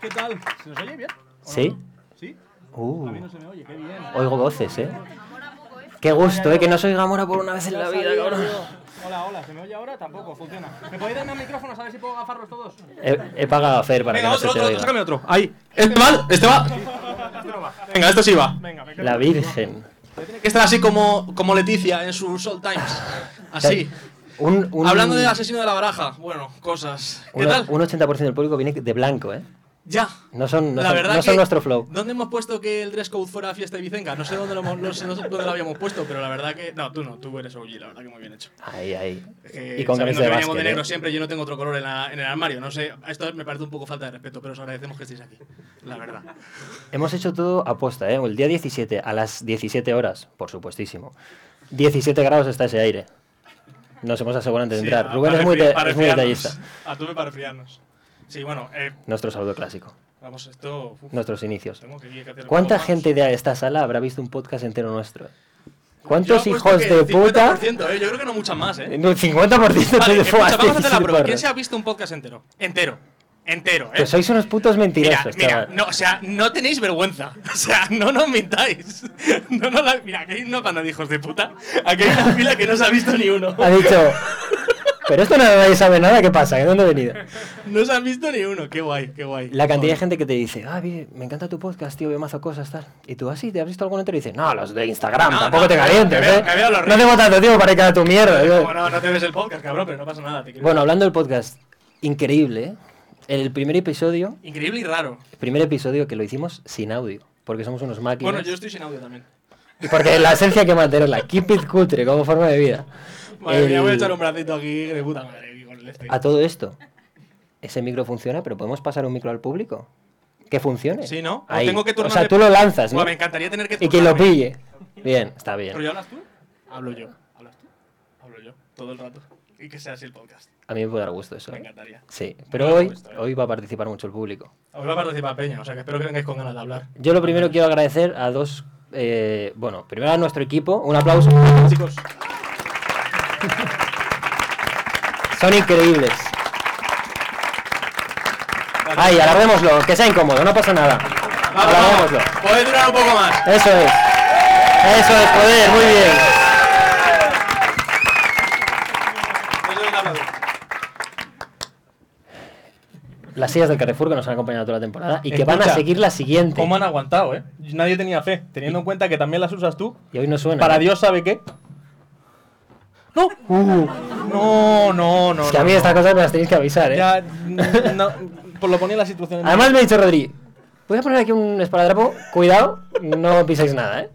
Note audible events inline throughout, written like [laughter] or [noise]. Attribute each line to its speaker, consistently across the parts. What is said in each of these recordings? Speaker 1: ¿Qué tal? ¿Se nos oye bien? ¿O
Speaker 2: ¿Sí?
Speaker 1: no? ¿Sí?
Speaker 2: Uh,
Speaker 1: A mí no se me oye, qué bien.
Speaker 2: oigo voces, ¿eh? Qué gusto, ¿eh? Que no soy Gamora por una vez en la vida, cabrón.
Speaker 1: Hola, hola, ¿se me oye ahora? Tampoco, funciona. ¿Me podéis darme micrófonos a ver si puedo gafarlos todos?
Speaker 2: He, he pagado a Fer para
Speaker 3: Venga,
Speaker 2: que no se
Speaker 3: otro,
Speaker 2: te
Speaker 3: otro,
Speaker 2: oiga.
Speaker 3: sácame otro. Ahí. Este va, este va. Venga, este sí va.
Speaker 1: Venga, me quedo.
Speaker 2: La Virgen.
Speaker 3: Tiene que estar así como, como Leticia en sus Soul Times. Así.
Speaker 2: Un, un-
Speaker 3: Hablando del asesino de la baraja. Bueno, cosas. ¿Qué
Speaker 2: un-
Speaker 3: tal?
Speaker 2: Un 80% del público viene de blanco, ¿eh?
Speaker 3: Ya.
Speaker 2: No son, no
Speaker 3: la
Speaker 2: son-
Speaker 3: verdad
Speaker 2: no son
Speaker 3: que-
Speaker 2: nuestro flow.
Speaker 3: ¿Dónde hemos puesto que el dress code fuera fiesta de Vicenca? No sé dónde lo, hemos- no sé dónde lo habíamos puesto, pero la verdad que. No, tú no, tú eres OG, la verdad que muy bien hecho.
Speaker 2: Ahí, ahí.
Speaker 3: Es que,
Speaker 2: Y con
Speaker 3: Eh, sabiendo
Speaker 2: camisa de
Speaker 3: que veníamos
Speaker 2: básquet,
Speaker 3: de negro
Speaker 2: ¿eh?
Speaker 3: siempre, yo no tengo otro color en, la- en el armario. No sé, esto me parece un poco falta de respeto, pero os agradecemos que estéis aquí. La verdad.
Speaker 2: Hemos hecho todo aposta, ¿eh? El día 17, a las 17 horas, por supuestísimo. 17 grados está ese aire. Nos hemos asegurado antes de entrar.
Speaker 3: ah,
Speaker 2: Rubén es muy, de- es muy detallista.
Speaker 3: A tuve para enfriarnos. Sí, bueno, eh,
Speaker 2: Nuestro saludo clásico.
Speaker 3: vamos, esto. uf,
Speaker 2: Nuestros inicios.
Speaker 3: tengo que, que hacer
Speaker 2: ¿Cuánta
Speaker 3: algo más.
Speaker 2: gente de esta sala habrá visto un podcast entero nuestro?
Speaker 3: Yo
Speaker 2: ¿Cuántos
Speaker 3: apuesto
Speaker 2: hijos
Speaker 3: que
Speaker 2: de puta?
Speaker 3: 50%, eh, yo creo que no muchas más, eh.
Speaker 2: No, 50%
Speaker 3: Vale,
Speaker 2: de
Speaker 3: escucha,
Speaker 2: fuas,
Speaker 3: vamos a hacer la
Speaker 2: sí,
Speaker 3: prueba.
Speaker 2: porra.
Speaker 3: ¿Quién se ha visto un podcast entero? Entero. Entero, eh.
Speaker 2: Que sois unos putos
Speaker 3: Mira,
Speaker 2: mentirosos,
Speaker 3: mira,
Speaker 2: chaval.
Speaker 3: no, o sea, no tenéis vergüenza. [laughs] O sea, no nos mintáis. No, nos la- mira, aquí hay una banda de hijos de puta. Aquí hay una fila que no se ha visto ni uno.
Speaker 2: Ha dicho... Pero esto no nadie sabe nada, ¿qué pasa? ¿De dónde he venido?
Speaker 3: [laughs] No se ha visto ni uno. Qué guay, qué guay.
Speaker 2: La cantidad de gente que te dice, ah, vi- me encanta tu podcast, tío, veo mazo cosas, tal. Y tú, así, ¿te has visto alguno entero? Y dices, no, los de Instagram,
Speaker 3: No,
Speaker 2: tampoco
Speaker 3: no,
Speaker 2: te
Speaker 3: me veo-
Speaker 2: calientes,
Speaker 3: me veo-
Speaker 2: ¿eh?
Speaker 3: me veo los
Speaker 2: no
Speaker 3: reels".
Speaker 2: tengo tanto tiempo para ir a tu mierda. ¿eh?
Speaker 3: Bueno, no te ves el podcast, cabrón, pero no pasa nada. te quiero-
Speaker 2: Bueno, hablando del podcast, increíble, ¿eh? El primer episodio,
Speaker 3: Increíble y raro.
Speaker 2: el primer episodio que lo hicimos sin audio, porque somos unos máquinas.
Speaker 3: Bueno, yo estoy sin audio también. [laughs]
Speaker 2: Porque la esencia hay que mantenerla, keep it cutre como forma de vida.
Speaker 3: Madre mía,
Speaker 2: El-
Speaker 3: voy a echar un bracito aquí de puta madre. aquí con el este.
Speaker 2: A todo esto, ese micro funciona, pero podemos pasar un micro al público. Que funcione.
Speaker 3: Sí, ¿no? O
Speaker 2: Ahí.
Speaker 3: tengo que
Speaker 2: o
Speaker 3: turnarme-
Speaker 2: sea, tú lo lanzas, ¿no?
Speaker 3: Buah, me encantaría tener que.
Speaker 2: Y quien lo
Speaker 3: turnarme. [laughs]
Speaker 2: pille. Bien, está bien.
Speaker 3: ¿Pero ya hablas tú? Hablo yo. ¿Hablas tú? Hablo yo. Todo el rato. Y que sea así el podcast.
Speaker 2: A mí me puede dar gusto eso.
Speaker 3: Me
Speaker 2: ¿eh?
Speaker 3: encantaría.
Speaker 2: Sí, pero
Speaker 3: Bueno,
Speaker 2: hoy,
Speaker 3: pues, está bien.
Speaker 2: hoy va a participar mucho el público.
Speaker 3: Os va a participar Peña, o sea que espero que vengáis con ganas de hablar.
Speaker 2: Yo lo primero quiero agradecer a dos. eh, bueno, primero a nuestro equipo, un aplauso.
Speaker 3: Chicos,
Speaker 2: [laughs] Son increíbles. Ay, alarguémoslo, que sea incómodo, no pasa nada.
Speaker 3: vamos,
Speaker 2: Alarguémoslo.
Speaker 3: vamos. Podéis durar un poco más.
Speaker 2: Eso es. Eso es poder, muy bien.
Speaker 3: Eso es un aplauso.
Speaker 2: Las sillas del Carrefour que nos han acompañado toda la temporada y que van a
Speaker 3: Escucha,
Speaker 2: seguir la siguiente.
Speaker 3: ¿Cómo han aguantado, eh? Nadie tenía fe, teniendo en cuenta que también las usas tú.
Speaker 2: Y hoy no suena.
Speaker 3: Para
Speaker 2: ¿eh?
Speaker 3: Dios sabe
Speaker 2: [laughs]
Speaker 3: qué. No,
Speaker 2: Uh,
Speaker 3: no, no, no.
Speaker 2: es que a mí estas cosas me las tenéis que avisar, ¿eh?
Speaker 3: Ya, n- no, por lo ponía la situación. en-
Speaker 2: Además me ha dicho Rodri, voy a poner aquí un esparadrapo, cuidado, no pisáis nada, ¿eh?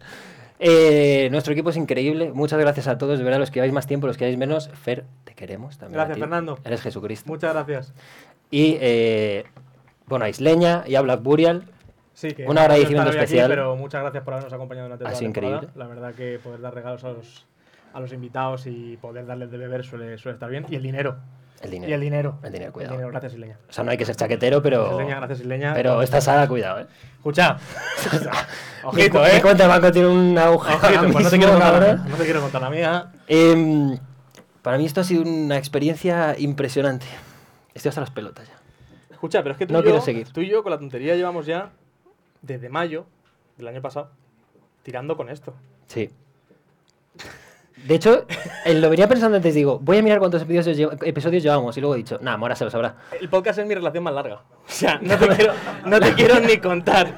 Speaker 2: Eh, nuestro equipo es increíble, muchas gracias a todos, de verdad, los que lleváis más tiempo, los que lleváis menos. Fer, te queremos también. a
Speaker 4: Gracias,
Speaker 2: ti.
Speaker 4: Fernando.
Speaker 2: Eres Jesucristo.
Speaker 4: Muchas gracias.
Speaker 2: Y, eh, bueno, a Isleña y a Black Burial,
Speaker 4: Sí, que
Speaker 2: Un
Speaker 4: no
Speaker 2: agradecimiento
Speaker 4: estaré hoy aquí,
Speaker 2: especial.
Speaker 4: pero muchas gracias por habernos acompañado durante
Speaker 2: Ha
Speaker 4: toda la
Speaker 2: sido
Speaker 4: temporada.
Speaker 2: increíble.
Speaker 4: La verdad que poder dar regalos a los, a los invitados y poder darles de beber suele, suele estar bien. Y el dinero.
Speaker 2: el dinero.
Speaker 4: Y el dinero.
Speaker 2: El dinero, cuidado.
Speaker 4: gracias, Isleña.
Speaker 2: O sea, no hay que ser chaquetero, pero...
Speaker 4: Isleña, gracias, Isleña.
Speaker 2: Pero esta sala, cuidado, ¿eh? [laughs]
Speaker 4: Escucha.
Speaker 2: Mi
Speaker 4: Ojito,
Speaker 2: cu- Mi
Speaker 4: eh.
Speaker 2: cuenta de banco tiene un agujero
Speaker 4: Ojito,
Speaker 2: ahora
Speaker 4: pues no te
Speaker 2: mismo,
Speaker 4: quiero contar la
Speaker 2: cabrón.
Speaker 4: mía. No te quiero contar la mía.
Speaker 2: Em, para mí esto ha sido una experiencia impresionante. Estoy hasta las pelotas ya.
Speaker 4: Escucha, pero es que tú,
Speaker 2: No
Speaker 4: y
Speaker 2: quiero
Speaker 4: yo,
Speaker 2: seguir.
Speaker 4: tú y yo con la tontería llevamos ya desde mayo del año pasado tirando con esto.
Speaker 2: Sí. De hecho, eh, lo venía pensando antes, digo, voy a mirar cuántos episodios, lle- episodios llevamos y luego he dicho, nah, Mora se lo sabrá.
Speaker 4: El podcast es mi relación más larga. [laughs] O sea, no te quiero, no te quiero ni contar.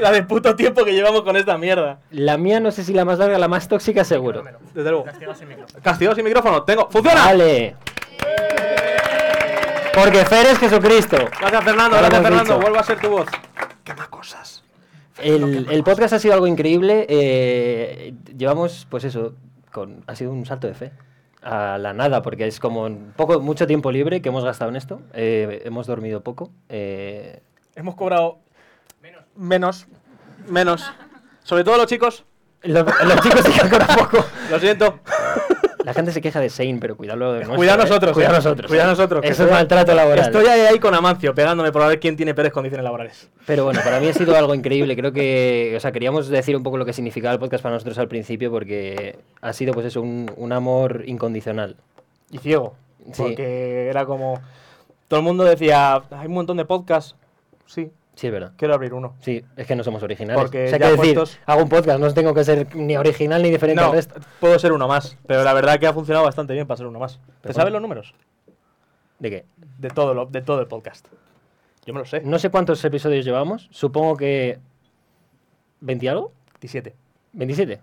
Speaker 4: La de puto tiempo que llevamos con esta mierda.
Speaker 2: La mía no sé si la más larga, la más tóxica seguro.
Speaker 4: Desde luego. Castigado sin micrófono. Castigado sin micrófono. Tengo. ¡Funciona!
Speaker 2: Vale. Porque Fer es Jesucristo.
Speaker 4: Gracias, Fernando.
Speaker 2: Ahora
Speaker 4: Gracias,
Speaker 2: lo has
Speaker 4: Fernando.
Speaker 2: dicho.
Speaker 4: Vuelvo a ser tu voz.
Speaker 2: El, el podcast ha sido algo increíble. eh, llevamos, pues eso, con, ha sido un salto de fe. A la nada, porque es como un poco, mucho tiempo libre que hemos gastado en esto. eh, hemos dormido poco. eh,
Speaker 4: Hemos cobrado. Menos. Menos. [laughs] Sobre todo los chicos.
Speaker 2: los, los chicos se quedan con
Speaker 4: [laughs]
Speaker 2: poco.
Speaker 4: Lo siento.
Speaker 2: La gente se queja de Sein, pero cuidado lo de nuestro,
Speaker 4: Cuidado
Speaker 2: ¿eh?
Speaker 4: nosotros.
Speaker 2: Cuidado
Speaker 4: eh.
Speaker 2: nosotros.
Speaker 4: Cuidado
Speaker 2: ¿eh?
Speaker 4: nosotros. que
Speaker 2: Eso es
Speaker 4: estoy-
Speaker 2: maltrato laboral.
Speaker 4: Estoy ahí, ahí con Amancio pegándome por ver quién tiene peores condiciones laborales.
Speaker 2: Pero bueno, para mí
Speaker 4: [laughs]
Speaker 2: ha sido algo increíble. Creo que, o sea, queríamos decir un poco lo que significaba el podcast para nosotros al principio, porque ha sido, pues eso, un, un amor incondicional.
Speaker 4: Y ciego.
Speaker 2: Sí.
Speaker 4: Porque era como. Todo el mundo decía. Hay un montón de podcasts. sí.
Speaker 2: Sí, es verdad.
Speaker 4: Quiero abrir uno.
Speaker 2: Sí, es que no somos originales.
Speaker 4: Porque
Speaker 2: o sea,
Speaker 4: ya
Speaker 2: que decir,
Speaker 4: puestos-
Speaker 2: hago un podcast, no tengo que ser ni original ni diferente
Speaker 4: No,
Speaker 2: al resto.
Speaker 4: puedo ser uno más, pero la verdad que ha funcionado bastante bien para ser uno más. ¿Te
Speaker 2: bueno.
Speaker 4: sabes los números?
Speaker 2: ¿De qué?
Speaker 4: De todo, lo, de todo el podcast. Yo me lo sé.
Speaker 2: No sé cuántos episodios llevamos, supongo que... ¿20 y algo?
Speaker 4: 17,
Speaker 2: ¿27?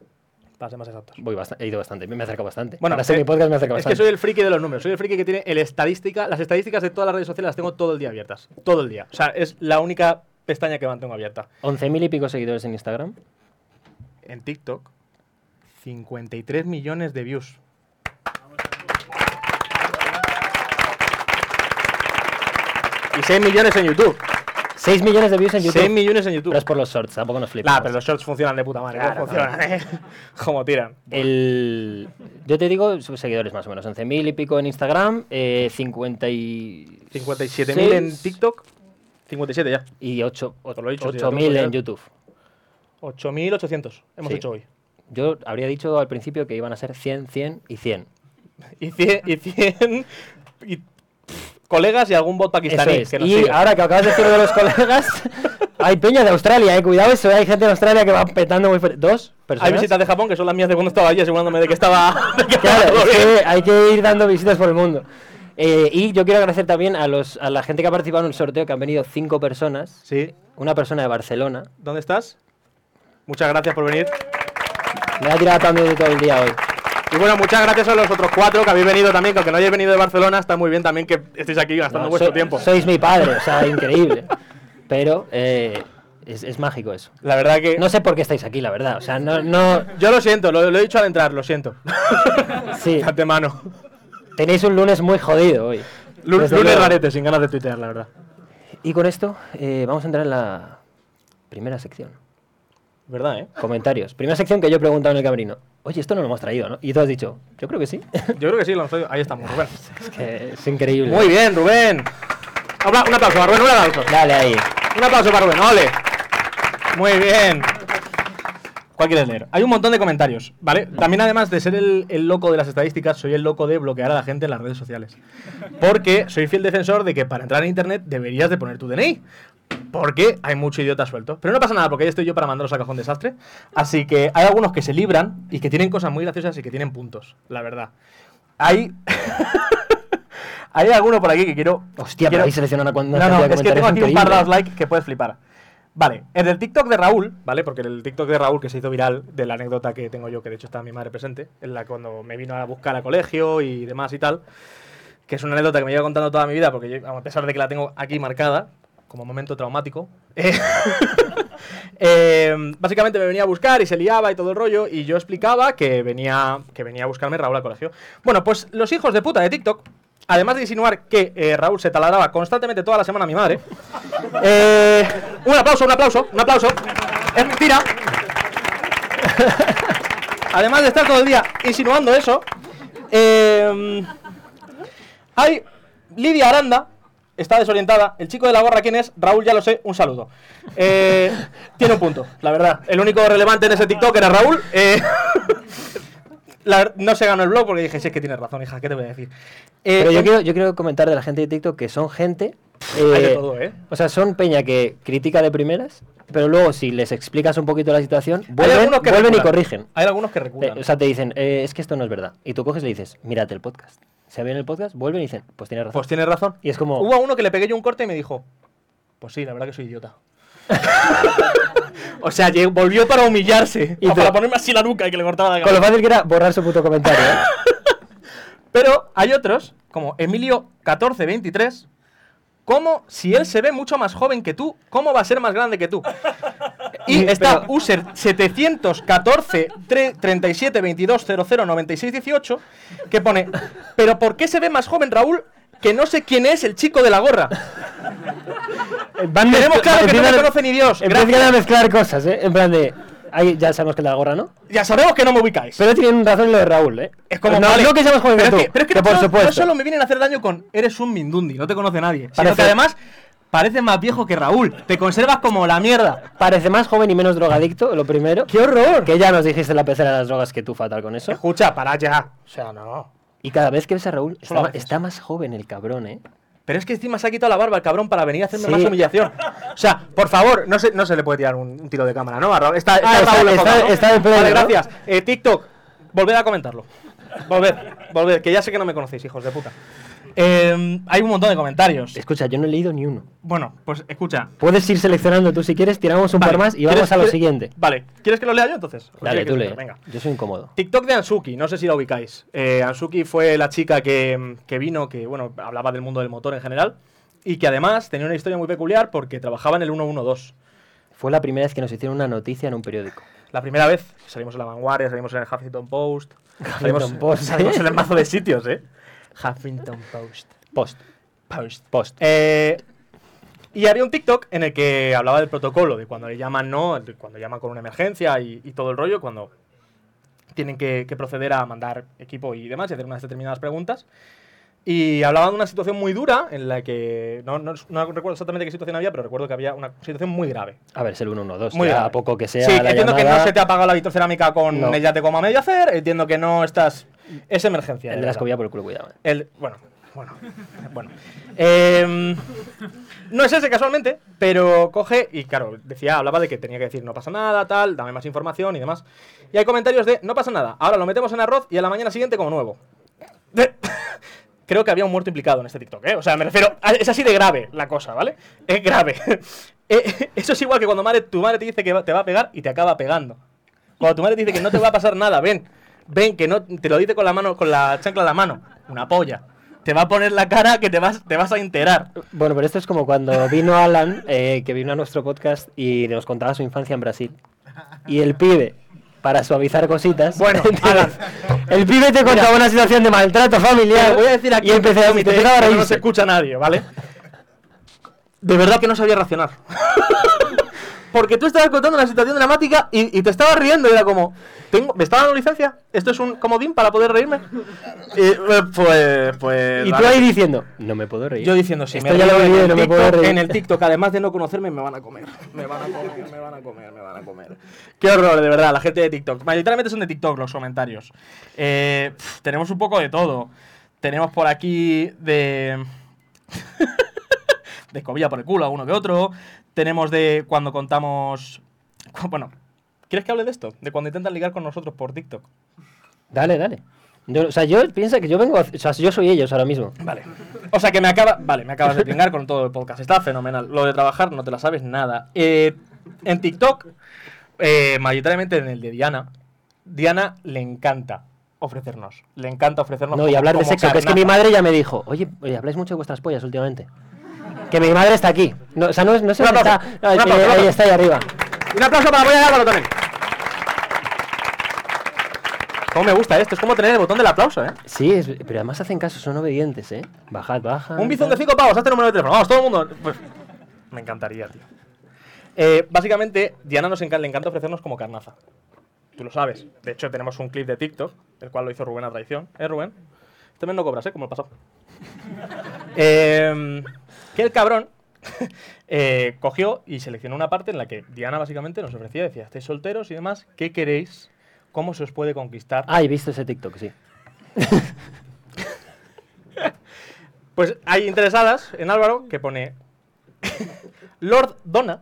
Speaker 4: para ser más exactos.
Speaker 2: Voy basta- he ido bastante, me he acercado bastante.
Speaker 4: Bueno,
Speaker 2: Para ser
Speaker 4: eh,
Speaker 2: mi podcast me he acercado
Speaker 4: Es que
Speaker 2: bastante.
Speaker 4: soy el friki de los números, soy el friki que tiene el estadística, las estadísticas de todas las redes sociales las tengo todo el día abiertas, todo el día. O sea, es la única pestaña que mantengo abierta.
Speaker 2: 11.000 y pico seguidores en Instagram.
Speaker 4: En TikTok, 53 millones de views. Y 6 millones en YouTube.
Speaker 2: 6 millones de views en YouTube.
Speaker 4: 6 millones en
Speaker 2: Pero
Speaker 4: YouTube.
Speaker 2: es por los shorts, tampoco nos flipamos.
Speaker 4: Nah, pero los shorts funcionan de puta madre. ¿cómo
Speaker 2: Claro,
Speaker 4: funcionan, ¿eh? [laughs] Como tiran.
Speaker 2: El, yo te digo sus seguidores más o menos, 11.000 y pico en Instagram, eh, 50 y...
Speaker 4: 57.000 en TikTok. 57 ya.
Speaker 2: y 8,
Speaker 4: Os lo he dicho, sí,
Speaker 2: 8.000 en
Speaker 4: ya.
Speaker 2: YouTube.
Speaker 4: 8.800 hemos
Speaker 2: Sí.
Speaker 4: hecho hoy.
Speaker 2: Yo habría dicho al principio que iban a ser 100, 100 y 100.
Speaker 4: Y 100, y 100 y, pff, [laughs] colegas y algún bot pakistaní
Speaker 2: Eso es.
Speaker 4: que nos
Speaker 2: Y
Speaker 4: sigue.
Speaker 2: ahora que acabas de decir lo de los colegas, hay peña de Australia, eh, cuidado eso, hay gente de Australia que va petando muy fuerte. ¿Dos personas?
Speaker 4: Hay visitas de Japón que son las mías de [laughs] cuando estaba allí asegurándome de que
Speaker 2: [laughs]
Speaker 4: estaba... de que estaba
Speaker 2: Claro,
Speaker 4: todo
Speaker 2: es
Speaker 4: bien.
Speaker 2: que hay que ir dando visitas por el mundo. Eh, y yo quiero agradecer también a, los, a la gente que ha participado en el sorteo, que han venido cinco personas.
Speaker 4: Sí.
Speaker 2: Una persona de Barcelona.
Speaker 4: ¿Dónde estás? Muchas gracias por venir.
Speaker 2: Me ha tirado también de todo el día hoy.
Speaker 4: Y bueno, muchas gracias a los otros cuatro que habéis venido también, que aunque no hayáis venido de Barcelona, está muy bien también que estéis aquí gastando
Speaker 2: No,
Speaker 4: vuestro
Speaker 2: so-
Speaker 4: tiempo.
Speaker 2: Sois mi padre, o sea, increíble. Pero eh, es, es mágico eso.
Speaker 4: La verdad que...
Speaker 2: No sé por qué estáis aquí, la verdad. O sea, no, no.
Speaker 4: Yo lo siento, lo, lo he dicho al entrar, lo siento.
Speaker 2: Sí,
Speaker 4: [laughs] De antemano.
Speaker 2: tenéis un lunes muy jodido hoy.
Speaker 4: Lu-
Speaker 2: Desde
Speaker 4: Lunes
Speaker 2: luego.
Speaker 4: rarete, sin ganas de tuitear, la verdad.
Speaker 2: Y con esto eh, vamos a entrar en la primera sección.
Speaker 4: ¿Verdad, eh?
Speaker 2: Comentarios. Primera sección que yo he preguntado en el camerino. Oye, esto no lo hemos traído, ¿no? Y tú has dicho, yo creo que sí.
Speaker 4: Yo creo que sí, lo hemos traído. Ahí estamos, Rubén.
Speaker 2: [laughs] es que es increíble.
Speaker 4: Muy bien, Rubén. Habla- Un aplauso para Rubén, un aplauso.
Speaker 2: Dale ahí.
Speaker 4: Un aplauso para Rubén, ole. Muy bien. ¿Cuál quieres leer? Hay un montón de comentarios, ¿vale? También, además de ser el, el loco de las estadísticas, soy el loco de bloquear a la gente en las redes sociales. Porque soy fiel defensor de que para entrar en internet deberías de poner tu DNI. Porque hay mucho idiota suelto. Pero no pasa nada, porque ahí estoy yo para mandaros a cajón desastre. Así que hay algunos que se libran y que tienen cosas muy graciosas y que tienen puntos, la verdad. Hay. [laughs] hay alguno por aquí que quiero.
Speaker 2: Hostia, pero
Speaker 4: quiero-
Speaker 2: ahí seleccionan a
Speaker 4: no,
Speaker 2: cuando
Speaker 4: no, es que tengo aquí un par de dados like que puedes flipar. Vale, el del TikTok de Raúl, ¿vale? Porque el TikTok de Raúl que se hizo viral de la anécdota que tengo yo, que de hecho estaba mi madre presente, en la cuando me vino a buscar a colegio y demás y tal, que es una anécdota que me lleva contando toda mi vida, porque yo, a pesar de que la tengo aquí marcada como momento traumático, [laughs] eh, eh, básicamente me venía a buscar y se liaba y todo el rollo, y yo explicaba que venía, que venía a buscarme Raúl al colegio. Bueno, pues los hijos de puta de TikTok, además de insinuar que eh, Raúl se taladraba constantemente toda la semana a mi madre, eh, un aplauso, un aplauso, un aplauso. Es mentira. [laughs] Además de estar todo el día insinuando eso, eh, hay Lidia Aranda, está desorientada. El chico de la gorra, ¿quién es? Raúl, ya lo sé, un saludo. Eh, tiene un punto, la verdad. El único relevante en ese TikTok era Raúl. Eh, [laughs] la ver- no se ganó el blog porque dije, sí, es que tienes razón, hija, ¿qué te voy a decir? Eh,
Speaker 2: Pero yo
Speaker 4: en-
Speaker 2: quiero, yo quiero comentar de la gente de TikTok que son gente.
Speaker 4: hay de todo, ¿eh?
Speaker 2: O sea, son peña que critica de primeras, pero luego si les explicas un poquito la situación,
Speaker 4: hay
Speaker 2: vuelven,
Speaker 4: algunos que
Speaker 2: vuelven y
Speaker 4: reculan.
Speaker 2: corrigen.
Speaker 4: Hay algunos que
Speaker 2: Te-
Speaker 4: reculan.
Speaker 2: o sea, te dicen, eh, es que esto no es verdad. Y tú coges y le dices, mírate el podcast. Se ve en el podcast, vuelven y dicen, pues tienes razón.
Speaker 4: Pues tienes razón.
Speaker 2: Y es como-
Speaker 4: Hubo a uno que le pegué yo un corte y me dijo: Pues sí, la verdad que soy idiota. o sea, lle- volvió para humillarse.
Speaker 2: Y
Speaker 4: o
Speaker 2: te-
Speaker 4: Ah, para ponerme así la nuca y que le cortaba la
Speaker 2: Con lo
Speaker 4: cabeza.
Speaker 2: fácil que era borrar su puto comentario. ¿eh?
Speaker 4: Pero hay otros, como Emilio1423. Como si él se ve mucho más joven que tú, ¿cómo va a ser más grande [laughs] que tú? Y está
Speaker 2: pero-
Speaker 4: user 714 37 22 00 96 18 que pone, pero ¿por qué se ve más joven Raúl que no sé quién es el chico de la gorra?
Speaker 2: Van
Speaker 4: Tenemos
Speaker 2: mezcla-
Speaker 4: claro que no
Speaker 2: empiezan-
Speaker 4: me conoce ni Dios.
Speaker 2: Empiezan
Speaker 4: gracias.
Speaker 2: a mezclar cosas, ¿eh? En plan de. ahí ya sabemos que la gorra, ¿no?
Speaker 4: Ya sabemos que no me ubicáis.
Speaker 2: Pero tienen razón en lo de Raúl, ¿eh?
Speaker 4: es como
Speaker 2: no,
Speaker 4: vale,
Speaker 2: no que seamos joven
Speaker 4: pero
Speaker 2: que tú,
Speaker 4: es que, pero es que
Speaker 2: que
Speaker 4: no,
Speaker 2: por
Speaker 4: solo,
Speaker 2: supuesto.
Speaker 4: no solo me vienen a hacer daño con eres un mindundi, no te conoce nadie, sino
Speaker 2: Parece-
Speaker 4: que además pareces más viejo que Raúl, te conservas como la mierda.
Speaker 2: Parece más joven y menos drogadicto, lo primero. ¡Qué horror! Que ya nos dijiste en la pecera de las drogas que tú fatal con eso.
Speaker 4: Escucha, para ya. O sea, no.
Speaker 2: Y cada vez que ves a Raúl, está,
Speaker 4: Solo a
Speaker 2: ma-
Speaker 4: veces.
Speaker 2: está más joven el cabrón, ¿eh?
Speaker 4: Pero es que encima se ha quitado la barba el cabrón para venir a hacerme
Speaker 2: Sí.
Speaker 4: más humillación. O sea, por favor, no se, no se le puede tirar un, un tiro de cámara, ¿no? a Raúl? Está, está
Speaker 2: Ah, está-
Speaker 4: Raúl en
Speaker 2: está-
Speaker 4: foto, ¿no?
Speaker 2: está en pleno,
Speaker 4: Vale,
Speaker 2: ¿no?
Speaker 4: gracias. Eh, TikTok, volved a comentarlo. Volved, volved, que ya sé que no me conocéis, hijos de puta. Eh, hay un montón de comentarios.
Speaker 2: Escucha, yo no he leído ni uno.
Speaker 4: Bueno, pues escucha.
Speaker 2: Puedes ir seleccionando tú si quieres, tiramos un
Speaker 4: Vale,
Speaker 2: par más y
Speaker 4: ¿quieres-
Speaker 2: vamos a lo
Speaker 4: quieres-
Speaker 2: siguiente.
Speaker 4: Vale, ¿quieres que lo lea yo entonces? ¿O
Speaker 2: Dale,
Speaker 4: quieres
Speaker 2: tú
Speaker 4: que-
Speaker 2: lee.
Speaker 4: Venga.
Speaker 2: Yo soy incómodo.
Speaker 4: TikTok de Ansuki, no sé si la ubicáis. Eh, Ansuki fue la chica que, que vino, que bueno, hablaba del mundo del motor en general, y que además tenía una historia muy peculiar porque trabajaba en el 112.
Speaker 2: Fue la primera vez que nos hicieron una noticia en un periódico.
Speaker 4: La primera vez salimos en la vanguardia, salimos en el Huffington Post, salimos,
Speaker 2: Post,
Speaker 4: salimos
Speaker 2: ¿eh?
Speaker 4: en el mazo de sitios, ¿eh? Huffington Post.
Speaker 2: Post.
Speaker 4: Post.
Speaker 2: Post.
Speaker 4: Eh, y había un TikTok en el que hablaba del protocolo, de cuando le llaman no, de cuando llaman con una emergencia y, y todo el rollo, cuando tienen que, que proceder a mandar equipo y demás y hacer unas determinadas preguntas. Y hablaban de una situación muy dura en la que. No, no- no recuerdo exactamente qué situación había, pero recuerdo que había una situación muy grave.
Speaker 2: A ver, es el 112.
Speaker 4: Muy
Speaker 2: ya
Speaker 4: grave.
Speaker 2: a poco que sea
Speaker 4: Sí,
Speaker 2: la
Speaker 4: entiendo que no
Speaker 2: llamada,
Speaker 4: se te ha pagado la vitrocerámica con
Speaker 2: No.
Speaker 4: ella te coma medio hacer, entiendo que no estás. Es emergencia.
Speaker 2: el
Speaker 4: de
Speaker 2: de la
Speaker 4: verdad.
Speaker 2: escobilla por el culo, cuidado. eh.
Speaker 4: El, bueno, bueno, bueno. Em, no es ese casualmente, pero coge y claro, decía, hablaba de que tenía que decir no pasa nada, tal, dame más información y demás. Y hay comentarios de no pasa nada, ahora lo metemos en arroz y a la mañana siguiente como nuevo. [laughs] Creo que había un muerto implicado en este TikTok, ¿eh? O sea, me refiero, a- es así de grave la cosa, ¿vale? Es grave. [laughs] Eh, Eso es igual que cuando madre- tu madre te dice que va- te va a pegar y te acaba pegando. Cuando tu madre te dice que no te va a pasar nada, ven, ven, que no te lo dice con la mano, con la chancla en la mano. Una polla. Te va a poner la cara que te vas, te vas a enterar.
Speaker 2: Bueno, pero esto es como cuando vino Alan, eh, que vino a nuestro podcast y nos contaba su infancia en Brasil. Y el pibe, para suavizar cositas. [laughs]
Speaker 4: Bueno, Alan.
Speaker 2: el pibe te contaba una situación de maltrato familiar.
Speaker 4: Te voy a decir aquí
Speaker 2: Y empecé a,
Speaker 4: en este
Speaker 2: empezaba
Speaker 4: comité
Speaker 2: a
Speaker 4: que no
Speaker 2: reírse.
Speaker 4: se escucha nadie, ¿vale? De verdad que no sabía [laughs] racionar. Porque tú estabas contando una situación dramática y, y te estabas riendo y era como, ¿tengo, ¿me está dando licencia? ¿Esto es un comodín para poder reírme? Y, eh, pues, pues...
Speaker 2: Y tú
Speaker 4: vale.
Speaker 2: ahí diciendo, no me puedo reír.
Speaker 4: Yo diciendo, si
Speaker 2: Esto
Speaker 4: me
Speaker 2: ya lo
Speaker 4: río
Speaker 2: he
Speaker 4: en,
Speaker 2: vivido,
Speaker 4: el
Speaker 2: no me
Speaker 4: TikTok,
Speaker 2: puedo reír.
Speaker 4: en el TikTok, además de no conocerme, me van a comer. Me van a comer, me van a comer, me van a comer. Qué horror, de verdad, la gente de TikTok. Mayoritariamente son de TikTok los comentarios. Eh, pf, tenemos un poco de todo. Tenemos por aquí de... [laughs] de escobilla por el culo a uno que otro. Tenemos de cuando contamos... [laughs] cu- Bueno, ¿quieres que hable de esto? De cuando intentan ligar con nosotros por TikTok.
Speaker 2: Dale, dale. Yo- o sea, yo piensa que yo vengo. a- o sea, yo soy ellos ahora mismo.
Speaker 4: Vale. O sea que me acaba. Vale, me acabas de pringar con todo el podcast. Está fenomenal. Lo de trabajar no te la sabes nada. Eh, en TikTok, eh, mayoritariamente en el de Diana, Diana le encanta ofrecernos. Le encanta ofrecernos.
Speaker 2: No, y
Speaker 4: como-
Speaker 2: hablar de
Speaker 4: como
Speaker 2: sexo, que es que
Speaker 4: carnaza.
Speaker 2: mi madre ya me dijo, oye, oye, habláis mucho de vuestras pollas últimamente. Que mi madre está aquí. No, o sea, no, es- no sé
Speaker 4: Un
Speaker 2: dónde está.
Speaker 4: aplauso,
Speaker 2: Ay,
Speaker 4: un aplauso,
Speaker 2: eh,
Speaker 4: un
Speaker 2: ahí
Speaker 4: aplauso.
Speaker 2: está, ahí arriba.
Speaker 4: Un aplauso para la polla de Álvaro también. ¿Cómo me gusta esto? Es como tener el botón del aplauso, ¿eh?
Speaker 2: Sí, es- pero además hacen caso, son obedientes, ¿eh? Bajad, bajad.
Speaker 4: Un bizón de 5 pavos, hazte número de teléfono. Vamos, todo el mundo. Pues, me encantaría, tío. Eh, básicamente, Diana nos encan- le encanta ofrecernos como carnaza. Tú lo sabes. De hecho, tenemos un clip de TikTok, el cual lo hizo Rubén a traición. ¿Eh, Rubén? También no cobras, ¿eh? Como el pasado. Eh, que el cabrón [laughs] eh, cogió y seleccionó una parte en la que Diana básicamente nos ofrecía, decía, estáis solteros y demás, ¿qué queréis? ¿Cómo se os puede conquistar?
Speaker 2: Ah, he visto ese TikTok, sí.
Speaker 4: Pues hay interesadas en Álvaro que pone Lord Donna.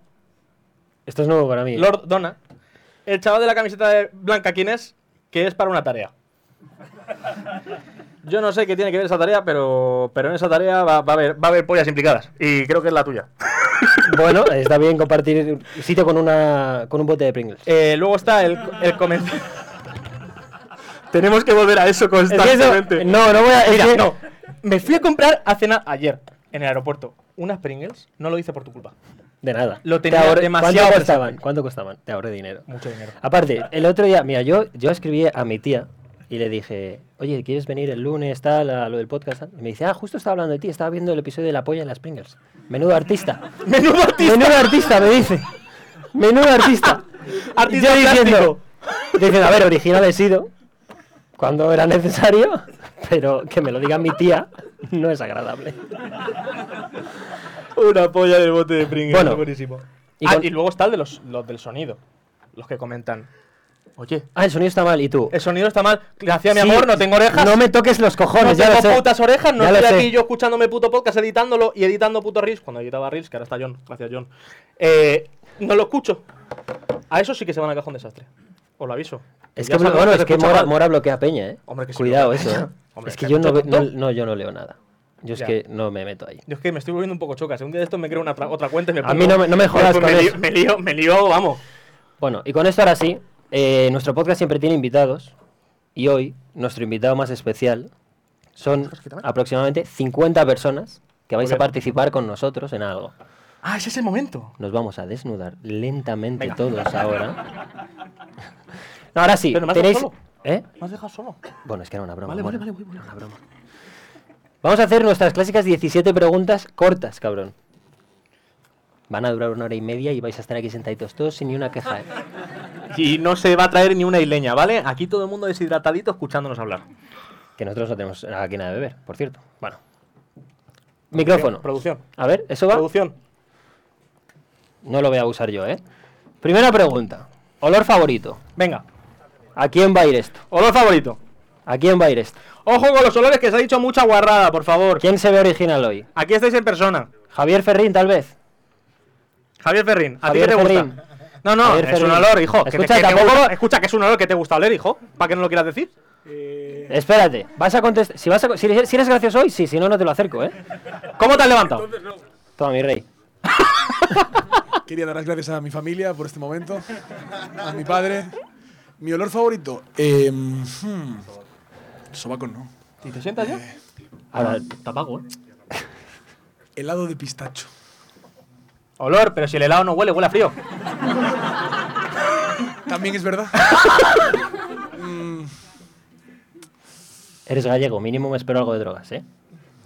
Speaker 2: Esto es nuevo para mí.
Speaker 4: Lord Donna. El chaval de la camiseta de blanca, ¿quién es? Que es para una tarea. Yo no sé qué tiene que ver esa tarea, pero, pero en esa tarea va, va a haber, va a haber pollas implicadas. Y creo que es la tuya.
Speaker 2: [laughs] Bueno, está bien compartir sitio con una con un bote de Pringles.
Speaker 4: Eh, luego está el, el [laughs] comentario. Tenemos que volver a eso
Speaker 2: Es que eso-
Speaker 4: constantemente.
Speaker 2: no, no voy a. es
Speaker 4: Mira,
Speaker 2: que-
Speaker 4: no. Me fui a comprar a cenar ayer en el aeropuerto unas Pringles. No lo hice por tu culpa.
Speaker 2: De nada.
Speaker 4: Lo
Speaker 2: Te
Speaker 4: tenía
Speaker 2: ahorré-
Speaker 4: demasiado
Speaker 2: ¿Cuánto
Speaker 4: presente.
Speaker 2: costaban? ¿Cuánto costaban? Te ahorré dinero.
Speaker 4: Mucho dinero.
Speaker 2: Aparte, el otro día, mira, yo, yo escribí a mi tía y le dije, oye, ¿quieres venir el lunes, tal, a lo del podcast? tal?". Y me dice, ah, justo estaba hablando de ti, estaba viendo el episodio de La polla en las Pringles. Menudo artista.
Speaker 4: [laughs] Menudo artista.
Speaker 2: Menudo artista, me dice. Menudo artista.
Speaker 4: Artista
Speaker 2: [laughs] Y yo diciendo, diciendo, a ver, original he sido cuando era necesario, [laughs] pero que me lo diga mi tía no es agradable.
Speaker 4: Una polla del bote de Pringles.
Speaker 2: Bueno.
Speaker 4: buenísimo.
Speaker 2: Y
Speaker 4: Ah,
Speaker 2: con-
Speaker 4: y luego está el de los, los del sonido. Los que comentan. Oye,
Speaker 2: Ah, el sonido está mal, ¿y tú?
Speaker 4: el sonido está mal. Gracias, mi
Speaker 2: Sí,
Speaker 4: amor, no tengo orejas.
Speaker 2: No me toques los cojones,
Speaker 4: No
Speaker 2: ya lo
Speaker 4: tengo
Speaker 2: sé.
Speaker 4: putas orejas, no
Speaker 2: Ya lo
Speaker 4: estoy
Speaker 2: sé.
Speaker 4: aquí yo escuchándome puto podcast, editándolo y editando puto Reels. Cuando editaba Reels, que ahora está John, gracias John. Eh, no lo escucho. A eso sí que se van a cajón desastre. Os lo aviso.
Speaker 2: Es
Speaker 4: Ya
Speaker 2: que,
Speaker 4: sabemos
Speaker 2: bueno, es
Speaker 4: se
Speaker 2: que
Speaker 4: escucha
Speaker 2: Mora,
Speaker 4: mal.
Speaker 2: Mora bloquea a Peña, ¿eh?
Speaker 4: Hombre, que sí
Speaker 2: Cuidado
Speaker 4: bloquea
Speaker 2: eso,
Speaker 4: a
Speaker 2: ¿eh?
Speaker 4: Peña. [laughs] Hombre,
Speaker 2: es
Speaker 4: que
Speaker 2: que yo
Speaker 4: mucho
Speaker 2: no, ve- no,
Speaker 4: tonto.
Speaker 2: no, yo no leo nada. Yo es
Speaker 4: Ya.
Speaker 2: que no me meto ahí.
Speaker 4: Yo es que me estoy volviendo un poco choca. Si un día de esto me creo una tra- otra cuenta y me
Speaker 2: A mí no me- no me jodas
Speaker 4: Pues me,
Speaker 2: con
Speaker 4: lío,
Speaker 2: eso.
Speaker 4: me lío, me lío, vamos.
Speaker 2: Bueno, y con esto ahora sí, eh, nuestro podcast siempre tiene invitados. Y hoy, nuestro invitado más especial son aproximadamente 50 personas que vais
Speaker 4: Muy
Speaker 2: a
Speaker 4: bien.
Speaker 2: participar con nosotros en algo.
Speaker 4: Ah, ese es el momento.
Speaker 2: Nos vamos a desnudar lentamente
Speaker 4: Venga.
Speaker 2: todos ahora. No, ahora sí,
Speaker 4: Pero me has
Speaker 2: tenéis.
Speaker 4: dejado
Speaker 2: ¿eh?
Speaker 4: Me has dejado solo.
Speaker 2: Bueno, es que era una broma.
Speaker 4: Vale, vale, vale,
Speaker 2: Mora.
Speaker 4: voy, voy, voy.
Speaker 2: Una broma. Vamos a hacer nuestras clásicas 17 preguntas cortas, cabrón. Van a durar una hora y media y vais a estar aquí sentaditos todos sin ni una queja. ¿eh?
Speaker 4: [laughs] Y no se va a traer ni una isleña, ¿vale? Aquí todo el mundo deshidratadito escuchándonos hablar.
Speaker 2: Que nosotros no tenemos aquí nada de beber, por cierto. Bueno. Micrófono.
Speaker 4: Producción.
Speaker 2: A ver, ¿eso va?
Speaker 4: Producción.
Speaker 2: No lo voy a usar yo, ¿eh? Primera pregunta. Olor favorito.
Speaker 4: Venga.
Speaker 2: ¿A quién va a ir esto?
Speaker 4: Olor favorito.
Speaker 2: ¿A quién va a ir esto?
Speaker 4: Ojo con los olores que se ha dicho mucha guarrada, por favor.
Speaker 2: ¿Quién se ve original hoy?
Speaker 4: Aquí estáis en persona.
Speaker 2: ¿Javier Ferrín, tal vez?
Speaker 4: Javier Ferrín, ¿a ti
Speaker 2: Javier
Speaker 4: qué te
Speaker 2: Ferrín.
Speaker 4: gusta? No, no,
Speaker 2: Javier
Speaker 4: es
Speaker 2: Ferrín.
Speaker 4: un olor, hijo. que te-
Speaker 2: Escucha,
Speaker 4: que te
Speaker 2: tampoco-
Speaker 4: gusta- escucha, que es un olor que te gusta oler, hijo. ¿Para qué no lo quieras decir?
Speaker 2: Espérate, vas a contestar. Si, vas a co- si eres si eres gracioso hoy, sí, si no, no te lo acerco, ¿eh?
Speaker 4: ¿Cómo te has levantado?
Speaker 2: Toma, mi rey.
Speaker 5: Quería dar las gracias a mi familia por este momento, a mi padre. Mi olor favorito, eh, hmm, sobaco no,
Speaker 4: ¿Y te sientas ya?
Speaker 5: eh,
Speaker 2: Ahora,
Speaker 4: Tapago, ¿eh?
Speaker 5: [laughs] helado de pistacho.
Speaker 4: Olor, pero si el helado no huele, huele a frío.
Speaker 5: [laughs] También
Speaker 4: [laughs]
Speaker 5: es verdad.
Speaker 2: eres gallego, mínimo me espero algo de drogas, ¿eh?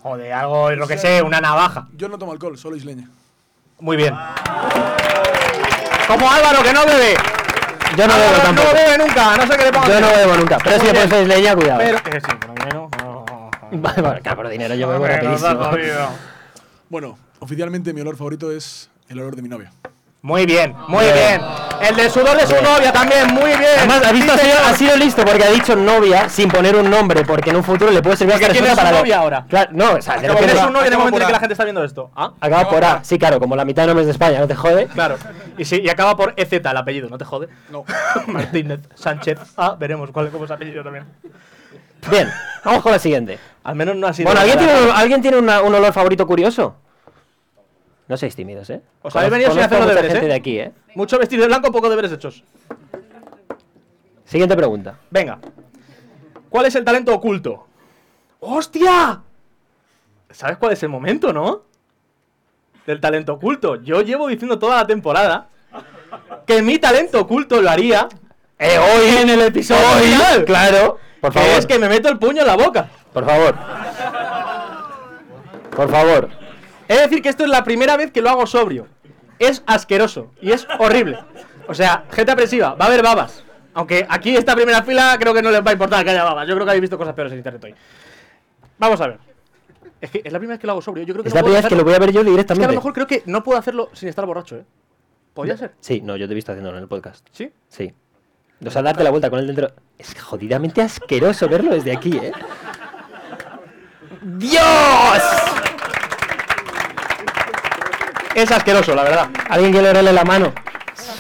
Speaker 4: Joder, algo, lo que sé, una navaja.
Speaker 5: eh, Yo no tomo alcohol, solo isleña.
Speaker 4: Muy bien. Como Álvaro, que no bebe.
Speaker 2: Yo no
Speaker 4: Álvaro
Speaker 2: bebo tampoco.
Speaker 4: No bebe nunca, a no sé qué le pongan.
Speaker 2: Yo no bebo nunca, pero si
Speaker 4: Muy
Speaker 2: me
Speaker 4: bien.
Speaker 2: pones leña, cuidado.
Speaker 4: Pero. Que sí, pero dinero. no, no, no.
Speaker 2: [laughs] Vale, vale, claro, por dinero yo bebo
Speaker 4: Hombre, nos da
Speaker 2: rapidísimo.
Speaker 4: jodido.
Speaker 5: Bueno, oficialmente mi olor favorito es el olor de mi novia.
Speaker 4: [laughs] Muy bien, muy bien. El del sudor de su
Speaker 2: Bien.
Speaker 4: novia también, muy bien.
Speaker 2: Además, ha, visto, ha,
Speaker 4: Sí,
Speaker 2: sido,
Speaker 4: señor.
Speaker 2: ha sido listo porque ha dicho novia sin poner un nombre, porque en un futuro le puede servir
Speaker 4: Porque
Speaker 2: hasta
Speaker 4: tiene
Speaker 2: resulta
Speaker 4: su
Speaker 2: para lo-
Speaker 4: novia ahora.
Speaker 2: Claro, no, o sea, de
Speaker 4: Porque
Speaker 2: repente
Speaker 4: eres
Speaker 2: va-
Speaker 4: un novio en el
Speaker 5: acaba
Speaker 4: momento en el
Speaker 5: por
Speaker 4: que la
Speaker 5: A.
Speaker 4: gente está viendo esto. Ah,
Speaker 2: acaba por A. Sí, claro, como la mitad de nombres de España, no te jode.
Speaker 4: claro. Y sí, y acaba por EZ el apellido, no te jode.
Speaker 5: No.
Speaker 4: [laughs] Martínez, Sánchez. Ah, veremos cuál cómo es su apellido también.
Speaker 2: Bien, vamos con la siguiente.
Speaker 4: Al menos no ha sido.
Speaker 2: Bueno, ¿alguien
Speaker 4: nada.
Speaker 2: tiene, un- ¿alguien tiene una- un olor favorito curioso? No seáis tímidos, ¿eh?
Speaker 4: Os habéis venido sin
Speaker 2: Conozco
Speaker 4: hacer los
Speaker 2: mucha
Speaker 4: deberes,
Speaker 2: gente
Speaker 4: ¿eh?
Speaker 2: de aquí, ¿eh?
Speaker 4: Mucho vestido de blanco, poco deberes hechos.
Speaker 2: Siguiente pregunta.
Speaker 4: Venga. ¿Cuál es el talento oculto? ¡Hostia! ¿Sabes cuál es el momento, no? Del talento oculto. Yo llevo diciendo toda la temporada que mi talento oculto lo haría
Speaker 2: Eh, hoy en el episodio.
Speaker 4: final.
Speaker 2: claro. Por
Speaker 4: que
Speaker 2: favor.
Speaker 4: es que me meto el puño en la boca.
Speaker 2: Por favor. Por favor.
Speaker 4: Es decir, que esto es la primera vez que lo hago sobrio. Es asqueroso y es horrible. O sea, gente apresiva, va a haber babas. Aunque aquí esta primera fila creo que no les va a importar que haya babas. Yo creo que habéis visto cosas peores en internet hoy. Vamos a ver. Es que es la primera vez que lo hago sobrio. Yo creo que
Speaker 2: Es
Speaker 4: no
Speaker 2: la
Speaker 4: puedo
Speaker 2: primera vez que
Speaker 4: dejarlo-
Speaker 2: lo voy a ver yo
Speaker 4: Es que a
Speaker 2: directamente.
Speaker 4: lo mejor creo que no puedo hacerlo sin estar borracho, ¿eh? ¿Podría ser?
Speaker 2: Sí, no, yo te he visto haciéndolo en el podcast.
Speaker 4: ¿Sí?
Speaker 2: Sí. O sea, darte la vuelta con él dentro. Es jodidamente asqueroso verlo desde aquí, ¿eh?
Speaker 4: ¡Dios! Es asqueroso, la verdad.
Speaker 2: Alguien que le orele la mano.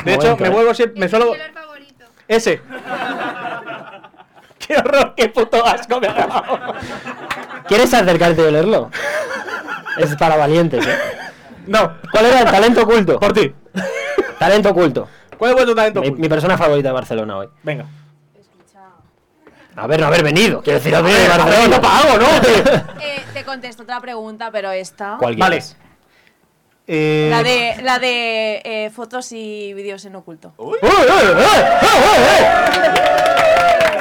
Speaker 4: De hecho,
Speaker 2: Momento,
Speaker 4: me
Speaker 2: ¿eh?
Speaker 4: vuelvo siempre. Me suelo.
Speaker 6: color favorito?
Speaker 4: Ese. [laughs] ¡Qué horror! ¡Qué puto asco me ha dado!
Speaker 2: ¿Quieres acercarte y olerlo? es para valientes, ¿eh?
Speaker 4: No,
Speaker 2: ¿Cuál era el talento oculto?
Speaker 4: por ti.
Speaker 2: Talento oculto.
Speaker 4: ¿Cuál es vuestro talento?
Speaker 2: Mi,
Speaker 4: oculto?
Speaker 2: mi persona favorita de Barcelona hoy.
Speaker 4: Venga.
Speaker 2: A ver, no haber venido. Quiero decir, haber venido de
Speaker 4: A ver,
Speaker 2: Barcelona.
Speaker 4: no
Speaker 2: [laughs]
Speaker 4: pago, ¿no?
Speaker 6: [laughs] Eh, te contesto otra pregunta, pero esta.
Speaker 2: ¿Cuál
Speaker 4: Vale.
Speaker 2: quieres?
Speaker 4: Eh,
Speaker 6: La de, la de eh, fotos y vídeos en oculto.
Speaker 2: ¡Eh, eh, eh,
Speaker 4: [laughs]
Speaker 2: eh, eh, eh!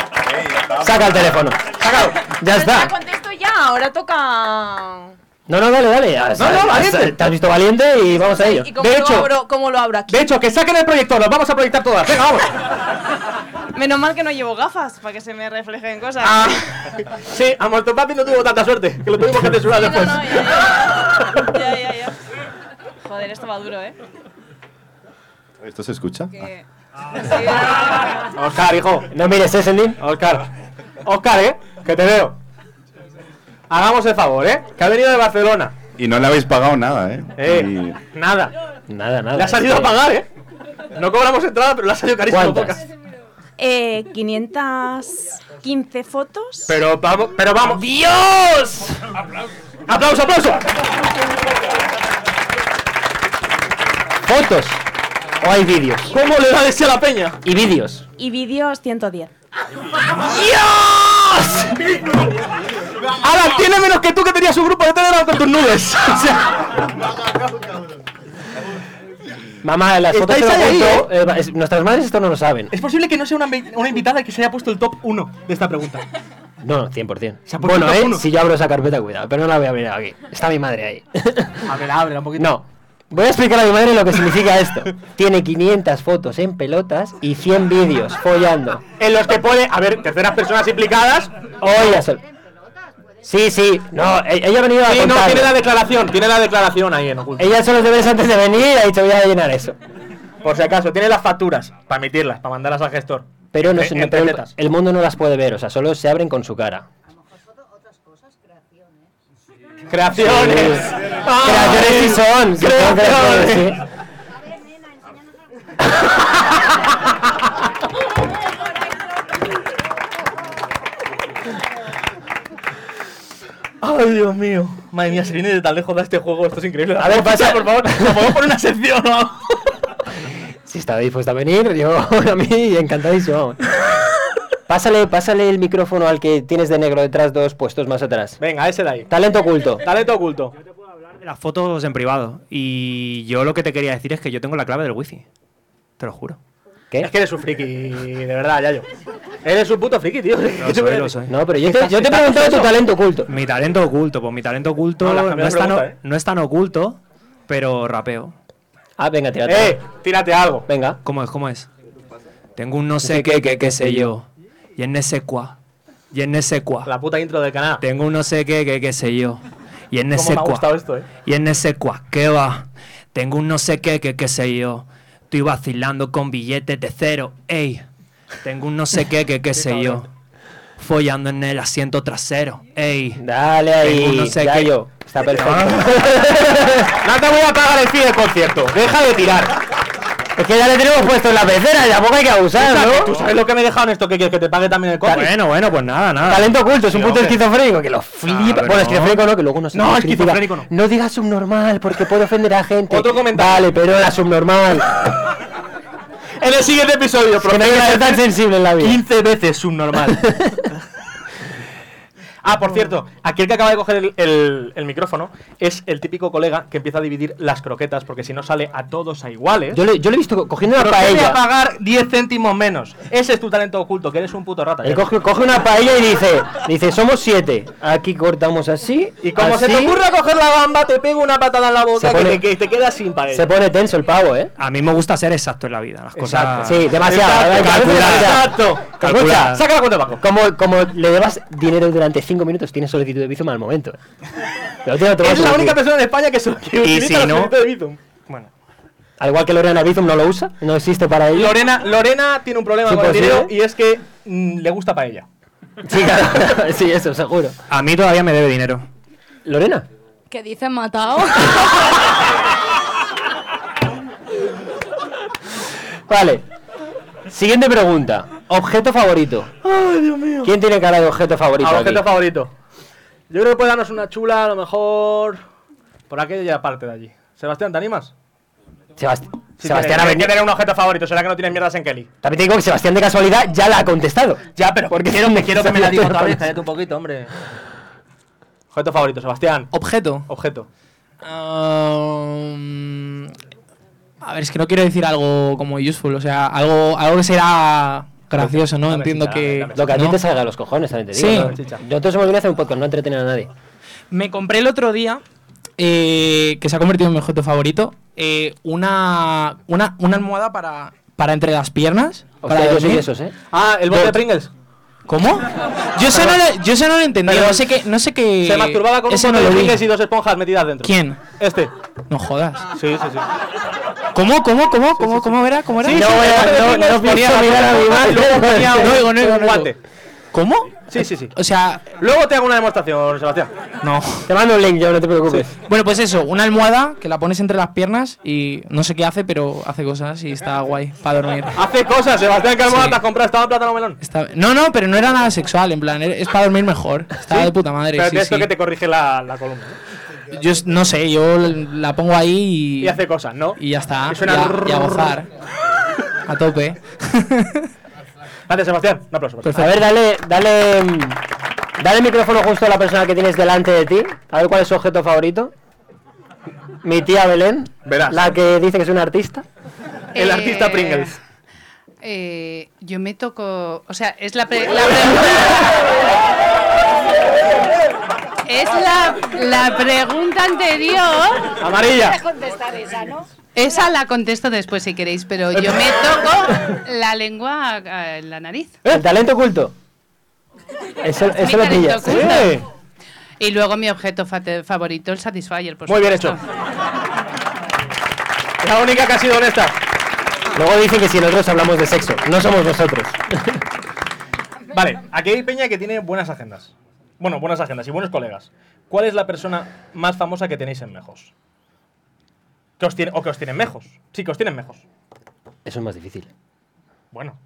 Speaker 2: Saca el teléfono.
Speaker 4: Sácalo.
Speaker 2: Ya
Speaker 6: Pero te la
Speaker 2: está.
Speaker 6: contesto ya, ahora toca.
Speaker 2: No, no, dale, dale. Ah,
Speaker 4: No, no, valiente.
Speaker 2: Te has visto valiente y vamos a ello.
Speaker 6: ¿Y cómo,
Speaker 4: De
Speaker 6: lo,
Speaker 4: hecho-
Speaker 6: abro, cómo lo abro aquí?
Speaker 4: De hecho, que saquen el proyector, nos vamos a proyectar todas. Venga, vamos.
Speaker 6: Menos mal que no llevo gafas para que se me reflejen cosas.
Speaker 4: Ah, sí, a Morto Papi no tuvo tanta suerte, que lo tuvimos que censurar
Speaker 6: Sí, no,
Speaker 4: después.
Speaker 6: no, ya, [laughs] ya, ya, ya, ya, ya. Joder, esto va duro, ¿eh?
Speaker 7: ¿Esto se escucha?
Speaker 6: Que-
Speaker 4: Oscar, hijo.
Speaker 2: No mires ese link.
Speaker 4: Oscar. Oscar, ¿eh? Que te veo. Hagamos el favor, ¿eh? Que ha venido de Barcelona.
Speaker 7: Y no le habéis pagado nada, ¿eh?
Speaker 4: Eh,
Speaker 7: Y-
Speaker 4: nada.
Speaker 2: Nada, nada. Este,
Speaker 4: Le ha salido
Speaker 2: es
Speaker 4: a
Speaker 2: que-
Speaker 4: pagar, ¿eh? No cobramos entrada, pero le ha salido carísimo.
Speaker 2: ¿Cuántas?
Speaker 4: pocas.
Speaker 6: Eh, 515 fotos.
Speaker 4: Pero vamos, pero vamos. ¡Dios! ¡Aplauso, aplauso!
Speaker 2: Fotos. O hay vídeos.
Speaker 4: ¿Cómo le da ese a la peña?
Speaker 2: Y vídeos.
Speaker 6: Y vídeos 110.
Speaker 4: ¡Dios! Alan, tiene menos que tú que tenías un grupo de Telegram con tus nubes. [laughs] O sea,
Speaker 2: Mamá, las fotos te
Speaker 4: ¿Estáis
Speaker 2: lo
Speaker 4: ahí,
Speaker 2: cuento, eh, va- es- Nuestras madres esto no lo saben.
Speaker 4: es posible que no sea una, invi- una invitada que se haya puesto el top 1 de esta pregunta.
Speaker 2: No, no, 100%.
Speaker 4: sea, por
Speaker 2: bueno,
Speaker 4: punto
Speaker 2: eh,
Speaker 4: uno.
Speaker 2: si yo abro esa carpeta, cuidado. Pero no la voy a abrir aquí. Está mi madre ahí.
Speaker 4: [laughs] Ábrela, ábrela un poquito.
Speaker 2: No. Voy a explicar a mi madre lo que significa esto. Tiene 500 fotos en pelotas y 100 vídeos follando.
Speaker 4: En los que pone, a ver, terceras personas implicadas.
Speaker 2: Oye, sol. Sí, sí. No, e- ella ha venido a
Speaker 4: Sí, no,
Speaker 2: contarlo.
Speaker 4: tiene la declaración, tiene la declaración ahí en oculto.
Speaker 2: Ella hizo los deberes antes de venir y ha dicho voy a llenar eso.
Speaker 4: Por si acaso, tiene las facturas para emitirlas, para mandarlas al gestor.
Speaker 2: Pero, no,
Speaker 4: Eh,
Speaker 2: se-
Speaker 4: en
Speaker 2: pero el,
Speaker 4: pelotas.
Speaker 2: el mundo no las puede ver, o sea, solo se abren con su cara.
Speaker 4: Creaciones.
Speaker 2: Sí.
Speaker 8: Ah,
Speaker 4: Ay,
Speaker 2: Creaciones sí son. sí son creaciones,
Speaker 4: creaciones.
Speaker 2: sí.
Speaker 4: Ay, Dios mío. Madre mía, se viene de tan lejos de este juego, esto es increíble.
Speaker 2: A ver, pasa-
Speaker 4: por favor, ¿nos podemos poner una sección o algo?
Speaker 2: Si está dispuesta a venir, [laughs] yo a mí encantadísimo. vamos. Pásale, pásale el micrófono al que tienes de negro detrás, dos puestos más atrás.
Speaker 4: Venga, ese de ahí.
Speaker 2: Talento oculto.
Speaker 4: Talento oculto.
Speaker 9: Las fotos en privado. Y yo lo que te quería decir es que yo tengo la clave del wifi. Te lo juro.
Speaker 2: ¿Qué?
Speaker 4: Es que eres un friki, de verdad, Yayo. Eres un puto friki, tío.
Speaker 9: Lo soy, lo soy.
Speaker 2: No, pero yo te, yo te he preguntado tu talento oculto.
Speaker 9: Mi talento oculto, pues mi talento oculto
Speaker 4: No, la
Speaker 9: no,
Speaker 4: primera
Speaker 9: es, tan,
Speaker 4: pregunta, ¿eh?
Speaker 9: no es tan oculto, pero rapeo.
Speaker 2: Ah, venga, tírate.
Speaker 4: Eh, tírate algo.
Speaker 2: Venga.
Speaker 9: ¿Cómo es? ¿Cómo es? Tengo un no sé qué, qué, qué sé yo. Y en ese cuá. Y en ese cuá.
Speaker 4: La puta intro del canal.
Speaker 9: Tengo un no sé qué, qué, qué sé yo. Y en
Speaker 4: Cómo
Speaker 9: ese
Speaker 4: me ha gustado
Speaker 9: cuá.
Speaker 4: esto, eh.
Speaker 9: Y en ese cuá, ¿qué va? Tengo un no sé qué, qué, qué sé yo. Estoy vacilando con billetes de cero, ey. Tengo un no sé qué,
Speaker 2: [laughs]
Speaker 9: qué, qué sé yo. Follando en el asiento trasero, ey.
Speaker 2: Dale
Speaker 9: Tengo
Speaker 2: ahí.
Speaker 9: un no sé
Speaker 2: ya
Speaker 9: qué. Ah.
Speaker 2: yo. Está perfecto. [laughs]
Speaker 4: No te voy a pagar el fee del concierto. Deja de tirar.
Speaker 2: es que ya le tenemos puesto en la pecera, tampoco hay que abusar,
Speaker 4: Escúchame,
Speaker 2: ¿no?
Speaker 4: ¿Tú sabes lo que me he dejado en esto que quieres que te pague también el copy?
Speaker 9: Bueno, bueno, pues nada, nada.
Speaker 2: Talento oculto, es un punto esquizofrénico que lo
Speaker 9: Ah,
Speaker 2: flipa.
Speaker 9: pero
Speaker 2: bueno,
Speaker 9: no.
Speaker 2: esquizofrénico no, que luego no se
Speaker 4: No,
Speaker 2: nos critica.
Speaker 4: esquizofrénico no.
Speaker 2: No digas subnormal porque puede ofender a gente.
Speaker 4: Otro comentario.
Speaker 2: Vale, pero la subnormal.
Speaker 4: En el siguiente episodio,
Speaker 2: que no hay que ser tan sensible en la vida.
Speaker 4: 15 veces
Speaker 2: [laughs]
Speaker 4: subnormal. ah, por cierto, aquel que acaba de coger el, el- el micrófono es el típico colega que empieza a dividir las croquetas porque si no sale a todos a iguales.
Speaker 2: Yo le, yo le he visto co- cogiendo una
Speaker 4: pero te voy a
Speaker 2: paella.
Speaker 4: pagar 10 céntimos menos. Ese es tu talento oculto, que eres un puto rata.
Speaker 2: Él
Speaker 4: ya.
Speaker 2: Eh, coge, coge una paella y dice, dice, somos siete. Aquí cortamos así.
Speaker 4: Y como se te
Speaker 2: así".
Speaker 4: ocurra coger la gamba, te pego una patada en la boca
Speaker 2: Se
Speaker 4: que,
Speaker 2: pone-
Speaker 4: te, que te quedas sin pared.
Speaker 2: Se pone tenso el pavo, ¿eh?
Speaker 9: A mí me gusta ser exacto en la vida. Las cosas.
Speaker 2: Sí, demasiado.
Speaker 4: Exacto,
Speaker 2: ¿verdad? Que a veces
Speaker 9: calculada.
Speaker 2: demasiado.
Speaker 4: Exacto.
Speaker 2: Escucha,
Speaker 9: Calculada.
Speaker 4: Saca la cuenta de banco.
Speaker 2: Como, como le debas dinero durante 5 minutos, tienes solicitud de Bizum al momento. Lo tiene
Speaker 4: Es
Speaker 2: automático,
Speaker 4: la única
Speaker 2: tío.
Speaker 4: persona en España que, so- que utiliza
Speaker 9: si
Speaker 4: la
Speaker 9: no-
Speaker 4: tarjeta de Bizum. Bueno.
Speaker 2: Al igual que Lorena Bizum no lo usa, no existe para ella.
Speaker 4: Lorena, Lorena tiene un problema
Speaker 2: Sí,
Speaker 4: con el
Speaker 2: pues,
Speaker 4: dinero
Speaker 2: ¿eh?
Speaker 4: y es que mm, le gusta para ella.
Speaker 2: [laughs] Sí, claro. [laughs] sí, eso, seguro.
Speaker 9: A mí todavía me debe dinero.
Speaker 2: Lorena,
Speaker 8: Que dicen
Speaker 10: [laughs]
Speaker 8: matado.
Speaker 2: vale. Siguiente pregunta. Objeto favorito.
Speaker 4: Ay, Dios mío.
Speaker 2: ¿Quién tiene cara de Ah, objeto favorito?
Speaker 4: A
Speaker 2: aquí?
Speaker 4: objeto favorito. Yo creo que puede darnos una chula, a lo mejor. Por aquella parte de allí. Sebastián, ¿te animas?
Speaker 2: Sebast-
Speaker 4: Si
Speaker 2: Sebastián ha
Speaker 4: tienes-
Speaker 2: venido-
Speaker 4: tienes un objeto favorito, será que no tienes mierdas en Kelly.
Speaker 2: También te digo que Sebastián de casualidad ya la ha contestado.
Speaker 4: Ya, pero
Speaker 2: Porque
Speaker 4: quiero,
Speaker 2: me
Speaker 4: quiero que me la digas otra [laughs] vez, cállate un poquito, hombre. Objeto favorito, Sebastián.
Speaker 11: Objeto.
Speaker 4: Objeto.
Speaker 11: Um, a ver, es que no quiero decir algo como useful, o sea, algo, algo que será gracioso, ¿no? Entiendo que.
Speaker 2: Lo que a ti
Speaker 11: ¿no?
Speaker 2: te salga de los cojones, también te digo.
Speaker 11: Sí.
Speaker 2: ¿no?
Speaker 4: ¿eh?
Speaker 2: Nosotros hemos venido a hacer un podcast, no entretener a nadie.
Speaker 11: Me compré el otro día, eh, que se ha convertido en mi objeto favorito, eh, una, una, una almohada para, para entre las piernas.
Speaker 2: Hostia,
Speaker 11: para
Speaker 2: yo soy
Speaker 11: dormir.
Speaker 2: de esos, ¿eh?
Speaker 4: Ah, el bote
Speaker 11: Yo-
Speaker 4: de Pringles.
Speaker 11: ¿Cómo? Yo eso no lo, yo eso no lo he entendido.
Speaker 4: Pero-
Speaker 11: No sé qué. No sé qué
Speaker 4: Se masturbaba con
Speaker 11: ese
Speaker 4: un
Speaker 11: no
Speaker 4: pote
Speaker 11: lo
Speaker 4: de
Speaker 11: vi.
Speaker 4: Pringles y dos esponjas metidas dentro.
Speaker 11: ¿Quién?
Speaker 4: Este.
Speaker 11: No jodas.
Speaker 4: Sí, sí, sí.
Speaker 11: ¿Cómo, cómo, cómo, cómo, cómo era? ¿Cómo era?
Speaker 4: Sí, sí, sí, el pote de Pringles ponía la mano y luego ponía
Speaker 11: [laughs] No oigo, no oigo,
Speaker 4: un
Speaker 11: no oigo.
Speaker 4: guante.
Speaker 11: ¿Cómo?
Speaker 4: Sí, sí, sí.
Speaker 11: O sea,
Speaker 4: Luego te hago una demostración, Sebastián.
Speaker 11: no.
Speaker 2: Te mando un link, yo no te preocupes.
Speaker 11: Bueno, pues eso, una almohada que la pones entre las piernas y no sé qué hace, pero hace cosas y está guay para dormir.
Speaker 4: Hace cosas, Sebastián Calmona,
Speaker 11: Sí.
Speaker 4: te has comprado estaba plátano melón.
Speaker 11: Está- No, no, pero no era nada sexual, en plan, es para dormir mejor. Estaba de puta madre.
Speaker 4: Pero
Speaker 11: sí,
Speaker 4: de esto
Speaker 11: sí.
Speaker 4: que te corrige la, la columna.
Speaker 11: Yo s- no sé, yo l- la pongo ahí y,
Speaker 4: Y hace cosas, ¿no?
Speaker 11: y ya está.
Speaker 4: Y suena
Speaker 11: y a-
Speaker 4: rrrr.
Speaker 11: y a gozar. A tope.
Speaker 4: Gracias, Sebastián. Un
Speaker 11: Pues
Speaker 4: aplauso. por favor.
Speaker 2: A ver, dale, dale. mm, Dale el micrófono justo a la persona que tienes delante de ti. A ver cuál es su objeto favorito. Mi tía Belén.
Speaker 4: Verás.
Speaker 2: La que dice que es una artista.
Speaker 4: El
Speaker 8: Eh,
Speaker 4: artista Pringles.
Speaker 8: Eh, yo me toco. O sea, es
Speaker 4: [laughs]
Speaker 8: la, pre- la pregunta. es la, la pregunta anterior.
Speaker 4: Amarilla.
Speaker 8: Esa la contesto después si queréis, pero yo me toco la lengua eh, en la nariz.
Speaker 2: El talento oculto. Eso, eso lo
Speaker 8: talento
Speaker 2: pillas.
Speaker 8: oculto.
Speaker 4: Sí.
Speaker 8: Y luego mi objeto fate- favorito, el Satisfyer, por
Speaker 4: Muy bien
Speaker 8: supuesto.
Speaker 4: hecho. La única que ha sido honesta.
Speaker 2: Luego dicen que si nosotros hablamos de sexo, no somos nosotros.
Speaker 4: Vale, aquí hay Peña que tiene buenas agendas. Bueno, buenas agendas y buenos colegas. ¿Cuál es la persona más famosa que tenéis en Mejos? Que os tiene, o que os tienen Mejos. Sí, que os tienen Mejos.
Speaker 2: Eso es más difícil.
Speaker 4: Bueno.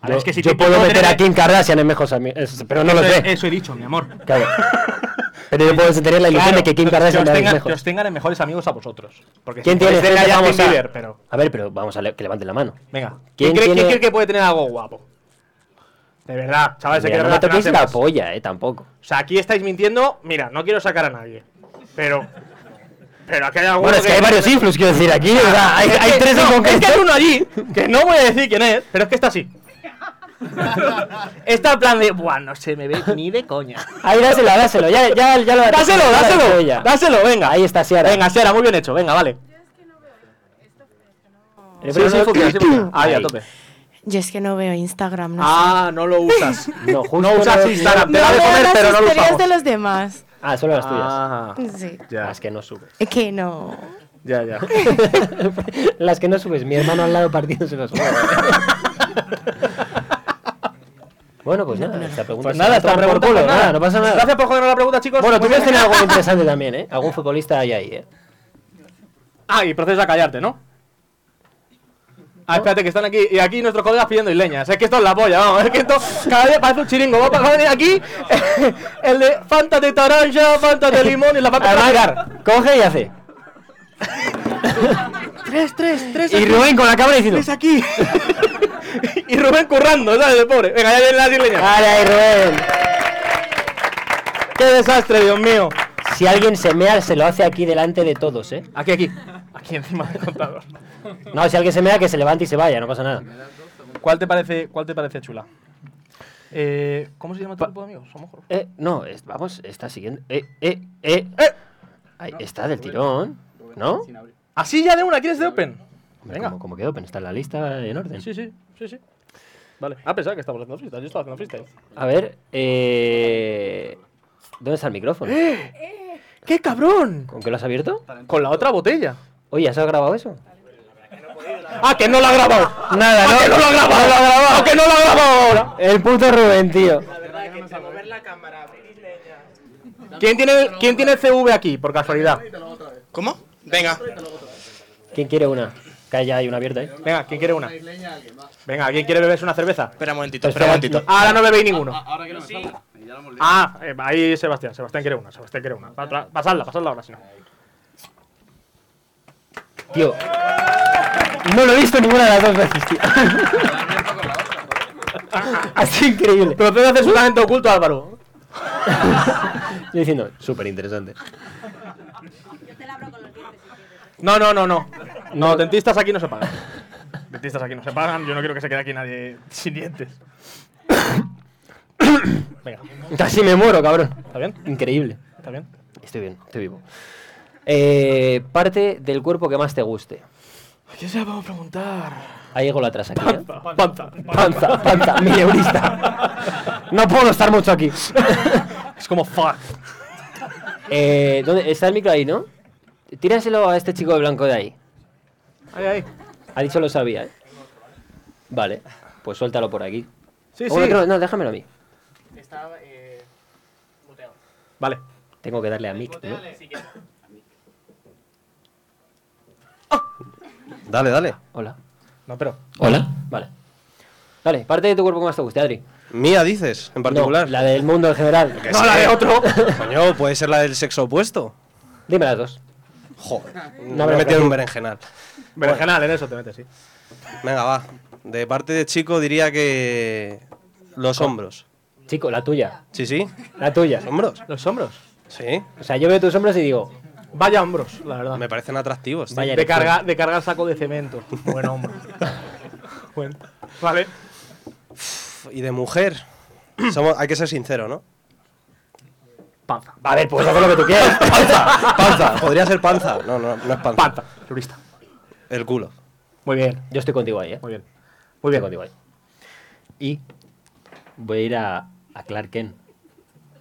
Speaker 4: A
Speaker 2: Yo,
Speaker 4: ver, es que si
Speaker 2: yo
Speaker 4: te-
Speaker 2: puedo
Speaker 4: no
Speaker 2: meter
Speaker 4: tener-
Speaker 2: a Kim Kardashian en mejor ami- es- pero no lo
Speaker 4: Eso,
Speaker 2: sé.
Speaker 4: eso he dicho, mi amor.
Speaker 2: Claro.
Speaker 4: [laughs]
Speaker 2: Pero yo puedo tener la ilusión
Speaker 4: Claro,
Speaker 2: de que Kim
Speaker 4: que
Speaker 2: Kardashian
Speaker 4: os
Speaker 2: es
Speaker 4: tengan-
Speaker 2: mejor.
Speaker 4: que os tengan en mejores amigos a vosotros. Porque
Speaker 2: ¿Quién
Speaker 4: si
Speaker 2: tiene
Speaker 4: podéis tener
Speaker 2: gente
Speaker 4: a Justin
Speaker 2: famosa?
Speaker 4: Bieber, pero...
Speaker 2: A ver, pero vamos a le- que levanten la mano.
Speaker 4: Venga. ¿Quién,
Speaker 2: ¿Quién
Speaker 4: cree, quién
Speaker 2: tiene-
Speaker 4: cree que puede tener algo guapo? De verdad, chavales, se
Speaker 2: Mira,
Speaker 4: quiere
Speaker 2: no me toquéis
Speaker 4: relacionarse
Speaker 2: la
Speaker 4: más. O
Speaker 2: polla, eh, tampoco.
Speaker 4: sea, aquí estáis mintiendo. Mira, no quiero sacar a nadie. Pero. Pero aquí hay alguno
Speaker 2: Bueno, es que hay varios influx, quiero decir, aquí, [laughs] o sea, hay,
Speaker 4: Es
Speaker 2: hay
Speaker 4: que- [laughs]
Speaker 2: tres en
Speaker 4: no, es que
Speaker 2: concreto.
Speaker 4: hay uno allí que no voy a decir quién es, pero es que está así. está en plan de. Buah, no se me ve ni de coña.
Speaker 2: Ahí dáselo, dáselo, ya, ya, ya lo
Speaker 4: Dáselo,
Speaker 2: ya lo
Speaker 4: dáselo.
Speaker 2: ella.
Speaker 4: Dáselo, venga.
Speaker 2: Ahí está Ciara.
Speaker 4: Venga, Sera, muy bien hecho. Venga, vale.
Speaker 2: Eh,
Speaker 4: Sí,
Speaker 2: pero
Speaker 4: sí,
Speaker 2: no-
Speaker 4: funciona, sí, funciona. Ahí, Ah, a tope.
Speaker 12: Yo es que no veo Instagram, no
Speaker 4: Ah, no lo usas.
Speaker 2: No, justo
Speaker 4: no usas
Speaker 2: no-
Speaker 4: Instagram.
Speaker 12: sé.
Speaker 4: Te
Speaker 12: No
Speaker 4: da de
Speaker 12: veo
Speaker 4: comer,
Speaker 12: las
Speaker 4: pero no lo
Speaker 12: historias
Speaker 4: usamos.
Speaker 12: de los demás.
Speaker 2: Ah, solo las tuyas.
Speaker 4: Ah,
Speaker 12: Sí.
Speaker 4: ya,
Speaker 2: Las que no subes.
Speaker 12: Es que no.
Speaker 4: ya, ya.
Speaker 2: [laughs] las que no subes. Mi hermano al lado partiéndose los
Speaker 4: [laughs]
Speaker 2: huevos. bueno, pues nada, esta pregunta.
Speaker 4: Pues
Speaker 2: se
Speaker 4: nada,
Speaker 2: la
Speaker 4: esta
Speaker 2: toman por
Speaker 4: pregunta,
Speaker 2: culo.
Speaker 4: pues
Speaker 2: Nada, no pasa nada.
Speaker 4: Gracias por jodernos la pregunta, chicos.
Speaker 2: Bueno, tú
Speaker 4: Muy
Speaker 2: puedes
Speaker 4: bien.
Speaker 2: tener
Speaker 4: [laughs]
Speaker 2: algo interesante también, ¿eh? Algún futbolista hay ahí, ¿eh?
Speaker 4: Ah, y proceso a callarte, ¿no? Ah, espérate, que están aquí. Y aquí nuestros colegas pidiendo isleñas. Es que esto es la polla, vamos. Es que esto cada día parece un chiringo. Vamos a venir aquí [laughs] el de Fanta de taranja, Fanta de limón y la Fanta de
Speaker 2: Además, coge y hace.
Speaker 4: Tres, tres, tres.
Speaker 2: Y Rubén con la cámara diciendo.
Speaker 4: es aquí. [laughs] y Rubén currando, ¿sabes? El pobre. Venga, ya vienen las isleñas.
Speaker 2: ¡Vale ahí, Rubén!
Speaker 4: ¡Qué desastre, Dios mío!
Speaker 2: Si alguien se mea, se lo hace aquí delante de todos, ¿eh?
Speaker 4: Aquí, aquí. Aquí encima del contador.
Speaker 2: No, si alguien se mea, que se levante y se vaya, no pasa nada.
Speaker 4: ¿Cuál te parece, cuál te parece chula? Eh, ¿Cómo se llama tu grupo de amigos? Somos Jorge.
Speaker 2: Eh, no, es- vamos, está siguiendo. Eh, eh, eh.
Speaker 4: ¡Eh!
Speaker 2: Ay, está del tirón, ¿no?
Speaker 4: Así ya de una, ¿quieres de Open?
Speaker 2: Hombre,
Speaker 4: Venga.
Speaker 2: Como, como quedó, pero está en la lista en orden.
Speaker 4: Sí, sí, sí, sí. Vale. Ah, pensaba que estábamos haciendo freestyle. Yo estaba haciendo freestyle.
Speaker 2: A ver, eh. ¿Dónde está el micrófono?
Speaker 4: ¡Eh! ¡Qué cabrón!
Speaker 2: ¿Con qué lo has abierto?
Speaker 4: Con la otra botella.
Speaker 2: Oye, ¿has grabado eso?
Speaker 4: ¡Ah, que no la ha grabado!
Speaker 2: Nada,
Speaker 4: ¡Ah, que no la ha grabado! ¡No la ha grabado! ¡Que no la ha grabado ahora!
Speaker 2: El puto Rubén, tío.
Speaker 4: ¿Quién tiene, ¿Quién tiene CV aquí, por casualidad?
Speaker 3: ¿Cómo? Venga.
Speaker 2: ¿Quién quiere una? Que ya hay una abierta, ¿eh?
Speaker 4: Venga, ¿quién quiere una? Venga, ¿quién quiere beberse una cerveza?
Speaker 3: Espera un momentito, espera un momentito.
Speaker 4: Ahora no bebéis ninguno. Ah, eh, ahí Sebastián, Sebastián quiere una, Sebastián quiere una. Pa- tra- Pasadla, pasadla ahora, si no.
Speaker 2: Tío. No lo he visto ninguna de las dos veces, tío. Así increíble.
Speaker 4: Procede a hacer su talento oculto, Álvaro.
Speaker 2: [laughs] Estoy diciendo, súper interesante.
Speaker 4: No, no, no, no. No, dentistas aquí no se pagan. Dentistas aquí no se pagan, yo no quiero que se quede aquí nadie sin
Speaker 2: [coughs]
Speaker 4: dientes. Venga,
Speaker 2: Casi me muero, cabrón.
Speaker 4: ¿está bien?
Speaker 2: Increíble.
Speaker 4: ¿Está bien?
Speaker 2: Estoy bien, estoy vivo. Eh, parte del cuerpo que más te guste.
Speaker 4: ¿A quién se la vamos a preguntar?
Speaker 2: Ahí llegó la atrás aquí. ¿eh?
Speaker 4: Panza.
Speaker 2: Panza, panza, mileurista. No puedo estar mucho [laughs] aquí.
Speaker 4: es como fuck.
Speaker 2: Eh, ¿dónde? Está el micro ahí, ¿no? Tíraselo a este chico de blanco de ahí.
Speaker 4: Ahí, ahí.
Speaker 2: Ha dicho lo sabía, ¿eh? Vale, pues suéltalo por aquí.
Speaker 4: Sí,
Speaker 2: O bueno,
Speaker 4: sí.
Speaker 2: que No, no, déjamelo a mí.
Speaker 1: Está, eh, muteado.
Speaker 4: Vale.
Speaker 2: Tengo que darle a mic, ¿no?
Speaker 13: Dale, dale.
Speaker 2: Hola.
Speaker 4: No, pero.
Speaker 2: Hola. Vale. Dale, parte de tu cuerpo que más te guste, Adri.
Speaker 13: Mía, dices, en particular.
Speaker 2: la del mundo en general.
Speaker 13: no, la de otro. [laughs] Coño, puede ser la del sexo opuesto.
Speaker 2: Dime las dos.
Speaker 13: Joder.
Speaker 2: No
Speaker 13: me
Speaker 2: me
Speaker 13: he metido en
Speaker 2: preocupes.
Speaker 13: un berenjenal.
Speaker 4: Berenjenal, en eso te metes, sí.
Speaker 13: Venga, va. De parte de chico diría que. Los hombros.
Speaker 2: Chico, la tuya.
Speaker 13: Sí, sí.
Speaker 2: La tuya. ¿Los
Speaker 13: hombros?
Speaker 4: ¿Los hombros?
Speaker 13: Sí.
Speaker 2: O sea, yo veo tus hombros y digo.
Speaker 4: Vaya hombros, la verdad.
Speaker 13: Me parecen atractivos. tío.
Speaker 4: de, carga, de cargar saco de
Speaker 2: [laughs]
Speaker 4: cemento. Buen hombro. Buen- Vale.
Speaker 13: Y de mujer. [clears throat] Somos- hay que ser sincero, ¿no?
Speaker 4: Panza.
Speaker 2: A ver, pues haz lo que tú
Speaker 4: [laughs]
Speaker 13: [laughs]
Speaker 2: quieras.
Speaker 13: panza, panza. Podría ser panza. No, no, no es panza. Panza,
Speaker 4: turista.
Speaker 13: El culo.
Speaker 4: Muy bien.
Speaker 2: Yo estoy contigo ahí, ¿eh?
Speaker 4: Muy bien. Muy bien.
Speaker 2: contigo ahí. Y voy a ir a, a Clark Kent.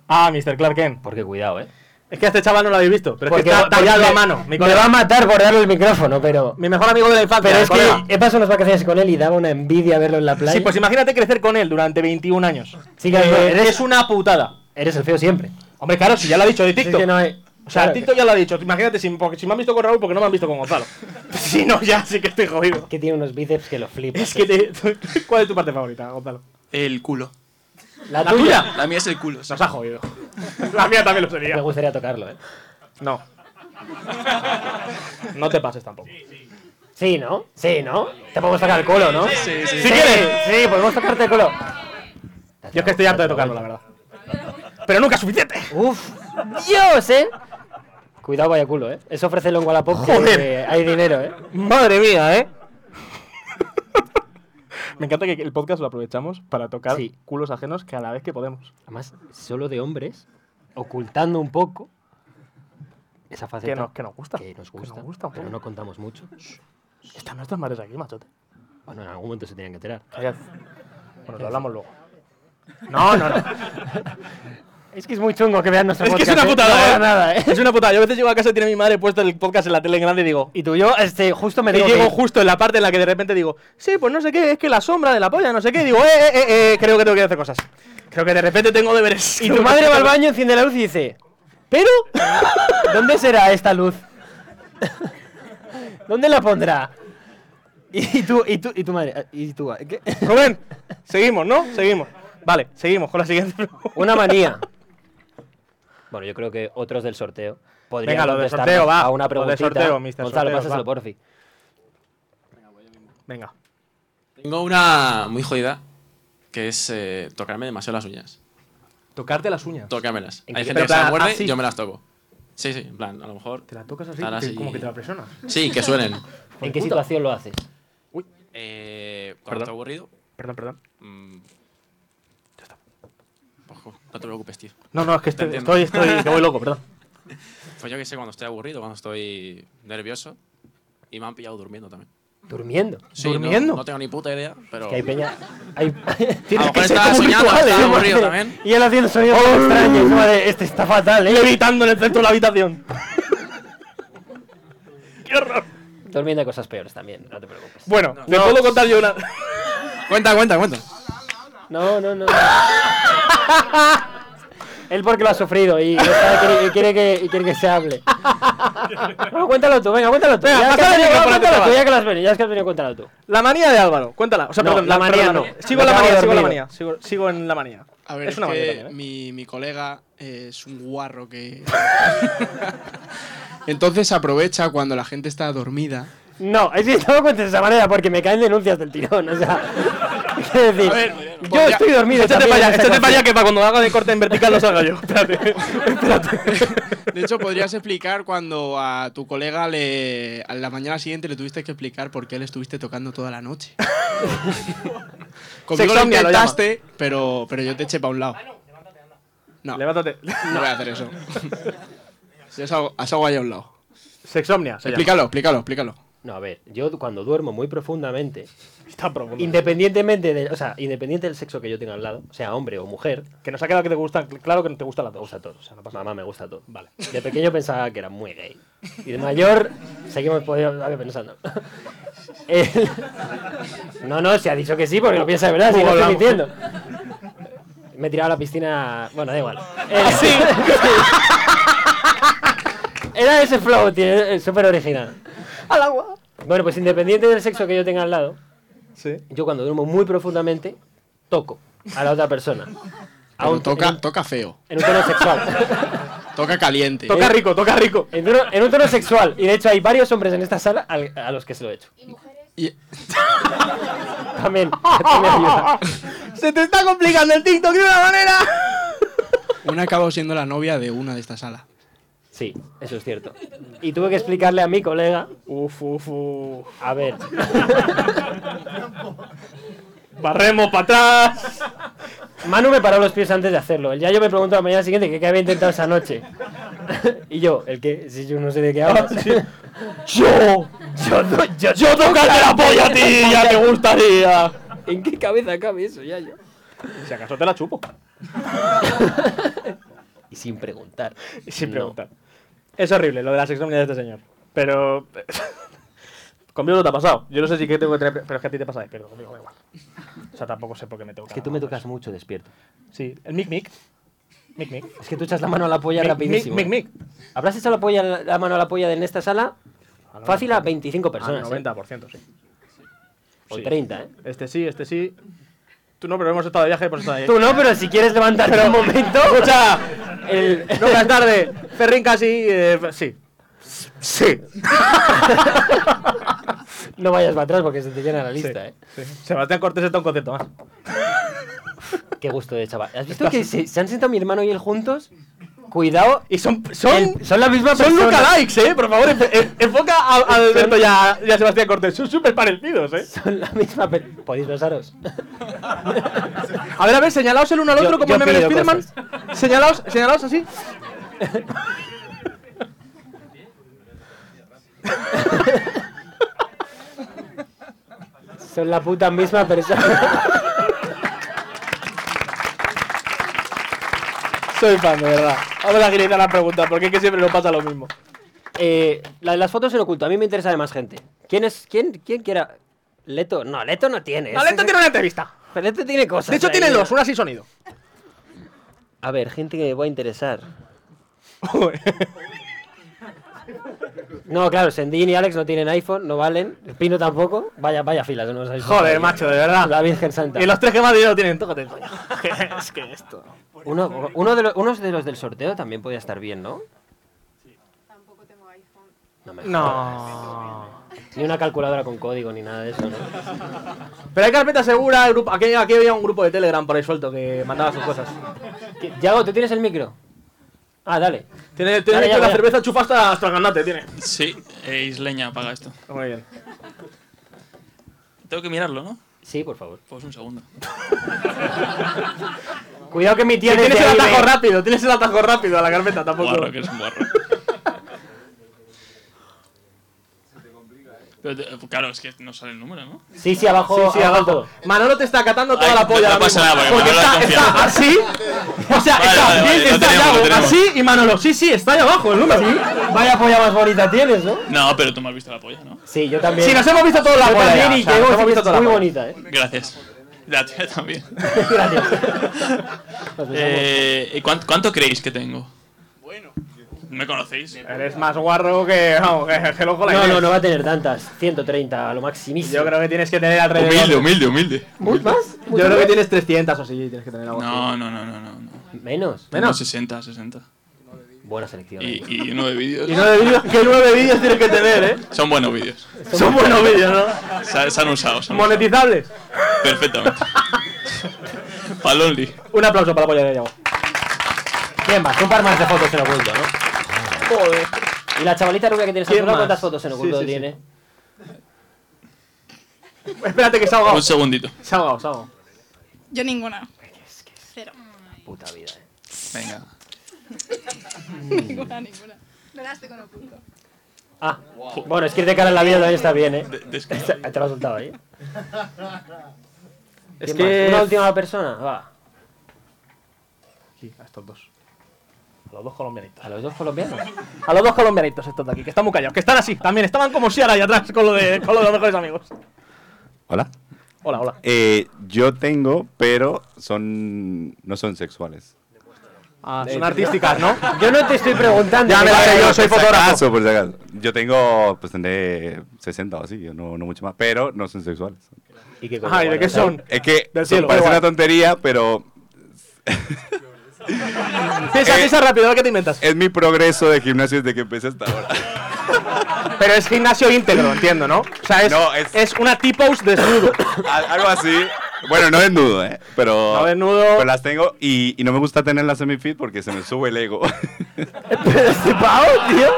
Speaker 4: Ah, Mr. Clark Kent.
Speaker 2: Porque cuidado, ¿eh?
Speaker 4: Es que a este chaval no lo habéis visto, pero es que
Speaker 2: Porque-
Speaker 4: está
Speaker 2: porque
Speaker 4: tallado a
Speaker 2: me-
Speaker 4: mano. Mi
Speaker 2: Me,
Speaker 4: colega.
Speaker 2: va a matar por darle el micrófono, pero.
Speaker 4: Mi mejor amigo de la infancia.
Speaker 2: Pero
Speaker 4: mi
Speaker 2: es
Speaker 4: colega.
Speaker 2: que he pasado unas vacaciones con él y daba una envidia verlo en la playa.
Speaker 4: Sí, pues imagínate crecer con él durante 21 años.
Speaker 2: Sí, claro,
Speaker 4: Eh,
Speaker 2: eres-
Speaker 4: es una putada.
Speaker 2: Eres el feo siempre.
Speaker 4: Hombre, claro, si ya lo ha dicho de TikTok.
Speaker 2: Es que no hay-
Speaker 4: O sea,
Speaker 2: claro
Speaker 4: TikTok ya lo ha dicho. Imagínate, si, porque si me han visto con Raúl, porque no me han visto con
Speaker 2: [laughs]
Speaker 4: Gonzalo. si no, ya sí que estoy jodido.
Speaker 2: Que tiene unos bíceps que lo flipas.
Speaker 4: Es que te- ¿Cuál es tu parte favorita, Gonzalo?
Speaker 3: El culo.
Speaker 2: ¿La,
Speaker 4: tuya?
Speaker 3: La mía es el culo.
Speaker 4: Nos ha jodido. La mía también lo sería.
Speaker 2: Me gustaría tocarlo, ¿eh?
Speaker 3: [laughs]
Speaker 4: No. No te pases tampoco.
Speaker 2: Sí, ¿no? Sí, ¿no? Te podemos tocar el culo, ¿no?
Speaker 4: sí, sí.
Speaker 2: Si
Speaker 4: Si quieres.
Speaker 2: Sí, podemos tocarte el culo.
Speaker 4: Yo es que estoy harto de tocarlo, la verdad. Pero nunca es suficiente.
Speaker 2: Uf. Dios, ¿eh? Cuidado, vaya culo, ¿eh? Eso ofrécelo en Wallapop.
Speaker 4: Joder.
Speaker 2: Que hay dinero, ¿eh?
Speaker 4: Madre mía, ¿eh? Me encanta que el podcast lo aprovechamos para tocar
Speaker 2: Sí.
Speaker 4: culos ajenos cada vez que podemos.
Speaker 2: Además, solo de hombres, ocultando un poco esa faceta.
Speaker 4: Que nos- que nos gusta,
Speaker 2: Que nos
Speaker 4: que nos
Speaker 2: gusta.
Speaker 4: gusta un
Speaker 2: pero
Speaker 4: poco.
Speaker 2: no contamos mucho.
Speaker 4: Están nuestras madres aquí, machote.
Speaker 2: Bueno, en algún momento se tenían que tirar.
Speaker 4: Callad. Bueno, lo hablamos luego. No, [laughs] no, no.
Speaker 2: Es que es muy chungo que vean
Speaker 4: [laughs]
Speaker 2: nuestro
Speaker 4: Es que es
Speaker 2: podcast,
Speaker 4: una
Speaker 2: ¿eh?
Speaker 4: putada,
Speaker 2: No
Speaker 4: ¿eh?
Speaker 2: hagan nada, ¿eh?
Speaker 4: Es una putada. Yo a veces llego a casa y tiene mi madre puesto el podcast en la tele en grande y digo.
Speaker 2: Y tú, yo, este, justo me
Speaker 4: Y
Speaker 2: tengo que
Speaker 4: llego
Speaker 2: ir.
Speaker 4: justo en la parte en la que de repente digo, sí, pues no sé qué, es que la sombra de la polla, no sé qué. Y digo, eh, eh, eh, eh, creo que tengo que hacer cosas. Creo que de repente tengo deberes.
Speaker 2: Y tu madre va al baño, enciende la luz y dice, [laughs] ¿pero? ¿Dónde será esta [laughs] luz? ¿Dónde la pondrá? Y tú, y tú, y tu madre, ah, y tú, ah, ¿qué?
Speaker 4: Rubén, seguimos, ¿no? Seguimos. Vale, seguimos con la siguiente pregunta.
Speaker 2: Una manía. Bueno, yo creo que otros del sorteo podrían
Speaker 4: Venga, lo del
Speaker 2: contestarnos
Speaker 4: sorteo, va.
Speaker 2: a una
Speaker 4: Lo del
Speaker 2: preguntita.
Speaker 4: sorteo, mister
Speaker 2: Gonzalo,
Speaker 4: sorteo,
Speaker 2: pásaselo,
Speaker 4: va.
Speaker 2: porfi.
Speaker 4: [laughs] Venga.
Speaker 3: Tengo una muy jodida, que es eh, tocarme demasiado las uñas.
Speaker 4: Tocarte las uñas.
Speaker 3: Tócamelas.
Speaker 4: ¿En
Speaker 3: Hay
Speaker 4: qué-
Speaker 3: gente
Speaker 4: pero
Speaker 3: que se las
Speaker 4: plan,
Speaker 3: muerde
Speaker 4: así?
Speaker 3: y yo me las toco. Sí, sí, en plan, a lo mejor.
Speaker 4: ¿Te la tocas así?
Speaker 3: tal,
Speaker 4: Que- como que te la presionas.
Speaker 3: Sí, que suenen.
Speaker 2: ¿En qué situación lo haces?
Speaker 3: Eh,
Speaker 4: Perdón.
Speaker 3: cuando estoy aburrido.
Speaker 4: [laughs] Perdón, perdón.
Speaker 3: mm, ya está. Ojo, no te preocupes, tío.
Speaker 4: No, no, es que
Speaker 3: Te
Speaker 4: estoy,
Speaker 3: entiendo.
Speaker 4: estoy, estoy, que voy loco, perdón.
Speaker 3: [laughs] Pues yo que sé, cuando estoy aburrido, cuando estoy nervioso. Y me han pillado durmiendo también.
Speaker 2: Durmiendo.
Speaker 3: Sí, no- No, tengo ni puta idea, pero.
Speaker 2: Es que hay peña. Hay...
Speaker 3: [laughs] A
Speaker 2: Ah,
Speaker 3: lo mejor estaba soñando,
Speaker 4: ¿eh?
Speaker 2: ¿eh?
Speaker 3: estaba aburrido también.
Speaker 2: Y él haciendo sonidos
Speaker 4: Oh.
Speaker 2: muy extraños. y su madre, Este está fatal, ¿eh?
Speaker 4: Levitando en el centro de la habitación. ¡Qué horror!
Speaker 2: Durmiendo hay cosas peores también, no te preocupes.
Speaker 4: Bueno, ¿me puedo contar yo una?
Speaker 2: [laughs]
Speaker 3: Cuenta, cuenta, cuenta.
Speaker 2: No, no, no. Él porque lo ha sufrido y, está- [laughs] quiere, y quiere que, y quiere que se hable. Bueno, cuéntalo tú, venga, cuéntalo tú.
Speaker 4: Venga,
Speaker 2: ya, que
Speaker 4: pásale
Speaker 2: has
Speaker 4: el
Speaker 2: venido,
Speaker 4: micrófono a este
Speaker 2: cuéntalo tú,
Speaker 4: chaval.
Speaker 2: ya que lo has venido, ya que has venido, cuéntalo tú.
Speaker 4: La manía de Álvaro, cuéntala. O sea,
Speaker 2: No,
Speaker 4: perdón,
Speaker 2: la manía
Speaker 4: perdón,
Speaker 2: no.
Speaker 4: Sigo
Speaker 2: Me
Speaker 4: en la
Speaker 2: acabo
Speaker 4: manía,
Speaker 2: de
Speaker 4: sigo en la
Speaker 2: dormir.
Speaker 4: manía. Sigo, sigo en la manía.
Speaker 14: A ver,
Speaker 4: es una
Speaker 14: que
Speaker 4: manía también, ¿eh?
Speaker 14: mi, mi colega eh, es un guarro que. Entonces aprovecha cuando la gente está dormida.
Speaker 2: No, es que estaba cuenta de esa manera porque me caen denuncias del tirón, o sea. [laughs] Quiero decir, yo
Speaker 4: Pues ya,
Speaker 2: estoy dormido.
Speaker 4: Échate
Speaker 2: también
Speaker 4: para
Speaker 2: en
Speaker 4: allá,
Speaker 2: esa
Speaker 4: échate para allá
Speaker 2: ocasión.
Speaker 4: que para cuando haga de corte en vertical no salga yo. Espérate.
Speaker 2: [laughs]
Speaker 14: De hecho, podrías explicar cuando a tu colega le, a la mañana siguiente le tuviste que explicar por qué le estuviste tocando toda
Speaker 4: [laughs]
Speaker 14: la noche. Conmigo lo
Speaker 4: Sexomnia lo llama.
Speaker 14: intentaste, pero, pero yo te eché para un
Speaker 2: Ah,
Speaker 14: lado. No,
Speaker 4: levántate.
Speaker 14: [laughs] no voy a hacer eso. Yo salgo, salgo ahí a un lado.
Speaker 4: Sexomnia. se llama.
Speaker 14: Explícalo, explícalo, explícalo.
Speaker 2: No, a ver, yo cuando duermo muy profundamente,
Speaker 4: Está profundo.
Speaker 2: independientemente de, o sea, independiente del sexo que yo tenga al lado, sea hombre o mujer,
Speaker 4: [laughs] que nos ha quedado que te gustan, claro que te gusta las dos.
Speaker 2: gusta todo, o sea, no pasa Mamá me gusta todo. Vale. De pequeño pensaba que era muy gay. Y de mayor seguimos podiendo ah, pensando. El- No, no, se ha dicho que sí porque lo piensa de verdad, si no estoy
Speaker 4: Hola.
Speaker 2: mintiendo. Me he tirado a la piscina, bueno, da igual.
Speaker 4: Ah,
Speaker 2: Eh, [laughs] Era ese flow, tío, eh, súper original.
Speaker 4: Al agua.
Speaker 2: Bueno, pues independiente del sexo que yo tenga al lado,
Speaker 15: Sí.
Speaker 2: yo cuando duermo muy profundamente, toco a la otra persona. A un-
Speaker 16: toca,
Speaker 2: en un-
Speaker 16: toca feo.
Speaker 2: en un tono sexual.
Speaker 16: Toca caliente.
Speaker 4: Este,
Speaker 2: En- En, tono- en un tono sexual. Y de hecho hay varios hombres en esta sala al- a los que se lo he hecho. ¿Y mujeres? [laughs] También. también ayuda.
Speaker 17: [laughs] Se te está complicando el TikTok de una
Speaker 4: [laughs]
Speaker 17: manera.
Speaker 16: Una acabó siendo la novia de una de esta sala.
Speaker 2: Sí, eso es cierto. Y tuve que explicarle a mi colega.
Speaker 4: Uf, uf, uf.
Speaker 2: A ver.
Speaker 4: Barremos para atrás.
Speaker 2: Manu me paró los pies antes de hacerlo. El yo me preguntó la mañana siguiente que qué había intentado esa noche. y yo, el que, si yo no sé de qué hablas.
Speaker 4: [laughs] ¡Yo!
Speaker 2: Yo, to- yo,
Speaker 4: ¡Yo tocarte la polla a ti! ¡Ya
Speaker 2: [laughs]
Speaker 4: te gustaría!
Speaker 2: ¿En qué cabeza cabe eso, ya yo?
Speaker 4: Si acaso te la chupo.
Speaker 2: [laughs] Y sin preguntar.
Speaker 4: Y sin
Speaker 2: No.
Speaker 4: preguntar. Es horrible lo de las extremidades de este señor. Pero. [laughs] conmigo no te ha pasado. Yo no sé si que tengo que tener. Pero es que a ti te pasa de pero conmigo da igual. O sea, tampoco sé por qué me tengo
Speaker 2: Es que tú me tocas mucho despierto.
Speaker 4: Sí, el mic mic. Mic mic.
Speaker 2: Es que tú echas la mano a la polla
Speaker 4: Mic,
Speaker 2: rapidísimo. eh.
Speaker 4: Mic mic. mic.
Speaker 2: ¿Habrás echado la, polla- la mano a la polla de- en esta sala? Fácil a 25 personas.
Speaker 4: Al
Speaker 2: ¿eh?
Speaker 4: 90%, sí.
Speaker 2: O 30, ¿eh?
Speaker 4: Este sí, este sí. Tú no, pero hemos estado de viaje, hemos estado ahí.
Speaker 2: Tú no, pero si quieres levantarte un momento.
Speaker 4: Escucha, eh,
Speaker 2: el...
Speaker 4: nunca es tarde. Ferrín casi. eh, sí. [laughs] Sí.
Speaker 2: No vayas para atrás porque se te llena la lista, ¿eh?
Speaker 4: Sebastián Cortés está un concepto más.
Speaker 2: Qué gusto de chaval. ¿Has visto
Speaker 4: Estás-
Speaker 2: que se, se han sentado mi hermano y
Speaker 4: [laughs]
Speaker 2: él juntos? Cuidado.
Speaker 4: Y son. Son,
Speaker 2: El- son la misma
Speaker 4: Son
Speaker 2: persona.
Speaker 4: lookalikes, eh. Por favor, enf- en- enfoca a, a Alberto y a, y a Sebastián Cortés. Son súper parecidos, eh.
Speaker 2: Son la misma per- Podéis besaros.
Speaker 4: A ver, a ver, señalaos el uno al
Speaker 2: Yo-
Speaker 4: otro como
Speaker 2: yo
Speaker 4: el meme de
Speaker 2: pido
Speaker 4: Spiderman. Señalaos, señalaos así.
Speaker 2: Son la puta misma
Speaker 4: [laughs]
Speaker 2: persona.
Speaker 4: Soy fan, de verdad. Vamos a agilizar la pregunta, porque es que siempre nos pasa lo mismo.
Speaker 2: Eh, la de las fotos en oculto. A mí me interesa de más gente. ¿Quién es? ¿Quién? ¿Quién quiera? Leto. No, Leto no tiene.
Speaker 4: No,
Speaker 2: Ese-
Speaker 4: Leto tiene una entrevista.
Speaker 2: Pero Leto tiene cosas.
Speaker 4: De hecho,
Speaker 2: ahí.
Speaker 4: tiene dos, una sin sonido.
Speaker 2: A ver, gente que me va
Speaker 4: [laughs]
Speaker 2: a interesar. no, claro, Sendín y Alex no tienen iPhone, no valen. Pino tampoco. Vaya, vaya filas. no nos habéis
Speaker 4: Joder, macho,
Speaker 2: montado.
Speaker 4: de verdad.
Speaker 2: La Virgen Santa.
Speaker 4: Y los tres que más dinero tienen, tócate el coño. es que esto.
Speaker 2: Uno, uno de los, unos de los del sorteo también podía estar bien, ¿no? Sí. Tampoco tengo iPhone. No. me jodas. Ni una calculadora con código ni nada de eso, ¿no?
Speaker 4: Pero hay carpeta segura, el grupo, aquí, aquí había un grupo de Telegram por ahí suelto que mandaba sus cosas.
Speaker 2: ¿Qué- Yago, ¿tú tienes el micro? Ah, dale.
Speaker 4: Tiene,
Speaker 2: Dale,
Speaker 4: tiene que
Speaker 2: Yago,
Speaker 4: la
Speaker 2: ya.
Speaker 4: cerveza chufa hasta, hasta el ganate, tiene.
Speaker 18: Sí, eh, Isleña paga esto.
Speaker 4: Muy bien.
Speaker 18: Tengo que mirarlo, ¿no?
Speaker 2: Sí, por favor.
Speaker 18: Pues un segundo.
Speaker 2: [laughs] Cuidado que mi tía
Speaker 4: Que
Speaker 2: desde
Speaker 4: tienes el
Speaker 2: ahí
Speaker 4: atajo
Speaker 2: ve-
Speaker 4: rápido, tienes el atajo rápido a la carpeta, tampoco.
Speaker 18: Guarro, que es un guarro.
Speaker 4: [laughs]
Speaker 18: Pero te- eh, claro, es que no sale el número, ¿no?
Speaker 2: Sí, sí, abajo.
Speaker 4: Sí, sí, abajo.
Speaker 2: todo.
Speaker 4: Manolo te está catando toda
Speaker 18: Ay,
Speaker 4: la
Speaker 18: no-
Speaker 4: polla
Speaker 18: no
Speaker 4: ahora
Speaker 18: pasa
Speaker 4: mismo.
Speaker 18: nada, porque
Speaker 4: Porque está,
Speaker 18: Manolo es
Speaker 4: está así. O sea,
Speaker 18: Vale,
Speaker 4: está,
Speaker 18: vale, vale,
Speaker 4: bien,
Speaker 18: lo
Speaker 4: está
Speaker 18: tenemos, lo
Speaker 4: Yago,
Speaker 18: tenemos.
Speaker 4: así y Manolo. Sí, sí, está ahí abajo el número.
Speaker 2: Vaya polla más bonita tienes, ¿no?
Speaker 18: No, pero tú me has visto la polla, ¿no?
Speaker 2: Sí, yo también.
Speaker 4: Sí, nos hemos visto toda la
Speaker 2: Yo
Speaker 4: polla
Speaker 2: también,
Speaker 4: ya,
Speaker 2: y
Speaker 4: o sea,
Speaker 2: Yago
Speaker 4: nos hemos
Speaker 2: sí que
Speaker 4: visto
Speaker 2: es
Speaker 4: toda la
Speaker 2: muy
Speaker 4: polla.
Speaker 2: bonita, ¿eh?
Speaker 18: Gracias. La tuya también.
Speaker 2: [laughs] Gracias. Nos besamos.
Speaker 18: Eh, ¿y cuánto, cuánto creéis que tengo? Bueno. ¿Me conocéis?
Speaker 4: Eres más guarro que, vamos, que, que el ojo la
Speaker 2: No,
Speaker 4: Inés.
Speaker 2: no, no va a tener tantas. 130 a lo maximísimo.
Speaker 4: Yo creo que tienes que tener alrededor.
Speaker 18: Humilde, humilde, humilde.
Speaker 2: ¿Muy más?
Speaker 4: Yo creo que tienes 300 o así, tienes que tener algo. así.
Speaker 18: No, no, no, no, no. no.
Speaker 2: Menos.
Speaker 18: Tengo
Speaker 4: Menos.
Speaker 18: 60, 60.
Speaker 2: Buena selección. ¿eh?
Speaker 18: Y, y uno de vídeos.
Speaker 4: Y nueve vídeos, ¿qué nueve vídeos tienes que tener, eh?
Speaker 18: Son buenos vídeos.
Speaker 4: Son buenos vídeos, ¿no?
Speaker 18: Se, han- se han usado. se han usado.
Speaker 4: Monetizables.
Speaker 18: Perfectamente.
Speaker 4: [laughs]
Speaker 18: Para Lonely.
Speaker 4: Un aplauso para la polla de Yago.
Speaker 2: ¿Quién más? Un par más de fotos en oculto, ¿no?
Speaker 4: Joder.
Speaker 2: Y la chavalita rubia que tienes a tu
Speaker 4: ¿Quién
Speaker 2: lado,
Speaker 4: más?
Speaker 2: ¿cuántas fotos en
Speaker 4: Sí,
Speaker 2: oculto
Speaker 4: sí, sí.
Speaker 2: tiene?
Speaker 4: Espérate que se ha ahogado.
Speaker 18: Un segundito.
Speaker 4: Se ha ahogado, se ha ahogado.
Speaker 10: Yo ninguna. [laughs] Cero.
Speaker 2: Puta vida, eh.
Speaker 18: Venga.
Speaker 10: ninguna, ninguna. Me con oculto.
Speaker 2: Ah, bueno, es que ir de cara a la vida también está bien, ¿eh? Te lo has soltado
Speaker 4: ¿eh?
Speaker 2: ahí.
Speaker 4: [laughs] Es
Speaker 2: ¿Quién
Speaker 4: que-
Speaker 2: más? Una última persona, va.
Speaker 4: Sí, a estos dos. A los dos colombianitos.
Speaker 2: A los dos colombianos.
Speaker 4: A los dos colombianitos estos de aquí, que están muy callados. Que están así, también. Estaban como si ahora ahí atrás con lo de, con lo de los mejores amigos.
Speaker 7: Hola.
Speaker 4: Hola, hola.
Speaker 7: Eh, yo tengo, pero son no son sexuales.
Speaker 4: Ah,
Speaker 2: Eh,
Speaker 4: son artísticas, ¿no?
Speaker 2: Yo no te estoy preguntando.
Speaker 4: Ya me la sé, yo soy
Speaker 7: Por si
Speaker 4: fotógrafo.
Speaker 7: acaso, por si acaso. Yo tengo, pues tendré 60 o así, yo no, no mucho más, pero no son sexuales.
Speaker 2: ¿Y qué
Speaker 4: Ajá, ¿y de qué son?
Speaker 7: Es que
Speaker 4: Del cielo,
Speaker 7: parece
Speaker 4: da
Speaker 7: una
Speaker 4: igual.
Speaker 7: tontería, pero
Speaker 4: Piensa,
Speaker 7: Eh,
Speaker 4: piensa rápido, a ver qué te inventas.
Speaker 7: es mi progreso de gimnasio desde que empecé hasta ahora.
Speaker 4: Pero es gimnasio íntegro, entiendo, ¿no? O sea, es,
Speaker 7: No,
Speaker 4: es... una T-pose desnudo.
Speaker 7: [coughs] Al- Algo así. Bueno, no desnudo, ¿eh? Pero,
Speaker 4: No desnudo.
Speaker 7: pero las tengo y, y no me gusta tenerlas en mi feed porque se me sube el ego. [laughs]
Speaker 4: tío.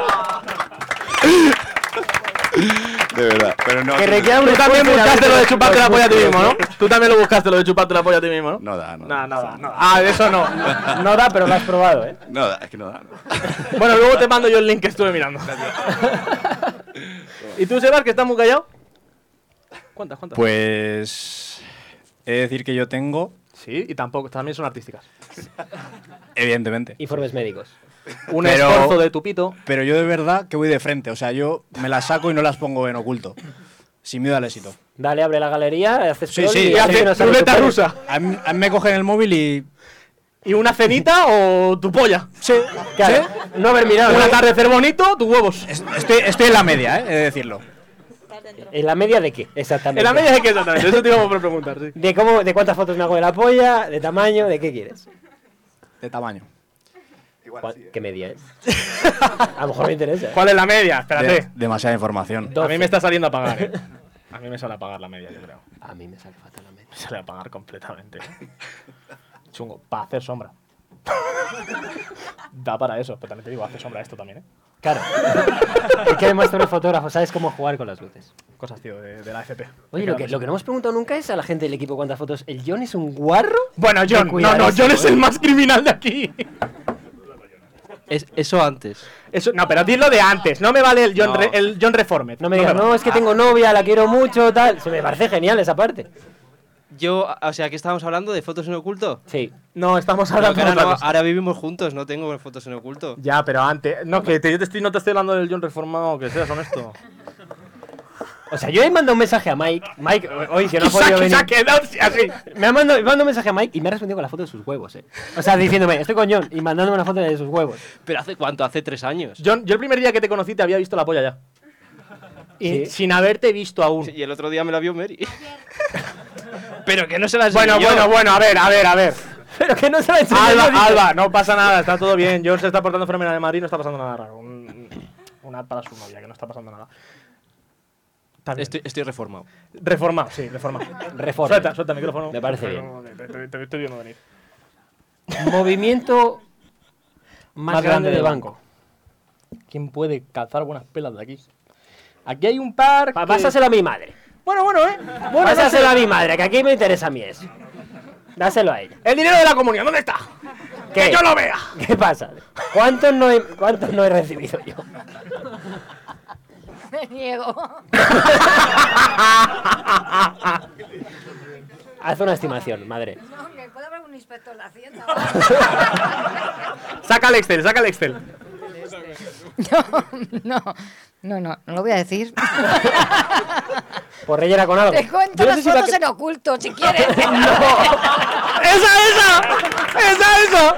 Speaker 7: De verdad. Pero no.
Speaker 4: Que
Speaker 7: no-
Speaker 4: requiere un Tú también esfuerzo buscaste de- lo de chuparte la polla a ti mismo, ¿no? Tú también lo buscaste, lo de chuparte la polla a ti mismo, ¿no?
Speaker 7: No da, no
Speaker 4: da. No, da, no da. Ah, de eso no. No da, pero lo has probado, ¿eh?
Speaker 7: No da, es que no da. no.
Speaker 4: Bueno, luego te mando yo el link que estuve mirando. [laughs] ¿Y tú, Sebas, que estás muy callado? ¿Cuántas, cuántas?
Speaker 19: Pues he de decir que yo tengo,
Speaker 4: Sí, y tampoco, también son artísticas.
Speaker 19: [laughs] evidentemente.
Speaker 2: Informes médicos.
Speaker 4: Un esfuerzo de tu pito.
Speaker 19: Pero yo de verdad que voy de frente, o sea, yo me las saco y no las pongo en oculto. Sin miedo al éxito.
Speaker 2: Dale, abre la galería, haces
Speaker 19: Sí,
Speaker 2: scroll
Speaker 19: sí,
Speaker 2: y haces que no sale tu pene.
Speaker 19: A mí, a mí me cogen el móvil y.
Speaker 4: ¿Y una cenita o tu polla?
Speaker 19: Sí,
Speaker 4: claro.
Speaker 2: No haber mirado.
Speaker 4: Un
Speaker 2: ¿no?
Speaker 4: atardecer bonito, tus huevos.
Speaker 19: Estoy, estoy en la media, ¿eh? He de decirlo.
Speaker 2: ¿En la media de qué? Exactamente.
Speaker 4: En la media es que exactamente, eso te íbamos a preguntar, sí.
Speaker 2: ¿De, cómo, ¿De cuántas fotos me hago de la polla? ¿De tamaño? ¿De qué quieres?
Speaker 19: De tamaño.
Speaker 2: ¿Qué media es? A lo mejor me interesa.
Speaker 4: ¿Cuál es la media? Espérate.
Speaker 19: De- demasiada información.
Speaker 4: A mí me está saliendo a pagar, ¿eh? A mí me sale a pagar la media, yo creo.
Speaker 2: A mí me sale fatal la media.
Speaker 4: Me sale a pagar completamente. ¿eh? [laughs] Chungo, para hacer sombra. da para eso, pero también te digo, hace sombra esto también, ¿eh?
Speaker 2: Claro. es que además tú eres fotógrafo, sabes cómo jugar con las luces.
Speaker 4: Cosas, tío, de, de la FP.
Speaker 2: Oye, lo
Speaker 4: pues.
Speaker 2: que, lo que no hemos preguntado nunca es a la gente del equipo cuántas fotos. ¿El John es un guarro? eh.
Speaker 4: Bueno, John, no, no, John es el más criminal de aquí.
Speaker 13: eso antes.
Speaker 4: Eso, no, pero dilo de antes, no me vale el John,
Speaker 2: No.
Speaker 4: Re- el John Reformed.
Speaker 2: No me digas, no, es
Speaker 4: Ah.
Speaker 2: que tengo novia, la quiero mucho, tal. Se me parece genial esa parte.
Speaker 13: Yo, o sea, ¿qué estábamos hablando? ¿De fotos en oculto?
Speaker 2: Sí.
Speaker 4: No, estamos
Speaker 13: Pero
Speaker 4: hablando
Speaker 13: que ahora,
Speaker 4: de otra
Speaker 13: no,
Speaker 4: cosa.
Speaker 13: ahora vivimos juntos, no tengo fotos en oculto.
Speaker 4: Ya, pero antes. No, que te- yo te estoy, no te estoy hablando del John reformado, que seas [laughs] honesto.
Speaker 2: O sea, yo he mandado un mensaje a Mike. Mike, hoy que no ha
Speaker 4: Quizá-
Speaker 2: podido
Speaker 4: quizá
Speaker 2: venir.
Speaker 4: quedado así.
Speaker 2: Me ha mandado, mandado un mensaje a Mike y me ha respondido con la foto de sus huevos, eh. O sea, diciéndome, estoy con John y mandándome una foto de sus huevos.
Speaker 13: ¿Pero hace cuánto? Hace tres años.
Speaker 4: John, yo el primer día que te conocí te había visto la polla ya. Y sin haberte visto aún.
Speaker 13: Y el otro día me la vio Mary. [laughs] Pero que no se la enseñé
Speaker 4: Bueno,
Speaker 13: yo.
Speaker 4: bueno, bueno, a ver, a ver, a ver.
Speaker 2: Pero que no se la enseñé
Speaker 4: Alba,
Speaker 2: yo, dice.
Speaker 4: Alba, no pasa nada, está todo bien. John se está portando fenomenal de Madrid, no está pasando nada raro. Un, un ad para su novia, que no está pasando nada.
Speaker 13: Estoy, estoy reformado.
Speaker 4: Reformado, sí, reformado.
Speaker 2: Reforma.
Speaker 4: Suelta, suelta el micrófono.
Speaker 2: Me parece bien.
Speaker 4: Pero, Te, te, te- te vio no venir.
Speaker 2: Movimiento más, grande del banco.
Speaker 4: ¿Quién puede calzar buenas pelas de aquí? Aquí hay un par. que-
Speaker 2: Pásaselo a mi madre.
Speaker 4: Bueno, bueno, eh. Bueno,
Speaker 2: Pásaselo
Speaker 4: dáselo.
Speaker 2: a mi madre, que aquí me interesa a mí eso. Dáselo a ella.
Speaker 4: El dinero de la comunión, ¿dónde está?
Speaker 2: ¿Qué?
Speaker 4: ¡Que yo lo vea!
Speaker 2: ¿Qué pasa? ¿Cuántos no he, cuántos no he recibido yo?
Speaker 10: Me
Speaker 14: [laughs]
Speaker 10: niego.
Speaker 2: Haz una estimación, madre.
Speaker 10: No, que puede haber un inspector de Hacienda.
Speaker 4: [laughs] Saca el Excel, saca el Excel.
Speaker 10: No, no, no, no lo voy a decir.
Speaker 2: Por rellena con algo.
Speaker 10: Te cuento
Speaker 2: Yo no
Speaker 10: las
Speaker 2: sé si va a
Speaker 10: fotos
Speaker 2: que-
Speaker 10: en oculto, si quieres.
Speaker 2: [laughs]
Speaker 4: ¡Esa, esa! ¡Esa, esa!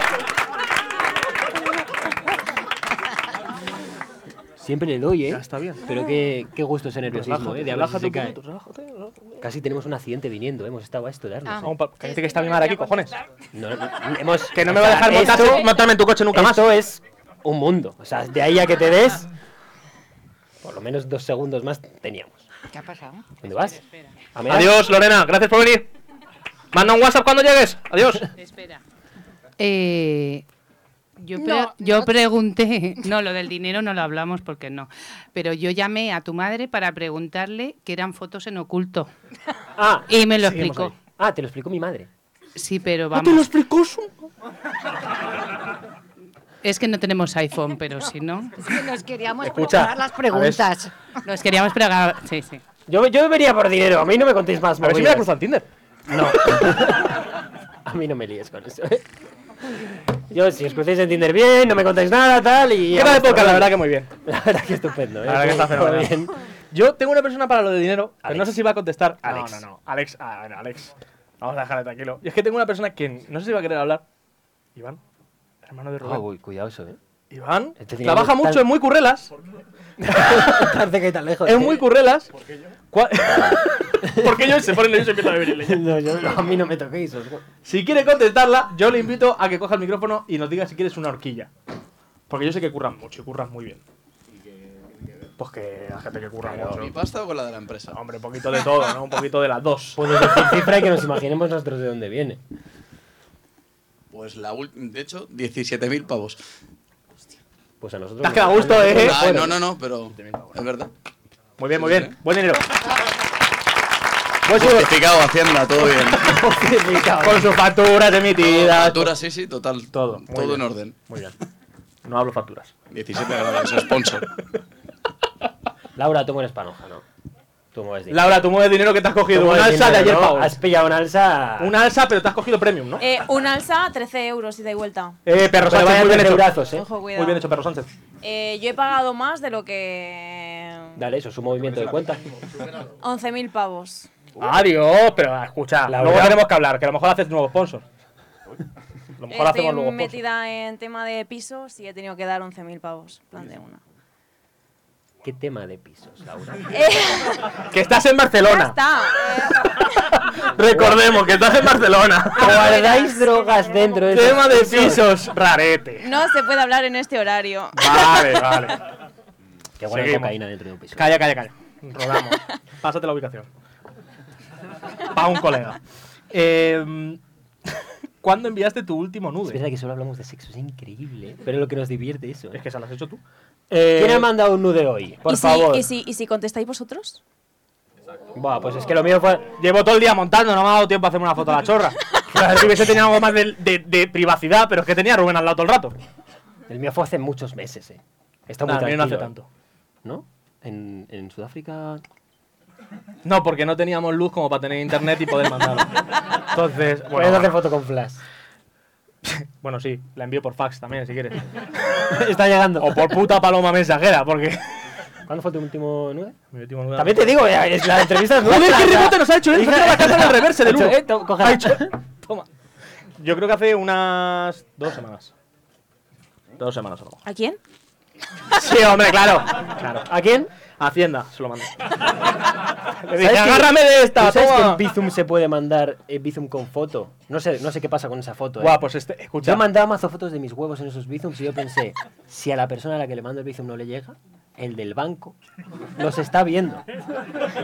Speaker 2: Siempre le doy, ¿eh? está bien. Pero qué, qué gusto ese nerviosismo,
Speaker 4: Relájate,
Speaker 2: ¿eh? De hablar
Speaker 4: relájate
Speaker 2: se
Speaker 4: un
Speaker 2: cae.
Speaker 4: poquito, relájate, relájate.
Speaker 2: Casi tenemos un accidente viniendo, ¿eh? hemos estado a esto darnos.
Speaker 4: Ah. Vamos pa- cállate que está mi madre aquí, cojones.
Speaker 2: No, no, no, hemos-
Speaker 4: Que no
Speaker 2: o
Speaker 4: me va a
Speaker 2: sea,
Speaker 4: dejar montarse-
Speaker 2: esto-
Speaker 4: montarme en tu coche nunca más.
Speaker 2: Esto es un mundo. O sea, de ahí a que te des, por lo menos dos segundos más teníamos.
Speaker 10: ¿Qué ha pasado?
Speaker 2: ¿Dónde vas? ¿A mear?
Speaker 4: Adiós, Lorena, gracias por venir. Manda un WhatsApp cuando llegues. Adiós.
Speaker 8: Eh, yo, pre-
Speaker 10: No,
Speaker 8: yo
Speaker 10: no.
Speaker 8: pregunté, [laughs] no, lo del dinero no lo hablamos porque no, pero yo llamé a tu madre para preguntarle que eran fotos en oculto.
Speaker 4: [laughs]
Speaker 2: Ah,
Speaker 8: y me lo
Speaker 2: seguimos
Speaker 8: explicó.
Speaker 2: ahí. Ah, te lo explicó mi madre.
Speaker 8: Sí, pero
Speaker 2: Ah,
Speaker 8: vamos.
Speaker 2: te lo
Speaker 8: explicó [laughs] Es que no tenemos iPhone, pero si no.
Speaker 10: Nos queríamos
Speaker 8: Escucha,
Speaker 10: preparar las preguntas.
Speaker 8: Nos queríamos pregar. Sí, sí.
Speaker 2: Yo, yo vería
Speaker 8: [laughs]
Speaker 2: por dinero, a mí no me contéis más.
Speaker 8: A ver si me la cruzan
Speaker 2: Tinder. No. [laughs] a mí no me líes con eso. ¿eh? Yo, si os crucéis en Tinder bien, no me contáis nada, tal. y...
Speaker 4: Qué tal época, [laughs] la verdad que
Speaker 2: [laughs]
Speaker 4: muy bien.
Speaker 2: La verdad que estupendo, ¿eh?
Speaker 4: La verdad que está
Speaker 2: Muy
Speaker 4: fenomenal.
Speaker 2: bien.
Speaker 4: Yo tengo una persona para lo de dinero, pero no sé si va a contestar Alex.
Speaker 20: no, no.
Speaker 4: Alex, ah, bueno, Alex. Vamos a dejarle tranquilo. Y es que tengo una persona que no sé si va a querer hablar. Iván, hermano de Rubén.
Speaker 2: Ah, uy, cuidado eso, ¿eh?
Speaker 4: Iván
Speaker 2: Este tenía
Speaker 4: trabaja
Speaker 2: que-
Speaker 4: mucho,
Speaker 2: tal-
Speaker 4: es muy currelas.
Speaker 2: [laughs] Parece que está lejos.
Speaker 4: Es
Speaker 2: ¿eh?
Speaker 4: muy currelas. [laughs] ¿Cuál- ¿Por qué yo se pone nervioso y empieza a beber leña?
Speaker 2: No, yo no, a mí no me toquéis. os-
Speaker 4: Si quiere contestarla, yo le invito a que coja el micrófono y nos diga si quieres una horquilla. Porque yo sé que curran mucho y curran muy bien. Pues que la gente que curra mucho.
Speaker 14: ¿Mi pasta o con la de la empresa?
Speaker 4: Hombre, un poquito de todo, ¿no? Un poquito de las dos.
Speaker 2: Puedes decir cifra y que nos imaginemos nosotros de dónde viene.
Speaker 14: Pues la última, de hecho, 17.000 pavos.
Speaker 2: Pues a nosotros.
Speaker 4: Te has quedado a gusto, ¿eh?
Speaker 14: Ay, no, no, no, pero
Speaker 2: [laughs]
Speaker 14: es verdad.
Speaker 4: Muy bien, muy bien. Buen dinero. Buen dinero.
Speaker 14: Justificado Hacienda, todo bien.
Speaker 4: [laughs] Con sus facturas emitidas.
Speaker 14: Factura, sí, sí, total. Todo. Todo
Speaker 4: bien.
Speaker 14: en orden.
Speaker 4: Muy bien. [laughs] No hablo facturas.
Speaker 14: 17 grados, sponsor.
Speaker 2: Laura, tú eres panoja, ¿no? Tú mueves dinero.
Speaker 4: Laura, tú mueves dinero que te has cogido.
Speaker 2: Tú
Speaker 4: Un
Speaker 2: mueves
Speaker 4: alza de
Speaker 2: dinero,
Speaker 4: ayer,
Speaker 2: ¿no?
Speaker 4: pavos.
Speaker 2: Has pillado un alza.
Speaker 4: Un alza, pero te has cogido premium, ¿no?
Speaker 12: Eh, un alza, 13 euros ida y vuelta.
Speaker 4: Eh, perro
Speaker 2: Pero
Speaker 4: Sánchez,
Speaker 2: vaya
Speaker 4: muy bien hecho.
Speaker 2: eurazos, ¿eh?
Speaker 12: Ojo, cuidado.
Speaker 4: Muy bien hecho, perro Sánchez.
Speaker 12: Eh, yo he pagado más de lo que...
Speaker 2: Dale, eso es un movimiento de cuenta.
Speaker 12: 11.000 pavos.
Speaker 4: [laughs] Adiós, pero escucha, luego tenemos que hablar, que a lo mejor haces nuevo sponsor. A lo mejor
Speaker 12: Estoy
Speaker 4: hacemos luego pues. sponsor.
Speaker 12: metida en tema de pisos y he tenido que dar 11.000 pavos. Plan de una.
Speaker 2: ¿Qué tema de pisos, Laura?
Speaker 4: Que estás en
Speaker 12: Ya
Speaker 4: [laughs] Barcelona.
Speaker 12: está.
Speaker 4: Recordemos que estás en Barcelona.
Speaker 2: Guardáis drogas dentro
Speaker 4: [laughs]
Speaker 2: de
Speaker 4: Tema de
Speaker 2: esos
Speaker 4: pisos, rarete.
Speaker 12: No se puede hablar en este horario.
Speaker 4: [laughs] Vale, vale.
Speaker 2: Que guardan
Speaker 4: Seguimos.
Speaker 2: cocaína dentro de un piso.
Speaker 4: Calla, calla, calla.
Speaker 2: [laughs]
Speaker 4: Rodamos. Pásate la ubicación. Pa' un colega. Eh, ¿Cuándo enviaste tu último
Speaker 2: Es verdad
Speaker 4: nude?
Speaker 2: que solo hablamos de sexo, es increíble. ¿eh? Pero lo que nos divierte eso. Es
Speaker 4: que se lo has hecho tú. Eh,
Speaker 2: ¿Quién ha mandado un nude hoy?
Speaker 12: ¿Y, si- y si, y si contestáis vosotros?
Speaker 2: Buah, pues es que lo mío fue.
Speaker 4: Llevo todo el día montando, no me ha dado tiempo a hacerme una foto a la chorra. Claro, si hubiese tenido algo más de, de- de privacidad, pero es que tenía a Rubén al lado todo el rato.
Speaker 2: El mío fue hace muchos meses, eh. Está muy
Speaker 4: Nah, el mío
Speaker 2: tranquilo.
Speaker 4: no hace tanto.
Speaker 2: ¿No? En, en Sudáfrica.
Speaker 4: No, porque no teníamos luz como para tener internet y poder
Speaker 2: [laughs]
Speaker 4: mandarlo. Entonces, bueno.
Speaker 2: Puedes hacer foto con flash.
Speaker 4: Bueno, sí, la envío por fax también, si quieres.
Speaker 2: [laughs] Está llegando.
Speaker 4: O por puta paloma mensajera, porque.
Speaker 2: ¿Cuándo fue tu último nude?
Speaker 4: Mi último nude-
Speaker 2: También te digo, ya, es- la entrevista es
Speaker 4: Joder,
Speaker 2: nuestra,
Speaker 4: qué
Speaker 2: o sea.
Speaker 4: rebote nos ha hecho, eh!
Speaker 2: Hija-
Speaker 4: Fíjate la carta en el reverse del
Speaker 2: [laughs] Ha hecho,
Speaker 4: uno.
Speaker 2: eh, to- coge-
Speaker 4: Ha hecho- Toma. Yo creo que hace unas dos semanas. Dos semanas o algo.
Speaker 12: ¿A quién?
Speaker 4: Sí, hombre, claro. claro.
Speaker 2: ¿A quién?
Speaker 4: Hacienda, se lo mandé. Le
Speaker 2: ¿Sabes
Speaker 4: dije,
Speaker 2: que-
Speaker 4: agárrame de esta,
Speaker 2: ¿tú ¿Sabes que
Speaker 4: toma.
Speaker 2: en Bizum se puede mandar eh, Bizum con foto? No sé, no sé qué pasa con esa foto. eh.
Speaker 4: Guau, pues este, escucha.
Speaker 2: Yo mandaba mazo fotos de mis huevos en esos Bizums y yo pensé, si a la persona a la que le mando el Bizum no le llega, el del banco los está viendo.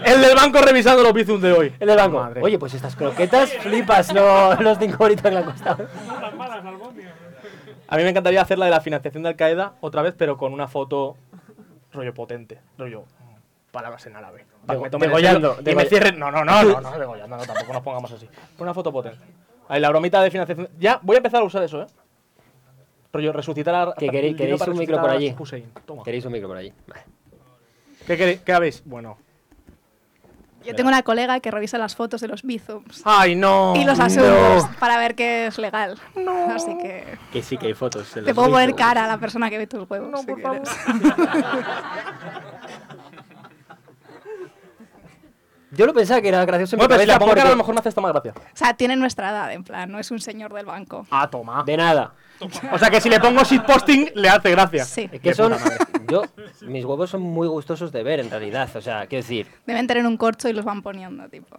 Speaker 4: El del banco revisando los bizums de hoy.
Speaker 2: El del banco. Oye, pues estas croquetas flipas, [laughs] no, los cinco horitas que le han costado.
Speaker 4: A mí me encantaría hacer la de la financiación de Al Qaeda otra vez, pero con una foto rollo potente, rollo mm, palabras en árabe. Para que me tomen el
Speaker 2: Degollando,
Speaker 4: pelo Y me
Speaker 2: degoll-
Speaker 4: cierren. No,
Speaker 2: [laughs]
Speaker 4: no, no, no, no, degollando, no, tampoco nos pongamos así. Pon una foto potente. Ahí la bromita de financiación. Ya, voy a empezar a usar eso, ¿eh? Rollo, resucitar a.
Speaker 2: Que queréis,
Speaker 4: el dinero
Speaker 2: queréis
Speaker 4: para
Speaker 2: un micro
Speaker 4: resucitar
Speaker 2: por
Speaker 4: a
Speaker 2: allí.
Speaker 4: Hussein. Toma.
Speaker 2: Queréis un micro por allí. Vale.
Speaker 4: ¿Qué, queréis- qué habéis? Bueno.
Speaker 21: Yo tengo una colega que revisa las fotos de los bizums.
Speaker 4: ¡Ay, no!
Speaker 21: Y los asuntos para ver qué es legal. Así que
Speaker 2: Que sí, que hay fotos.
Speaker 21: te puedo poner cara a la persona que ve tus huevos. si quieres.
Speaker 2: Yo lo pensaba que era gracioso. en
Speaker 4: Bueno,
Speaker 2: mi
Speaker 4: pero si
Speaker 2: cabeza
Speaker 4: la pongo
Speaker 2: porque-
Speaker 4: cara, a lo mejor me hace esta más gracia.
Speaker 21: [laughs] o sea, tiene nuestra edad, en plan, no es un señor del banco.
Speaker 4: Ah, toma.
Speaker 2: De nada.
Speaker 4: O sea que si le pongo shitposting, le hace gracia.
Speaker 21: Sí.
Speaker 2: Es que son. Yo, mis huevos son muy gustosos de ver en realidad. O sea, quiero decir.
Speaker 21: Deben tener un corcho y los van poniendo, tipo.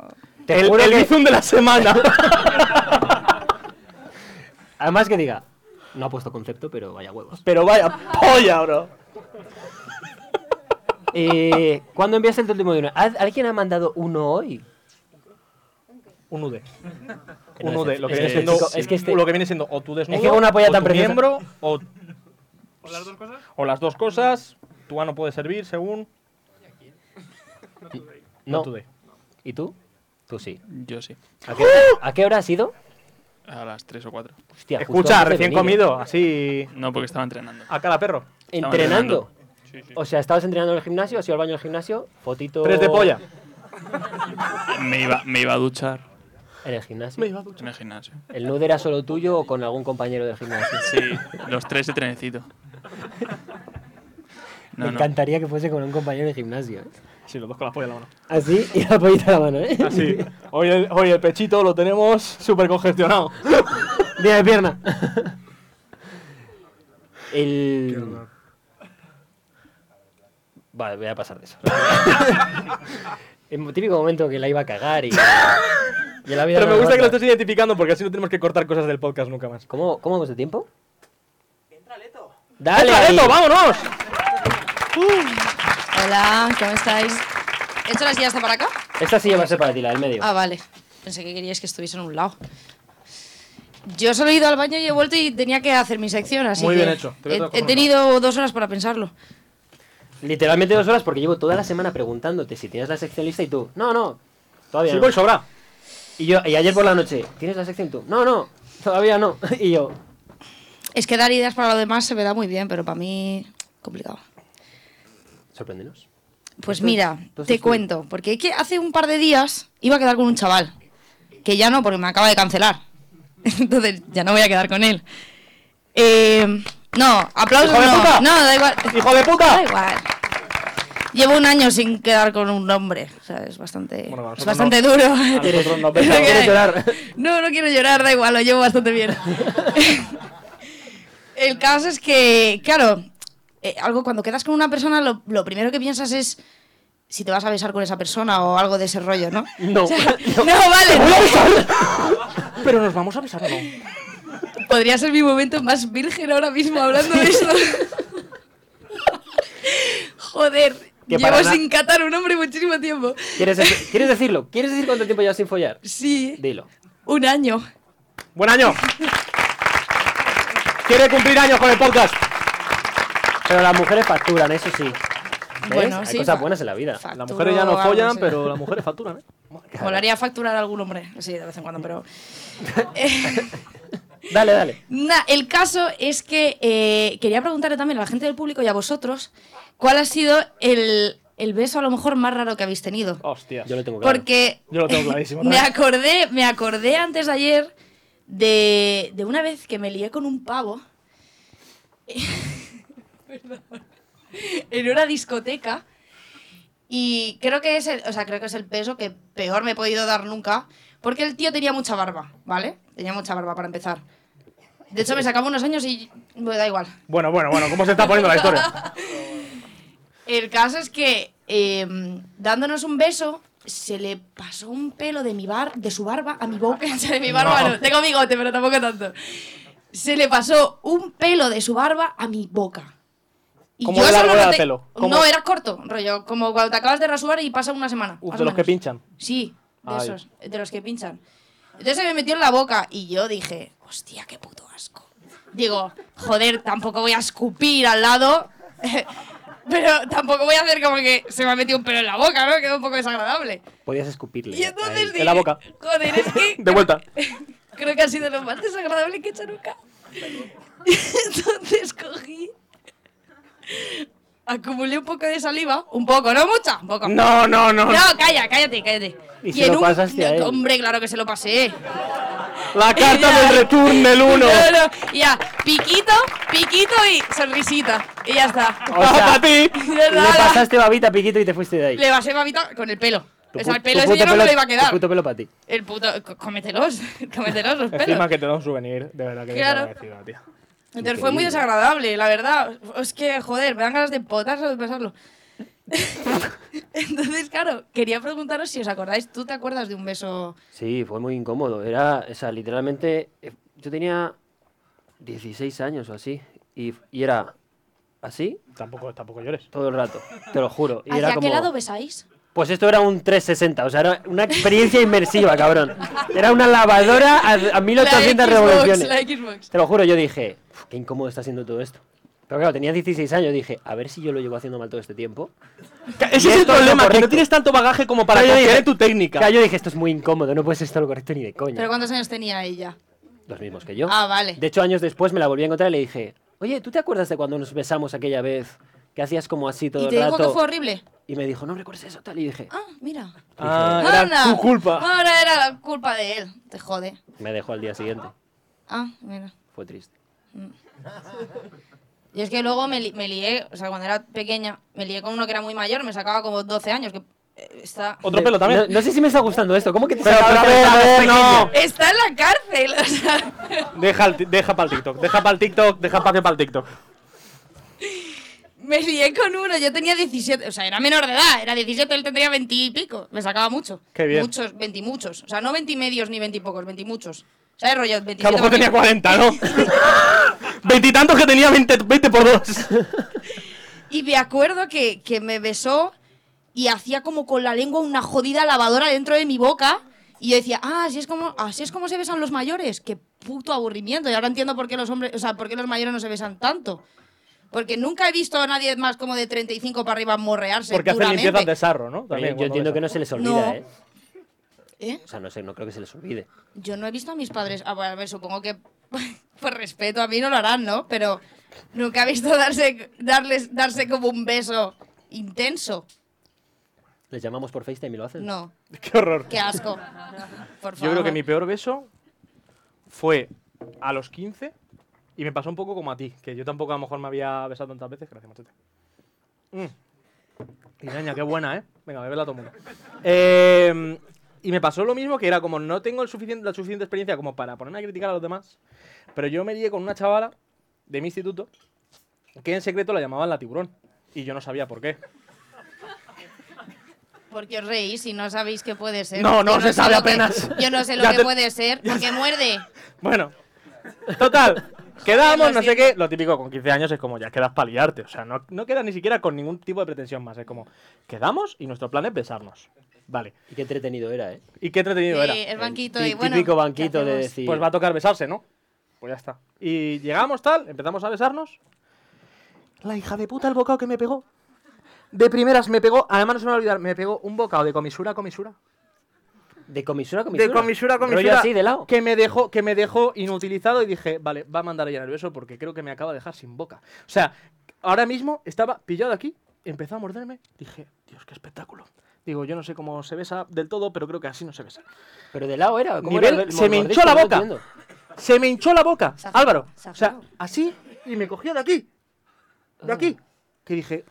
Speaker 2: Te
Speaker 4: El-
Speaker 2: juro
Speaker 4: el
Speaker 2: que-
Speaker 4: bizum de la semana.
Speaker 2: [laughs] Además que diga. No ha puesto concepto, pero vaya huevos.
Speaker 4: Pero vaya polla,
Speaker 2: [laughs]
Speaker 4: bro.
Speaker 2: Eh, ¿Cuándo enviaste el último dinero? ¿Al- ¿Alguien ha mandado uno hoy?
Speaker 4: Un nude.
Speaker 2: No,
Speaker 4: Un
Speaker 2: es
Speaker 4: nude,
Speaker 2: el-
Speaker 4: lo que,
Speaker 2: es
Speaker 4: viene
Speaker 2: que este
Speaker 4: siendo,
Speaker 2: chico- es que este-
Speaker 4: lo que viene siendo o tu desnudo,
Speaker 2: Es que una polla
Speaker 4: o
Speaker 2: tan
Speaker 4: tu
Speaker 2: preciosa.
Speaker 4: miembro, o... ¿O las dos cosas? O las dos cosas. Tu ano puede servir según...
Speaker 2: No.
Speaker 4: tu de.
Speaker 2: ¿Y tú? Tú sí.
Speaker 14: Yo sí.
Speaker 2: ¿A qué, a qué hora has ido?
Speaker 18: A las 3 o 4.
Speaker 2: Hostia,
Speaker 4: Escucha, recién
Speaker 2: eh.
Speaker 4: comido,
Speaker 18: así. No, porque estaba entrenando.
Speaker 4: A cara Ah, perro.
Speaker 18: Estaba
Speaker 2: ¿Entrenando?
Speaker 18: Sí, sí.
Speaker 2: O sea, estabas entrenando en el gimnasio, has ido al baño del gimnasio, fotito.
Speaker 18: Tres de polla. Me iba, me iba a duchar.
Speaker 2: En el gimnasio.
Speaker 18: Me iba a duchar. En el gimnasio.
Speaker 2: ¿El nude era solo tuyo o con algún compañero del gimnasio?
Speaker 18: Sí, los tres de trenecito.
Speaker 2: Me
Speaker 18: No, no.
Speaker 2: encantaría que fuese con un compañero de gimnasio. ¿eh?
Speaker 4: Sí, los dos con la polla en la mano.
Speaker 2: Así Ah, y la pollita en la mano, ¿eh?
Speaker 4: Así. Ah, Hoy el, hoy el pechito lo tenemos súper congestionado.
Speaker 2: [laughs] Día de pierna. El... Vale, voy a pasar de
Speaker 4: [laughs]
Speaker 2: eso. el típico momento que la iba a cagar
Speaker 4: [laughs]
Speaker 2: y... y la vida
Speaker 4: Pero
Speaker 2: no
Speaker 4: me gusta que lo
Speaker 2: aguanta.
Speaker 4: estés identificando porque así no tenemos que cortar cosas del podcast nunca más.
Speaker 2: ¿Cómo, cómo vamos de tiempo?
Speaker 4: ¡Dale,
Speaker 2: ahí.
Speaker 4: Leto, vámonos!
Speaker 10: Hola, ¿cómo estáis? ¿Esto las ya está para acá?
Speaker 2: Esta sí va a ser para ti, la del medio.
Speaker 10: Ah, vale. Pensé que queríais que estuviese en un lado. Yo solo he ido al baño y he vuelto y tenía que hacer mi sección, así
Speaker 2: Muy
Speaker 10: que
Speaker 2: bien hecho. Te voy a
Speaker 10: he-
Speaker 2: tocar
Speaker 10: He,
Speaker 2: una.
Speaker 10: tenido dos horas para pensarlo.
Speaker 2: Literalmente dos horas porque llevo toda la semana preguntándote si tienes la sección lista y tú, no, no, todavía
Speaker 4: Sí,
Speaker 2: no.
Speaker 4: voy sobra.
Speaker 2: Y yo, y ayer por la noche, ¿tienes la sección tú? No, no, todavía no. [laughs] Y yo,
Speaker 10: Es que dar ideas para lo demás se me da muy bien, pero para mí complicado.
Speaker 2: sorpréndenos.
Speaker 10: Pues
Speaker 2: Entonces-
Speaker 10: mira,
Speaker 2: entonces
Speaker 10: te
Speaker 2: tú-
Speaker 10: cuento, porque es que hace un par de días iba a quedar con un chaval, que ya no, porque me acaba de cancelar. [laughs] Entonces ya no voy a quedar con él. Eh, no, aplausos
Speaker 4: ¡Hijo de
Speaker 10: no.
Speaker 4: puta!
Speaker 10: No, da igual.
Speaker 4: ¡Hijo de puta!
Speaker 10: Da igual. Llevo un año sin quedar con un hombre, o sea, es bastante, es
Speaker 4: nosotros
Speaker 10: bastante
Speaker 4: no.
Speaker 10: duro.
Speaker 4: A
Speaker 10: [laughs]
Speaker 4: nosotros no,
Speaker 10: Es lo
Speaker 4: pero
Speaker 10: que
Speaker 4: quiero
Speaker 2: [laughs]
Speaker 10: hay.
Speaker 4: llorar.
Speaker 10: No, no quiero llorar, da igual, lo llevo bastante bien. El caso es que, claro, eh, algo cuando quedas con una persona, lo, lo primero que piensas es si te vas a besar con esa persona o algo de ese rollo, ¿no?
Speaker 2: No,
Speaker 10: O sea, [laughs] no, vale.
Speaker 4: Pero nos vamos a besar o no.
Speaker 10: Podría ser mi momento más virgen ahora mismo hablando de eso. Joder,
Speaker 2: Que
Speaker 10: llevo
Speaker 2: para na-
Speaker 10: sin catar un hombre muchísimo tiempo.
Speaker 2: ¿Quieres, dec- ¿Quieres decirlo? ¿Quieres decir cuánto tiempo llevas sin follar?
Speaker 10: Sí,
Speaker 2: Dilo.
Speaker 10: un año.
Speaker 4: ¡Buen año! Quiere cumplir años con el podcast.
Speaker 2: Pero las mujeres facturan, eso sí. ¿Ves?
Speaker 10: Bueno,
Speaker 2: Hay
Speaker 10: sí,
Speaker 2: cosas
Speaker 10: fa-
Speaker 2: buenas en la vida.
Speaker 10: Las mujeres ya no algo, follan, sí. pero las
Speaker 4: mujeres facturan, ¿eh?
Speaker 10: Molaría facturar a algún hombre, sí, de vez en cuando, pero...
Speaker 2: Dale, dale.
Speaker 10: Nah, el caso es que eh, quería preguntarle también a la gente del público y a vosotros cuál ha sido el, el beso a lo mejor más raro que habéis tenido.
Speaker 4: Hostias. Yo
Speaker 2: lo tengo
Speaker 10: Porque
Speaker 4: Yo lo tengo clarísimo.
Speaker 10: me
Speaker 4: también.
Speaker 10: acordé, me acordé antes de ayer de, de una vez que me lié con un pavo [laughs] Perdón. en una discoteca y creo que es el, o sea, creo que es el peso que peor me he podido dar nunca porque el tío tenía mucha barba, ¿vale? Tenía mucha barba para empezar. De hecho me sacaba unos años y me da igual.
Speaker 4: Bueno, bueno, bueno, ¿cómo se está poniendo la
Speaker 10: [laughs]
Speaker 4: historia?
Speaker 10: El caso es que eh, dándonos un beso se le pasó un pelo de mi bar, de su barba a mi boca, o sea, [laughs] de mi barba
Speaker 22: No.
Speaker 10: no. tengo bigote, pero tampoco tanto. Se le pasó un pelo de su barba a mi boca.
Speaker 4: ¿Cómo de largo
Speaker 10: solo
Speaker 4: era
Speaker 10: no
Speaker 4: el
Speaker 10: te-
Speaker 4: pelo? ¿Cómo?
Speaker 10: No, era corto, rollo, como cuando te acabas de rasurar y pasa una semana.
Speaker 4: Uf,
Speaker 10: más
Speaker 4: de
Speaker 10: o
Speaker 4: los que
Speaker 10: menos.
Speaker 4: pinchan.
Speaker 10: Sí, de
Speaker 4: Ay.
Speaker 10: esos, de los que pinchan. Entonces se me metió en la boca y yo dije, hostia, qué puto asco. Digo, joder, tampoco voy a escupir al lado, [laughs] pero tampoco voy a hacer como que se me ha metido un pelo en la boca, ¿no? Quedó un poco desagradable.
Speaker 2: Podías escupirle.
Speaker 10: Y entonces
Speaker 2: ahí.
Speaker 10: dije, En la boca. Joder, es que [laughs]
Speaker 2: De vuelta.
Speaker 10: creo que ha sido lo más desagradable que he hecho nunca. [laughs] Entonces cogí, acumulé un poco de saliva, un poco, no mucha, un poco.
Speaker 4: No, no, no.
Speaker 10: No, calla, cállate, cállate.
Speaker 4: Y se lo pasaste a él.
Speaker 10: Hombre, claro que se lo pasé.
Speaker 4: La carta del return del 1.
Speaker 10: No, no, y ya, piquito, piquito y sonrisita. Y ya está.
Speaker 2: O sea,
Speaker 10: ti!
Speaker 2: Le pasaste babita, piquito y te fuiste de ahí.
Speaker 10: Le pasé babita con el pelo.
Speaker 2: Tu
Speaker 10: o sea, el
Speaker 2: pu-
Speaker 10: pelo
Speaker 2: tu
Speaker 10: ese
Speaker 2: puto
Speaker 10: yo no me lo
Speaker 2: pelo-
Speaker 10: iba a
Speaker 2: tu
Speaker 10: quedar.
Speaker 2: puto pelo para ti.
Speaker 10: El puto. có- [laughs] Cómetelos, cómetelos los
Speaker 4: Encima
Speaker 10: pelos.
Speaker 4: que te da un souvenir, de verdad que
Speaker 10: Claro.
Speaker 4: desagradecida, tía.
Speaker 10: Entonces fue
Speaker 4: increíble.
Speaker 10: muy desagradable, la verdad. Es que, joder, me dan ganas de potar solo
Speaker 2: [laughs]
Speaker 10: de pensarlo. Entonces, claro, quería preguntaros si os acordáis, ¿tú te acuerdas de un beso?
Speaker 2: Sí, fue muy incómodo. Era, o sea, literalmente, eh, yo tenía 16 años o así. Y, y era así.
Speaker 4: Tampoco, tampoco llores.
Speaker 2: Todo el rato, te lo juro. Y
Speaker 10: ¿Hacia
Speaker 2: era como,
Speaker 10: qué lado besáis?
Speaker 2: Pues esto era un 360, o sea, era una experiencia inmersiva, cabrón. Era una lavadora a, a 1800
Speaker 10: La Xbox,
Speaker 2: revoluciones.
Speaker 10: la Xbox.
Speaker 2: Te lo juro, yo dije, "Uf, qué incómodo está siendo todo esto. Pero claro, tenía 16 años, dije, a ver si yo lo llevo haciendo mal todo este tiempo.
Speaker 4: Ese
Speaker 2: Y
Speaker 4: es el
Speaker 2: esto es lo
Speaker 4: problema, que no
Speaker 2: correcto.
Speaker 4: tienes tanto bagaje como para
Speaker 2: Claro, yo
Speaker 4: confiar
Speaker 2: dije-
Speaker 4: en tu técnica.
Speaker 2: Claro, yo dije, esto es muy incómodo, no puedes estar lo correcto ni de coña.
Speaker 10: ¿Pero cuántos años tenía ella?
Speaker 2: los mismos que yo.
Speaker 10: Ah, vale.
Speaker 2: De hecho, años después me la volví a encontrar y le dije, oye, ¿tú te acuerdas de cuando nos besamos aquella vez? Que hacías como así todo
Speaker 10: Y
Speaker 2: el
Speaker 10: te dijo
Speaker 2: rato.
Speaker 10: que fue horrible.
Speaker 2: Y me dijo, no recuerdes eso, tal. Y dije,
Speaker 10: Ah, mira.
Speaker 2: Ah,
Speaker 10: Anda.
Speaker 2: era tu culpa.
Speaker 10: Ahora era la culpa de él. Te jode.
Speaker 2: me dejó al día siguiente.
Speaker 10: Ah, mira.
Speaker 2: Fue triste.
Speaker 10: Y es que luego me, li- me lié, o sea, cuando era pequeña, me lié con uno que era muy mayor, me sacaba como 12 años, que eh, está...
Speaker 2: Eh, No, no sé si me está gustando esto. ¿Cómo que te
Speaker 4: Pero,
Speaker 2: sacaba
Speaker 4: pero, a
Speaker 2: el
Speaker 4: ver, a ver,
Speaker 2: pequeño?
Speaker 4: no.
Speaker 10: Está en la cárcel, [laughs] o sea...
Speaker 4: Deja, el ti- deja para el TikTok, deja para el TikTok, deja espacio para el TikTok.
Speaker 10: Me lié con uno, yo tenía 17, o sea, era menor de edad, era 17, él tendría 20 y pico, me sacaba mucho.
Speaker 4: Qué bien.
Speaker 10: Muchos, 20 y muchos, o sea, no 20 y medios ni 20 y pocos, 20 y muchos. O sea, rollo 27.
Speaker 4: Que a lo mejor tenía 40, [laughs] ¿no? Veintitantos que tenía 20, 20 por dos.
Speaker 10: Y me acuerdo que, que me besó y hacía como con la lengua una jodida lavadora dentro de mi boca. Y yo decía, ah, así es como, así es como se besan los mayores. Qué puto aburrimiento. Y ahora entiendo por qué los hombres, o sea, por qué los mayores no se besan tanto. Porque nunca he visto a nadie más como de 35 para arriba morrearse.
Speaker 4: Porque hacen
Speaker 10: duramente.
Speaker 4: limpiezas de sarro, ¿no?
Speaker 2: Oye,
Speaker 4: También,
Speaker 2: Eh, yo
Speaker 4: cuando
Speaker 2: entiendo
Speaker 4: besan.
Speaker 2: que no se les olvida,
Speaker 10: No.
Speaker 2: ¿eh?
Speaker 10: ¿Eh?
Speaker 2: O sea, no sé, no creo que se les olvide.
Speaker 10: Yo no he visto a mis padres. ah, bueno, a ver, supongo que [laughs] por respeto a mí no lo harán, ¿no? Pero nunca he visto darse, darles, darse como un beso intenso.
Speaker 2: ¿Les llamamos por FaceTime y lo hacen?
Speaker 10: No.
Speaker 4: [laughs] Qué horror.
Speaker 10: Qué asco. Por favor.
Speaker 4: Yo creo que mi peor beso fue a los 15 y me pasó un poco como a ti, que yo tampoco a lo mejor me había besado tantas veces. Gracias, machete. Mm. Iraña, qué buena, ¿eh? Venga, bebela todo el mundo. Eh, y me pasó lo mismo, que era como no tengo el suficiente, la suficiente experiencia como para ponerme a criticar a los demás, pero yo me lié con una chavala de mi instituto que en secreto la llamaban la tiburón y yo no sabía por qué.
Speaker 10: Porque os reís y no sabéis qué puede ser.
Speaker 4: No, no
Speaker 10: Yo
Speaker 4: se
Speaker 10: sé
Speaker 4: sabe
Speaker 10: lo que-
Speaker 4: apenas.
Speaker 10: yo no sé lo
Speaker 4: Ya
Speaker 10: que
Speaker 4: te-
Speaker 10: puede ser, porque muerde.
Speaker 4: Bueno, total. Quedamos, no sé qué. Lo típico con 15 años es como ya quedas para liarte. O sea, no, no quedas ni siquiera con ningún tipo de pretensión más. Es como, quedamos y nuestro plan es besarnos. Vale.
Speaker 2: Y qué entretenido era, ¿eh?
Speaker 4: Y qué entretenido
Speaker 10: Sí,
Speaker 4: era.
Speaker 10: el banquito
Speaker 2: tí-
Speaker 10: y bueno.
Speaker 2: típico
Speaker 10: ¿qué
Speaker 2: banquito de
Speaker 10: hacemos?
Speaker 2: decir.
Speaker 4: Pues va a tocar besarse, ¿no? Pues ya está. Y llegamos tal, empezamos a besarnos. La hija de puta el bocado que me pegó. De primeras me pegó, además no se me va a olvidar, me pegó un bocado de comisura a comisura.
Speaker 2: De comisura a comisura.
Speaker 4: De comisura a
Speaker 2: Rollo
Speaker 4: comisura.
Speaker 2: así, de lado.
Speaker 4: Que me dejó, que me dejó inutilizado y dije, vale, va a mandar ella nervioso porque creo que me acaba de dejar sin boca. O sea, ahora mismo estaba pillado aquí, empezó a morderme, dije, Dios, qué espectáculo. Digo, yo no sé cómo se besa del todo, pero creo que así no se besa.
Speaker 2: Pero de lado era. ¿cómo
Speaker 4: Nivel-
Speaker 2: era el-
Speaker 4: se me
Speaker 2: mordisco?
Speaker 4: hinchó la
Speaker 2: No
Speaker 4: boca.
Speaker 2: entiendo.
Speaker 4: Se me hinchó la boca,
Speaker 2: Exagerado,
Speaker 4: Álvaro. O sea, así y me cogió de aquí. De
Speaker 2: Ah.
Speaker 4: aquí. Que dije,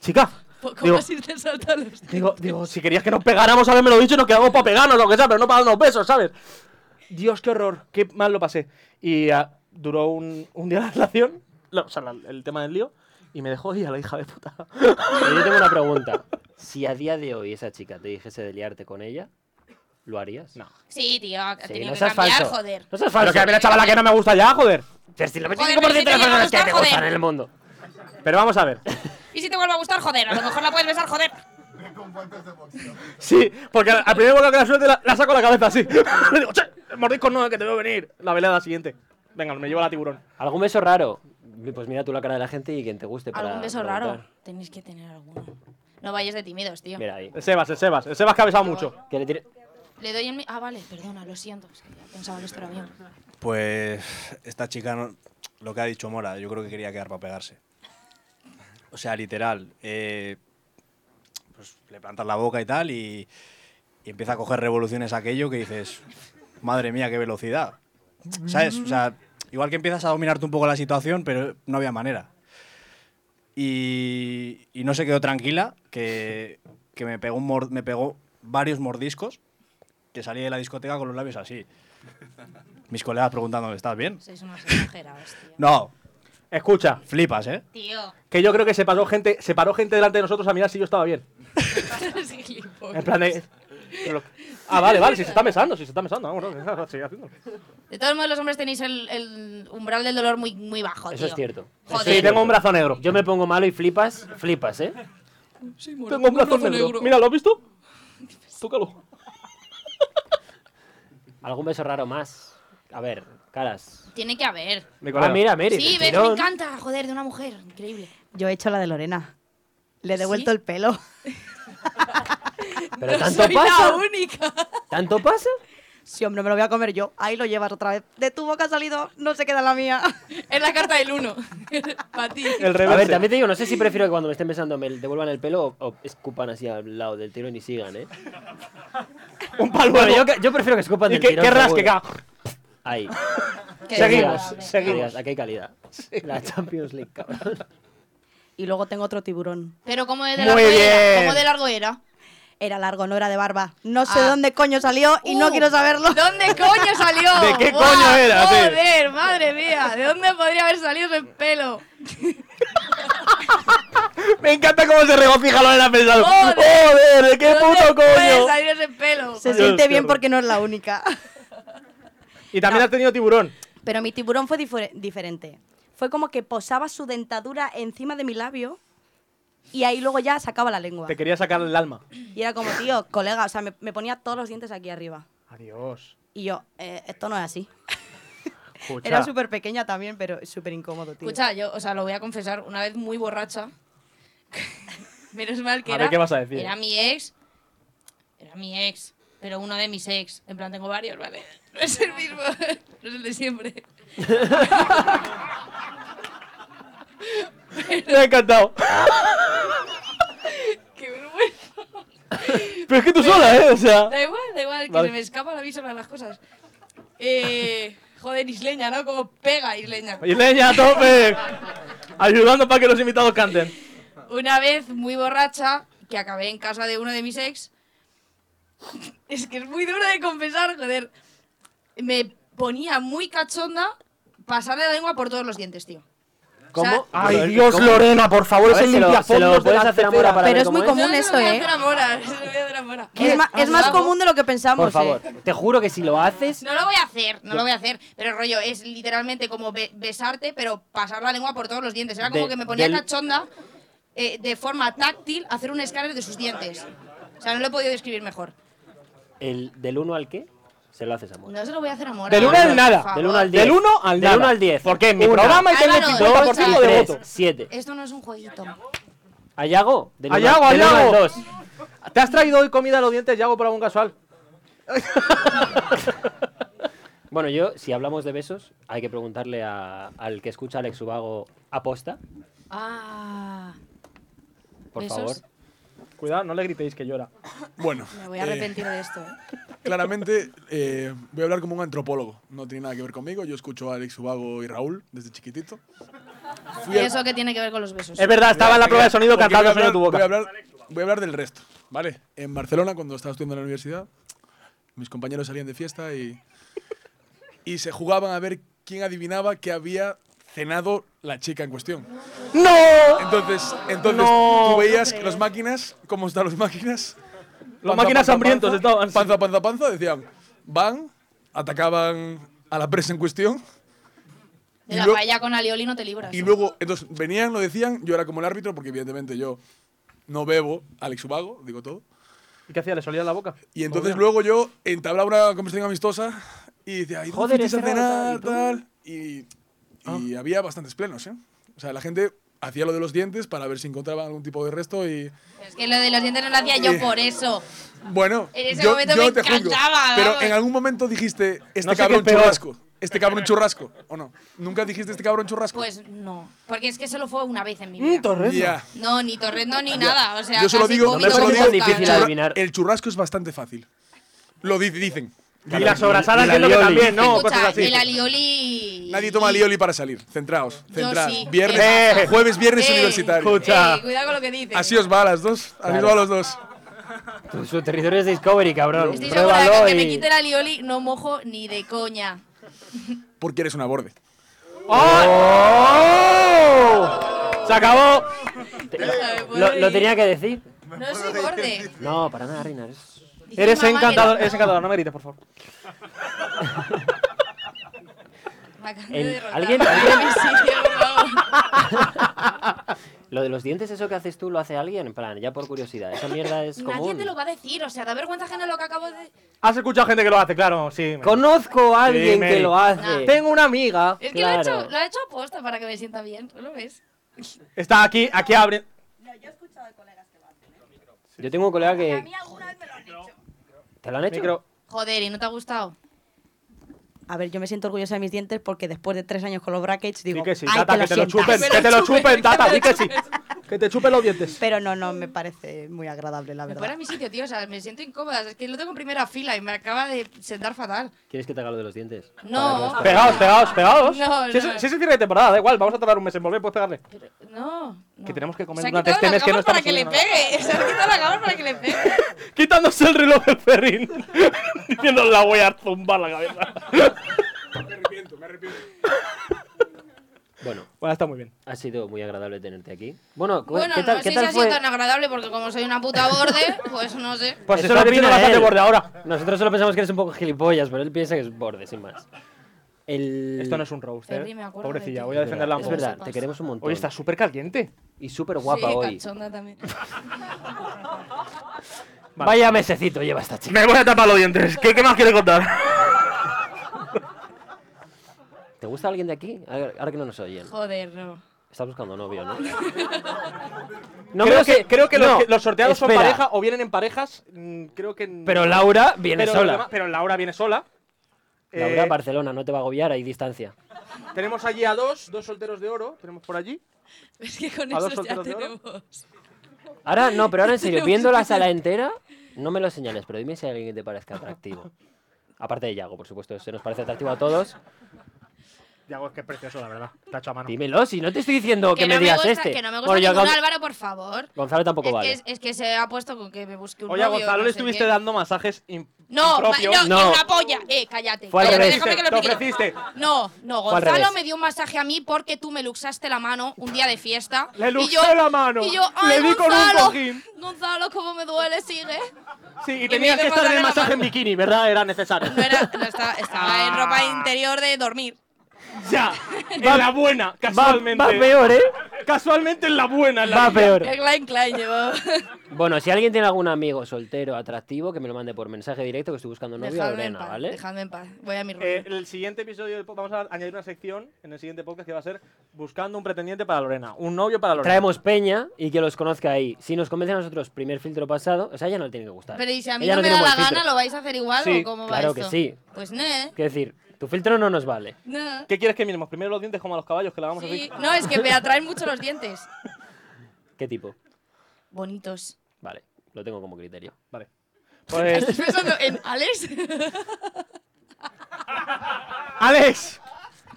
Speaker 4: chica. Digo,
Speaker 10: te salta los
Speaker 4: [laughs] digo, digo, si querías que nos pegáramos, haberme lo dicho y nos quedamos para pegarnos, lo que sea, pero no para darnos besos, ¿sabes? Dios, qué horror, qué mal lo pasé. Y ah, duró un, un día la relación, la- o sea, la- el tema del lío, y me dejó ir a la hija de puta.
Speaker 2: Pero yo tengo una pregunta. Si a día de hoy esa chica te dijese de liarte con ella, ¿lo harías? No.
Speaker 10: Sí, tío, ha
Speaker 2: Sí,
Speaker 10: tenido
Speaker 2: no
Speaker 10: que
Speaker 2: seas
Speaker 10: cambiar,
Speaker 2: falso.
Speaker 10: joder.
Speaker 2: No seas falso.
Speaker 4: Pero que había una chavala que no me gusta ya, joder.
Speaker 2: Si el 95%
Speaker 10: Joder, pero si
Speaker 2: de
Speaker 10: te
Speaker 2: las
Speaker 10: llega
Speaker 2: personas
Speaker 10: a
Speaker 2: que
Speaker 10: gustar,
Speaker 2: te
Speaker 10: joder.
Speaker 2: gustan en el mundo.
Speaker 4: Pero vamos a ver.
Speaker 10: Y si te vuelve a gustar, joder, a lo mejor la puedes besar, joder.
Speaker 4: [laughs] Sí, porque al al primer bocado que la suerte la, la saco la cabeza así. [laughs] Le digo, che, mordisco no, que te veo venir. La velada siguiente. Venga, me lleva la tiburón.
Speaker 2: ¿Algún beso raro? Pues mira tú la cara de la gente y quien te guste para
Speaker 10: Algún beso raro.
Speaker 2: preguntar.
Speaker 10: Tenéis que tener alguno. No vayáis de tímidos, tío.
Speaker 2: Mira ahí.
Speaker 4: El Sebas, el Sebas. El Sebas que ha besado mucho.
Speaker 2: Que le tire-
Speaker 10: Le doy en mi. Ah, vale, perdona, lo siento. Es que ya pensaba que esto era mío.
Speaker 19: Pues esta chica, no- lo que ha dicho Mora, yo creo que quería quedar para pegarse. O sea, literal. eh, pues le plantas la boca y tal y, y empieza a coger revoluciones aquello que dices, madre mía, qué velocidad. ¿Sabes?
Speaker 10: Mm.
Speaker 5: Mm.
Speaker 19: O sea, igual que empiezas a dominarte un poco la situación, pero no había manera. Y, y no se quedó tranquila, que, que me, pegó un mor- me pegó varios mordiscos, que salí de la discoteca con los labios así. Mis colegas preguntándome, ¿estás bien?
Speaker 10: Sois unos [laughs] exagerados, tío.
Speaker 19: No.
Speaker 4: Escucha.
Speaker 19: Flipas, ¿eh?
Speaker 10: Tío.
Speaker 4: Que yo creo que se paró gente, se paró gente delante de nosotros a mirar si yo estaba bien.
Speaker 10: Es gilipollas.
Speaker 4: En plan de. pero lo- Ah, vale, vale, si se está besando, si se está besando, vamos, no, sigue haciéndolo.
Speaker 10: De todos modos, los hombres tenéis el, el umbral del dolor muy, muy bajo, tío.
Speaker 2: Eso es cierto.
Speaker 10: Joder.
Speaker 4: Sí, tengo un brazo negro.
Speaker 2: Yo me pongo malo y flipas, flipas, ¿eh?
Speaker 4: Tengo un brazo negro. Mira, ¿lo has visto? Tócalo.
Speaker 2: ¿Algún beso raro más? A ver, caras.
Speaker 10: Tiene que haber.
Speaker 2: Ah, mira, Mary.
Speaker 10: Sí,
Speaker 2: del
Speaker 10: ves, me
Speaker 2: tirón.
Speaker 10: encanta, joder, de una mujer. Increíble.
Speaker 22: Yo he hecho la de Lorena. Le he devuelto
Speaker 4: [laughs]
Speaker 22: el pelo.
Speaker 6: [laughs]
Speaker 2: Pero tanto pasa.
Speaker 10: única.
Speaker 2: ¿Tanto pasa?
Speaker 22: Sí, hombre, me lo voy a comer yo. Ahí lo llevas otra vez. De tu boca ha salido, no se queda la mía.
Speaker 10: [laughs] Es la carta del uno. [laughs] Para ti.
Speaker 2: A ver, también te digo, no sé si prefiero que cuando me estén besando me devuelvan el pelo o, o escupan así al lado del tirón y sigan, ¿eh?
Speaker 4: Un palo.
Speaker 2: Bueno, yo, que- yo prefiero que escupan
Speaker 4: Y
Speaker 2: del
Speaker 4: que-
Speaker 2: tirón.
Speaker 4: que
Speaker 2: seguro.
Speaker 4: rasque, ca-
Speaker 2: Ahí.
Speaker 4: Qué Seguimos,
Speaker 22: desagradable.
Speaker 4: seguimos.
Speaker 2: Digas, Aquí hay calidad. La Champions League, cabrón.
Speaker 22: Y luego tengo otro tiburón.
Speaker 10: Pero como de
Speaker 22: Muy
Speaker 10: largo era.
Speaker 22: bien.
Speaker 10: ¿Cómo de largo era?
Speaker 22: Era largo, no era de barba. No sé
Speaker 10: Ah.
Speaker 22: dónde coño salió y no
Speaker 10: Uh,
Speaker 22: quiero saberlo.
Speaker 10: ¿Dónde coño salió?
Speaker 22: ¿De qué
Speaker 10: Buah,
Speaker 22: coño era, sí?
Speaker 10: Joder, madre mía. ¿De dónde podría haber salido ese pelo?
Speaker 4: Me encanta cómo se regocija lo de la pensado.
Speaker 10: Joder.
Speaker 4: ¡Joder! ¿de qué
Speaker 10: ¿De dónde
Speaker 4: puto
Speaker 10: puede
Speaker 4: coño?
Speaker 10: salir ese pelo?
Speaker 22: Se
Speaker 4: Dios,
Speaker 22: siente
Speaker 4: qué
Speaker 22: bien
Speaker 4: horror.
Speaker 22: porque no es la única.
Speaker 4: Y también has tenido tiburón.
Speaker 22: Pero mi tiburón fue difuere- diferente. Fue como que posaba su dentadura encima de mi labio y ahí luego ya sacaba la lengua.
Speaker 4: Te quería sacar el alma.
Speaker 22: Y era como, tío, colega, o sea, me, me ponía todos los dientes aquí arriba.
Speaker 4: Adiós.
Speaker 22: Y yo, eh, esto no es así.
Speaker 4: Escucha.
Speaker 22: Era súper pequeña también, pero súper incómodo, tío.
Speaker 10: Escucha, yo, o sea, lo voy a confesar, una vez muy borracha. [laughs] Menos mal que
Speaker 4: A
Speaker 10: era.
Speaker 4: ver, ¿qué vas a decir?
Speaker 10: Era mi ex. Era mi ex. Pero uno de mis ex. En plan, tengo varios, ¿vale? [laughs] No es el mismo. No es el
Speaker 4: [laughs]
Speaker 10: de siempre.
Speaker 4: Me ha encantado.
Speaker 10: Qué vergüenza.
Speaker 4: Pero es que tú sola, ¿eh? O sea.
Speaker 10: Da igual, da igual, que
Speaker 4: Vale.
Speaker 10: se me escapa la vista de las cosas. Eh, joder, Isleña, ¿no? Como pega Isleña.
Speaker 4: Y leña a tope. Ayudando para que los invitados canten.
Speaker 10: Una vez muy borracha, que acabé en casa de uno de mis ex. Es que es muy duro de confesar, joder. Me ponía muy cachonda pasarle la lengua por todos los dientes, tío.
Speaker 4: ¿Cómo?
Speaker 10: O sea-
Speaker 4: Ay, Dios, Lorena, por favor,
Speaker 2: A
Speaker 4: es
Speaker 2: ver,
Speaker 4: el
Speaker 2: se lo-
Speaker 4: limpiafondos
Speaker 2: se
Speaker 4: de
Speaker 2: lo
Speaker 4: la
Speaker 2: puedes hacer a Mora
Speaker 4: CCA.
Speaker 2: para
Speaker 4: Pero
Speaker 2: ver
Speaker 4: es
Speaker 2: cómo
Speaker 4: muy
Speaker 10: No,
Speaker 4: común
Speaker 10: no,
Speaker 4: eso,
Speaker 10: no, voy a
Speaker 4: ¿eh?
Speaker 10: hacer amor, no lo voy a hacer amor.
Speaker 22: Es, ma- es más común de lo que pensamos.
Speaker 2: Por favor,
Speaker 22: eh.
Speaker 2: te juro que si lo haces.
Speaker 10: No lo voy a hacer, no lo voy a hacer. Pero rollo, es literalmente como be- besarte, pero pasar la lengua por todos los dientes. Era como
Speaker 2: De-
Speaker 10: que me ponía
Speaker 2: del-
Speaker 10: cachonda eh, de forma táctil hacer un escáner de sus dientes. O sea, no lo he podido describir mejor.
Speaker 2: El, ¿Del 1 al qué? Se lo haces, amor.
Speaker 10: Pues No se lo voy a hacer amor.
Speaker 4: Del 1 al nada.
Speaker 10: favor.
Speaker 2: Del 1 al 10.
Speaker 4: Del 1 al
Speaker 2: Del
Speaker 4: nada.
Speaker 2: 1 al 10.
Speaker 4: Porque en mi programa hay que tener
Speaker 10: Álvaro, 50% de voto.
Speaker 2: 7.
Speaker 10: Esto no es un jueguito.
Speaker 2: Ayago. Del uno al-
Speaker 4: Ayago,
Speaker 2: del uno al
Speaker 4: Ayago.
Speaker 2: dos.
Speaker 4: ¿Te has traído hoy comida a los dientes, Yago, por algún casual?
Speaker 2: Bueno, yo, si hablamos de besos, hay que preguntarle a- al que escucha Alex Ubago aposta,
Speaker 10: Ah.
Speaker 2: por
Speaker 10: Besos.
Speaker 2: favor.
Speaker 4: Cuidado, no le gritéis que llora.
Speaker 5: Bueno.
Speaker 10: Me voy a arrepentir de esto. ¿eh?
Speaker 5: [laughs] Claramente, eh, voy a hablar como un antropólogo. No tiene nada que ver conmigo. Yo escucho a Alex Ubago y Raúl desde chiquitito.
Speaker 10: ¿Y eso qué tiene que ver con los besos?
Speaker 4: Es verdad, estaba en la prueba de sonido
Speaker 5: Porque
Speaker 4: cantando
Speaker 5: voy a
Speaker 4: sonido tu boca.
Speaker 5: hablar- Voy a, hablar, voy a hablar del resto, ¿vale? En Barcelona, cuando estaba estudiando en la universidad, mis compañeros salían de fiesta y, y se jugaban a ver quién adivinaba que había cenado la chica en cuestión.
Speaker 4: ¡No!
Speaker 5: Entonces, entonces
Speaker 4: No.
Speaker 5: tú veías que las máquinas, ¿cómo están las máquinas?
Speaker 4: Los máquinas hambrientos
Speaker 5: estaban. Panza, panza, panza, decían, van, atacaban a la presa en cuestión.
Speaker 10: De
Speaker 5: y
Speaker 10: la
Speaker 5: luego-
Speaker 10: paella con alioli no te libras.
Speaker 5: y luego, entonces, venían, lo decían, yo era como el árbitro, porque evidentemente yo no bebo, Alex Ubago, digo todo.
Speaker 4: ¿Y qué hacía? ¿Le solía la boca?
Speaker 5: Y entonces luego yo entablaba una conversación amistosa y decía, "Ay, ¿dónde
Speaker 4: Joder,
Speaker 5: fuisteis
Speaker 4: este
Speaker 5: a
Speaker 4: rato,
Speaker 5: cenar,
Speaker 4: ¿y tú? Ah.
Speaker 5: tal?". Y, y había bastantes plenos, ¿eh? O sea, la gente hacía lo de los dientes para ver si encontraban algún tipo de resto y...
Speaker 10: Es que lo de los dientes no lo hacía yo
Speaker 5: Eh.
Speaker 10: por eso.
Speaker 5: Bueno,
Speaker 10: Ah. En ese
Speaker 5: yo,
Speaker 10: momento
Speaker 5: yo
Speaker 10: me
Speaker 5: te juzgo,
Speaker 10: encantaba,
Speaker 5: pero
Speaker 10: vamos.
Speaker 5: en algún momento dijiste, este
Speaker 4: No sé qué
Speaker 5: cabrón
Speaker 4: es peor.
Speaker 5: churrasco, este cabrón churrasco, ¿o no? ¿Nunca dijiste este cabrón churrasco?
Speaker 10: Pues no. Porque es que solo fue una vez
Speaker 4: Mm,
Speaker 5: Mm,
Speaker 10: en mi vida.
Speaker 5: torrendo. Ya.
Speaker 10: No, ni torrendo ni nada. O sea,
Speaker 5: yo solo
Speaker 10: casi
Speaker 5: digo,
Speaker 10: vómito
Speaker 5: yo solo
Speaker 10: en
Speaker 5: digo
Speaker 10: boca, ¿no?
Speaker 5: churra- el churrasco es bastante fácil. Lo di- dicen.
Speaker 4: Y la sobrasada entiendo que también, ¿no?
Speaker 10: Escucha,
Speaker 4: Cosas así.
Speaker 10: el alioli.
Speaker 5: Nadie toma lioli para salir. Centraos, centraos.
Speaker 10: sí.
Speaker 5: Viernes,
Speaker 10: Eh.
Speaker 5: jueves, viernes
Speaker 10: Eh,
Speaker 5: universitario.
Speaker 10: eh, cuidado con lo que dices.
Speaker 5: Así os va a las dos. Así os va a los dos.
Speaker 2: Tu- Su territorio es Discovery, cabrón.
Speaker 10: Estoy segura de que
Speaker 2: Pruébalo
Speaker 10: aunque me
Speaker 2: y.
Speaker 10: quite el alioli no mojo ni de coña.
Speaker 5: Porque eres una borde.
Speaker 4: ¡Oh!
Speaker 10: ¡Oh!
Speaker 4: ¡Se acabó!
Speaker 2: Lo, lo tenía que decir.
Speaker 10: No soy borde.
Speaker 2: No, para nada, Reina. eres-
Speaker 10: Dice
Speaker 4: Eres
Speaker 10: mamá que
Speaker 4: encantador,
Speaker 10: no.
Speaker 4: eres encantador, no me grites, por favor.
Speaker 10: Me acabo
Speaker 2: El-
Speaker 10: de derrotar. [laughs]
Speaker 2: ¿alguien-
Speaker 10: Dame sitio, por favor.
Speaker 2: Lo de los dientes, eso que haces tú, lo hace alguien. En plan, ya por curiosidad. Esa mierda es
Speaker 10: Nadie
Speaker 2: común.
Speaker 10: te lo va a decir, o sea, da vergüenza ajena lo que acabo de...
Speaker 4: ¿Has escuchado gente que lo hace? Claro, sí.
Speaker 2: Conozco a alguien que lo
Speaker 10: hace.
Speaker 4: Tengo una amiga.
Speaker 10: Es que lo, he hecho, lo he hecho aposta para que me sienta bien, ¿tú lo ves?
Speaker 4: Está aquí, aquí abre.
Speaker 2: Yo tengo un colega que. ¿Te lo han hecho?
Speaker 10: Joder, ¿y no te ha gustado?
Speaker 22: A ver, yo me siento orgullosa de mis dientes porque después de tres años con los brackets digo,
Speaker 4: Di que sí,
Speaker 22: "Ay,
Speaker 4: Tata,
Speaker 22: que,
Speaker 4: que, te lo
Speaker 22: sientas".
Speaker 4: chupen, que te lo chupen, Tata, di que sí. Que te chupen los dientes.
Speaker 22: Pero no, no, me parece muy agradable, la
Speaker 10: Me fuera
Speaker 22: verdad.
Speaker 10: a mi sitio, tío. O sea, me siento incómoda. Es que lo tengo en primera fila y me acaba de sentar fatal.
Speaker 2: ¿Quieres que te haga lo de
Speaker 4: [laughs]
Speaker 2: los dientes?
Speaker 10: No.
Speaker 2: pues,
Speaker 4: Pegaos, pegaos, pegados.
Speaker 10: No,
Speaker 4: si, es,
Speaker 10: no.
Speaker 4: si es el cierre de temporada, da igual, vamos a tardar un mes en volver, puedes pegarle.
Speaker 10: No.
Speaker 4: Que tenemos que comer
Speaker 10: Se ha
Speaker 4: durante este
Speaker 10: quitado la
Speaker 4: mes que no
Speaker 10: gafas
Speaker 4: estamos
Speaker 10: para que le
Speaker 4: subiendo
Speaker 10: pegue. [laughs] Se ha quitado la gafas para que le pegue.
Speaker 4: nada. Quitándose el reloj del ferrín. [laughs] Diciendo la voy a zumbar la cabeza.
Speaker 5: [laughs]
Speaker 2: Bueno.
Speaker 4: Bueno, está muy bien.
Speaker 2: Ha sido muy agradable tenerte aquí. Bueno, cu-
Speaker 10: Bueno,
Speaker 2: ¿qué tal,
Speaker 10: no
Speaker 2: qué
Speaker 10: sé si
Speaker 2: tal
Speaker 10: ha
Speaker 2: fue?
Speaker 10: sido tan agradable porque como soy una puta borde, [laughs] pues no sé.
Speaker 2: Pues
Speaker 4: Eso lo opina
Speaker 2: bastante
Speaker 4: él.
Speaker 2: borde ahora. Nosotros solo pensamos que eres un poco gilipollas, pero él piensa que es borde, sin más. El...
Speaker 4: Esto no es un roast,
Speaker 10: Ferri, me
Speaker 4: ¿eh?
Speaker 10: acuerdo
Speaker 4: Pobrecilla,
Speaker 10: de ti.
Speaker 4: voy a defenderla un
Speaker 2: Es
Speaker 4: poco.
Speaker 2: verdad, te queremos un montón.
Speaker 4: Hoy está súper caliente.
Speaker 2: Y súper guapa
Speaker 10: sí,
Speaker 2: hoy. [laughs]
Speaker 10: cachonda también.
Speaker 2: Vaya mesecito lleva esta chica.
Speaker 4: Me voy a tapar los dientes. ¿Qué, qué más quiere contar?
Speaker 2: [laughs] ¿Te gusta alguien de aquí? Ahora ahora que no nos oyen.
Speaker 10: Joder, no.
Speaker 2: Estás buscando novio,
Speaker 10: [laughs]
Speaker 2: ¿no?
Speaker 4: creo,
Speaker 2: creo
Speaker 4: que,
Speaker 2: que-
Speaker 4: creo que los
Speaker 2: [laughs] no,
Speaker 4: que- los, sorteados son
Speaker 2: espera.
Speaker 4: pareja o vienen en parejas. mm, Creo que.
Speaker 2: Pero Laura viene
Speaker 4: Pero los
Speaker 2: sola.
Speaker 4: demás- pero Laura viene sola.
Speaker 2: Laura,
Speaker 4: Eh,
Speaker 2: Barcelona, no te va a agobiar, hay distancia.
Speaker 4: Tenemos allí a dos, dos solteros de oro. Tenemos por allí.
Speaker 10: Es que con
Speaker 4: ¿A dos
Speaker 10: eso ya
Speaker 4: solteros de oro?
Speaker 10: tenemos.
Speaker 2: Ahora, no, pero ahora en
Speaker 10: [laughs]
Speaker 2: serio, viendo la sala entera, no me lo señales, pero dime si hay alguien que te parezca atractivo. Aparte de Yago, por supuesto, se nos parece atractivo a todos.
Speaker 4: Yago, es que es precioso, la verdad. Está hecho a mano.
Speaker 2: Dímelo, si no te estoy diciendo que,
Speaker 10: no
Speaker 2: me digas
Speaker 10: gusta,
Speaker 2: este.
Speaker 10: Que no me gusta
Speaker 2: Bueno, ya
Speaker 10: ningún
Speaker 2: Gon-
Speaker 10: Álvaro, por favor.
Speaker 2: Gonzalo tampoco
Speaker 10: es,
Speaker 2: vale.
Speaker 10: que, es, es que se ha puesto con que me busque un
Speaker 4: Oye, a
Speaker 10: novio.
Speaker 4: Gonzalo
Speaker 10: no
Speaker 4: le
Speaker 10: sé
Speaker 4: estuviste
Speaker 10: qué.
Speaker 4: dando masajes im-
Speaker 10: No, ma-
Speaker 4: impropios.
Speaker 10: no, no, una polla. Eh, cállate.
Speaker 4: Fue al
Speaker 10: Cállate,
Speaker 4: revés.
Speaker 10: déjame que lo
Speaker 4: Te
Speaker 10: explique.
Speaker 4: ofreciste.
Speaker 10: No, no,
Speaker 4: Fue al
Speaker 10: Gonzalo
Speaker 4: revés.
Speaker 10: me dio un masaje a mí porque tú me luxaste la mano un día de fiesta.
Speaker 4: Le
Speaker 10: y
Speaker 4: luxé
Speaker 10: yo,
Speaker 4: la mano.
Speaker 10: Y yo,
Speaker 4: le
Speaker 10: ay,
Speaker 4: di con un
Speaker 10: Gonzalo,
Speaker 4: cojín.
Speaker 10: Gonzalo, cómo me duele, sigue.
Speaker 4: Sí,
Speaker 10: y
Speaker 4: y
Speaker 10: me
Speaker 4: tenías que
Speaker 10: hizo
Speaker 4: estar en el
Speaker 10: pasarle la
Speaker 4: masaje en bikini, ¿verdad? Era
Speaker 10: [laughs]
Speaker 4: necesario.
Speaker 10: No era, no estaba, estaba en ropa interior de
Speaker 4: Ah.
Speaker 10: dormir. [laughs]
Speaker 4: Ya. En la buena, casualmente.
Speaker 2: va peor, ¿eh?
Speaker 4: Casualmente en la buena. en la
Speaker 2: Va
Speaker 4: mía.
Speaker 2: peor.
Speaker 10: El Klein Klein llevaba.
Speaker 2: Bueno, si alguien tiene algún amigo soltero atractivo, que me lo mande por mensaje directo, que estoy buscando
Speaker 10: [laughs]
Speaker 2: novio a
Speaker 10: Dejadme en
Speaker 2: Lorena,
Speaker 10: paz,
Speaker 2: ¿vale?
Speaker 10: dejadme en paz. Voy a mi rollo.
Speaker 4: Eh, el siguiente episodio del po- vamos a añadir una sección en el siguiente podcast que va a ser buscando un pretendiente para Lorena, un novio para Lorena.
Speaker 2: Traemos Peña y que los conozca ahí. Si nos convence a nosotros, primer filtro pasado, o sea, ya no le tiene que gustar.
Speaker 10: Pero y si a mí
Speaker 2: Ella
Speaker 10: no, me
Speaker 2: tiene
Speaker 10: da
Speaker 2: buen
Speaker 10: la gana,
Speaker 2: filtro.
Speaker 10: ¿lo vais a hacer igual
Speaker 2: Sí,
Speaker 10: o cómo va
Speaker 2: claro
Speaker 10: esto?
Speaker 2: que sí.
Speaker 10: Pues no, ¿eh?
Speaker 2: Quiero decir, tu filtro no nos vale.
Speaker 10: No.
Speaker 4: ¿Qué quieres que miremos? Primero los dientes como a los caballos que la vamos
Speaker 10: Sí,
Speaker 4: a
Speaker 10: No, es que me atraen mucho los dientes.
Speaker 2: ¿Qué tipo?
Speaker 10: Bonitos.
Speaker 2: Vale, lo tengo como criterio.
Speaker 10: [laughs]
Speaker 2: Pues,
Speaker 4: Vale.
Speaker 2: Eh.
Speaker 10: ¿Estás pensando en Alex?
Speaker 4: Alex.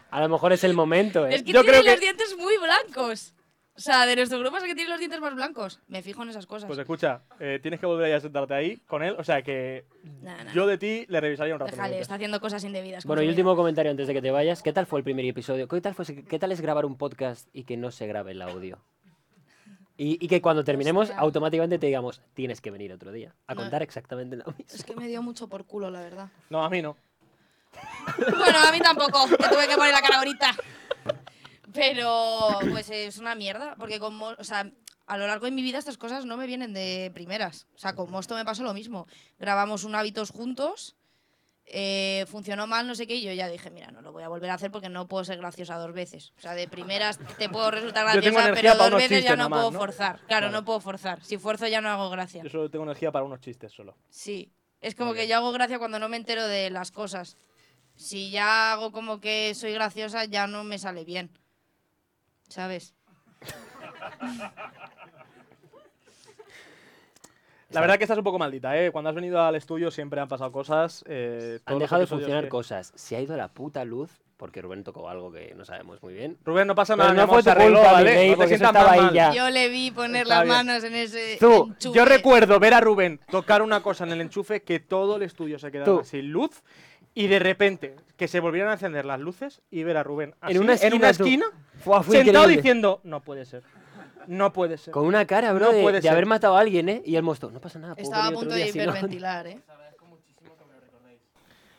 Speaker 2: A lo mejor es el momento, ¿eh?
Speaker 10: es que tiene los dientes muy blancos. O sea, de nuestro grupo es el que tiene los dientes más blancos. Me fijo en esas cosas.
Speaker 4: Pues escucha, eh, tienes que volver ahí a sentarte ahí con él, o sea que
Speaker 10: Nah, nah.
Speaker 4: yo de ti le revisaría un rato. los
Speaker 10: Déjale,
Speaker 4: dientes.
Speaker 10: está haciendo cosas indebidas. con
Speaker 2: Bueno,
Speaker 10: su
Speaker 2: y
Speaker 10: vida.
Speaker 2: último comentario antes de que te vayas. ¿Qué tal fue el primer episodio? ¿Qué tal, fue, qué tal es grabar un podcast y que no se grabe el audio? Y, y que cuando terminemos,
Speaker 10: Hostia.
Speaker 2: automáticamente te digamos, tienes que venir otro día a
Speaker 10: No.
Speaker 2: contar exactamente lo mismo.
Speaker 10: Es que me dio mucho por culo, la verdad.
Speaker 4: No, a mí no.
Speaker 10: Bueno, a mí tampoco, que tuve que poner la cara bonita. Pero, pues es una mierda, porque con Mo- o sea, a lo largo de mi vida estas cosas no me vienen de primeras. O sea, con Mosto me pasó lo mismo. Grabamos un hábitos juntos, eh, funcionó mal, no sé qué, y yo ya dije, mira, no lo voy a volver a hacer porque no puedo ser graciosa dos veces. O sea, de primeras te puedo resultar
Speaker 4: Yo tengo
Speaker 10: graciosa,
Speaker 4: energía
Speaker 10: pero
Speaker 4: para
Speaker 10: dos
Speaker 4: unos
Speaker 10: veces ya
Speaker 4: chistes
Speaker 10: no
Speaker 4: nada más,
Speaker 10: puedo
Speaker 4: ¿no?
Speaker 10: forzar. Claro,
Speaker 4: Vale.
Speaker 10: no puedo forzar. Si fuerzo ya no hago gracia.
Speaker 4: Yo solo tengo energía para unos chistes solo.
Speaker 10: Sí, es como que yo hago gracia cuando no me entero de las cosas. Si ya hago como que soy graciosa, ya no me sale bien. ¿Sabes?
Speaker 4: La verdad que estás un poco maldita, ¿eh? Cuando has venido al estudio siempre han pasado cosas. eh, todos
Speaker 2: Han
Speaker 4: los
Speaker 2: dejado de
Speaker 4: episodios
Speaker 2: funcionar
Speaker 4: que-
Speaker 2: cosas. Se ha ido a la puta luz porque Rubén tocó algo que no sabemos muy bien.
Speaker 4: Rubén, no pasa
Speaker 2: Pero
Speaker 4: nada, mi
Speaker 2: no
Speaker 4: amor,
Speaker 2: fue
Speaker 4: se
Speaker 2: tu
Speaker 4: arregló,
Speaker 2: culpa, mi
Speaker 4: ¿vale?
Speaker 2: rey,
Speaker 4: No te
Speaker 2: porque eso
Speaker 4: sientas
Speaker 2: estaba
Speaker 4: mal,
Speaker 2: ahí
Speaker 4: mal.
Speaker 2: ya.
Speaker 10: Yo le vi poner
Speaker 4: Está
Speaker 10: las
Speaker 4: bien.
Speaker 10: manos en ese
Speaker 4: Tú,
Speaker 10: enchufe.
Speaker 4: yo recuerdo ver a Rubén tocar una cosa en el enchufe que todo el estudio se quedaba
Speaker 2: Tú.
Speaker 4: sin luz y de repente que se volvieran a encender las luces y ver a Rubén así,
Speaker 2: una
Speaker 4: en una
Speaker 2: esquina, tú.
Speaker 4: esquina
Speaker 2: Fua, fue
Speaker 4: sentado
Speaker 2: increíble.
Speaker 4: diciendo, no puede ser, no puede ser.
Speaker 2: Con una cara, bro,
Speaker 4: No
Speaker 2: de,
Speaker 4: puede
Speaker 2: de
Speaker 4: ser.
Speaker 2: haber matado a alguien, ¿eh? Y el monstruo, no pasa nada. puedo
Speaker 10: Estaba a
Speaker 2: venir
Speaker 10: punto
Speaker 2: otro
Speaker 10: de
Speaker 2: día, si no". [laughs]
Speaker 10: hiperventilar, ¿eh?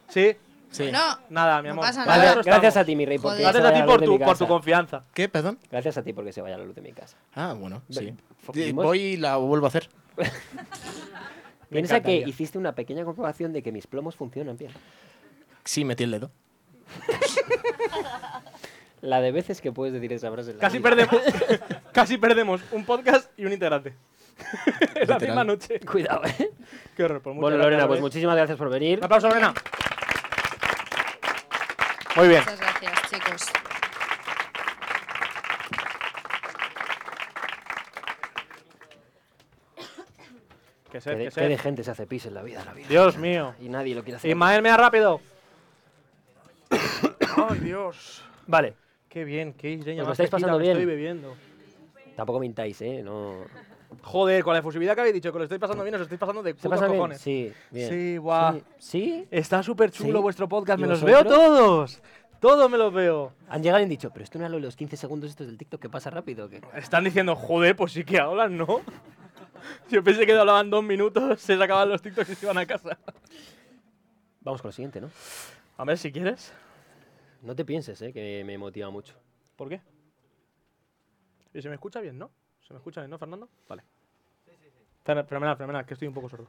Speaker 4: Sí,
Speaker 10: Sí. No,
Speaker 4: nada, mi amor.
Speaker 10: pasa
Speaker 4: Para
Speaker 2: nada.
Speaker 4: eso
Speaker 2: Gracias
Speaker 4: estamos.
Speaker 2: a ti, mi rey, porque
Speaker 4: gracias
Speaker 2: esa
Speaker 4: a ti
Speaker 2: era la
Speaker 4: por
Speaker 2: luz de
Speaker 4: tu,
Speaker 2: mi
Speaker 4: por tu
Speaker 2: casa.
Speaker 4: confianza.
Speaker 23: ¿Qué, perdón?
Speaker 2: Gracias a ti porque se vaya la luz de mi casa.
Speaker 23: Ah, bueno,
Speaker 2: Ve-
Speaker 23: sí.
Speaker 2: fu-
Speaker 23: Eh,
Speaker 2: dimos-
Speaker 23: Voy y la vuelvo a hacer. Me
Speaker 2: Piensa que
Speaker 23: encantaría.
Speaker 2: hiciste una pequeña comprobación de que mis plomos funcionan bien.
Speaker 23: Sí, metí
Speaker 4: [laughs]
Speaker 23: el dedo.
Speaker 2: La de veces que puedes decir esa frase. en la
Speaker 4: Casi
Speaker 2: vida.
Speaker 4: perdemos, casi perdemos un podcast y un integrante. [laughs] es la misma noche.
Speaker 2: Cuidado, eh.
Speaker 4: Qué horror. Pues muchas
Speaker 2: [laughs] Bueno,
Speaker 4: gracias,
Speaker 2: Lorena,
Speaker 4: Lore.
Speaker 2: pues muchísimas gracias por venir.
Speaker 4: Un aplauso, Lorena. Muy bien.
Speaker 10: Muchas gracias, chicos.
Speaker 4: Que
Speaker 2: Qué
Speaker 4: sed,
Speaker 2: de,
Speaker 4: que
Speaker 2: qué
Speaker 4: sed.
Speaker 2: de gente se hace pis en la vida, la vida.
Speaker 4: Dios mío.
Speaker 2: Y nadie lo quiere hacer.
Speaker 4: Ismael, mira [coughs] rápido.
Speaker 2: Ay,
Speaker 4: Dios.
Speaker 2: Vale.
Speaker 4: Qué bien, qué isleña.
Speaker 2: Os lo
Speaker 4: más
Speaker 2: estáis
Speaker 4: fresquita
Speaker 2: pasando
Speaker 4: me
Speaker 2: bien.
Speaker 4: Estoy bebiendo.
Speaker 2: Tampoco mintáis, ¿eh? No...
Speaker 4: Joder, con la efusividad que habéis dicho, que lo estáis pasando bien, os estáis pasando de putos
Speaker 2: pasa bien?
Speaker 4: cojones.
Speaker 2: Sí, bien.
Speaker 4: Sí, guau.
Speaker 2: Sí.
Speaker 4: Está súper chulo
Speaker 2: Sí.
Speaker 4: vuestro podcast,
Speaker 2: ¿Y
Speaker 4: me los veo
Speaker 2: vosotros?
Speaker 4: todos. Todos me los veo.
Speaker 2: Han llegado y han dicho, pero esto no era lo de los 15 segundos estos del TikTok que pasa rápido. Que...
Speaker 4: Están diciendo, joder, pues sí que hablan, ¿no? Yo pensé que hablaban dos minutos, se sacaban los TikToks y se iban a casa.
Speaker 2: Vamos con lo siguiente, ¿no?
Speaker 4: A ver, si quieres.
Speaker 2: No te pienses, ¿eh? Que me motiva mucho.
Speaker 4: ¿Por qué? ¿Y se me escucha bien, no? ¿Se me escucha bien, no, Fernando? Vale. Fer- Fenomenal, fenomenal, que estoy un poco sordo.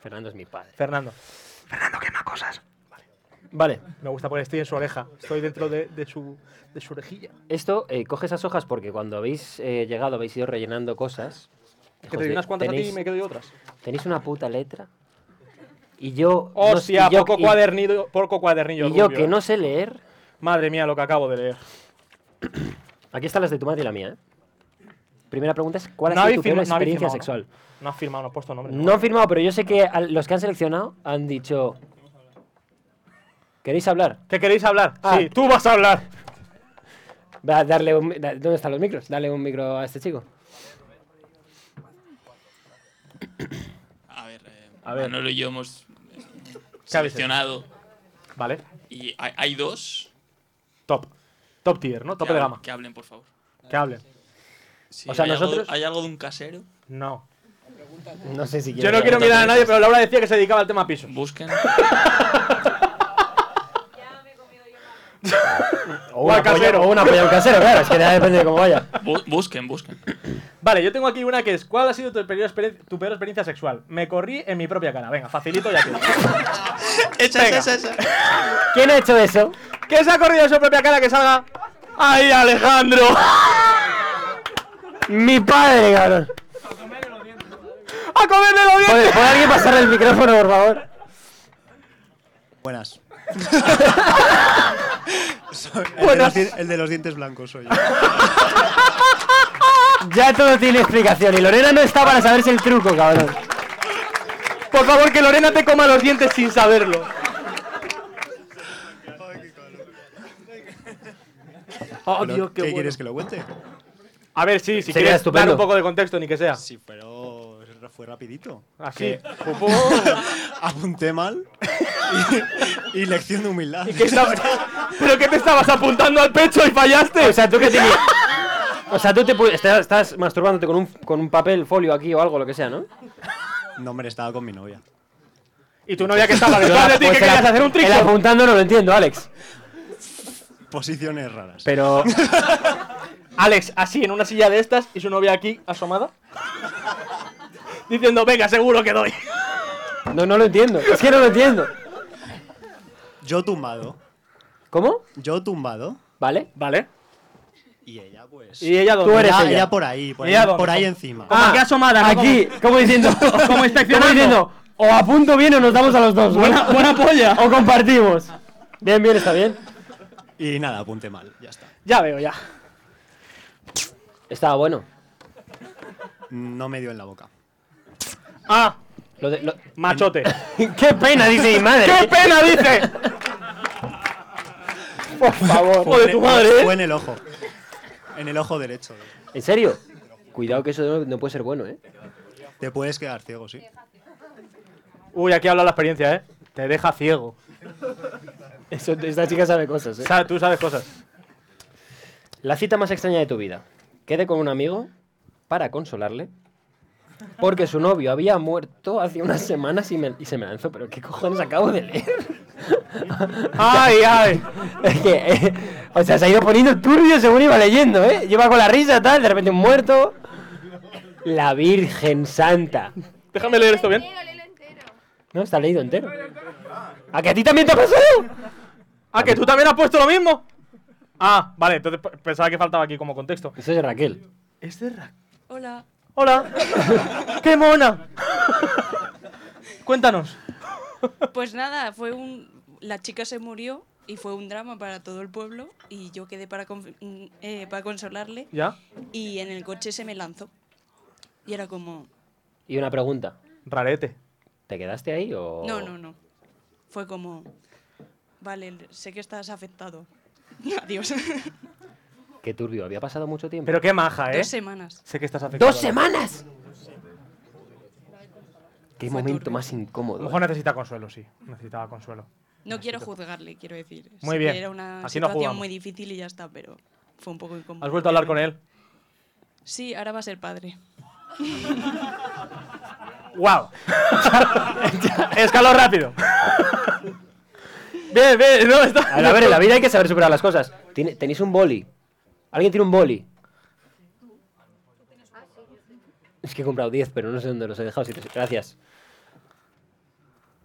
Speaker 2: Fernando es mi padre.
Speaker 4: Fernando. Fernando quema cosas. Vale. Me gusta porque estoy en su oreja. Estoy dentro de, de su, de su orejilla.
Speaker 2: Esto, eh, coge esas hojas porque cuando habéis eh, llegado habéis ido rellenando cosas.
Speaker 4: Que
Speaker 2: Hijos
Speaker 4: te doy
Speaker 2: de-
Speaker 4: unas cuantas a ti
Speaker 2: tenéis-
Speaker 4: y me quedo yo otras.
Speaker 2: Tenéis una puta letra. Y yo... no-
Speaker 4: Hostia,
Speaker 2: y yo-
Speaker 4: poco,
Speaker 2: y-
Speaker 4: cuadernillo, poco
Speaker 2: Y
Speaker 4: cuadernillo.
Speaker 2: yo
Speaker 4: rubio,
Speaker 2: que
Speaker 4: eh.
Speaker 2: no sé leer...
Speaker 4: Madre mía, lo que acabo de leer.
Speaker 2: Aquí están las de tu madre y la mía, ¿eh? Primera pregunta es, ¿cuál
Speaker 4: No
Speaker 2: ha sido
Speaker 4: habéis
Speaker 2: tu peor
Speaker 4: firma- no habéis
Speaker 2: experiencia
Speaker 4: firmado,
Speaker 2: sexual?
Speaker 4: ¿no? No has firmado, no has puesto nombre.
Speaker 2: No han firmado, pero yo sé que al- los que han seleccionado han dicho. ¿Queréis hablar?
Speaker 4: ¿Qué queréis hablar?
Speaker 2: sí,
Speaker 4: tú vas a hablar.
Speaker 2: Va, darle un, mi- da- ¿Dónde están los micros? Dale un micro a este chico.
Speaker 18: A ver, eh,
Speaker 4: A ver.
Speaker 18: Manolo y yo hemos
Speaker 4: habéis
Speaker 18: seleccionado.
Speaker 4: Vale.
Speaker 18: Y hay, hay dos.
Speaker 4: Top. Top tier, ¿no? Top
Speaker 18: que
Speaker 4: de
Speaker 18: hablen-
Speaker 4: gama.
Speaker 18: Que hablen, por favor.
Speaker 4: Que hablen.
Speaker 18: Sí,
Speaker 4: O sea,
Speaker 18: ¿hay algo-
Speaker 4: nosotros-
Speaker 18: ¿Hay algo de un casero?
Speaker 4: No.
Speaker 2: No sé si
Speaker 4: Yo no quiero mirar a nadie, pero Laura decía que se dedicaba al tema piso.
Speaker 18: Busquen.
Speaker 2: [laughs] O una, polla, o una polla a un casero, claro. Es que ya depende de cómo vaya.
Speaker 18: Bu- busquen, busquen.
Speaker 4: Vale, yo tengo aquí una que es: ¿Cuál ha sido tu peor, experien- tu peor experiencia sexual? Me corrí en mi propia cara. Venga, facilito ya que.
Speaker 2: esa, esa, ¿Quién ha hecho eso?
Speaker 4: ¿Qué se ha corrido en su propia cara que salga? ¡Ay, Alejandro!
Speaker 2: Mi padre, cabrón.
Speaker 4: ¡A comerle los
Speaker 2: ¿Puede,
Speaker 4: dientes!
Speaker 2: puede alguien pasar el micrófono, por
Speaker 1: [laughs]
Speaker 2: favor?
Speaker 1: Buenas.
Speaker 2: Buenas.
Speaker 1: El de, los, di- el de los dientes blancos soy yo.
Speaker 2: Ya todo tiene explicación. Y Lorena no está para saberse el truco, cabrón.
Speaker 4: Por favor, que Lorena te coma los dientes sin saberlo. Oh,
Speaker 1: Pero,
Speaker 4: Dios, qué,
Speaker 1: ¿Qué
Speaker 4: bueno.
Speaker 1: quieres que lo cuente?
Speaker 4: A ver, sí, si
Speaker 1: Sería
Speaker 4: quieres
Speaker 1: estupendo.
Speaker 4: dar un poco de contexto, ni que sea. Ah,
Speaker 1: Sí, pero fue rapidito.
Speaker 4: Así.
Speaker 1: Que- [laughs]
Speaker 4: Popó.
Speaker 1: Apunté mal. Y, y lección de humildad.
Speaker 4: ¿Y qué estabas- ¿Pero qué te estabas apuntando al pecho y fallaste?
Speaker 2: O sea, tú que tenías. O sea, tú te pu- estás, estás masturbándote con un, con un papel folio aquí o algo, lo que sea, ¿no?
Speaker 1: No, hombre, estaba con mi novia.
Speaker 4: Y tu novia que
Speaker 2: [laughs]
Speaker 4: estaba detrás de ti, que
Speaker 2: Pues el
Speaker 4: querías
Speaker 2: ap-
Speaker 4: hacer un
Speaker 2: El
Speaker 4: trick.
Speaker 2: apuntando no lo entiendo, Alex.
Speaker 1: Posiciones raras.
Speaker 2: Pero.
Speaker 4: [laughs] Alex, así, en una silla de estas, y su novia aquí, asomada. Diciendo, venga, seguro que doy.
Speaker 2: No, no lo entiendo. Es que no lo entiendo.
Speaker 1: Yo tumbado.
Speaker 2: ¿Cómo?
Speaker 1: Yo tumbado.
Speaker 2: Vale.
Speaker 4: Vale.
Speaker 1: Y ella, pues.
Speaker 4: ¿Y ella dónde?
Speaker 1: Tú
Speaker 4: Ella-
Speaker 1: eres ella.
Speaker 4: ella
Speaker 1: por ahí, por,
Speaker 4: ¿Ella
Speaker 1: ahí,
Speaker 4: dónde?
Speaker 1: por ahí
Speaker 4: ¿Cómo?
Speaker 1: encima.
Speaker 4: ¿Cómo? Como que asomada, ¿no?
Speaker 2: Ah, Aquí,
Speaker 4: Como-
Speaker 2: como diciendo.
Speaker 4: [laughs] como inspeccionando.
Speaker 2: Como diciendo, o apunto bien o nos damos a los dos. ¿no?
Speaker 4: Buena- buena polla.
Speaker 2: [laughs] O compartimos. Bien, bien, está bien.
Speaker 1: Y nada, apunté mal, ya está.
Speaker 4: Ya veo, ya.
Speaker 2: Estaba bueno.
Speaker 1: No me dio en la boca.
Speaker 4: Ah,
Speaker 2: Lo de- lo-
Speaker 4: machote. [laughs]
Speaker 2: ¡Qué pena! Dice mi [laughs] madre.
Speaker 4: ¡Qué pena, dice! Por favor.
Speaker 1: Fue en
Speaker 2: de tu
Speaker 1: el-
Speaker 2: madre, ¿eh?
Speaker 1: Fue en el ojo. En el ojo derecho.
Speaker 2: ¿En serio? Cuidado que eso no, no puede ser bueno, ¿eh?
Speaker 1: Te puedes quedar ciego, sí.
Speaker 4: Uy, aquí habla la experiencia, ¿eh? Te deja ciego.
Speaker 2: Eso- esta chica sabe cosas, ¿eh?
Speaker 4: Sa- tú sabes cosas.
Speaker 2: La cita más extraña de tu vida. Quede con un amigo para consolarle. Porque su novio había muerto hace unas semanas y, me- y se me lanzó. Pero ¿qué cojones acabo de leer? [laughs]
Speaker 4: ¡Ay, ay!
Speaker 2: Es que, eh, o sea, se ha ido poniendo turbio según iba leyendo, ¿eh? Lleva con la risa, tal, de repente un muerto. La Virgen Santa.
Speaker 4: Déjame leer esto bien.
Speaker 2: No, está leído entero. ¿A que a ti también te ha pasado?
Speaker 4: Ah, que tú también has puesto lo mismo. Ah, vale, entonces pe- pensaba que faltaba aquí como contexto.
Speaker 2: Eso es de Raquel.
Speaker 4: Es de Raquel.
Speaker 22: Hola.
Speaker 4: Hola. ¡Qué mona! Cuéntanos.
Speaker 6: [laughs] Pues nada, fue un. La chica se murió y fue un drama para todo el pueblo y yo quedé para, conf- mm, eh, para consolarle
Speaker 4: ¿Ya?
Speaker 6: y en el coche se me lanzó. Y era como,
Speaker 2: Y una pregunta.
Speaker 4: Rarete.
Speaker 2: ¿Te quedaste ahí o.?
Speaker 6: no, no, no. Fue como, vale, sé que estás afectado. [laughs]
Speaker 4: [laughs]
Speaker 6: Adiós.
Speaker 2: Qué turbio, había pasado mucho tiempo.
Speaker 4: Pero qué maja, ¿eh?
Speaker 6: Dos semanas.
Speaker 4: Sé que estás afectado.
Speaker 2: ¡Dos semanas! Qué momento más
Speaker 4: A lo
Speaker 2: incómodo.
Speaker 4: mejor necesita consuelo, sí. Necesitaba consuelo.
Speaker 6: No quiero juzgarle, quiero decir.
Speaker 4: Muy
Speaker 6: Sé
Speaker 4: bien.
Speaker 6: que Era una
Speaker 4: Así no
Speaker 6: situación
Speaker 4: juzgamos.
Speaker 6: muy difícil y ya está, pero fue un poco incómodo.
Speaker 4: ¿Has vuelto a hablar con él?
Speaker 6: Sí, ahora va a ser padre. [laughs]
Speaker 2: [laughs]
Speaker 4: ¡Wow! Escaló rápido. bien, bien, no, está.
Speaker 2: A ver, a ver, en la vida hay que saber superar las cosas. Tiene- ¿Tenéis un boli? ¿Alguien tiene un boli? Es que he comprado 10, pero no sé dónde los he dejado. si te- Gracias.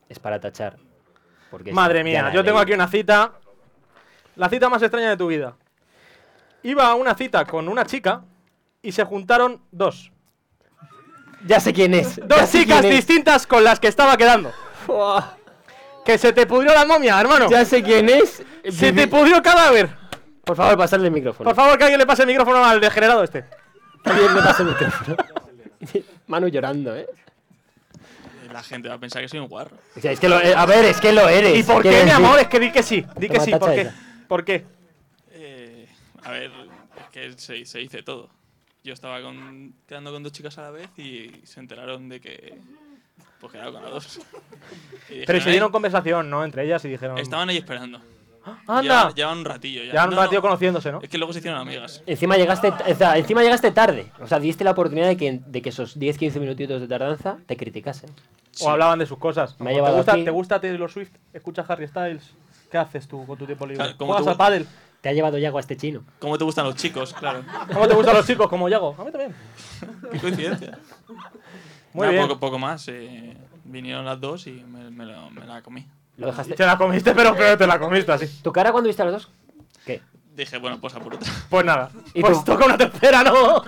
Speaker 2: Es para tachar. porque es-
Speaker 4: Madre
Speaker 2: ya
Speaker 4: mía,
Speaker 2: la
Speaker 4: yo tengo
Speaker 2: ley.
Speaker 4: aquí una cita. La cita más extraña de tu vida. Iba a una cita con una chica y se juntaron dos.
Speaker 2: Ya sé quién es. ya
Speaker 4: Dos
Speaker 2: sé
Speaker 4: chicas
Speaker 2: quién es.
Speaker 4: distintas con las que estaba quedando. que se te pudrió la momia, hermano.
Speaker 2: Ya sé quién es.
Speaker 4: Se
Speaker 2: Vivi-
Speaker 4: te pudrió el cadáver.
Speaker 2: Por favor, pasarle
Speaker 4: [laughs]
Speaker 2: el micrófono.
Speaker 4: Por favor, que alguien le pase el micrófono al degenerado este.
Speaker 2: Alguien le pase el micrófono. [laughs] Manu llorando, ¿eh?
Speaker 18: La gente va a pensar que soy un guarro.
Speaker 2: O sea, es que lo- eh, a ver, es que lo eres.
Speaker 4: ¿Y por
Speaker 2: quiero
Speaker 4: qué, mi
Speaker 2: decir.
Speaker 4: amor? Es que di que sí. Di que
Speaker 2: Toma,
Speaker 4: sí.
Speaker 2: tacha
Speaker 4: ¿Por qué?
Speaker 2: esa.
Speaker 4: ¿Por qué?
Speaker 18: Eh, a ver, es que se, se dice todo. Yo estaba con- quedando con dos chicas a la vez y se enteraron de que. Pues quedaba con las dos. Y
Speaker 4: Pero
Speaker 18: dijeron,
Speaker 4: se dieron conversación, ¿no? Entre ellas y dijeron.
Speaker 18: "Ay, Estaban ahí esperando.
Speaker 4: ¡Ah, ¡Anda!
Speaker 18: Llevaban, llevaban un ratillo ya.
Speaker 4: Llevaban un
Speaker 18: No, no,
Speaker 4: ratito conociéndose, ¿no?
Speaker 18: Es que luego se hicieron amigas.
Speaker 2: Encima llegaste, o sea, encima llegaste tarde. O sea, diste la oportunidad de que, de que esos 10-15 minutitos de tardanza te criticasen.
Speaker 4: O hablaban de sus cosas.
Speaker 2: Me ha
Speaker 4: ¿Te
Speaker 2: llevado
Speaker 4: gusta,
Speaker 2: aquí.
Speaker 4: ¿Te gusta Taylor Swift? ¿Escuchas Harry Styles? ¿Qué haces tú con tu tiempo libre?
Speaker 18: Claro, como
Speaker 4: ¿Juegas
Speaker 18: tú-
Speaker 4: a pádel?
Speaker 2: Te ha llevado Yago a este chino.
Speaker 18: ¿Cómo te gustan los chicos? Claro.
Speaker 4: ¿Cómo te gustan los chicos? Como Yago. A mí también.
Speaker 18: [laughs] Qué coincidencia.
Speaker 4: [laughs] Muy
Speaker 18: Nada,
Speaker 4: bien.
Speaker 18: Poco, poco más. eh, vinieron las dos y me, me lo- me la comí.
Speaker 2: [laughs] Lo dejaste.
Speaker 4: Te la comiste, pero, pero te la comiste así.
Speaker 2: ¿Tu cara cuando viste a los dos? ¿Qué?
Speaker 18: Dije, bueno, pues a por otra.
Speaker 4: Pues nada.
Speaker 2: ¿Y
Speaker 4: pues [laughs]
Speaker 2: tú?
Speaker 4: toca una tercera, ¿no?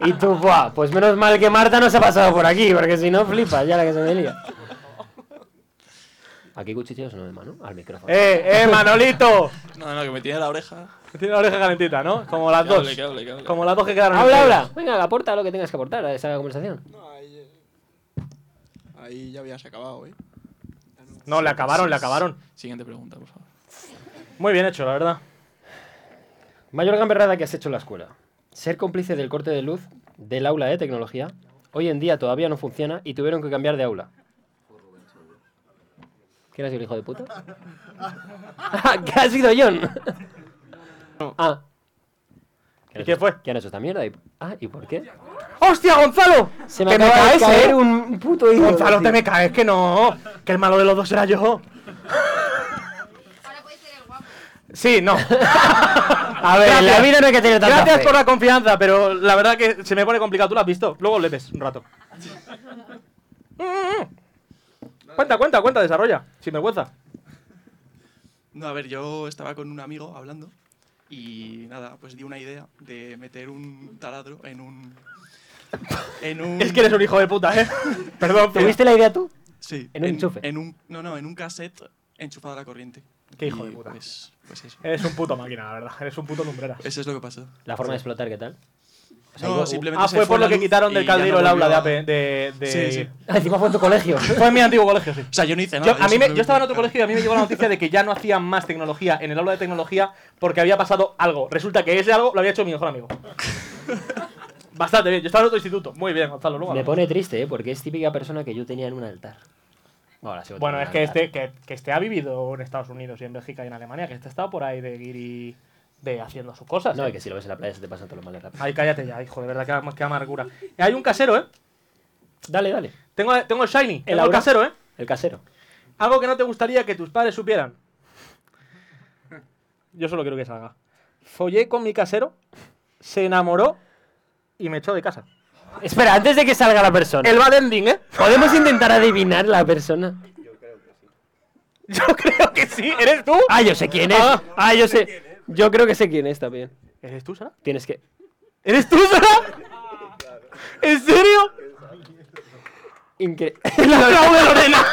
Speaker 2: Y tú, buah, pues menos mal que Marta no se ha pasado por aquí, porque si no, flipas ya la que se me lía. Aquí cuchicheos no de mano, al micrófono.
Speaker 4: ¡Eh, eh, Manolito!
Speaker 18: No, no, que me tiene la oreja.
Speaker 4: Tiene la oreja calentita, ¿no? Como las
Speaker 18: Que
Speaker 4: dos.
Speaker 18: hable, que hable, que hable.
Speaker 4: Como las dos que quedaron.
Speaker 2: Habla,
Speaker 4: ustedes.
Speaker 2: habla. Venga, aporta lo que tengas que aportar a esa conversación.
Speaker 14: Ahí ya habías acabado, ¿eh?
Speaker 4: No, le acabaron, le acabaron.
Speaker 18: Siguiente pregunta, por favor.
Speaker 4: Muy bien hecho, la verdad.
Speaker 2: Mayor gamberrada que has hecho en la escuela. Ser cómplice del corte de luz del aula de tecnología. Hoy en día todavía no funciona y tuvieron que cambiar de aula. ¿Quién ha sido el hijo de puta? [laughs] ¿Qué ha sido John? Ah.
Speaker 4: ¿Y qué fue?
Speaker 2: ¿Quién ha hecho esta mierda? ¿Y- Ah, ¿y por qué?
Speaker 4: ¡Hostia, Gonzalo!
Speaker 2: Se me
Speaker 4: Te
Speaker 2: acaba de
Speaker 4: caes,
Speaker 2: caer
Speaker 4: ¿eh?
Speaker 2: un puto ídolo,
Speaker 4: Gonzalo,
Speaker 2: tío.
Speaker 4: te me caes, que no. Que el malo de los dos era yo. Sí,
Speaker 2: [laughs]
Speaker 4: no. A
Speaker 2: ver, en la vida no hay que tener tanta
Speaker 4: Gracias
Speaker 2: fe.
Speaker 4: por la confianza, pero la verdad que se me pone complicado. Tú lo has visto. Luego le ves un rato. Mm, mm, mm. Cuenta, cuenta, cuenta, desarrolla. Sin vergüenza.
Speaker 14: No, a ver, yo estaba con un amigo hablando y nada, pues di una idea de meter un taladro en un... En un
Speaker 4: Es que eres un hijo de puta,
Speaker 14: [laughs]
Speaker 4: ¿eh? Perdón. pero-
Speaker 2: ¿Tuviste la idea tú?
Speaker 14: Sí.
Speaker 2: En un enchufe.
Speaker 14: En un, no, no, en un cassette enchufado a la corriente.
Speaker 4: Qué hijo
Speaker 14: Y,
Speaker 4: de puta.
Speaker 14: Pues, pues eso.
Speaker 4: Eres un puto máquina, la verdad. Eres un puto lumbrera.
Speaker 14: [laughs] Eso es lo que pasó.
Speaker 2: La forma de explotar, ¿qué tal? O sea,
Speaker 14: No,
Speaker 2: yo-
Speaker 14: simplemente
Speaker 4: Ah,
Speaker 14: se
Speaker 4: fue por
Speaker 14: la
Speaker 4: lo que
Speaker 14: luz
Speaker 4: quitaron del
Speaker 14: y ya no
Speaker 4: caldero el aula de
Speaker 14: volvió
Speaker 4: AP. De, de-
Speaker 14: Sí, sí.
Speaker 2: Ah, Encima fue en tu [laughs] colegio.
Speaker 4: Fue en mi antiguo colegio, sí.
Speaker 14: [laughs] O sea, yo no hice
Speaker 4: Yo,
Speaker 14: nada.
Speaker 4: a mí me- yo
Speaker 14: simplemente-
Speaker 4: estaba en otro colegio y a mí me llegó la noticia de que ya no hacían más tecnología en el aula de tecnología porque había pasado algo. Resulta que ese algo lo había hecho mi mejor
Speaker 14: [laughs]
Speaker 4: amigo. Bastante bien. Yo estaba en otro instituto. Muy bien, Gonzalo. Luego
Speaker 2: Me
Speaker 4: hablamos.
Speaker 2: pone triste, ¿eh? porque es típica persona que yo tenía en un altar. Bueno, la sigo
Speaker 4: Bueno,
Speaker 2: teniendo
Speaker 4: es
Speaker 2: en
Speaker 4: que
Speaker 2: un altar.
Speaker 4: este, que, que este ha vivido en Estados Unidos y en Bélgica y en Alemania, que este ha estado por ahí de guiri de haciendo sus cosas.
Speaker 2: No,
Speaker 4: ¿eh?
Speaker 2: es que si lo ves en la playa se te pasan todos los males rápido.
Speaker 4: Ay, cállate ya, hijo, de verdad, que am- que amargura. Eh, Hay un casero, ¿eh?
Speaker 2: Dale, dale.
Speaker 4: Tengo, tengo el Shiny, tengo el,
Speaker 2: aura.
Speaker 4: casero, ¿eh?
Speaker 2: El casero.
Speaker 4: Algo que no te gustaría que tus padres supieran. Yo solo quiero que salga. Follé con mi casero, se enamoró y me echó de casa.
Speaker 2: Espera, antes de que salga la persona.
Speaker 4: El bad ending, ¿eh?
Speaker 2: ¿Podemos intentar adivinar la persona?
Speaker 4: [laughs] Yo creo que sí. ¿Eres tú?
Speaker 2: Ah, yo sé quién es.
Speaker 4: Ah.
Speaker 2: Ah, yo sé. Yo creo que sé quién es también.
Speaker 4: ¿Eres tú, Sara?
Speaker 2: Tienes que.
Speaker 4: ¿Eres tú, Sara?
Speaker 2: [laughs] ¿En serio?
Speaker 4: [laughs]
Speaker 2: [laughs] Incre
Speaker 4: de Lorena!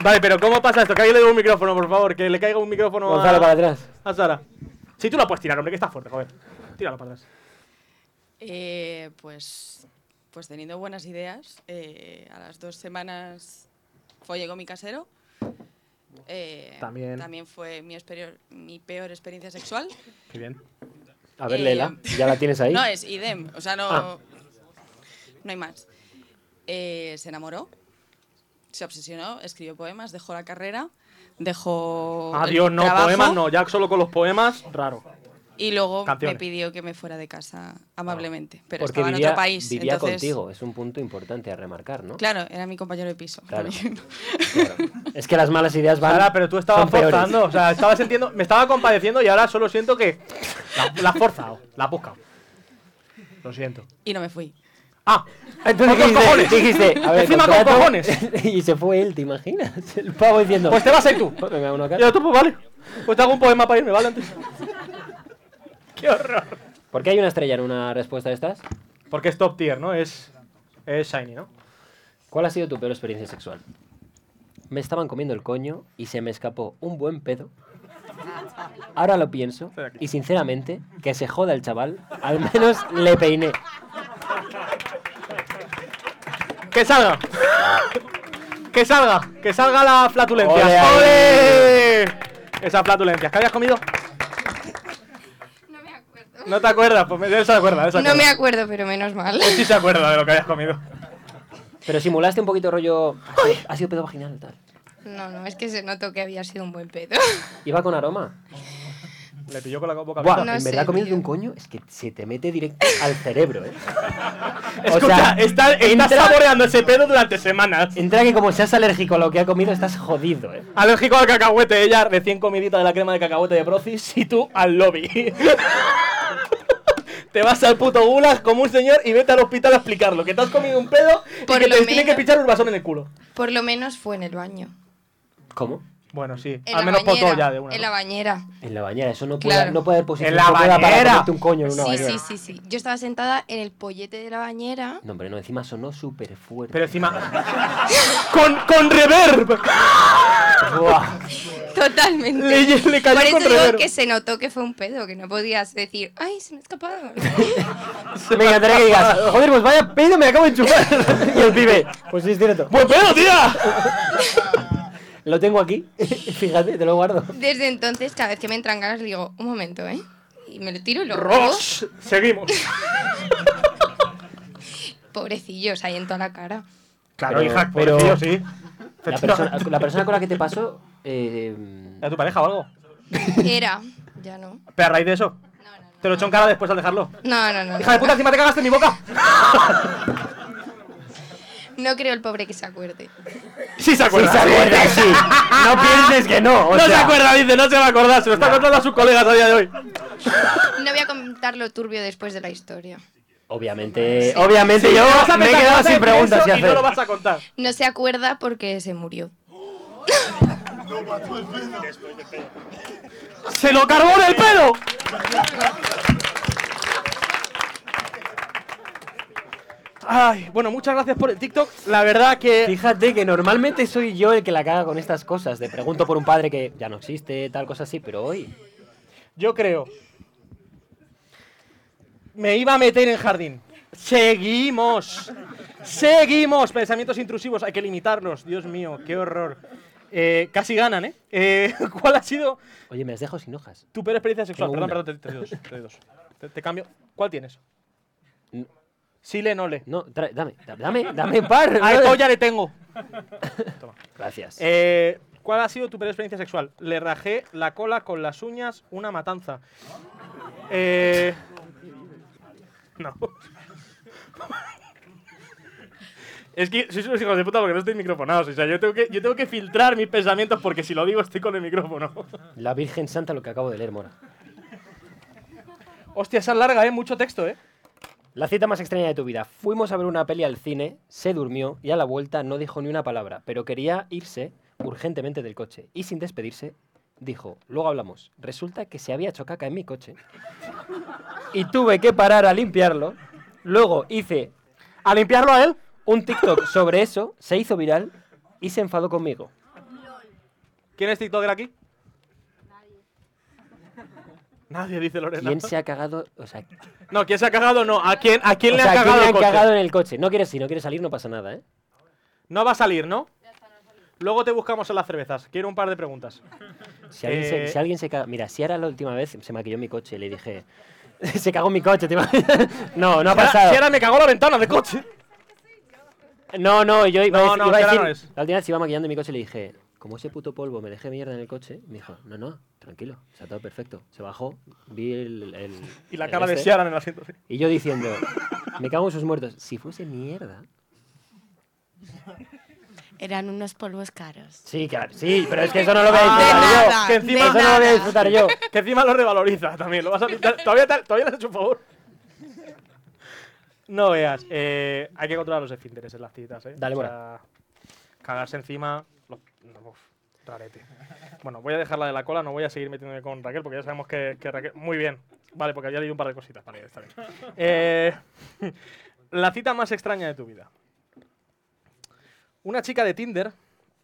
Speaker 4: Vale, pero ¿cómo pasa esto? Que alguien le dé un micrófono, por favor. Que le caiga un micrófono a-
Speaker 2: Gonzalo, para atrás.
Speaker 4: A Sara. Si tú lo puedes tirar, hombre, que está fuerte, joder. Tíralo para atrás.
Speaker 6: Eh, pues, pues teniendo buenas ideas, eh, a las dos semanas follé con mi casero. Eh,
Speaker 4: También.
Speaker 6: fue mi, esperior- mi peor experiencia sexual.
Speaker 4: Qué bien.
Speaker 2: A ver,
Speaker 6: Eh,
Speaker 2: Lela, ya la tienes ahí.
Speaker 6: No, es idem, o sea, no,
Speaker 2: Ah.
Speaker 6: no hay más. Eh, se enamoró, se obsesionó, escribió poemas, dejó la carrera dejó el
Speaker 4: Adiós, no,
Speaker 6: trabajo
Speaker 4: poemas no. Ya solo con los poemas, raro.
Speaker 6: y luego
Speaker 4: Canciones.
Speaker 6: me pidió que me fuera de casa
Speaker 4: Ah.
Speaker 6: amablemente, pero
Speaker 2: Porque
Speaker 6: estaba
Speaker 2: vivía,
Speaker 6: en otro país.
Speaker 2: vivía
Speaker 6: entonces-
Speaker 2: contigo, ¿eh? es un punto importante a remarcar, ¿no?
Speaker 6: Claro, era mi compañero de piso.
Speaker 2: Claro.
Speaker 6: también.
Speaker 2: Es que las malas ideas van.
Speaker 4: Sara, pero tú estabas
Speaker 2: son peores.
Speaker 4: forzando. O sea, estaba sintiendo, me estaba compadeciendo y ahora solo siento que la, la has forzado, la has buscado. Lo siento.
Speaker 6: Y no me fui.
Speaker 4: Ah,
Speaker 2: Entonces
Speaker 4: con
Speaker 2: dijiste,
Speaker 4: cojones.
Speaker 2: dijiste, a ver,
Speaker 4: Encima con
Speaker 2: contrato,
Speaker 4: cojones.
Speaker 2: [laughs] y se fue él, ¿te imaginas? [laughs] El pavo diciendo.
Speaker 4: Pues te vas a ir tú.
Speaker 2: Pues venga, uno acá.
Speaker 4: Ya tú, pues vale. Pues te hago un poema para irme, ¿vale? Antes. ¡Qué horror!
Speaker 2: ¿Por qué hay una estrella en una respuesta de estas?
Speaker 4: Porque es top tier, ¿no? Es, es shiny, ¿no?
Speaker 2: ¿Cuál ha sido tu peor experiencia sexual? Me estaban comiendo el coño y se me escapó un buen pedo. Ahora lo pienso y sinceramente, que se joda el chaval, al menos le peiné.
Speaker 4: ¡Que salga! ¡Que salga! ¡Que salga la flatulencia!
Speaker 2: Ole,
Speaker 4: ¡Ole! Esa flatulencia. ¿Qué habías comido? No te acuerdas, pues me- él se acuerda, él se
Speaker 10: No
Speaker 4: acuerda.
Speaker 10: me acuerdo, pero
Speaker 2: [laughs]
Speaker 10: menos mal.
Speaker 4: Él sí se acuerda de lo que habías comido.
Speaker 2: Pero simulaste un poquito rollo. Ha sido pedo vaginal, tal.
Speaker 10: No, no, es que se notó que había sido un buen pedo.
Speaker 2: Iba con aroma.
Speaker 4: Le pilló con la boca
Speaker 2: Buah,
Speaker 10: No
Speaker 2: en
Speaker 10: sé,
Speaker 2: verdad comiendo un coño es que se te mete directo al
Speaker 4: [laughs]
Speaker 2: cerebro, ¿eh?
Speaker 4: Escucha, está, está
Speaker 2: entra-
Speaker 4: saboreando ese pedo durante semanas.
Speaker 2: Entra que como seas alérgico a lo que ha comido, estás jodido, ¿eh?
Speaker 4: Alérgico al cacahuete, ella recién comidita de la crema de cacahuete de Procis y tú al lobby. [laughs] Te vas al puto gulag como un señor y vete al hospital a explicarlo, que te has comido un pedo y que te tienen que pichar un vasón en el culo.
Speaker 10: Por lo menos fue en el baño.
Speaker 2: ¿Cómo?
Speaker 4: Bueno, sí.
Speaker 10: En
Speaker 4: al
Speaker 10: la
Speaker 4: menos
Speaker 10: bañera,
Speaker 4: potó ya de una.
Speaker 10: En la bañera.
Speaker 2: En la bañera, eso no puede,
Speaker 10: Claro.
Speaker 2: no puede haber posición
Speaker 4: En la
Speaker 2: cómoda
Speaker 4: bañera.
Speaker 2: para comerte un coño en una
Speaker 10: Sí,
Speaker 2: bañera.
Speaker 10: sí, sí, sí. Yo estaba sentada en el pollete de la
Speaker 4: [laughs]
Speaker 10: bañera.
Speaker 2: No, hombre, no, encima sonó súper fuerte.
Speaker 4: Pero encima.
Speaker 2: [laughs]
Speaker 4: ¡Con, con reverb!
Speaker 10: Totalmente.
Speaker 4: Le- le cayó
Speaker 10: Por eso
Speaker 4: con
Speaker 10: digo
Speaker 4: reverb.
Speaker 10: que se notó que fue un pedo, que no podías decir, ay, se me ha escapado. [laughs]
Speaker 2: Me encantaría que digas, joder, pues vaya pedo, me acabo de enchufar. [laughs] y el pibe, pues sí, es cierto.
Speaker 4: ¡Buen pedo, tía!
Speaker 2: [laughs] Lo tengo aquí, [laughs] fíjate, te lo guardo.
Speaker 10: Desde entonces, cada vez que me entran ganas, digo, un momento, ¿eh? Y me lo tiro y lo
Speaker 4: Ross, seguimos.
Speaker 10: Pobrecillos, ahí en toda
Speaker 4: [laughs]
Speaker 10: la cara.
Speaker 4: Claro, hija, pobrecillo, sí.
Speaker 2: La persona,
Speaker 4: [laughs]
Speaker 2: la persona con la que te pasó. Eh,
Speaker 4: ¿Era tu pareja o algo?
Speaker 10: Era, ya no.
Speaker 4: ¿Pero a raíz de eso? ¿Te lo echó en cara después al
Speaker 2: [laughs]
Speaker 4: dejarlo?
Speaker 10: No, no, no.
Speaker 4: ¡Hija de
Speaker 10: no.
Speaker 4: puta, encima te cagaste en mi boca!
Speaker 10: No creo el pobre que se acuerde.
Speaker 4: Sí se acuerda.
Speaker 2: Sí se acuerda, sí.
Speaker 4: [laughs]
Speaker 2: No pienses que no. o
Speaker 4: no se
Speaker 2: sea.
Speaker 4: acuerda, dice, no se va a acordar. Se lo está contando a sus colegas a día de hoy.
Speaker 10: No voy a comentar lo turbio después de la historia.
Speaker 2: Obviamente, obviamente
Speaker 4: Sí,
Speaker 2: yo
Speaker 4: te vas a
Speaker 2: me he
Speaker 4: pensar
Speaker 2: quedado
Speaker 4: que
Speaker 2: sin
Speaker 4: haces
Speaker 2: preguntas.
Speaker 4: eso
Speaker 2: ¿qué
Speaker 4: y no
Speaker 2: hacer?
Speaker 4: lo vas a contar.
Speaker 10: No se acuerda porque se murió.
Speaker 4: ¡Se lo cargó en el pelo! Ay, bueno, muchas gracias por el TikTok. La verdad que.
Speaker 2: Fíjate que normalmente soy yo el que la caga con estas cosas. De pregunto por un padre que ya no existe, tal cosa así, pero hoy.
Speaker 4: Yo creo. Me iba a meter en jardín. Seguimos. Seguimos. Pensamientos intrusivos, hay que limitarlos. Dios mío, qué horror. Eh, casi ganan, ¿eh? Eh, [laughs] ¿Cuál ha sido
Speaker 2: Oye, me las dejo sin hojas.
Speaker 4: tu peor experiencia sexual?
Speaker 2: Tengo
Speaker 4: Perdón,
Speaker 2: una.
Speaker 4: perdón, te, te doy dos. Te, doy dos. Te- te cambio. ¿Cuál tienes? Sí, le, no le.
Speaker 2: No, trae- dame, da- dame, dame par.
Speaker 4: A
Speaker 2: brother.
Speaker 4: esto ya le
Speaker 2: [laughs]
Speaker 4: tengo.
Speaker 2: Gracias.
Speaker 4: Eh, ¿Cuál ha sido tu peor experiencia sexual? Le rajé la cola con las uñas, una matanza. Eh, no. Es que sois unos hijos de puta porque no estoy microfonados. O sea, yo tengo, que, yo tengo que filtrar mis pensamientos porque si lo digo estoy con el micrófono.
Speaker 2: La Virgen Santa, lo que acabo de leer, Mora.
Speaker 4: Hostia, esa es larga, ¿eh? Mucho texto, ¿eh?
Speaker 2: La cita más extraña de tu vida. Fuimos a ver una peli al cine, se durmió y a la vuelta no dijo ni una palabra, pero quería irse urgentemente del coche. Y sin despedirse, dijo, luego hablamos, resulta que se había hecho caca en mi coche y tuve que parar a limpiarlo. Luego hice... ¿A limpiarlo a él? Un TikTok sobre eso, se hizo viral y se enfadó conmigo.
Speaker 4: ¿Quién es TikToker aquí? Nadie dice Lorena.
Speaker 2: ¿Quién se ha cagado? O sea,
Speaker 4: No, ¿quién se ha cagado? No, ¿a quién, a quién
Speaker 2: o
Speaker 4: le
Speaker 2: sea,
Speaker 4: ha cagado?
Speaker 2: ¿quién le
Speaker 4: el
Speaker 2: han
Speaker 4: coche?
Speaker 2: cagado en el coche? No quiere, si no quiere salir, no pasa nada, ¿eh?
Speaker 4: No va a salir, ¿no? Luego te buscamos en las cervezas. Quiero un par de preguntas.
Speaker 2: Si alguien,
Speaker 4: Eh,
Speaker 2: se, si alguien se caga. Mira, si era la última vez se maquilló mi coche y le dije. [laughs] se cagó en mi coche, te imaginas? [laughs] No, no ha
Speaker 4: Sierra-
Speaker 2: pasado.
Speaker 4: Sierra, ah, me cagó la ventana del coche.
Speaker 2: No, no, yo iba,
Speaker 4: No,
Speaker 2: a, decir-
Speaker 4: no,
Speaker 2: iba a
Speaker 4: Sierra
Speaker 2: decir.
Speaker 4: no es.
Speaker 2: La última vez iba maquillando mi coche y le dije. Como ese puto polvo me dejé mierda en el coche, me dijo, no, no, tranquilo, está todo perfecto. Se bajó, vi el. el-
Speaker 4: Y la
Speaker 2: el
Speaker 4: cara de
Speaker 2: este,
Speaker 4: Sierra en el asiento, sí.
Speaker 2: Y yo diciendo, me cago en sus muertos. Si fuese mierda.
Speaker 10: Eran unos polvos caros.
Speaker 2: Sí, claro, sí, pero es que eso no lo voy a
Speaker 4: Ah,
Speaker 2: disfrutar yo.
Speaker 4: nada, que encima-
Speaker 2: eso no lo voy a disfrutar yo.
Speaker 4: Que encima lo revaloriza también. Lo vas a pintar. Todavía, te- todavía le has hecho un favor. [laughs] No veas. eh, hay que controlar los esfínteres en las citas, ¿eh?
Speaker 2: Dale,
Speaker 4: O sea, cagarse encima. lo- no, uf, rarete. Bueno, voy a dejarla de la cola. No voy a seguir metiéndome con Raquel porque ya sabemos que, que Raquel. Muy bien. Vale, porque había leído un par de cositas. Vale, está bien. Eh, [laughs] la cita más extraña de tu vida. Una chica de Tinder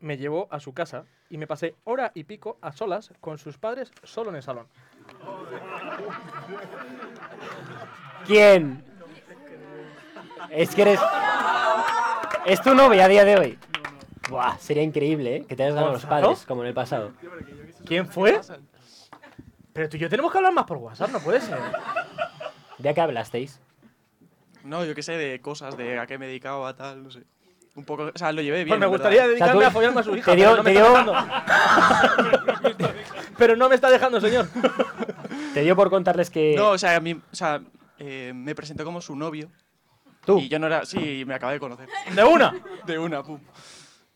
Speaker 4: me llevó a su casa y me pasé hora y pico a solas con sus padres solo en el salón.
Speaker 2: ¿Quién? Es que eres. Es tu novia a día de hoy. Buah, sería increíble, ¿eh? Que te hayas ganado a los
Speaker 4: ¿Gonzalo?
Speaker 2: padres, como en el pasado.
Speaker 4: ¿Quién fue? Pero tú y yo tenemos que hablar más por WhatsApp, no puede ser.
Speaker 2: ¿De qué hablasteis?
Speaker 14: No, yo qué sé, de cosas, de a qué me dedicaba, tal, no sé. Un poco, o sea, lo llevé bien.
Speaker 4: Pues me
Speaker 14: en verdad.
Speaker 4: gustaría dedicarme a follarme a su hija. pero no me está dejando. [laughs] pero no me está dejando, señor.
Speaker 2: Te dio por contarles que.
Speaker 4: Eh,
Speaker 14: No, o sea, a mí, o sea eh, me presentó como su novio.
Speaker 2: ¿Tú?
Speaker 14: Y yo no era. Sí, me acabé de conocer.
Speaker 4: ¿De una?
Speaker 14: De una, pum.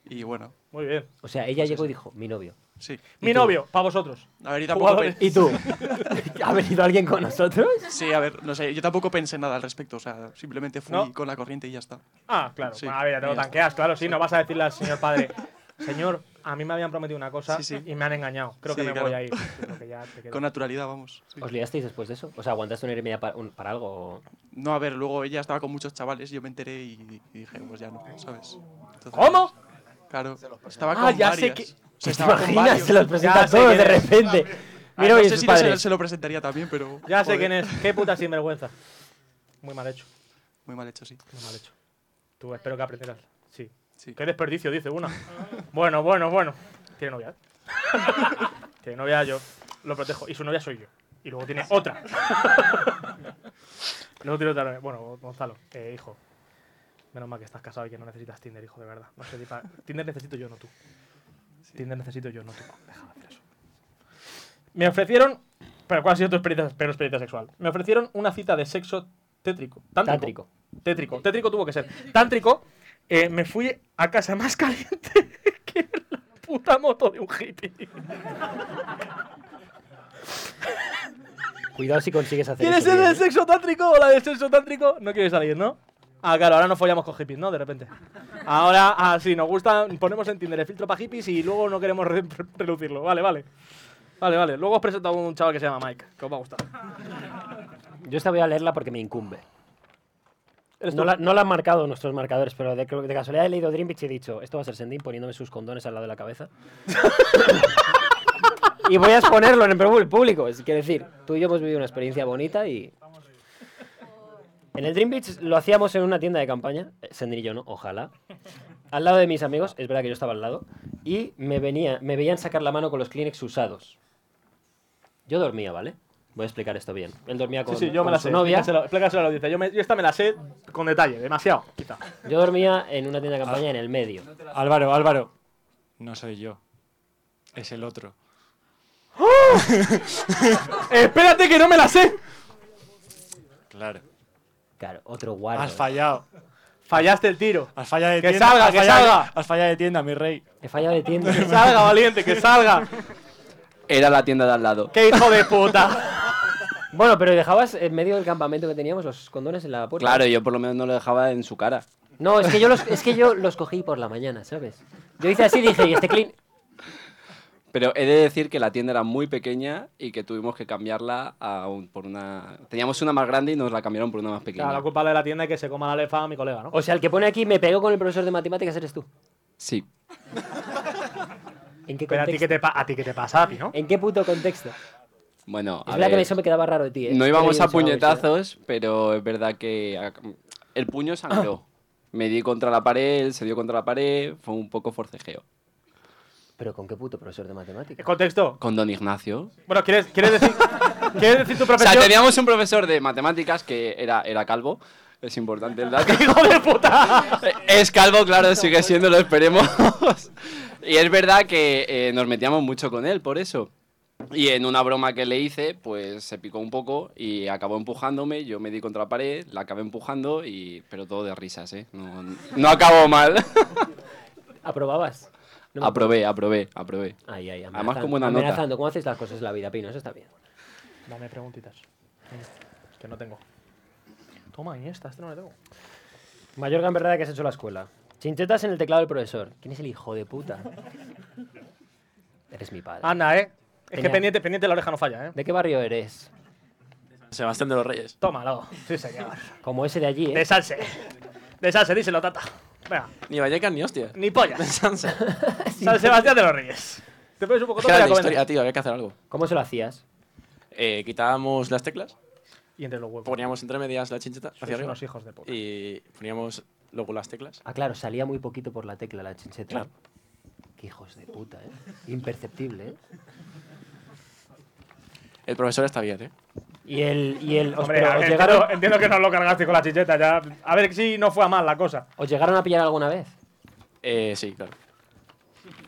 Speaker 14: Y bueno, Pues
Speaker 4: Muy bien.
Speaker 2: O sea, ella llegó y dijo, mi novio.
Speaker 14: sí.
Speaker 4: Mi novio, para vosotros.
Speaker 14: A ver, y tampoco.
Speaker 4: Jugadores.
Speaker 14: pe-
Speaker 2: ¿Y
Speaker 14: [laughs]
Speaker 2: tú? ¿Ha venido alguien con nosotros?
Speaker 14: Sí, a ver, no sé, yo tampoco pensé nada al respecto, o sea, simplemente fui
Speaker 4: ¿No?
Speaker 14: con la corriente y ya está.
Speaker 4: Ah, claro.
Speaker 14: Sí,
Speaker 4: Bueno, a ver, ya te
Speaker 14: y
Speaker 4: lo
Speaker 14: ya
Speaker 4: tanqueas, claro. Sí, no vas a decirle al señor padre, señor, a mí me habían prometido una cosa y me han engañado. Creo que
Speaker 14: Sí,
Speaker 4: me
Speaker 14: claro.
Speaker 4: voy a ir. Creo que ya te quedas.
Speaker 14: Con naturalidad, vamos. sí.
Speaker 2: ¿Os liasteis después de eso? O sea, ¿aguantaste una hora y media para, un- para algo? o-
Speaker 14: No, a ver, luego ella estaba con muchos chavales, yo me enteré y, y dije, pues ya no, ¿sabes? Entonces,
Speaker 4: ¿Cómo?
Speaker 14: Claro, estaba con
Speaker 2: Ah, ya sé
Speaker 14: varias.
Speaker 2: que-
Speaker 14: O sea,
Speaker 2: ¿Te
Speaker 14: estaba con
Speaker 2: imaginas?
Speaker 14: varios.
Speaker 2: Se los presenta a todos de repente.
Speaker 14: Ah,
Speaker 2: Mira,
Speaker 14: no
Speaker 2: oye,
Speaker 14: sé
Speaker 2: sus
Speaker 14: si no se,
Speaker 2: padres.
Speaker 14: se lo presentaría también, pero...
Speaker 4: Ya sé
Speaker 14: joder,
Speaker 4: quién es. Qué puta sinvergüenza. Muy mal hecho.
Speaker 14: Muy mal hecho, sí.
Speaker 4: Muy mal hecho. Tú espero que aprenderás. Sí.
Speaker 14: Sí.
Speaker 4: Qué desperdicio, dice una. bueno, bueno, bueno. Tiene novia. ¿eh? tiene novia, yo lo protejo. Y su novia soy yo. Y luego tiene otra. luego tiene otra novia. Bueno, Gonzalo, eh, hijo. Menos mal que estás casado y que no necesitas Tinder, hijo, de verdad. No sé, pa- Tinder necesito yo, no tú. Tinder necesito yo, no tú. Deja de hacer eso. Me ofrecieron. Pero ¿cuál ha sido tu experiencia, pero experiencia sexual? Me ofrecieron una cita de sexo tétrico. Tántrico. Tétrico. Tétrico. tuvo que ser. Tántrico. eh, me fui a casa más [laughs] caliente que la puta moto de un hippie.
Speaker 2: Cuidado si consigues hacer
Speaker 4: ¿Quieres
Speaker 2: eso.
Speaker 4: ser
Speaker 2: bien,
Speaker 4: del
Speaker 2: ¿eh?
Speaker 4: sexo tántrico o la del sexo tántrico? No quieres salir, ¿no? Ah, claro, ahora no follamos con hippies, ¿no? De repente. Ahora, ah, sí, nos gusta, ponemos en Tinder el filtro para hippies y luego no queremos re- re- relucirlo. Vale, vale. Vale, vale. Luego os presento a un chaval que se llama Mike, que os va a gustar.
Speaker 2: Yo esta voy a leerla porque me incumbe.
Speaker 4: Eres
Speaker 2: No
Speaker 4: tú.
Speaker 2: la, no la han marcado nuestros marcadores, pero de, de casualidad he leído Dream Beach y he dicho, esto va a ser Sendin poniéndome sus condones al lado de la cabeza. y voy a exponerlo en el pú- público. Es quiero decir, tú y yo hemos vivido una experiencia bonita y... En el Dream Beach lo hacíamos en una tienda de campaña, eh, Sendin y yo no, ojalá. Al lado de mis amigos, es verdad que yo estaba al lado, y me, venía, me veían sacar la mano con los Kleenex usados. Yo dormía, ¿vale? Voy a explicar esto bien. Él dormía con,
Speaker 4: sí, sí, yo me
Speaker 2: con
Speaker 4: la
Speaker 2: su
Speaker 4: sé.
Speaker 2: novia.
Speaker 4: Explícaselo, explícaselo a la audiencia. Yo, me- yo esta me la sé con detalle, demasiado, quizá.
Speaker 2: Yo dormía en una tienda de campaña en el medio.
Speaker 9: Álvaro, Álvaro. No soy yo. Es el otro.
Speaker 4: ¡Espérate que no me la sé!
Speaker 9: Claro.
Speaker 2: Claro, otro guarro.
Speaker 9: Has fallado.
Speaker 4: Fallaste el tiro.
Speaker 9: Has fallado de
Speaker 4: ¡Que
Speaker 9: tienda.
Speaker 4: salga,
Speaker 9: has
Speaker 4: que
Speaker 9: fallado-
Speaker 4: salga!
Speaker 9: Has fallado de tienda, mi rey.
Speaker 2: He fallado de tienda.
Speaker 9: [laughs]
Speaker 4: ¡Que salga, valiente, que salga!
Speaker 24: Era la tienda de al lado.
Speaker 4: ¡Qué hijo de puta!
Speaker 2: Bueno, pero dejabas en medio del campamento que teníamos los condones en la puerta.
Speaker 24: [laughs] Claro, yo por lo menos no lo dejaba en su cara.
Speaker 2: No, es que yo los, es que yo los cogí por la mañana, ¿sabes? Yo hice así, dije, y este clean.
Speaker 24: Pero he de decir que la tienda era muy pequeña y que tuvimos que cambiarla a un- por una... Teníamos una más grande y nos la cambiaron por una más pequeña.
Speaker 4: Claro, la culpable de la tienda es que se coma la lefa a mi colega, ¿no?
Speaker 2: O sea, el que pone aquí me pegó con el profesor de matemáticas eres tú.
Speaker 24: Sí.
Speaker 2: ¿En qué
Speaker 4: Pero a ti,
Speaker 2: contexto?
Speaker 4: que te pa- a ti que te pasa, Api, ¿no?
Speaker 2: ¿En qué puto contexto?
Speaker 24: Bueno,
Speaker 2: Es
Speaker 24: a
Speaker 2: verdad que
Speaker 24: ver,
Speaker 2: eso me quedaba raro de ti. ¿eh?
Speaker 24: no íbamos
Speaker 2: Pero
Speaker 24: a
Speaker 2: yo pensaba,
Speaker 24: puñetazos, pero es verdad que a- el
Speaker 2: [coughs]
Speaker 24: puño sangró. Me di contra la pared, él se dio contra la pared, fue un poco forcejeo.
Speaker 2: ¿Pero con qué puto profesor de matemáticas?
Speaker 4: Contexto.
Speaker 24: Con don Ignacio.
Speaker 4: Bueno, ¿quieres, quieres
Speaker 24: [laughs]
Speaker 4: decir, ¿quieres decir tu
Speaker 24: O sea,
Speaker 4: profesión?
Speaker 24: teníamos un profesor de matemáticas que era, era calvo. Es importante el
Speaker 4: [laughs]
Speaker 24: dato. Eh,
Speaker 4: ¡Hijo de puta!
Speaker 24: Es calvo, claro, sigue siendo, lo esperemos. [laughs] Y es verdad que eh, nos metíamos mucho con él, por eso. Y en una broma que le hice, pues se picó un poco y acabó empujándome. Yo me di contra la pared, la acabé empujando, y pero todo de risas, ¿eh? No, no acabó mal.
Speaker 2: [laughs] ¿Aprobabas? No me acuerdo.
Speaker 24: aprobé, aprobé, aprobé.
Speaker 2: Ay, ay,
Speaker 24: Además,
Speaker 2: amenazando-
Speaker 24: como una nota.
Speaker 2: Amenazando, ¿cómo haces las cosas en la vida, Pino? Eso está bien.
Speaker 4: Dame preguntitas. Que no tengo. Toma, y esta, esta no la tengo.
Speaker 2: Mayor gamberrada que has hecho en la escuela. Chinchetas en el teclado del profesor. ¿Quién es el hijo de puta? Eres mi padre.
Speaker 4: Anda, ¿eh? Es que
Speaker 2: Tenía-
Speaker 4: pendiente, pendiente la oreja no falla, ¿eh?
Speaker 2: ¿De qué barrio eres?
Speaker 9: Sebastián de los Reyes.
Speaker 4: Tómalo. Sí, señor.
Speaker 2: Como ese de allí, ¿eh?
Speaker 4: De salse. De salse, díselo, tata. Venga,
Speaker 9: Ni Vallecas ni hostia.
Speaker 4: ni pollas.
Speaker 9: Sansa. [laughs]
Speaker 4: San Sebastián de los Reyes. Te pones un poco
Speaker 9: Es
Speaker 4: todo
Speaker 9: que
Speaker 4: y
Speaker 9: era
Speaker 4: a
Speaker 9: de
Speaker 4: comer.
Speaker 9: historia, Ah, tío, había que hacer algo.
Speaker 2: ¿Cómo se lo hacías?
Speaker 9: Eh, quitábamos las teclas,
Speaker 4: Y entre los huevos.
Speaker 9: poníamos entre medias la chincheta hacia arriba.
Speaker 4: unos hijos de puta.
Speaker 9: Y poníamos luego las teclas.
Speaker 2: Ah, claro, salía muy poquito por la tecla la chincheta. Qué hijos de puta, ¿eh? Imperceptible, ¿eh?
Speaker 9: El profesor está bien, ¿eh?
Speaker 2: Y el... Y el os,
Speaker 4: Hombre,
Speaker 2: pero
Speaker 4: a
Speaker 2: os
Speaker 4: ver,
Speaker 2: llegaron,
Speaker 4: entiendo, entiendo que no lo cargaste con la chicheta ya. A ver si no fue a mal la cosa.
Speaker 2: ¿Os llegaron a pillar alguna vez?
Speaker 9: Eh, sí, claro.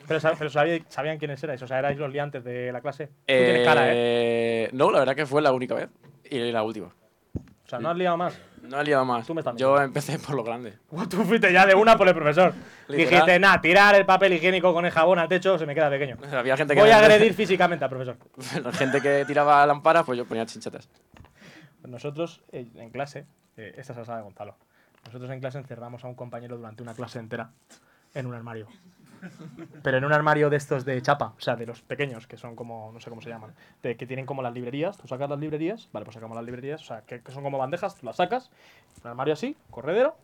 Speaker 4: Pero, sa- pero sabía- sabían quiénes erais. O sea, erais los liantes de la clase. Tú
Speaker 9: Eh,
Speaker 4: tienes cara, ¿eh?
Speaker 9: No, la verdad que fue la única vez. Y la última. [laughs]
Speaker 4: O sea, no has liado más.
Speaker 9: No he liado más. Yo empecé por lo grande.
Speaker 4: Buah, Tú fuiste ya de una por el profesor.
Speaker 9: [laughs] Literal.
Speaker 4: Dijiste, nada, tirar el papel higiénico con el jabón al techo se me queda pequeño.
Speaker 9: Había gente que
Speaker 4: Voy a agredir físicamente al profesor.
Speaker 9: [laughs] La gente que tiraba lámparas, pues yo ponía chinchetas.
Speaker 4: Nosotros eh, en clase, eh, esta es la sala de Gonzalo. Nosotros en clase encerramos a un compañero durante una clase entera en un armario. Pero en un armario de estos de chapa, o sea, de los pequeños, que son como, no sé cómo se llaman, de que tienen como las librerías, tú sacas las librerías, vale, pues sacamos las librerías, o sea, que, que son como bandejas, tú las sacas, un armario así, corredero,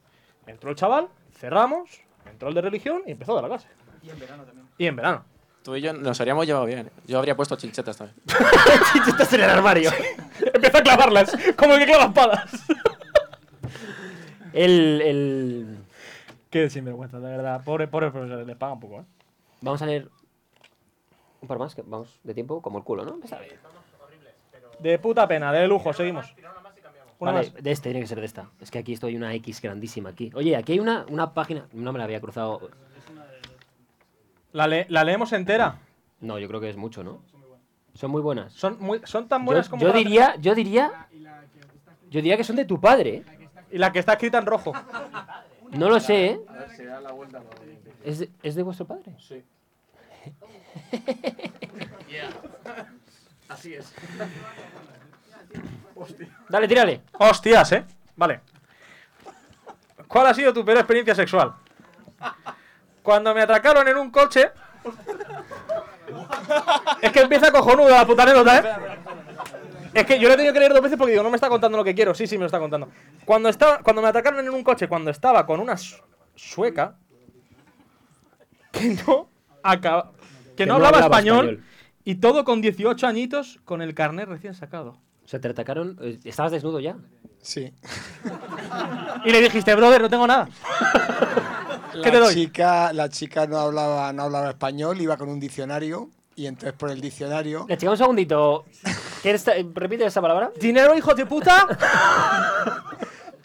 Speaker 4: entró el chaval, cerramos, entró el de religión y empezó a dar la clase.
Speaker 14: Y en verano también.
Speaker 4: Y en verano.
Speaker 9: Tú y yo nos habríamos llevado bien. ¿eh? Yo habría puesto chinchetas también.
Speaker 4: Estás en el armario. Empezó a clavarlas, como el que clava espadas.
Speaker 2: El, el...
Speaker 4: Qué sinvergüenza, de verdad. Pobre, pobre profesor, les pagan poco, ¿eh?
Speaker 2: Vamos a leer un par más, que vamos de tiempo como el culo, ¿no? Está bien.
Speaker 4: De puta pena, de lujo, seguimos. Una
Speaker 2: Vale,
Speaker 4: más.
Speaker 2: de este, tiene que ser de esta. Es que aquí estoy una X grandísima aquí. Oye, aquí hay una, una página... No me la había cruzado.
Speaker 4: La, le- la leemos entera.
Speaker 2: No, yo creo que es mucho, ¿no? Son muy buenas.
Speaker 4: Son, muy, son tan
Speaker 2: Yo,
Speaker 4: buenas como.
Speaker 2: yo
Speaker 4: para-
Speaker 2: diría, yo diría... Yo diría que son de tu padre. ¿eh?
Speaker 4: Y la que está escrita en rojo.
Speaker 2: No lo sé, ¿eh?
Speaker 9: Se da la vuelta.
Speaker 2: ¿Es de, es de vuestro padre?
Speaker 9: Sí.
Speaker 3: [laughs] Así es.
Speaker 2: Dale, tírale.
Speaker 4: Hostias, eh. Vale. ¿Cuál ha sido tu peor experiencia sexual? Cuando me atracaron en un coche. Es que empieza cojonuda la puta anécdota, ¿eh? Es que yo lo he tenido que leer dos veces porque digo, no me está contando lo que quiero. Sí, sí, me lo está contando. Cuando, estaba, cuando me atracaron en un coche, cuando estaba con una su- sueca que no, acaba- que no hablaba, español, y todo con 18 añitos con el carnet recién sacado.
Speaker 2: O sea, te atacaron... eh, ¿Estabas desnudo ya?
Speaker 4: Sí. [laughs] Y le dijiste, brother, no tengo nada. ¿Qué te
Speaker 1: La
Speaker 4: doy?
Speaker 1: chica, la chica no hablaba, no hablaba español, iba con un diccionario y entonces por el diccionario.
Speaker 2: La chica, un segundito. ¿Quieres ta- ¿Repite esa palabra?
Speaker 4: ¿Dinero, hijo de puta?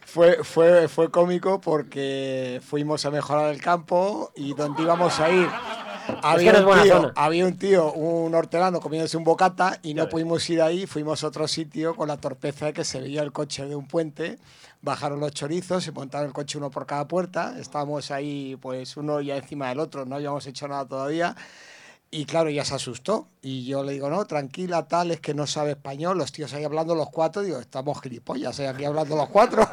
Speaker 1: Fue, fue, fue cómico porque fuimos a mejorar el campo y donde íbamos a ir. Había,
Speaker 2: no es
Speaker 1: un
Speaker 2: buena
Speaker 1: tío,
Speaker 2: zona.
Speaker 1: había un tío, un hortelano comiéndose un bocata y no pudimos ir ahí, fuimos a otro sitio con la torpeza de que se veía el coche de un puente, bajaron los chorizos, se montaron el coche uno por cada puerta, estábamos ahí pues uno ya encima del otro, no habíamos hecho nada todavía y claro, ya se asustó y yo le digo, no, tranquila, tal, es que no sabe español, los tíos ahí hablando los cuatro, digo, estamos gilipollas, ahí aquí hablando los cuatro.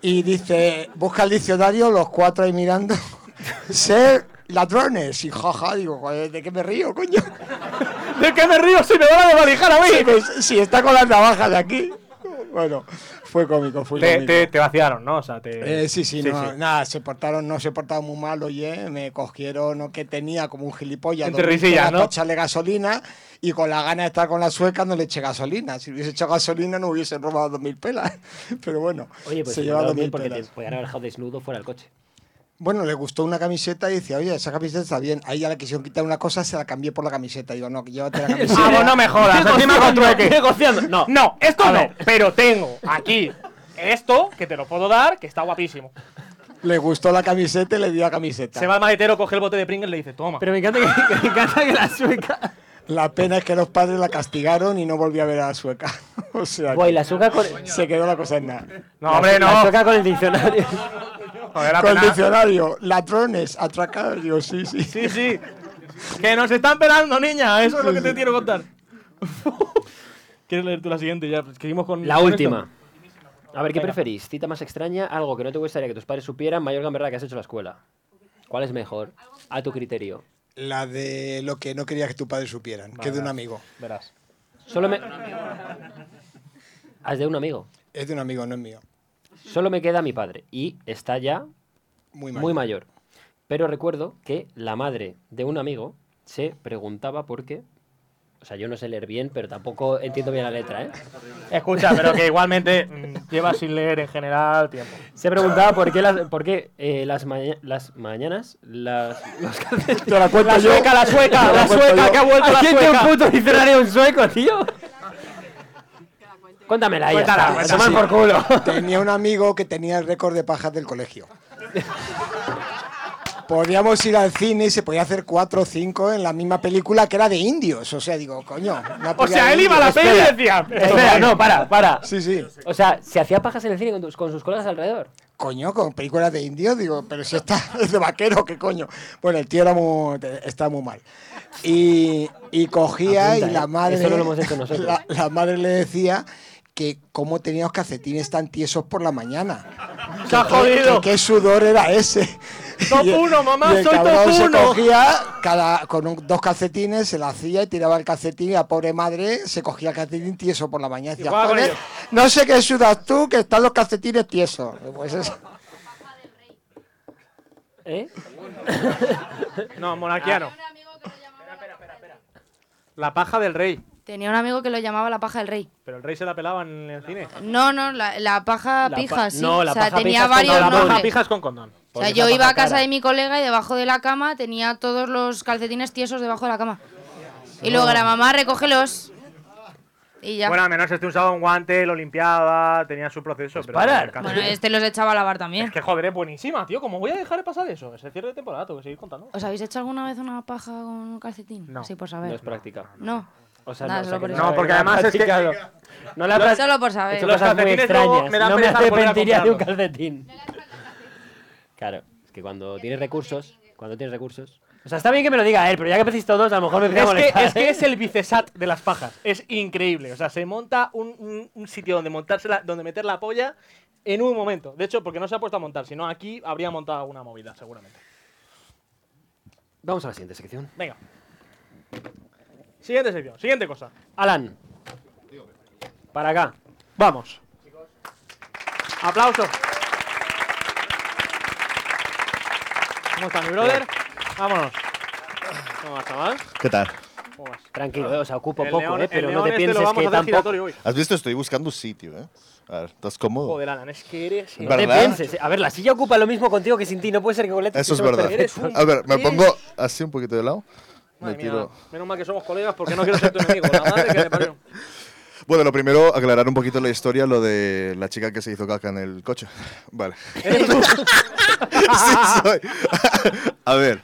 Speaker 1: Y dice, busca el diccionario, los cuatro ahí mirando. [laughs] Ser ladrones. Y jaja, digo, "Joder, ¿de qué me río, coño?
Speaker 4: [laughs] ¿De qué me río si me van a desvalijar a mí?
Speaker 1: Si, me- pues, si está con las navajas aquí. Bueno, fue cómico, fue
Speaker 4: Te,
Speaker 1: cómico.
Speaker 4: te, te vaciaron, ¿no? O sea, te...
Speaker 1: Eh, sí, sí, no,
Speaker 4: sí.
Speaker 1: nada, se portaron, no se portaron muy mal, oye, me cogieron lo que tenía como un gilipollas.
Speaker 4: Entre
Speaker 1: donde
Speaker 4: risillas,
Speaker 1: tenía
Speaker 4: ¿no?
Speaker 1: para echarle gasolina y con la gana de estar con la sueca no le eché gasolina. Si hubiese hecho gasolina no hubiesen robado dos mil pelas, [laughs] pero bueno,
Speaker 2: Oye, pues
Speaker 1: se
Speaker 2: se
Speaker 1: lleva dos
Speaker 2: llevaron bien
Speaker 1: mil
Speaker 2: porque te
Speaker 1: pelas.
Speaker 2: podían haber dejado desnudo fuera del coche.
Speaker 1: Bueno, le gustó una camiseta y decía, oye, esa camiseta está bien. Ahí ya le quisieron quitar una cosa, se la cambié por la camiseta. Digo, no,
Speaker 4: [laughs]
Speaker 1: llévate la camiseta.
Speaker 4: Ah, vos no me jodas, encima con trueque.
Speaker 2: Negociando, no.
Speaker 4: No, esto
Speaker 2: A
Speaker 4: no,
Speaker 2: ver.
Speaker 4: pero tengo aquí esto que te lo puedo dar, que está guapísimo.
Speaker 1: Le gustó la camiseta y le dio la camiseta.
Speaker 4: Se va al maletero, coge el bote de Pringles y le dice, toma.
Speaker 2: Pero me encanta que, me encanta que la sueca.
Speaker 1: La pena es que los padres la castigaron y no volvió a ver a la sueca. [laughs] o sea, que
Speaker 2: Guay, la sueca con.
Speaker 1: se quedó la cosa en nada.
Speaker 4: No, hombre, no.
Speaker 2: La sueca con el diccionario.
Speaker 4: [laughs] Joder, la
Speaker 1: Con el
Speaker 4: pena-
Speaker 1: diccionario, ladrones, atracados, digo, sí, sí.
Speaker 4: Sí,
Speaker 1: [laughs]
Speaker 4: sí. Ah, Que nos están pelando, niña. Eso es lo que te quiero contar. [laughs] ¿Quieres leer tú la siguiente? Ya, pues, seguimos con.
Speaker 2: La
Speaker 4: con
Speaker 2: última.
Speaker 4: esto.
Speaker 2: A ver, ¿qué
Speaker 4: Venga.
Speaker 2: preferís? ¿Cita más extraña? ¿Algo que no te gustaría que tus padres supieran? ¿Mayor gamberra que has hecho en la escuela? ¿Cuál es mejor? A tu criterio.
Speaker 1: La de lo que no quería que tu padre supieran, que es de un
Speaker 4: verás,
Speaker 1: amigo.
Speaker 4: Verás.
Speaker 2: Solo me. [laughs] Haz de un amigo.
Speaker 1: Es de un amigo, no es mío.
Speaker 2: Solo me queda mi padre. Y está ya
Speaker 1: Muy mal.
Speaker 2: muy mayor. Pero recuerdo que la madre de un amigo se preguntaba por qué. O sea, yo no sé leer bien, pero tampoco entiendo bien la letra, ¿eh?
Speaker 4: Escucha, pero que igualmente mm, llevas sin leer en general tiempo.
Speaker 2: Se preguntaba por qué las, por qué, eh, las, maña- las mañanas, las... los calcetines-
Speaker 1: Te la cuento yo.
Speaker 4: sueca, la sueca,
Speaker 1: Te la
Speaker 4: la
Speaker 1: cuento
Speaker 4: sueca,
Speaker 1: yo.
Speaker 4: que ha vuelto la
Speaker 2: Aquí tiene un
Speaker 4: sueca.
Speaker 2: puto diccionario en sueco, tío. Cuéntamela ahí.
Speaker 4: Cuéntala,
Speaker 2: A
Speaker 4: cuéntala.
Speaker 2: tomar por culo.
Speaker 1: Tenía un amigo que tenía el récord de pajas del colegio. Podíamos ir al cine y se podía hacer cuatro o cinco en la misma película que era de indios. O sea, digo, coño. una
Speaker 4: O
Speaker 1: peli
Speaker 4: sea,
Speaker 1: de
Speaker 4: él iba a
Speaker 1: indios.
Speaker 4: la peli y
Speaker 2: Espera.
Speaker 4: decía.
Speaker 2: Espera, no, para, para.
Speaker 1: Sí, sí.
Speaker 2: O sea, se hacía pajas en el cine con, tus- con sus colegas alrededor.
Speaker 1: Coño, con películas de indios, digo, pero si está [laughs] es de vaquero, ¿qué coño? Bueno, el tío era muy, estaba muy mal. Y, y cogía
Speaker 2: Apunta,
Speaker 1: y la
Speaker 2: ¿eh?
Speaker 1: madre.
Speaker 2: Eso no lo hemos hecho nosotros.
Speaker 1: La, la madre le decía que cómo tenía los calcetines tan tiesos por la mañana.
Speaker 4: Se ha
Speaker 1: ¿Qué-
Speaker 4: jodido.
Speaker 1: ¿Qué, qué sudor era ese?
Speaker 4: [laughs] Top
Speaker 1: Y el-
Speaker 4: uno, mamá,
Speaker 1: y el
Speaker 4: soy top
Speaker 1: cabrón se
Speaker 4: uno.
Speaker 1: cogía cada, con un- dos calcetines, se la hacía y tiraba el calcetín y la pobre madre se cogía el calcetín tieso por la mañana. Y decía,
Speaker 4: jugaba con
Speaker 1: "Joder,
Speaker 4: ello".
Speaker 1: no sé qué sudas tú, que están los calcetines tiesos. Pues eso.
Speaker 2: ¿Eh?
Speaker 4: [laughs] No, monarquiano.
Speaker 10: Ah.
Speaker 4: La paja del rey.
Speaker 10: Tenía un amigo que lo llamaba la paja del rey.
Speaker 4: Pero el rey se la pelaba en el cine.
Speaker 10: No, no, la, la paja
Speaker 2: La
Speaker 10: pija,
Speaker 2: pa-
Speaker 10: sí.
Speaker 2: no, la
Speaker 10: o sea,
Speaker 2: paja pija
Speaker 10: tenía
Speaker 2: es
Speaker 10: varios
Speaker 2: cuando
Speaker 4: La
Speaker 2: Hombre.
Speaker 4: paja
Speaker 10: nombres.
Speaker 4: pija es con condón.
Speaker 10: O
Speaker 2: Porque
Speaker 10: sea,
Speaker 2: es
Speaker 10: yo
Speaker 2: la
Speaker 10: iba
Speaker 2: paja
Speaker 10: a casa
Speaker 2: cara.
Speaker 10: de mi colega y debajo de la cama tenía todos los calcetines tiesos debajo de la cama. Y luego la mamá recógelos. Y ya.
Speaker 4: Bueno,
Speaker 10: Bueno,
Speaker 4: a menos este usaba un guante, lo limpiaba, tenía su proceso. pero
Speaker 2: parar.
Speaker 4: el
Speaker 10: este los echaba a lavar también.
Speaker 4: Es que joder, es buenísima, tío. ¿Cómo voy a dejar de pasar eso? Es el cierre de temporada, tengo que seguir contando.
Speaker 10: ¿Os habéis hecho alguna vez una paja con un calcetín?
Speaker 4: No.
Speaker 10: Sí, por
Speaker 2: No
Speaker 10: saber.
Speaker 2: es práctica.
Speaker 10: No.
Speaker 2: O sea,
Speaker 10: Nada,
Speaker 2: no, o sea
Speaker 10: solo
Speaker 2: que
Speaker 10: por
Speaker 2: no
Speaker 10: eso.
Speaker 4: No,
Speaker 2: sabe
Speaker 4: porque
Speaker 2: que
Speaker 4: además es que-
Speaker 2: practicado. No la
Speaker 10: Lo-
Speaker 2: prac-
Speaker 10: Solo por
Speaker 2: He
Speaker 10: saber.
Speaker 2: hecho
Speaker 4: Los
Speaker 2: cosas muy
Speaker 4: calcetines luego
Speaker 2: extrañas.
Speaker 4: me dan
Speaker 2: no me
Speaker 4: pereza
Speaker 2: hace
Speaker 4: volver a
Speaker 2: arrepentiría de un
Speaker 4: comprarlos.
Speaker 2: calcetín. Claro, es que cuando tienes recursos, cuando tienes recursos. O sea, está bien que me lo diga él, pero ya que empecéis todos, a lo mejor me empieza a
Speaker 4: Es que,
Speaker 2: molestar. ¿eh?
Speaker 4: es que es el bicesat de las pajas. Es increíble. O sea, se monta un, un- un sitio donde montársela, donde meter la polla en un momento. De hecho, porque no se ha puesto a montar, sino aquí habría montado alguna movida, seguramente.
Speaker 2: Vamos a la siguiente sección.
Speaker 4: Venga. Siguiente sección, siguiente cosa.
Speaker 2: Alan. Para acá.
Speaker 4: Vamos. Aplausos. ¿Cómo está mi brother? Vámonos. ¿Cómo vas, chaval?
Speaker 23: ¿Qué tal?
Speaker 4: ¿Cómo vas?
Speaker 2: Tranquilo, eh, o sea, ocupo
Speaker 4: El
Speaker 2: poco,
Speaker 4: neón-
Speaker 2: eh, pero
Speaker 4: el
Speaker 2: no
Speaker 4: neón
Speaker 2: te
Speaker 4: este
Speaker 2: pienses
Speaker 4: lo vamos
Speaker 2: que
Speaker 4: a hacer
Speaker 2: tampoco.
Speaker 4: giratorio hoy.
Speaker 7: ¿Has visto? Estoy buscando un sitio, ¿eh? A ver, ¿estás cómodo?
Speaker 4: Joder, Alan, es que eres...
Speaker 2: No te
Speaker 7: ¿Verdad?
Speaker 2: pienses. eh. A ver, la silla ocupa lo mismo contigo que sin ti. No puede ser que con
Speaker 7: Eso es verdad. A ver, me pongo así un poquito de lado.
Speaker 4: Madre
Speaker 7: me
Speaker 4: mía,
Speaker 7: tiro.
Speaker 4: menos mal que somos colegas porque no quiero ser tu enemigo. La madre que
Speaker 20: [laughs]
Speaker 4: me parió.
Speaker 7: Bueno, lo primero, aclarar un poquito la historia, lo de la chica que se hizo caca en el coche. [laughs] Vale. Sí, soy. a ver,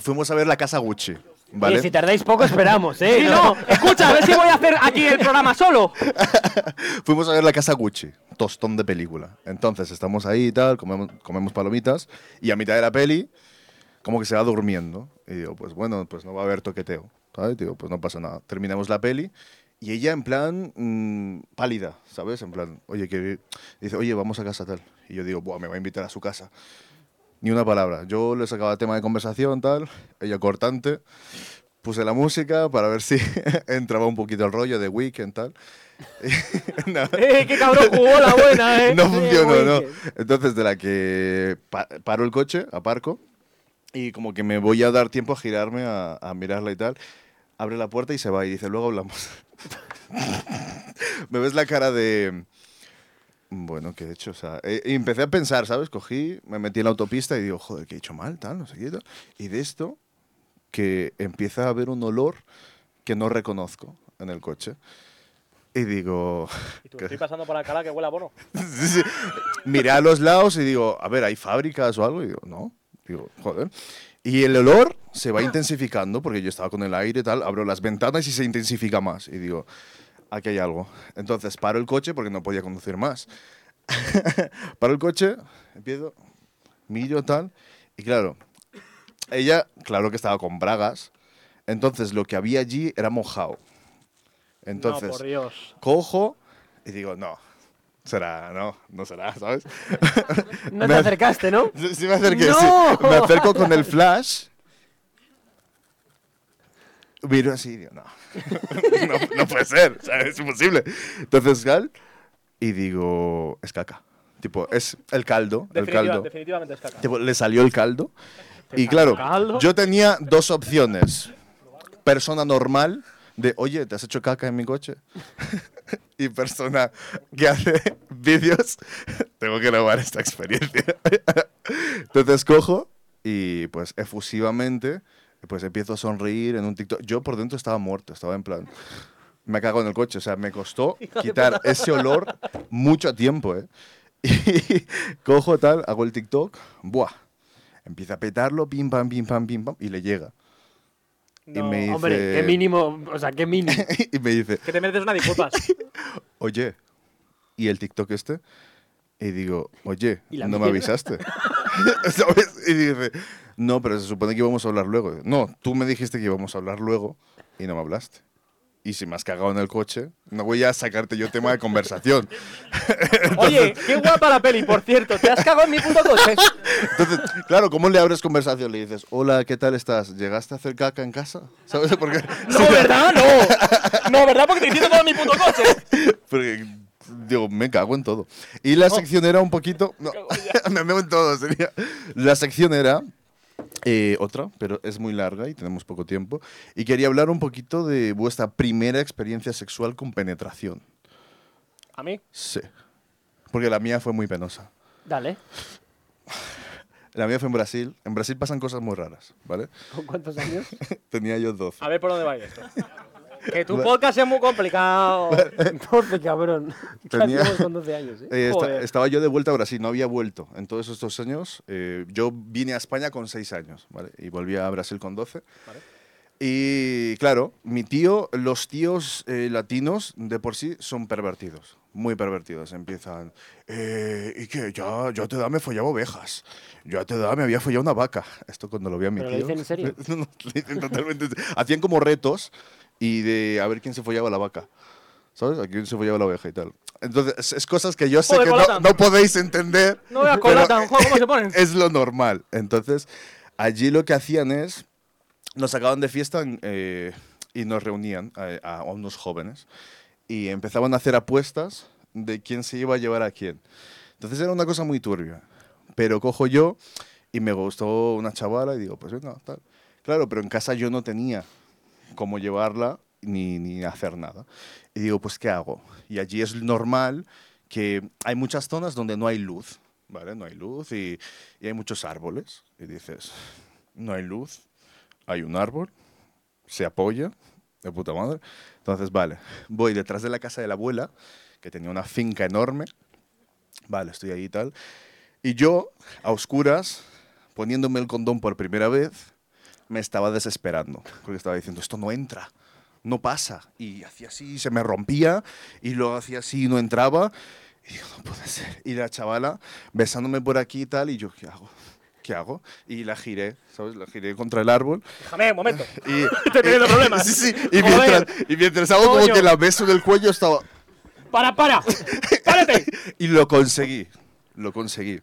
Speaker 7: fuimos a ver la casa Gucci, ¿vale?
Speaker 2: Oye, si tardáis poco, esperamos, [laughs] ¿eh?
Speaker 4: Sí, no, escucha, a ver si voy a hacer aquí el programa solo.
Speaker 7: Fuimos a ver la casa Gucci, tostón de película. Entonces estamos ahí y tal, comemos, comemos palomitas y a mitad de la peli como que se va durmiendo. Y digo, pues bueno, pues no va a haber toqueteo. ¿sabes? Digo, pues no pasa nada. Terminamos la peli y ella en plan mm, pálida, ¿sabes? En plan, oye, que... Dice, oye, vamos a casa tal. Y yo digo, Buah, me va a invitar a su casa. Ni una palabra. Yo le sacaba tema de conversación, tal, ella cortante. Puse la música para ver si [laughs] entraba un poquito el rollo de Weekend, tal. No.
Speaker 20: ¡Eh, qué cabrón jugó la
Speaker 7: [laughs]
Speaker 20: buena, eh!
Speaker 7: No funcionó, no. Entonces, de la que pa- paro el coche, aparco, y como que me voy a dar tiempo a girarme, a, a mirarla y tal, abre la puerta y se va y dice, luego hablamos. [laughs] me ves la cara de... Bueno, ¿qué he hecho? O sea, eh, y empecé a pensar, ¿sabes? Cogí, me metí en la autopista y digo, joder, ¿qué he hecho mal? Tal, no sé qué. tal. Y de esto, que empieza a haber un olor que no reconozco en el coche. Y digo, [laughs]
Speaker 20: Tú, Estoy pasando por Alcalá que huele a bono.
Speaker 7: miré a los lados y digo, a ver, ¿hay fábricas o algo? Y digo, no. Digo, joder. Y el olor se va intensificando porque yo estaba con el aire y tal, abro las ventanas y se intensifica más. Y digo, aquí hay algo. Entonces paro el coche porque no podía conducir más. paro el coche, empiezo, miro tal. Y claro, ella, claro que estaba con bragas. Entonces lo que había allí era mojado. Entonces,
Speaker 20: por Dios.
Speaker 7: cojo y digo, no, será, no, no será, [laughs] ¿sabes?
Speaker 20: [laughs] No
Speaker 7: Me
Speaker 20: te
Speaker 7: ac-
Speaker 20: acercaste, ¿no?
Speaker 7: [laughs] Sí, sí me acerqué,
Speaker 20: ¡No!
Speaker 7: sí. Me acerco con el flash. Miro así y digo, no. [laughs] no, no puede ser, o sea, es imposible. Entonces, gal, y digo, es caca. Tipo, es el caldo, el
Speaker 20: Definitiva-
Speaker 7: caldo.
Speaker 20: definitivamente es caca.
Speaker 7: Tipo, le salió el caldo.
Speaker 20: ¿Te
Speaker 7: Y
Speaker 20: salió
Speaker 7: claro,
Speaker 20: caldo?
Speaker 7: yo tenía dos opciones. Persona normal, de, oye, ¿te has hecho caca en mi coche? [laughs] y persona que hace [laughs] vídeos, tengo que grabar esta experiencia. Entonces cojo y pues efusivamente pues empiezo a sonreír en un TikTok. Yo por dentro estaba muerto, estaba en plan me cago en el coche, o sea, me costó
Speaker 20: [laughs] Hijo de
Speaker 7: quitar
Speaker 20: puta.
Speaker 7: ese olor mucho tiempo, ¿eh? [laughs] Y cojo tal, hago el TikTok, buah. Empieza a petarlo, pim pam pim pam pim pam y le llega. y me dice
Speaker 2: Hombre, qué mínimo, o sea, qué mínimo.
Speaker 7: [laughs] y me dice,
Speaker 20: Que te mereces una
Speaker 7: [laughs]
Speaker 20: disculpa.
Speaker 7: oye, ¿y el TikTok este? Y digo, oye,
Speaker 20: ¿Y la
Speaker 7: no me
Speaker 20: mía? [laughs]
Speaker 7: avisaste. [laughs] ¿Sabes? Y dice, no, pero se supone que íbamos a hablar luego. Digo, No, tú me dijiste que íbamos a hablar luego y no me hablaste. Y si me has cagado en el coche, no voy a sacarte yo tema de conversación.
Speaker 20: Oye, qué guapa la peli, por cierto. Te has cagado en mi puto coche.
Speaker 7: Entonces, claro, ¿cómo le abres conversación? Le dices, hola, ¿qué tal estás? ¿Llegaste a hacer caca en casa? ¿Sabes? Porque,
Speaker 20: No, ¿verdad?
Speaker 7: [laughs]
Speaker 20: No. No, ¿verdad? Porque te hiciste todo en mi puto coche.
Speaker 7: porque, digo, me cago en todo. Y la
Speaker 20: No.
Speaker 7: sección era un poquito... no, [laughs] me meo en todo, sería... La sección era eh, otra, pero es muy larga y tenemos poco tiempo. Y quería hablar un poquito de vuestra primera experiencia sexual con penetración.
Speaker 20: ¿A mí?
Speaker 7: Sí. Porque la mía fue muy penosa.
Speaker 2: Dale.
Speaker 7: La mía fue en Brasil. En Brasil pasan cosas muy raras, ¿vale? [laughs]
Speaker 20: ¿Con cuántos años?
Speaker 7: Tenía yo 12.
Speaker 20: A ver por dónde va esto. Que tu
Speaker 7: Vale.
Speaker 20: podcast es muy complicado.
Speaker 2: Entonces, cabrón. ¿Qué
Speaker 20: [laughs]
Speaker 7: Tenía-
Speaker 2: hacemos con 12 años, eh?
Speaker 7: Eh, esta-
Speaker 2: Joder.
Speaker 7: estaba yo de vuelta a Brasil, no había vuelto en todos estos años. eh, yo vine a España con 6 años, ¿vale? Y volví a Brasil con 12. Y claro, mi tío, los tíos eh, latinos de por sí son pervertidos, muy pervertidos. Empiezan, eh, ¿y qué? Ya, yo a tu edad me follaba ovejas, yo a tu edad me había follado una vaca. Esto cuando lo vi a mi
Speaker 2: ¿Pero lo
Speaker 7: tío.
Speaker 2: dicen en serio?
Speaker 7: [laughs] No, no, lo dicen totalmente en serio. Hacían como retos y de a ver quién se follaba la vaca. ¿Sabes? A quién se follaba la oveja y tal. Entonces, es, es cosas que yo sé
Speaker 20: Joder,
Speaker 7: que no,
Speaker 20: Colatan.
Speaker 7: no podéis entender.
Speaker 20: No veas
Speaker 7: pero
Speaker 20: Colatan, joder, ¿cómo se ponen?
Speaker 7: [laughs] Es lo normal. Entonces, allí lo que hacían es nos sacaban de fiesta en, eh, y nos reunían eh, a, a unos jóvenes y empezaban a hacer apuestas de quién se iba a llevar a quién. Entonces era una cosa muy turbia. Pero cojo yo y me gustó una chavala y digo, pues venga, tal. Claro, pero en casa yo no tenía cómo llevarla ni, ni hacer nada. Y digo, pues ¿qué hago? Y allí es normal que hay muchas zonas donde no hay luz, ¿vale? No hay luz y, y hay muchos árboles. Y dices, no hay luz, hay un árbol, se apoya, de puta madre. Entonces, vale, voy detrás de la casa de la abuela, que tenía una finca enorme. Vale, estoy ahí y tal. Y yo, a oscuras, poniéndome el condón por primera vez, me estaba desesperando. Porque estaba diciendo, esto no entra, no pasa. Y hacía así, y se me rompía, y lo hacía así y no entraba. Y digo, no puede ser. Y la chavala besándome por aquí y tal, y yo, ¿qué hago? ¿Qué hago? Y la giré, ¿sabes? La giré contra el árbol.
Speaker 20: Déjame un momento.
Speaker 7: [laughs]
Speaker 4: [laughs]
Speaker 7: Y,
Speaker 20: [laughs] Estoy teniendo problemas.
Speaker 7: [laughs] Sí, sí. Y
Speaker 20: Joder.
Speaker 7: mientras, y mientras hago como
Speaker 20: Coño.
Speaker 7: que la beso del cuello estaba.
Speaker 20: Para, para.
Speaker 7: [laughs] Y lo conseguí. Lo conseguí.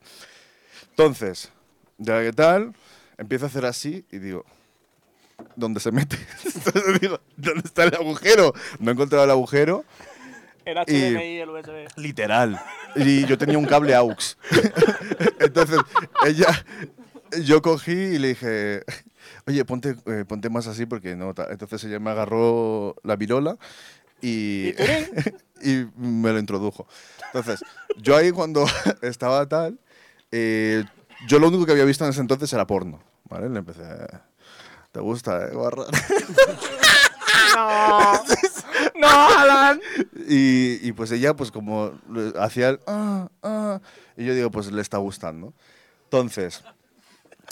Speaker 7: Entonces, Ya que tal, empiezo a hacer así y digo, ¿dónde se mete? [laughs] Entonces digo, ¿dónde está el agujero? No he encontrado el agujero.
Speaker 4: El
Speaker 7: Y- Eh,
Speaker 4: HDMI, el USB.
Speaker 7: Literal. Y yo tenía un cable AUX. [laughs] Entonces, ella, yo cogí y le dije, oye, ponte, eh, ponte más así porque no. ta-". Entonces ella me agarró la virola y, [laughs] y me lo introdujo. Entonces, yo ahí cuando [laughs] estaba tal, eh, yo lo único que había visto en ese entonces era porno. ¿Vale? Le empecé, ¿te gusta, eh, guarra?".
Speaker 4: No. [laughs] No,
Speaker 1: [laughs]
Speaker 4: Alan.
Speaker 7: Y, y pues ella, pues como eh, hacía el, "Ah, ah", y yo digo, pues le está gustando. Entonces,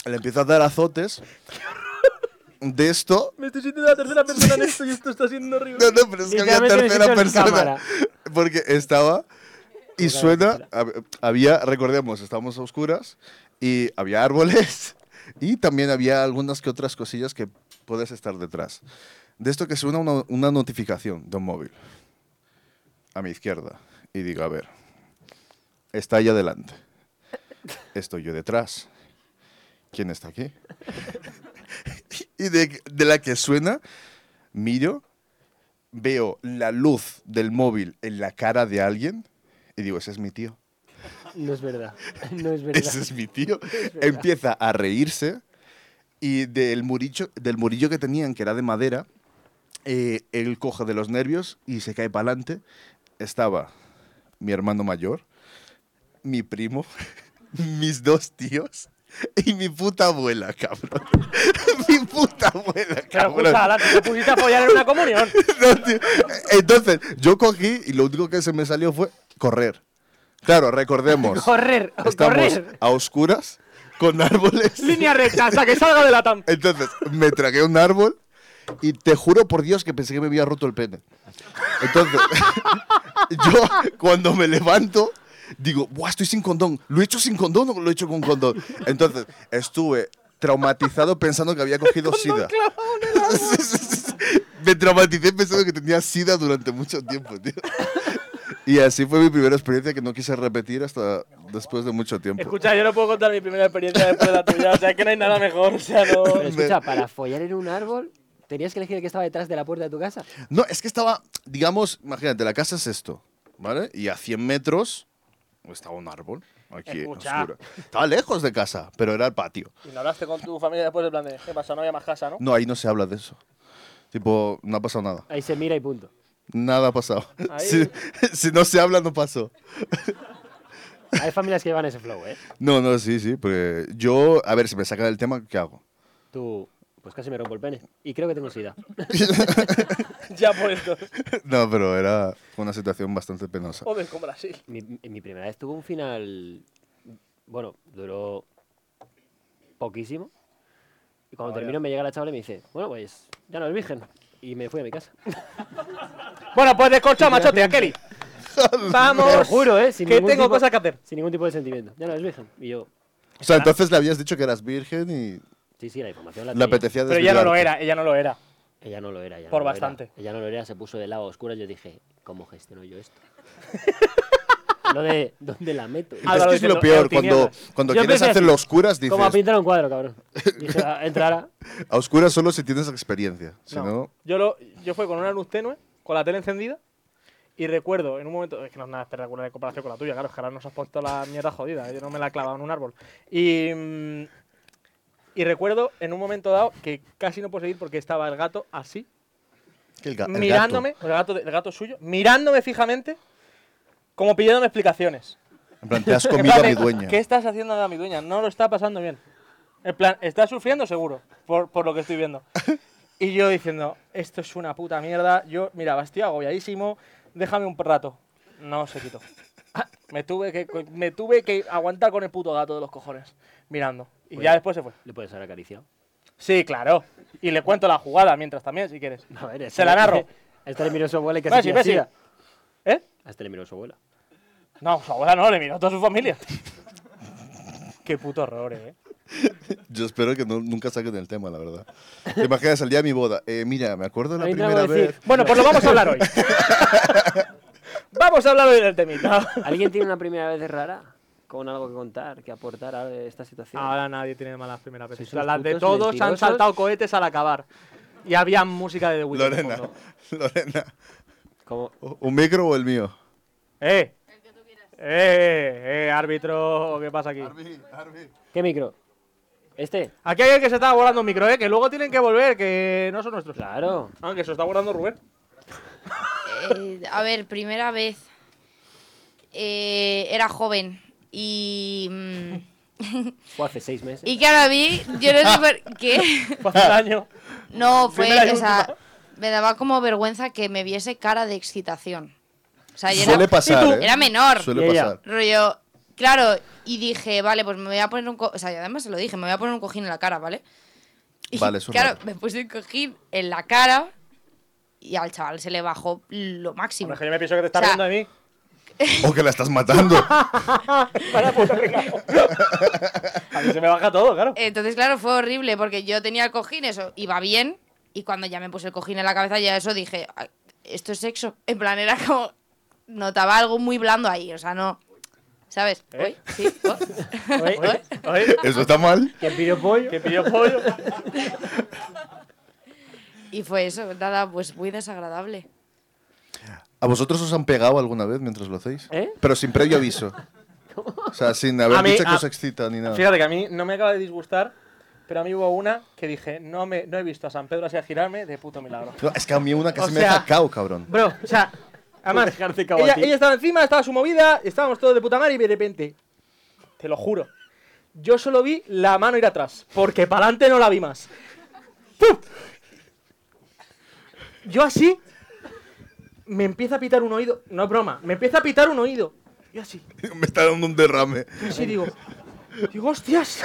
Speaker 7: le empiezo a dar azotes de esto.
Speaker 4: Me estoy sintiendo la tercera persona en esto y esto está siendo horrible.
Speaker 7: No, no, pero es que había
Speaker 4: Literalmente me
Speaker 7: tercera
Speaker 4: siento en
Speaker 7: persona.
Speaker 4: cámara.
Speaker 7: Porque estaba y suena, hab- había, recordemos, estábamos a oscuras y había árboles [laughs] y también había algunas que otras cosillas que puedes estar detrás. De esto que suena una, una notificación de un móvil a mi izquierda y digo, a ver, está ahí adelante, estoy yo detrás, ¿quién está aquí? [laughs] y de, de la que suena, miro, veo la luz del móvil en la cara de alguien y digo, ese es mi tío.
Speaker 2: No es verdad. No es verdad.
Speaker 7: Ese es mi
Speaker 2: [laughs]
Speaker 7: tío.
Speaker 2: Es verdad.
Speaker 7: Empieza a reírse y del murillo, del murillo que tenían, que era de madera, eh, él coge de los nervios y se cae para adelante. Estaba mi hermano mayor, mi primo, [laughs] mis dos tíos y mi puta abuela, cabrón. mi puta abuela,
Speaker 4: Pero
Speaker 7: cabrón.
Speaker 4: escucha, Alan, te pusiste a follar en
Speaker 7: [laughs]
Speaker 4: una comunión.
Speaker 7: No, tío. Entonces, yo cogí y lo único que se me salió fue correr. Claro, recordemos.
Speaker 4: Correr, o
Speaker 7: Estamos
Speaker 4: correr.
Speaker 7: a oscuras, con árboles.
Speaker 4: Línea recta, hasta que salga de la TAM.
Speaker 7: Entonces, me tragué un árbol y te juro por Dios que pensé que me había roto el pene. Entonces, [laughs] yo cuando me levanto, digo, ¡buah, estoy sin condón! ¿Lo he hecho sin condón o lo he hecho con condón? Entonces, estuve traumatizado pensando que había cogido sida. me traumaticé pensando que tenía sida durante mucho tiempo, tío. Y así fue mi primera experiencia que no quise repetir hasta después de mucho tiempo.
Speaker 4: Escucha, yo no puedo contar mi primera experiencia después de la tuya. O sea, es que no hay nada mejor. O
Speaker 7: [laughs]
Speaker 4: sea, no.
Speaker 2: Pero escucha, para follar en un árbol, tenías que elegir el que estaba detrás de la puerta de tu casa.
Speaker 7: No, es que estaba, digamos, imagínate, la casa es esto, ¿vale? Y a 100 metros estaba un árbol, aquí
Speaker 4: Escucha.
Speaker 7: oscuro. Estaba lejos de casa, pero era el patio.
Speaker 4: Y no hablaste con tu familia después del plan de. ¿Qué pasa? No había más casa, ¿no?
Speaker 7: No, ahí no se habla de eso. Tipo, no ha pasado nada.
Speaker 2: Ahí se mira y punto.
Speaker 7: Nada ha pasado. [laughs]
Speaker 2: Ahí-
Speaker 7: Si, si no se habla, no pasó.
Speaker 2: Hay familias que llevan ese flow, ¿eh?
Speaker 7: No, no, sí, sí, porque yo, a ver, si me saca del tema, ¿qué hago?
Speaker 2: Tú, pues casi me rompo el pene. Y creo que
Speaker 7: [laughs]
Speaker 2: tengo sida. [laughs]
Speaker 4: Ya puesto.
Speaker 7: No, pero era una situación bastante penosa.
Speaker 4: Joder, con Brasil.
Speaker 2: Mi, mi primera vez tuvo un final. Bueno, duró poquísimo. Y cuando
Speaker 4: Vaya.
Speaker 2: termino me llega la chavala y me dice, bueno, pues ya no es virgen. Y me fui a
Speaker 7: [laughs]
Speaker 2: mi casa.
Speaker 4: Bueno, pues descorcha, machote, a Kelly.
Speaker 7: [laughs]
Speaker 4: Vamos.
Speaker 2: Te lo juro, ¿eh? Sin
Speaker 4: que
Speaker 2: ningún
Speaker 4: tengo
Speaker 2: tipo-
Speaker 4: cosas que hacer.
Speaker 2: Sin ningún tipo de sentimiento. Ya no es virgen. Y yo,
Speaker 7: O sea, entonces le habías dicho que eras virgen y
Speaker 2: sí, sí, la información la
Speaker 7: le
Speaker 2: tenía.
Speaker 7: apetecía
Speaker 4: Pero ella no lo
Speaker 7: desvelarte.
Speaker 4: era, ella no lo era.
Speaker 2: Ella no lo era. Ella
Speaker 4: Por
Speaker 2: no lo era.
Speaker 4: bastante.
Speaker 2: Ella no lo era, se puso de lado oscuro. Yo dije, ¿cómo gestiono
Speaker 4: [laughs]
Speaker 2: yo esto? lo de, ¿dónde la meto?
Speaker 7: Es que es lo peor, cuando, cuando
Speaker 2: Yo
Speaker 7: quieres
Speaker 2: empecé
Speaker 7: hacerlo a
Speaker 2: así,
Speaker 7: oscuras, dices,
Speaker 2: Como a pintar un cuadro,
Speaker 7: [laughs]
Speaker 2: cabrón. Dije, "Ah, entrará.
Speaker 7: A oscuras solo si tienes experiencia. Si no.
Speaker 4: Yo, lo, yo fui con una luz tenue, con la tele encendida, y recuerdo en un momento. Es que no es nada espectacular de comparación con la tuya, claro, es que ahora nos has puesto la mierda jodida, ¿eh? yo no me la he clavado en un árbol. Y. mm, y recuerdo en un momento dado que casi no puedo seguir porque estaba el gato así,
Speaker 7: que el ga- el gato.
Speaker 4: mirándome, el gato, de- el gato suyo, mirándome fijamente, como pidiéndome explicaciones.
Speaker 7: En plan, te has
Speaker 4: En
Speaker 7: comido
Speaker 4: plan
Speaker 7: a mi
Speaker 4: de,
Speaker 7: dueña.
Speaker 4: ¿Qué estás haciendo a mi dueña? No lo está pasando bien. En plan, está sufriendo seguro, por, por lo que estoy viendo. Y yo diciendo, esto es una puta mierda. Yo, mira, estoy agobiadísimo, déjame un rato. No se quitó. Me tuve que, me tuve que aguantar con el puto gato de los cojones, mirando. Y
Speaker 2: Oye,
Speaker 4: ya después se fue.
Speaker 2: ¿Le puedes haber acariciado?
Speaker 4: Sí, claro. Y le cuento la jugada mientras también, si quieres.
Speaker 2: A ver,
Speaker 4: se la narro.
Speaker 2: Hasta le miró su abuela y casi
Speaker 4: Messi,
Speaker 2: tenía
Speaker 4: Messi.
Speaker 2: sida.
Speaker 4: ¿Eh?
Speaker 2: Hasta le miró su abuela.
Speaker 4: No, su abuela no, le miró a toda su familia. Qué puto horror, eh.
Speaker 7: Yo espero que no- nunca saquen el tema, la verdad. Te imaginas el día de mi boda. Eh, mira, me acuerdo la
Speaker 4: Ahí te
Speaker 7: primera
Speaker 4: hago decir-
Speaker 7: vez.
Speaker 4: Bueno, pues lo vamos a
Speaker 7: [laughs]
Speaker 4: hablar hoy. [laughs] vamos a hablar hoy del temita.
Speaker 2: ¿Alguien tiene una primera vez rara? con algo que contar, que aportar a esta situación.
Speaker 4: Ahora nadie tiene malas primeras veces. [laughs] O sea,
Speaker 2: Sois unos
Speaker 4: las de
Speaker 2: putos
Speaker 4: todos han
Speaker 2: mentirosos.
Speaker 4: saltado cohetes al acabar. Y había música de The Weeknd. de
Speaker 7: Lorena,
Speaker 4: fondo.
Speaker 7: [laughs] Lorena. ¿Un micro o el mío?
Speaker 4: ¡Eh! ¡Eh, eh, árbitro! ¿Qué pasa aquí?
Speaker 2: ¿Qué micro? ¿Este?
Speaker 4: Aquí hay el que se está guardando un micro, ¿eh? Que luego tienen que volver, que no son nuestros.
Speaker 2: Claro.
Speaker 4: Ah, que se lo está guardando Rubén.
Speaker 10: Eh, a ver, primera vez. Eh, era joven y. mm, [laughs]
Speaker 2: Fue hace seis meses. Ah.
Speaker 10: y claro, a mí, yo no
Speaker 2: [laughs]
Speaker 10: sé por qué.
Speaker 4: Fue hace un año.
Speaker 10: No, fue.
Speaker 4: Primera y
Speaker 10: o sea, me daba como vergüenza que me viese cara de excitación. O sea, yo
Speaker 7: Suele
Speaker 10: era,
Speaker 7: pasar, ¿eh?
Speaker 10: era menor.
Speaker 7: Suele Y ella. pasar.
Speaker 10: Rollo. Claro, y dije, vale, pues me voy a poner un. co- O sea, y además se lo dije, me voy a poner un cojín en la cara, ¿vale? Y,
Speaker 7: Vale, eso es
Speaker 10: Claro,
Speaker 7: raro.
Speaker 10: me puse un cojín en la cara y al chaval se le bajó lo máximo.
Speaker 4: Bueno, es que yo me pienso que te estás
Speaker 10: O sea,
Speaker 4: riendo de
Speaker 10: [laughs]
Speaker 4: mí. Ah,
Speaker 7: O que la estás matando.
Speaker 4: A mí se me baja todo, claro.
Speaker 10: Entonces, claro, fue horrible porque yo tenía el cojín, eso iba bien. Y cuando ya me puse el cojín en la cabeza, ya eso dije, "Ay, esto es sexo. En plan, era como. Notaba algo muy blando ahí, o sea, no. ¿Sabes? Uy, sí,
Speaker 4: [laughs]
Speaker 10: uy, uy.
Speaker 7: ¿Eso está mal?
Speaker 4: Que pidió pollo. Que pidió pollo.
Speaker 10: Y fue eso, nada, pues muy desagradable.
Speaker 7: ¿A vosotros os han pegado alguna vez mientras lo hacéis?
Speaker 10: ¿Eh?
Speaker 7: Pero sin previo aviso. O sea, sin haber
Speaker 4: A mí-
Speaker 7: dicho que
Speaker 4: a-
Speaker 7: os excita [laughs] ni nada.
Speaker 4: Fíjate que a mí no me acaba de disgustar, pero a mí hubo una que dije, no, me, no he visto a San Pedro así a girarme de puto milagro.
Speaker 7: No, Es que a mí una
Speaker 4: O
Speaker 7: casi me
Speaker 4: sea-
Speaker 7: deja cao, cabrón. [laughs]
Speaker 4: Bro, o sea, además,
Speaker 2: Dejarte cabo a
Speaker 4: ella,
Speaker 2: ti.
Speaker 4: ella estaba encima, estaba su movida, estábamos todos de puta madre y de repente, te lo juro, yo solo vi la mano ir atrás, porque para adelante no la vi más. ¡Pum! Yo así, me empieza a pitar un oído, no es broma, me empieza a pitar un oído. Yo así,
Speaker 7: me está dando un derrame.
Speaker 4: yo así digo, digo, hostias,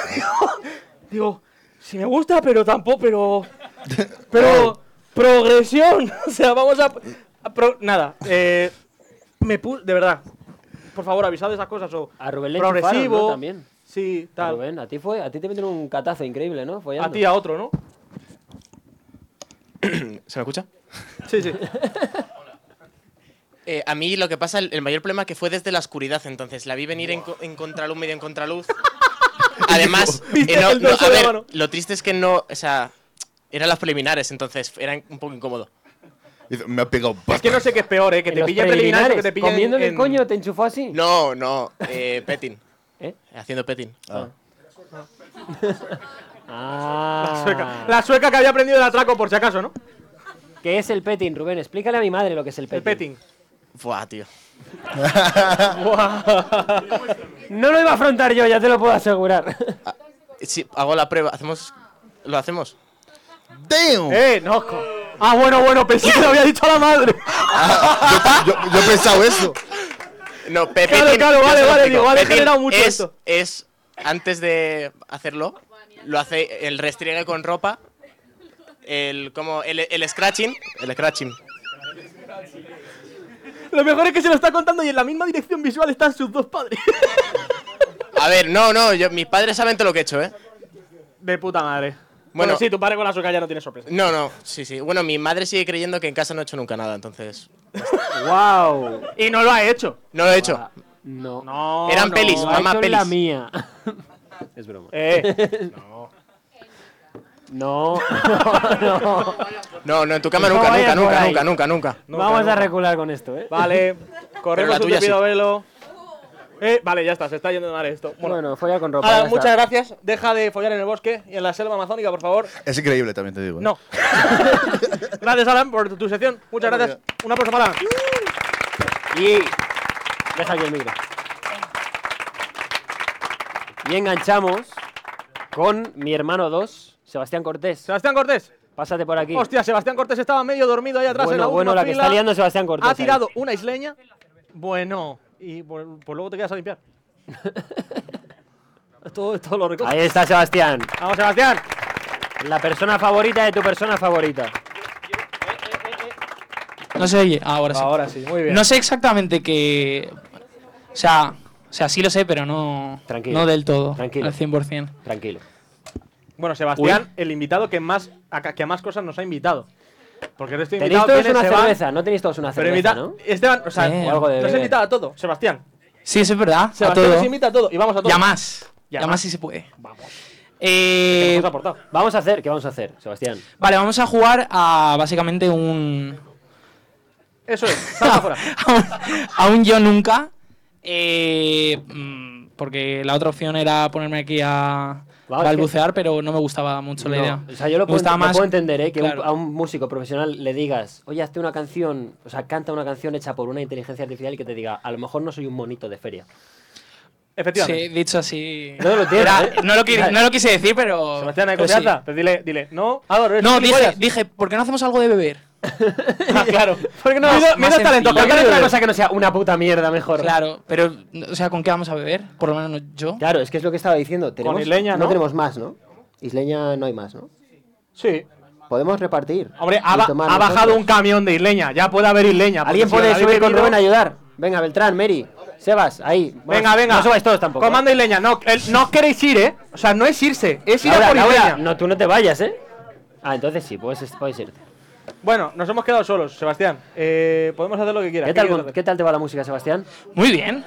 Speaker 4: [laughs] digo, si me gusta, pero tampoco, pero,
Speaker 7: [laughs]
Speaker 4: pero, progresión, [laughs] o sea, vamos a, a pro- nada, eh, me puse, de verdad, por favor, avisad de esas cosas, o
Speaker 2: A Rubén le enchufaron, ¿no?
Speaker 4: progresivo,
Speaker 2: También.
Speaker 4: sí,
Speaker 2: A
Speaker 4: tal,
Speaker 2: Rubén, a ti fue, a ti te metieron un catazo increíble, ¿no? Follando.
Speaker 4: a ti, a
Speaker 7: [clears throat]
Speaker 4: otro, ¿no?
Speaker 23: ¿Se me escucha?
Speaker 4: Sí, sí.
Speaker 23: Eh, a mí lo que pasa, el, el mayor problema que fue desde la oscuridad, entonces la vi venir en, co- en contraluz, medio
Speaker 4: [laughs]
Speaker 23: en contraluz. Además, eh,
Speaker 4: Viste
Speaker 23: no-
Speaker 4: el
Speaker 23: no,
Speaker 4: dorso
Speaker 23: a
Speaker 4: de
Speaker 23: ver,
Speaker 4: mano.
Speaker 23: lo triste es que no, o sea, eran las preliminares, entonces era un poco incómodo.
Speaker 7: Dice, Me ha pegado.
Speaker 4: Es que no sé qué es peor, ¿eh? Que te pille preliminares o que te pille
Speaker 23: comiendo
Speaker 4: en, en-
Speaker 2: coño te enchufó así?
Speaker 23: No, no, eh, petting. Haciendo petting.
Speaker 2: Ah.
Speaker 23: Ah.
Speaker 2: [laughs]
Speaker 4: La sueca. La sueca que había aprendido el atraco, por si acaso, ¿no?
Speaker 2: ¿Qué es el petting, Rubén? Explícale a mi madre lo que es el petting.
Speaker 4: petting.
Speaker 23: [laughs] Buah, tío.
Speaker 2: no lo iba a afrontar yo, ya te lo puedo asegurar.
Speaker 23: Ah. Sí, hago la prueba. ¿Hacemos? ¿Lo hacemos?
Speaker 7: ¡Damn!
Speaker 4: ¡Eh, no! co- Ah, bueno, bueno, pensé que lo había dicho a la madre.
Speaker 7: Ah, yo, yo he pensado eso.
Speaker 23: No, Pepe.
Speaker 4: Claro,
Speaker 23: tiene-
Speaker 4: claro,
Speaker 23: yo se
Speaker 4: vale,
Speaker 23: lo
Speaker 4: vale,
Speaker 23: explico.
Speaker 4: digo, vale, he
Speaker 23: Pepe
Speaker 4: generado mucho
Speaker 23: es,
Speaker 4: esto.
Speaker 23: Es antes de hacerlo, lo hace el restriegue con ropa, el como el, el scratching, el scratching.
Speaker 4: Lo mejor es que se lo está contando y en la misma dirección visual están sus dos padres.
Speaker 23: A ver, no, no, yo, mis padres saben todo lo que he hecho, ¿eh?
Speaker 4: De puta madre.
Speaker 23: Bueno,
Speaker 4: Bueno, sí, tu padre con la sueca ya no tiene sorpresa.
Speaker 23: No, no, sí, sí. Bueno, mi madre sigue creyendo que en casa no he hecho nunca nada, entonces.
Speaker 2: ¡Wow!
Speaker 4: Y no lo ha hecho.
Speaker 23: No lo he hecho.
Speaker 2: No.
Speaker 4: No.
Speaker 23: Eran
Speaker 4: no.
Speaker 23: pelis, mamá,
Speaker 2: Esto es
Speaker 23: pelis.
Speaker 2: la mía. [laughs] es broma. [laughs]
Speaker 4: Eh.
Speaker 2: No,
Speaker 4: [laughs]
Speaker 2: no, no.
Speaker 23: No, no, en tu cama
Speaker 2: No
Speaker 23: nunca, nunca,
Speaker 2: vayas por
Speaker 23: nunca,
Speaker 2: ahí.
Speaker 23: nunca, nunca, nunca.
Speaker 2: Vamos a recular con esto, ¿eh?
Speaker 4: [laughs]
Speaker 2: [laughs]
Speaker 4: Vale,
Speaker 23: Pero la
Speaker 4: corremos un
Speaker 23: tuya
Speaker 4: tupido
Speaker 23: sí.
Speaker 4: velo. Eh, vale, ya está, se está yendo de madre esto. Bueno,
Speaker 2: Bueno, folla con ropa.
Speaker 4: Adam,
Speaker 2: ya está.
Speaker 4: muchas gracias. Deja de follar en el bosque y en la selva amazónica, por favor.
Speaker 7: Es increíble, también te digo. ¿eh?
Speaker 4: No. gracias, Alan, por tu sección. Muchas gracias. Un aplauso para Alan.
Speaker 2: Y. Deja aquí el micro. Y enganchamos con mi hermano 2, Sebastián Cortés.
Speaker 4: Sebastián Cortés.
Speaker 2: Pásate por aquí.
Speaker 4: Hostia, Sebastián Cortés estaba medio dormido ahí atrás en
Speaker 2: Bueno,
Speaker 4: la última
Speaker 2: bueno, la que
Speaker 4: fila.
Speaker 2: está liando Sebastián Cortés
Speaker 4: Ha
Speaker 2: ahí.
Speaker 4: tirado una isleña. Bueno, y por, por luego te quedas a
Speaker 2: [laughs]
Speaker 4: limpiar. todo esto lo recoge.
Speaker 2: Ahí está Sebastián.
Speaker 4: Vamos, Sebastián.
Speaker 2: La persona favorita de tu persona favorita.
Speaker 11: No se oye. Ah, ahora sí.
Speaker 4: Ahora sí, muy bien.
Speaker 11: No sé exactamente qué. O sea, o sea, sí lo sé, pero no.
Speaker 2: Tranquilo.
Speaker 11: No del todo.
Speaker 2: Tranquilo.
Speaker 11: Al 100%.
Speaker 2: Tranquilo.
Speaker 4: Bueno, Sebastián, el invitado que más a, ca- que a más cosas nos ha invitado. Porque el resto de
Speaker 2: Tenéis
Speaker 4: invitados
Speaker 2: todos
Speaker 4: viene
Speaker 2: una
Speaker 4: Esteban,
Speaker 2: cerveza, no tenéis todos una
Speaker 4: pero
Speaker 2: cerveza,
Speaker 4: invita-
Speaker 2: ¿no?
Speaker 4: Esteban, o sea,
Speaker 2: Sí. O algo de
Speaker 4: nos ha
Speaker 2: beber.
Speaker 4: invitado a todo. Sebastián,
Speaker 11: Sí, eso es verdad. a
Speaker 4: Sebastián
Speaker 11: todo.
Speaker 4: nos invita a todo. Y vamos a todo.
Speaker 11: Ya más.
Speaker 4: Ya
Speaker 11: Ya,
Speaker 4: más.
Speaker 11: más si se puede. Vamos. Eh,
Speaker 2: Vamos a hacer, ¿qué vamos a hacer, Sebastián?
Speaker 11: vale, vamos a jugar a básicamente un, [laughs]
Speaker 4: Eso
Speaker 2: [laughs]
Speaker 4: es, salta fuera.
Speaker 11: Aún yo nunca. eh, mm, porque la otra opción era ponerme aquí a
Speaker 2: Claro, es
Speaker 11: balbucear, pero no me gustaba mucho la
Speaker 2: No,
Speaker 11: idea.
Speaker 2: O sea, yo lo
Speaker 11: Me
Speaker 2: puedo,
Speaker 11: gustaba
Speaker 2: ent- lo
Speaker 11: más-
Speaker 2: puedo entender, ¿eh? Que un-
Speaker 11: claro.
Speaker 2: a un músico profesional le digas, oye, hazte una canción, o sea, canta una canción hecha por una inteligencia artificial y que te diga, a lo mejor no soy un monito de feria.
Speaker 11: Sí, dicho así.
Speaker 2: No lo tiene,
Speaker 11: Era-
Speaker 2: ¿eh?
Speaker 11: no, lo qui- no lo quise decir, pero.
Speaker 4: Sebastián, hay
Speaker 11: pero sí.
Speaker 4: confianza. Pues dile, dile, no, ah, al revés,
Speaker 11: No,
Speaker 4: tú
Speaker 11: dije,
Speaker 4: follas.
Speaker 11: dije, ¿por qué no hacemos algo de beber?
Speaker 4: Ah, claro.
Speaker 11: Porque
Speaker 4: no? Menos- menos talento,
Speaker 2: cantar otra cosa que no sea una puta mierda mejor.
Speaker 11: Claro, pero, o sea, ¿con qué vamos a beber? Por lo menos no- yo.
Speaker 2: Claro, es que es lo que estaba diciendo. Tenemos,
Speaker 11: isleña, ¿no?
Speaker 2: tenemos más, ¿no? Isleña no hay más, ¿no?
Speaker 4: Sí.
Speaker 2: Podemos repartir.
Speaker 4: Hombre, ha,
Speaker 2: y
Speaker 4: ba-
Speaker 2: tomar
Speaker 4: ha bajado
Speaker 2: nosotros.
Speaker 4: un camión de isleña. Ya puede haber isleña. porque
Speaker 2: ¿Alguien
Speaker 4: si os
Speaker 2: puede
Speaker 4: habéis
Speaker 2: subir con
Speaker 4: metido-
Speaker 2: Rubén a ayudar? Venga, Beltrán, Mary, Sebas, ahí. Vamos,
Speaker 4: Venga, venga.
Speaker 2: No subáis todos tampoco.
Speaker 4: Comando isleña. No, el- no os queréis ir, ¿eh? O sea, no es irse, es ir
Speaker 2: ¿eh? Laura,
Speaker 4: a por
Speaker 2: Laura,
Speaker 4: isleña.
Speaker 2: no, tú no te vayas, ¿eh? Ah, entonces sí, puedes, puedes irte.
Speaker 4: Bueno, nos hemos quedado solos, Sebastián. Eh, podemos hacer lo que quieras.
Speaker 2: ¿Qué tal, con- ¿Qué tal te va la música, Sebastián?
Speaker 11: Muy bien,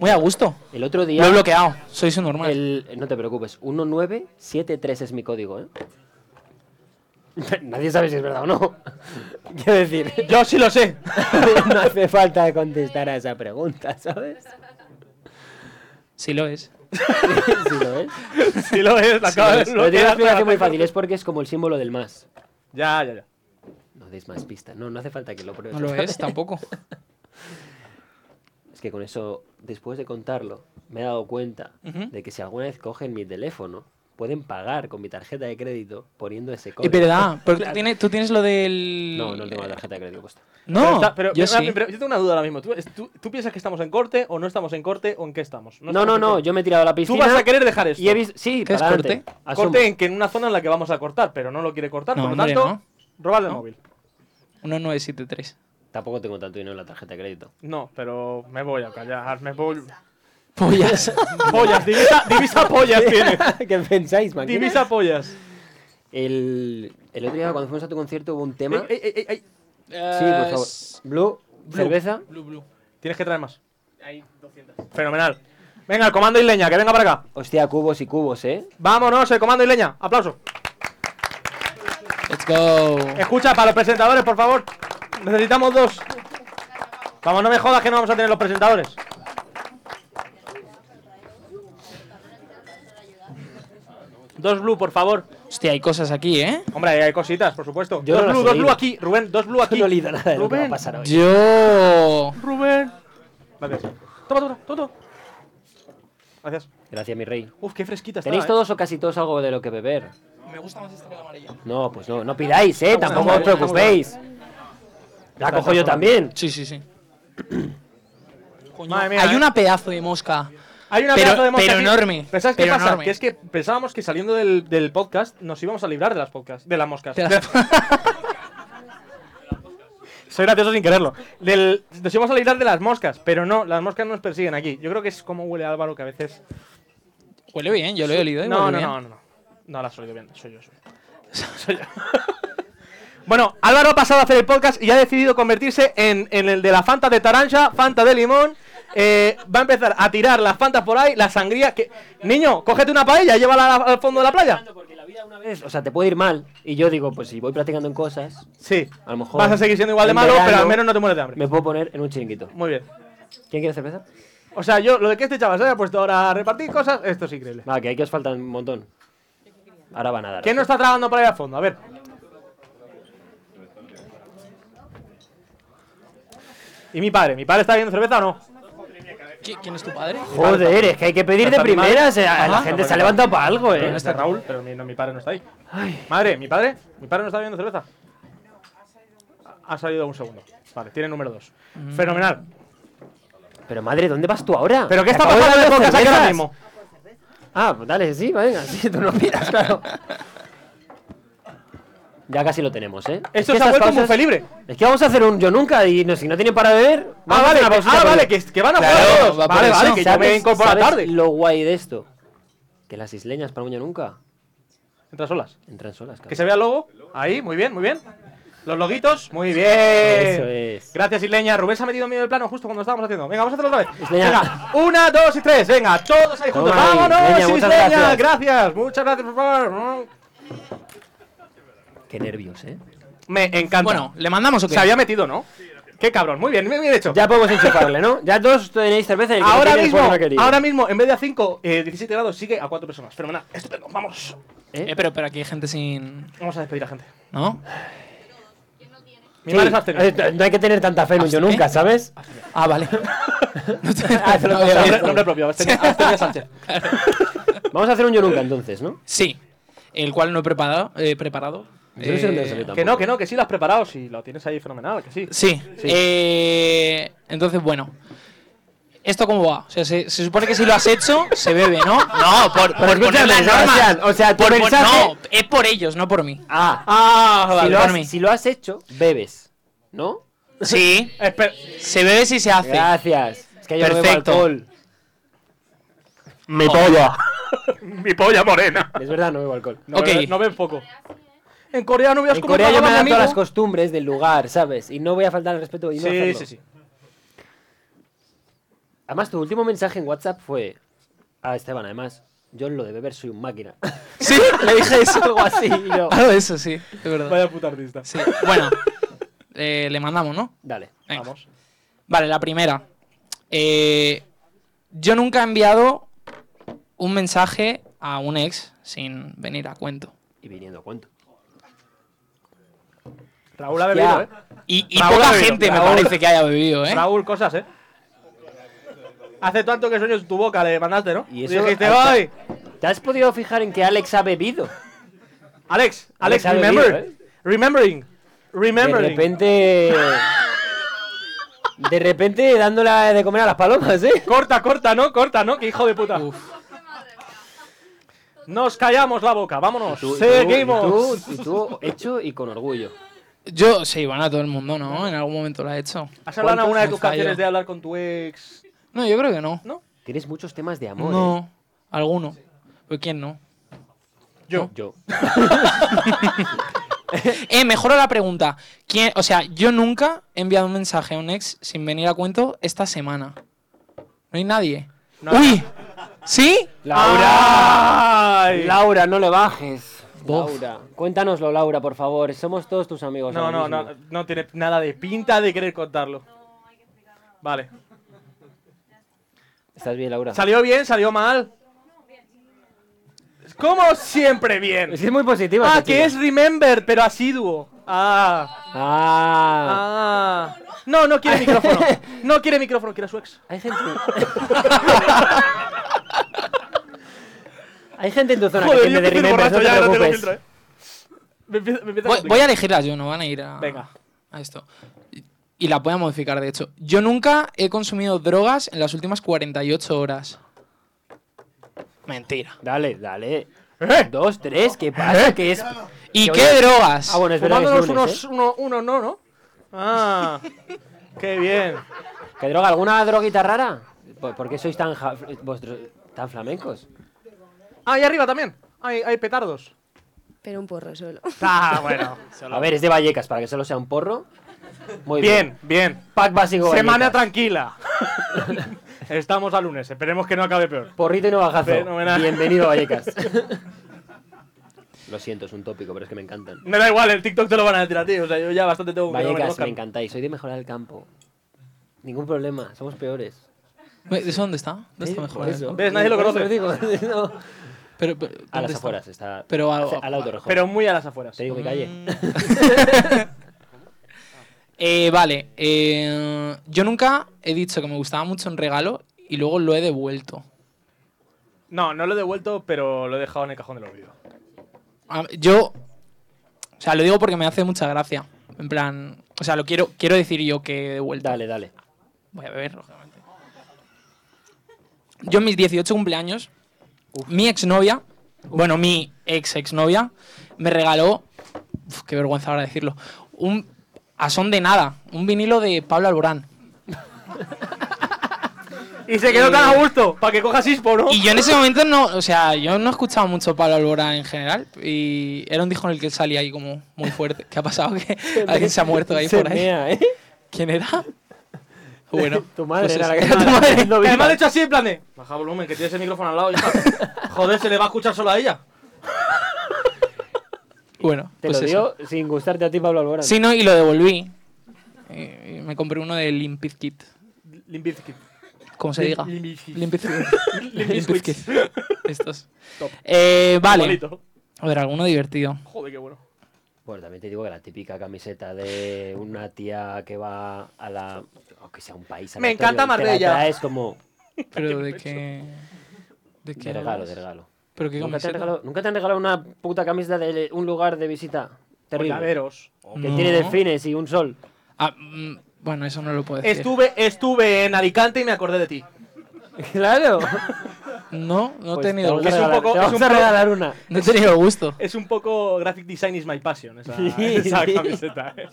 Speaker 11: muy a gusto.
Speaker 2: El otro día.
Speaker 11: Lo he bloqueado, soy su normal.
Speaker 2: no te preocupes, 1973 es mi código, ¿eh? [laughs] Nadie sabe si es verdad o no. [laughs] Quiero decir.
Speaker 4: Yo sí lo sé.
Speaker 2: [laughs] no hace falta contestar a esa pregunta, ¿sabes?
Speaker 11: Sí lo es.
Speaker 2: [laughs] sí lo
Speaker 11: [laughs]
Speaker 2: es.
Speaker 4: Sí lo es, la
Speaker 2: Sí
Speaker 4: acabas
Speaker 2: lo
Speaker 4: de
Speaker 2: es. Pero tiene
Speaker 4: bloquear.
Speaker 2: una explicación muy fácil, es porque es como el símbolo del más.
Speaker 4: Ya, ya, ya.
Speaker 2: No deis más pista. No, no hace falta que lo pruebes.
Speaker 11: No
Speaker 2: [laughs]
Speaker 11: lo es
Speaker 4: [laughs]
Speaker 11: tampoco.
Speaker 2: Es que con eso, después de contarlo, me he dado cuenta
Speaker 11: Ujú.
Speaker 2: de que si alguna vez cogen mi teléfono, pueden pagar con mi tarjeta de crédito poniendo ese
Speaker 11: Es
Speaker 2: código.
Speaker 11: verdad,
Speaker 2: [laughs]
Speaker 11: pero tú
Speaker 2: Claro.
Speaker 11: tienes, tú tienes lo del.
Speaker 2: No, no tengo la tarjeta de crédito puesta.
Speaker 11: No,
Speaker 4: Pero está- pero-
Speaker 11: yo
Speaker 4: pero-
Speaker 11: sí.
Speaker 4: pero yo tengo una duda ahora mismo. ¿Tú, es- tú- tú piensas que estamos en corte o no estamos en corte o en qué estamos?
Speaker 2: No, no, no, yo me he tirado a la
Speaker 4: Tú
Speaker 2: piscina.
Speaker 4: vas a querer dejar esto.
Speaker 2: Y he visto. Sí,
Speaker 4: ¿Qué es
Speaker 2: para adelante.
Speaker 4: corte?
Speaker 2: Asumo.
Speaker 4: Corte en que en una zona en la que vamos a cortar, pero no lo quiere cortar,
Speaker 11: No,
Speaker 4: por lo
Speaker 11: hombre,
Speaker 4: tanto,
Speaker 11: no.
Speaker 4: robarle el
Speaker 11: No.
Speaker 4: móvil.
Speaker 11: 1973.
Speaker 2: Tampoco tengo tanto dinero en la tarjeta de crédito.
Speaker 4: No, pero me voy a callar, me voy.
Speaker 2: [laughs]
Speaker 11: Pollas.
Speaker 4: pollas, divisa, divisa pollas tiene.
Speaker 2: ¿Qué pensáis, man?
Speaker 4: Divisa pollas.
Speaker 2: El, el otro día, cuando fuimos a tu concierto, hubo un tema.
Speaker 4: Ey, ey, ey, ey.
Speaker 2: sí, por favor. Blue,
Speaker 4: Blue,
Speaker 2: cerveza.
Speaker 4: Blue, blue. Tienes que traer más. Hay 200. Fenomenal. Venga, el comando isleña, que venga para acá.
Speaker 2: Hostia, cubos y cubos, ¿eh?
Speaker 4: Vámonos, el comando isleña. Aplauso.
Speaker 11: Let's go.
Speaker 4: Escucha, para los presentadores, por favor. Necesitamos dos. Vamos, no me jodas que no vamos a tener los presentadores. Dos blue, por favor.
Speaker 11: Hostia, hay cosas aquí, ¿eh?
Speaker 4: Hombre, hay hay cositas, por supuesto.
Speaker 11: Yo
Speaker 4: dos
Speaker 11: no las
Speaker 4: blue,
Speaker 11: he
Speaker 4: dos
Speaker 11: leído.
Speaker 4: blue aquí, Rubén, dos
Speaker 2: [laughs]
Speaker 4: blue aquí.
Speaker 2: No he leído nada de lo que va a
Speaker 4: Rubén.
Speaker 2: pasar hoy.
Speaker 11: Yo.
Speaker 4: Rubén. Gracias. Toma, toma, toma. Gracias.
Speaker 2: Gracias, mi rey.
Speaker 4: Uf, qué fresquita está.
Speaker 2: ¿Tenéis
Speaker 4: ¿eh?
Speaker 2: todos o casi todos algo de lo que beber?
Speaker 14: Me gusta más
Speaker 11: este
Speaker 14: esta que la amarilla.
Speaker 2: No, pues no, no pidáis, ¿eh?
Speaker 4: Está
Speaker 2: Tampoco
Speaker 4: Ah, bueno,
Speaker 2: os
Speaker 4: está bueno.
Speaker 2: preocupéis. La
Speaker 4: Está
Speaker 2: cojo yo
Speaker 4: bueno.
Speaker 2: también.
Speaker 11: Sí, sí, sí.
Speaker 4: Madre mía,
Speaker 11: hay
Speaker 4: ¿eh?
Speaker 11: una pedazo de mosca.
Speaker 4: Hay una
Speaker 11: pero,
Speaker 4: pedazo de mosca
Speaker 11: Pero
Speaker 4: aquí.
Speaker 11: enorme.
Speaker 4: Pero ¿sabes qué
Speaker 11: pero
Speaker 4: pasa?
Speaker 11: enorme.
Speaker 4: Que es que pensábamos que saliendo del, del podcast nos íbamos a librar de las podcasts, de las moscas.
Speaker 11: De las-
Speaker 4: [laughs] Soy gracioso sin quererlo. Del- nos íbamos a librar de las moscas, pero no, las moscas nos persiguen aquí. Yo creo que es como huele Álvaro que a veces.
Speaker 11: Huele bien, yo lo he olido. y
Speaker 4: No,
Speaker 11: huele
Speaker 4: no,
Speaker 11: bien.
Speaker 4: no, no, no. No las oigo bien, soy yo. Soy yo. Soy yo. bueno, Álvaro ha pasado a hacer el podcast y ha decidido convertirse en, en el de la Fanta de Taranja, Fanta de Limón. Eh, va a empezar a tirar las fantas por ahí, la sangría. Que... Niño, cógete una paella, llévala al- al fondo de la playa.
Speaker 2: ¿Ves? O sea, te puede ir mal. Y yo digo, pues si voy practicando en cosas,
Speaker 4: Sí.
Speaker 2: a lo mejor.
Speaker 4: Vas a seguir siendo igual de
Speaker 2: en
Speaker 4: malo, pero
Speaker 2: verano
Speaker 4: al menos no te mueres de hambre.
Speaker 2: Me puedo poner en un chiringuito.
Speaker 4: Muy bien.
Speaker 2: ¿Quién quiere cerveza?
Speaker 4: O sea, yo, lo de que este chaval se haya puesto ahora a repartir cosas, esto es increíble.
Speaker 2: Va, que aquí os faltan un montón. Ahora van a dar.
Speaker 4: ¿Quién no está tragando por ahí a fondo? A ver. ¿Y mi padre? ¿Mi padre está viendo cerveza o no?
Speaker 11: ¿Qui- ¿Quién es tu padre?
Speaker 2: Joder, es que hay que pedir de
Speaker 4: Está mi madre.
Speaker 2: primeras. eh, a La
Speaker 4: Ajá.
Speaker 2: gente se ha levantado para algo,
Speaker 4: Pero
Speaker 2: eh.
Speaker 4: no está Raúl, pero mi, no, mi padre no está ahí. Madre, ¿mi padre? ¿Mi padre no está bebiendo cerveza? Ha salido un segundo. Vale, tiene número dos. Fenomenal.
Speaker 2: Pero madre, ¿dónde vas tú ahora?
Speaker 4: ¿Pero qué
Speaker 2: Te
Speaker 4: está
Speaker 2: acabo de
Speaker 4: pasando
Speaker 2: dar
Speaker 4: en el
Speaker 2: las
Speaker 4: podcast aquí ahora
Speaker 2: cervezas.
Speaker 4: mismo?
Speaker 2: Ah, pues dale, sí, venga, [laughs] sí, tú no miras, claro. Ya casi lo tenemos, ¿eh?
Speaker 4: Esto
Speaker 2: que
Speaker 4: se ha
Speaker 2: estas
Speaker 4: vuelto un
Speaker 2: pausas-
Speaker 4: buffet libre.
Speaker 2: Es que vamos a hacer un yo nunca y no, si no tienen para beber. vamos
Speaker 4: Ah,
Speaker 2: a
Speaker 4: vale,
Speaker 2: hacer una
Speaker 4: que- ah,
Speaker 2: pausita para
Speaker 4: vale,
Speaker 2: beber.
Speaker 4: que, es- que van a
Speaker 2: Claro,
Speaker 4: jugar todos.
Speaker 2: va por
Speaker 4: Vale,
Speaker 2: eso.
Speaker 4: vale, que yo me
Speaker 2: ¿Sabes-
Speaker 4: incorporo
Speaker 2: sabes
Speaker 4: tarde.
Speaker 2: Lo guay de esto: que las isleñas para un yo nunca
Speaker 4: Entras solas.
Speaker 2: entran solas,
Speaker 4: Que
Speaker 2: cabrón.
Speaker 4: se vea el logo. Ahí, muy bien, muy bien. Los loguitos, muy bien.
Speaker 2: Eso es.
Speaker 4: Gracias, Isleña. Rubén se ha metido en medio del plano justo cuando estábamos haciendo. Venga, vamos a hacerlo otra vez.
Speaker 2: Isleña.
Speaker 4: Venga, una, dos y tres. Venga, todos ahí juntos.
Speaker 2: Toma ahí,
Speaker 4: ¡Vámonos,
Speaker 2: Isleña, muchas
Speaker 4: Isleña!
Speaker 2: gracias.
Speaker 4: Gracias, muchas gracias, por favor.
Speaker 2: Qué nervios, ¿eh?
Speaker 4: Me encanta.
Speaker 2: Bueno, ¿le mandamos o qué?
Speaker 4: Se había metido, ¿no? Qué cabrón, muy bien, muy bien hecho.
Speaker 2: Ya podemos enchufarle, ¿no? Ya todos tenéis cerveza y el que no
Speaker 4: Ahora
Speaker 2: tiene,
Speaker 4: mismo,
Speaker 2: pues no ha querido.
Speaker 4: ahora mismo, en vez de a 5, 17 grados, sigue a 4 personas. Fenomenal, estupendo, vamos.
Speaker 11: Eh, pero, pero aquí hay gente sin.
Speaker 4: Vamos a despedir a gente.
Speaker 11: ¿No?
Speaker 4: Mi
Speaker 2: Sí,
Speaker 4: madre es abstemia.
Speaker 2: eh, No hay que tener tanta fe en un yo
Speaker 4: ¿Abstemia?
Speaker 2: nunca, ¿sabes? [laughs]
Speaker 11: Ah, vale. [laughs] Ah,
Speaker 4: No, nombre- nombre propio, abstemia- abstemia Sánchez.
Speaker 2: Vamos a hacer un yo nunca entonces, ¿no?
Speaker 11: Sí. El cual no he preparado. eh, preparado.
Speaker 2: [laughs]
Speaker 11: Eh,
Speaker 2: Yo no sé dónde lo saqué
Speaker 4: Eh, Que no, que no, que sí lo has preparado, si lo tienes ahí fenomenal, que sí.
Speaker 11: Sí. Eh, entonces, bueno. ¿Esto cómo va? O sea, se, se supone que si lo has hecho, se bebe, ¿no? No, por,
Speaker 2: Pero escúchame, Sebastián, o sea, tu
Speaker 11: Por- por-
Speaker 2: mensaje-
Speaker 11: No, es por ellos, no por mí.
Speaker 2: Ah,
Speaker 11: ah
Speaker 2: si,
Speaker 11: vale,
Speaker 2: lo
Speaker 11: por
Speaker 2: has,
Speaker 11: mí.
Speaker 2: si lo has hecho, bebes, ¿no?
Speaker 11: Sí. se bebe si se hace.
Speaker 2: Gracias. Es que yo no bebo
Speaker 11: Perfecto.
Speaker 2: alcohol.
Speaker 4: Mi polla. [laughs] Mi polla morena.
Speaker 2: Es verdad, no bebo alcohol.
Speaker 4: No, bebe- no ven foco. En Corea no veas
Speaker 2: En
Speaker 4: cómo
Speaker 2: Corea yo me
Speaker 4: tragaban
Speaker 2: adapto a
Speaker 4: amigos.
Speaker 2: las costumbres del lugar, ¿sabes? Y no voy a faltar al respeto y no
Speaker 4: Sí,
Speaker 2: hacerlo.
Speaker 4: sí, sí.
Speaker 2: Además, tu último mensaje en WhatsApp fue a Esteban, además. Yo en lo de beber soy un máquina.
Speaker 11: [laughs]
Speaker 2: [laughs]
Speaker 11: Sí, le dije eso.
Speaker 2: Algo así. y yo-
Speaker 11: [laughs] Algo de eso, sí, es verdad.
Speaker 4: Vaya puta artista.
Speaker 11: Sí. Bueno, eh, le mandamos, ¿no?
Speaker 2: Dale.
Speaker 11: Vamos. Vale, la primera. Eh, yo nunca he enviado un mensaje a un ex sin venir a cuento.
Speaker 2: Y viniendo a cuento.
Speaker 4: Raúl ha bebido,
Speaker 11: Ya.
Speaker 4: ¿eh?
Speaker 11: Y, y
Speaker 4: Raúl
Speaker 11: poca
Speaker 4: ha bebido,
Speaker 11: gente me
Speaker 4: Raúl.
Speaker 11: parece que haya bebido, ¿eh?
Speaker 4: Raúl, cosas, ¿eh? Hace tanto que sueño en tu boca, le mandaste, ¿no?
Speaker 2: Y
Speaker 4: Y
Speaker 2: eso-
Speaker 4: dijiste,
Speaker 2: hasta-
Speaker 4: ¡ay!
Speaker 2: ¿Te has podido fijar en que Alex ha bebido?
Speaker 4: Alex, Alex,
Speaker 2: Alex ha
Speaker 4: remember.
Speaker 2: bebido,
Speaker 4: Remembering. Remembering.
Speaker 2: ¿eh? De repente. De repente dándole de comer a las palomas, ¿eh?
Speaker 4: Corta, corta, ¿no? Corta, ¿no? Que hijo de puta. Nos callamos la boca, vámonos.
Speaker 2: Tú- y tú-
Speaker 4: Seguimos.
Speaker 2: Y tú, y tú hecho y con orgullo.
Speaker 11: Yo, sí, van a todo el mundo, ¿no? En algún momento lo ha hecho.
Speaker 4: ¿Has hablado en alguna de tus
Speaker 11: Me falló.
Speaker 4: canciones de hablar con tu ex?
Speaker 11: No, yo creo que no.
Speaker 4: ¿No?
Speaker 2: Tienes muchos temas de amor. ¿eh?
Speaker 11: No, alguno. ¿Pero quién no?
Speaker 4: Yo.
Speaker 2: [laughs] Yo.
Speaker 11: eh, mejora la pregunta. ¿Quién, o sea, yo nunca he enviado un mensaje a un ex sin venir a cuento esta semana. No hay nadie. ¡Uy! ¿Sí?
Speaker 2: ¡Laura!
Speaker 4: ¡Ay!
Speaker 2: Laura, no le bajes.
Speaker 11: Bof.
Speaker 2: Laura, cuéntanoslo, Laura, por favor. Somos todos tus amigos.
Speaker 4: No, no,
Speaker 2: ahora mismo.
Speaker 4: no, no tiene nada de pinta de querer contarlo. Vale.
Speaker 2: ¿Estás bien, Laura?
Speaker 4: ¿Salió bien? ¿Salió mal? Como siempre bien.
Speaker 2: Es que es muy positiva.
Speaker 4: Ah,
Speaker 2: esta
Speaker 4: que
Speaker 2: chica.
Speaker 4: es Remember, pero asiduo. Ah,
Speaker 2: Ah.
Speaker 4: ah. No, no quiere micrófono. No quiere micrófono, quiere a su ex.
Speaker 2: Hay gente.
Speaker 4: [laughs]
Speaker 2: Hay gente en tu
Speaker 4: [laughs]
Speaker 2: zona que
Speaker 4: Joder, yo
Speaker 2: tiene de
Speaker 4: empiezo a ir borracho
Speaker 2: remembers, no te
Speaker 4: ya, no tengo
Speaker 2: preocupes.
Speaker 4: filtro, eh. Me empiezo- me empiezo
Speaker 11: Voy,
Speaker 4: complicar.
Speaker 11: voy a elegirlas yo, no van a ir a,
Speaker 4: Venga.
Speaker 11: a esto. Y- Y la voy a modificar, de hecho. Yo nunca he consumido drogas en las últimas 48 horas. Mentira.
Speaker 2: Dale, dale.
Speaker 4: Eh.
Speaker 2: Dos, tres, ¿qué pasa? ¿Qué es?
Speaker 11: ¿Y
Speaker 2: Que
Speaker 11: qué
Speaker 2: hoy-
Speaker 11: drogas?
Speaker 2: Ah, bueno, es verdad que es
Speaker 4: Fumándonos
Speaker 2: lunes,
Speaker 4: unos, uno, uno, no, ¿no? Ah, qué bien.
Speaker 2: ¿eh? ¿Qué droga? ¿Alguna droguita rara? ¿Por, por qué sois tan, ja- vosotros tan flamencos?
Speaker 4: Ah, y arriba también. Hay, hay petardos.
Speaker 8: Pero un porro solo.
Speaker 4: Ah, bueno.
Speaker 2: A ver, este es de Vallecas, para que solo sea un porro. Muy bien.
Speaker 4: Bien, bien.
Speaker 2: Pack básico
Speaker 4: Semana tranquila.
Speaker 2: Vallecas.
Speaker 4: [laughs] Estamos a lunes, esperemos que no acabe peor.
Speaker 2: Porrito y no bajazo.
Speaker 4: Fenomenal.
Speaker 2: Bienvenido a Vallecas.
Speaker 4: [laughs]
Speaker 2: Lo siento, es un tópico, pero es que me encantan.
Speaker 4: Me da igual, el TikTok te lo van a decir a ti. O sea, yo ya bastante tengo que no me
Speaker 2: Vallecas, me
Speaker 4: conozcan.
Speaker 2: encantáis. Soy de mejorar el campo. Ningún problema, somos peores.
Speaker 11: Ve, ¿Eso dónde está? ¿Dónde está
Speaker 2: Eh,
Speaker 11: mejor?
Speaker 2: por eso.
Speaker 4: ¿Ves? Nadie lo
Speaker 2: Por eso
Speaker 4: conoce.
Speaker 2: digo, [laughs] no.
Speaker 11: Pero, pero,
Speaker 2: A
Speaker 11: ¿dónde
Speaker 2: las
Speaker 11: está?
Speaker 2: afueras, está.
Speaker 11: Pero Mm. a-
Speaker 2: hace- al lado de Torrejón.
Speaker 4: Pero muy a las afueras.
Speaker 2: Te digo mi calle.
Speaker 11: [laughs] Eh, vale, eh, yo nunca he dicho que me gustaba mucho un regalo y luego lo he devuelto.
Speaker 4: No, no lo he devuelto, pero lo he dejado en el cajón del olvido.
Speaker 11: A- Yo, o sea, lo digo porque me hace mucha gracia. En plan, o sea, lo quiero, quiero decir yo que he devuelto.
Speaker 2: Dale, dale.
Speaker 11: Voy a beber, lógicamente. Yo en mis 18 cumpleaños, mi exnovia, bueno, mi ex exnovia, me regaló, uf, qué vergüenza ahora decirlo, un a son de nada, un vinilo de Pablo Alborán.
Speaker 4: Y se quedó tan a gusto, para que coja sispo, ¿no?
Speaker 11: Y yo en ese momento no, o sea, yo no escuchaba mucho Pablo Alborán en general. Y era un disco en el que él salía ahí como muy fuerte. ¿Qué ha
Speaker 2: [laughs]
Speaker 11: pasado? que ¿Alguien se ha muerto ahí
Speaker 2: Se
Speaker 11: por ahí?
Speaker 2: mea, ¿eh?
Speaker 11: ¿Quién era? [laughs] Bueno,
Speaker 2: [laughs] Tu madre
Speaker 11: pues
Speaker 2: era
Speaker 11: eso.
Speaker 2: la que estaba haciendo vida.
Speaker 4: Además, le he hecho así en plan de. Baja volumen, que tienes el micrófono al lado y está. Joder, se le va a escuchar solo a ella.
Speaker 11: Bueno,
Speaker 2: Te
Speaker 11: pues
Speaker 2: lo
Speaker 11: eso.
Speaker 2: dio sin gustarte a ti, Pablo Alborán.
Speaker 11: Sí, no, y lo devolví. Eh, Y- y me compré uno de Limp Bizkit.
Speaker 4: Limp Bizkit.
Speaker 11: ¿Cómo se
Speaker 4: Lim-
Speaker 11: diga?
Speaker 4: Limp Bizkit.
Speaker 11: Limp
Speaker 4: [laughs]
Speaker 11: Bizkit.
Speaker 4: Limp
Speaker 11: Limp
Speaker 4: Bizkit.
Speaker 11: Bizkit. Estos.
Speaker 4: Top.
Speaker 11: Eh, vale.
Speaker 4: Igualito.
Speaker 11: A ver, alguno divertido.
Speaker 4: Joder, qué bueno.
Speaker 2: Bueno, también te digo que la típica camiseta de una tía que va a la. aunque sea un país.
Speaker 4: Me
Speaker 2: aleatorio,
Speaker 4: encanta
Speaker 2: y te la
Speaker 4: Marbella.
Speaker 2: traes como.
Speaker 11: [laughs] Pero de qué. De qué.
Speaker 2: De regalo,
Speaker 11: hablas?
Speaker 2: de regalo.
Speaker 4: Pues
Speaker 11: Pero qué
Speaker 2: ¿Nunca te, han
Speaker 11: camiseta?
Speaker 2: regalado, nunca te han regalado una puta camiseta de un lugar de visita? Terrible.
Speaker 4: Llaveros.
Speaker 2: Que tiene
Speaker 11: No.
Speaker 2: delfines y un sol.
Speaker 11: Ah, mm, bueno, eso no lo puedo decir.
Speaker 4: Estuve, estuve en Alicante y me acordé de ti.
Speaker 2: [laughs] Claro.
Speaker 11: No, no
Speaker 2: Pues
Speaker 11: he tenido
Speaker 2: te
Speaker 11: gusto.
Speaker 2: vamos a regalar- te vamos a regalar una.
Speaker 11: No he tenido gusto.
Speaker 4: Es un poco graphic design is my passion esa,
Speaker 2: Sí,
Speaker 4: esa
Speaker 2: sí.
Speaker 4: camiseta. eh.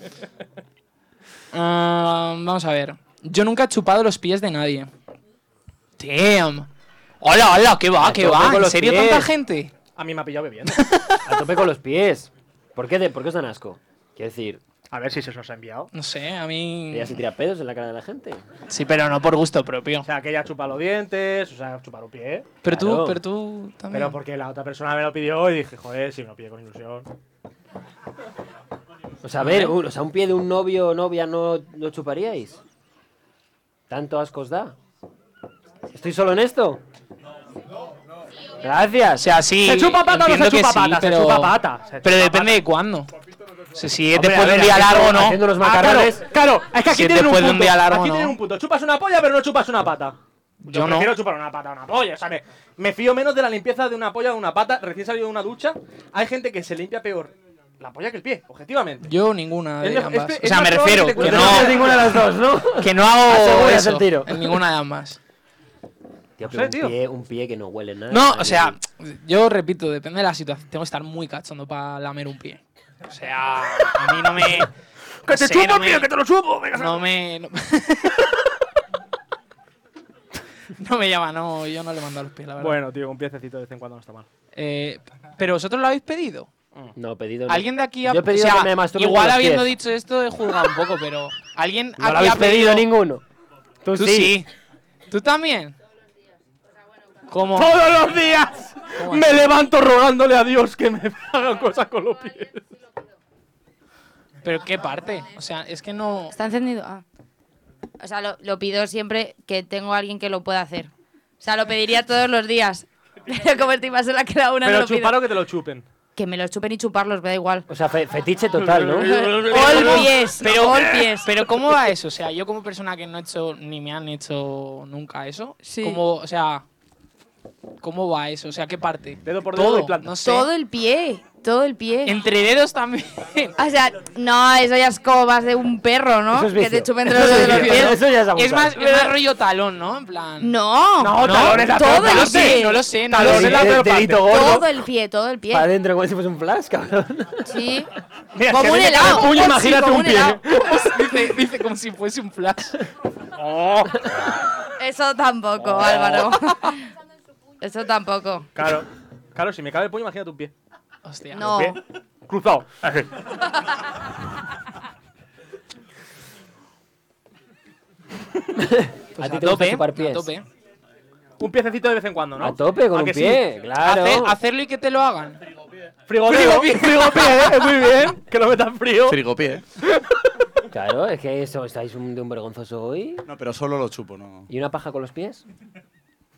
Speaker 11: Ah, vamos a ver. Yo nunca he chupado los pies de nadie. Damn. Hola, hola, ¿qué va?
Speaker 2: A
Speaker 11: ¿Qué
Speaker 2: tope
Speaker 11: va?
Speaker 2: con
Speaker 11: ¿En
Speaker 2: los
Speaker 11: serio
Speaker 2: pies.
Speaker 11: tanta gente?
Speaker 4: A mí me ha pillado
Speaker 11: [laughs]
Speaker 4: bebiendo.
Speaker 2: A tope con los pies. ¿Por qué, de, ¿Por qué os dan asco? Quiero decir,
Speaker 4: A ver si se os ha enviado.
Speaker 11: No sé, Eh, a mí.
Speaker 2: ¿ella se tira pedos en la cara de la gente?
Speaker 11: Sí, pero no por gusto propio.
Speaker 4: O sea, que ella chupa los dientes, o sea, chupar un pie.
Speaker 11: Pero
Speaker 4: Claro.
Speaker 11: tú, pero tú también.
Speaker 4: Pero porque la otra persona me lo pidió y dije, joder, si me lo pide con ilusión. ¿Eh?
Speaker 2: O sea, a ver, un, o sea, un pie de un novio o novia no lo chuparíais. ¿Tanto asco os da? ¿Estoy solo en esto? Gracias.
Speaker 11: O sea, sí.
Speaker 4: ¿Se chupa pata o no se
Speaker 11: entiendo que
Speaker 4: chupa
Speaker 11: sí,
Speaker 4: pata? Se
Speaker 11: pero...
Speaker 4: chupa pata, se
Speaker 11: pero
Speaker 4: chupa
Speaker 11: depende
Speaker 4: pata.
Speaker 11: de cuándo. O sea, si es
Speaker 2: Hombre,
Speaker 11: después
Speaker 2: a
Speaker 11: de un
Speaker 2: ver,
Speaker 11: día
Speaker 2: haciendo-
Speaker 11: largo, ¿no?
Speaker 2: haciendo los
Speaker 4: Ah, claro,
Speaker 2: macarrones.
Speaker 4: claro, es que aquí
Speaker 11: Si es
Speaker 4: tienen un
Speaker 11: después
Speaker 4: punto.
Speaker 11: de un día largo,
Speaker 4: aquí
Speaker 11: ¿no?
Speaker 4: tienen un punto. Chupas una polla, pero no chupas una pata. Yo,
Speaker 11: Yo no.
Speaker 4: prefiero chupar una pata a una polla. O sea, me, me fío menos de la limpieza de una polla o de una pata. Recién salido de una ducha, hay gente que se limpia peor la polla que el pie, objetivamente.
Speaker 11: Yo ninguna eh,
Speaker 4: Es
Speaker 11: de
Speaker 4: mejor-
Speaker 11: ambas.
Speaker 4: es pe-
Speaker 11: o
Speaker 4: es
Speaker 11: sea,
Speaker 4: más
Speaker 11: me
Speaker 4: probable
Speaker 11: refiero
Speaker 4: que
Speaker 11: que,
Speaker 4: te cuentes
Speaker 11: no.
Speaker 4: no Ah, ninguna de las dos,
Speaker 2: ¿no?
Speaker 11: [laughs] Que no hago
Speaker 2: Aseguras el
Speaker 11: eso,
Speaker 2: tiro.
Speaker 11: En ninguna de ambas.
Speaker 2: Tío,
Speaker 4: sé,
Speaker 2: pero un,
Speaker 4: tío.
Speaker 2: Pie, un pie que no huele nada.
Speaker 11: [laughs] No, o sea, yo repito, depende de la situación. Tengo que estar muy cachondo para lamer un pie. O sea, a mí no me.
Speaker 4: ¡Que
Speaker 11: sé,
Speaker 4: te chupo,
Speaker 11: [laughs] no me-
Speaker 4: tío! ¡Que te lo chupo! Venga,
Speaker 11: No me. [laughs] No, No me llama, no, yo no le mando a los pies, la verdad.
Speaker 4: Bueno, tío, un piececito de vez en cuando no está mal.
Speaker 11: Eh, ¿Pero vosotros lo habéis pedido?
Speaker 4: Mm.
Speaker 2: No, pedido no.
Speaker 11: ¿Alguien de aquí ha
Speaker 2: Yo he pedido
Speaker 11: o sea,
Speaker 2: que me masturben con
Speaker 11: Igual
Speaker 2: los
Speaker 11: habiendo
Speaker 2: pies.
Speaker 11: dicho esto, he juzgado un poco, pero. ¿Alguien
Speaker 2: No
Speaker 11: aquí
Speaker 2: lo habéis
Speaker 11: ha
Speaker 2: pedido ninguno. Tú,
Speaker 11: Tú
Speaker 2: sí.
Speaker 11: sí. ¿Tú también? ¿Cómo?
Speaker 4: ¡Todos los días!
Speaker 11: ¿Cómo
Speaker 4: Me
Speaker 11: así?
Speaker 4: levanto rogándole a Dios que me [laughs] hagan cosas con los pies.
Speaker 11: ¿Pero qué parte? O sea, es que no.
Speaker 22: ¿Está encendido? Ah. O sea, lo, lo pido siempre que tengo a alguien que lo pueda hacer. O sea, lo pediría todos los
Speaker 11: [laughs]
Speaker 22: días. Pero como estoy más sola que la una, no
Speaker 4: Pero
Speaker 22: lo pido.
Speaker 4: chupar o que te lo chupen.
Speaker 22: Que me los chupen y chuparlos, me da igual.
Speaker 2: O sea, fe- fetiche total,
Speaker 22: [laughs]
Speaker 11: [laughs]
Speaker 2: ¿no?
Speaker 22: All pies,
Speaker 11: Pero,
Speaker 22: all pies.
Speaker 11: pero ¿cómo va eso? O sea, yo como persona que no he hecho ni me han hecho nunca eso, ¿cómo, o sea, ¿cómo va eso? O sea, ¿qué parte?
Speaker 4: Dedo por dedo
Speaker 11: Todo,
Speaker 4: y planta.
Speaker 11: no sé.
Speaker 22: Todo el pie, todo el pie.
Speaker 11: Entre dedos también.
Speaker 22: O sea, no, eso ya es como más de un perro, ¿no?
Speaker 11: Eso es
Speaker 22: que te
Speaker 11: vicio.
Speaker 22: chupen
Speaker 11: Eso
Speaker 22: entre los dedos
Speaker 11: es
Speaker 22: de los
Speaker 11: vicio.
Speaker 22: pies.
Speaker 2: Eso ya es abusar.
Speaker 11: Es más, es más rollo talón, ¿no? En plan.
Speaker 22: No,
Speaker 11: No, talón es la
Speaker 22: todo
Speaker 11: peor
Speaker 22: el
Speaker 11: parte.
Speaker 22: pie.
Speaker 11: No lo sé, no lo sé.
Speaker 2: Talón es la peor parte. Dedito gordo.
Speaker 22: Todo el pie, todo el pie.
Speaker 2: Para adentro como si fuese un flash,
Speaker 11: [laughs]
Speaker 2: cabrón.
Speaker 10: [laughs]
Speaker 22: Sí.
Speaker 4: Mira,
Speaker 22: como
Speaker 4: si a mí
Speaker 22: un
Speaker 4: me
Speaker 22: helado.
Speaker 4: cae un puño,
Speaker 22: sí,
Speaker 4: imagínate
Speaker 22: como
Speaker 4: un pie.
Speaker 22: helado.
Speaker 11: dice, dice como si fuese un flash.
Speaker 4: Oh,
Speaker 22: Eso tampoco,
Speaker 10: Oh. [laughs]
Speaker 22: Álvaro. Eso tampoco.
Speaker 4: claro. Claro, si me cabe el puño, imagínate un pie.
Speaker 11: Hostia.
Speaker 22: No.
Speaker 4: Bien. Cruzado. Así.
Speaker 11: Pues
Speaker 2: a ti
Speaker 11: a
Speaker 2: te gusta
Speaker 11: tope,
Speaker 2: chupar
Speaker 11: a
Speaker 2: pies.
Speaker 11: tope.
Speaker 4: Un piececito de vez en cuando, ¿no?
Speaker 2: A tope con
Speaker 4: ¿A
Speaker 2: un
Speaker 4: que sí?
Speaker 2: pie, claro.
Speaker 11: Hacer- hacerlo y que te lo hagan.
Speaker 4: Frigodeo.
Speaker 11: Frigopié.
Speaker 4: Frigopié, ¿eh? muy bien. Que lo metan frío.
Speaker 25: Frigopié.
Speaker 2: [laughs] Claro, es que eso, estáis un- de un vergonzoso hoy.
Speaker 25: No, pero solo lo chupo, no.
Speaker 2: ¿Y una paja con los pies?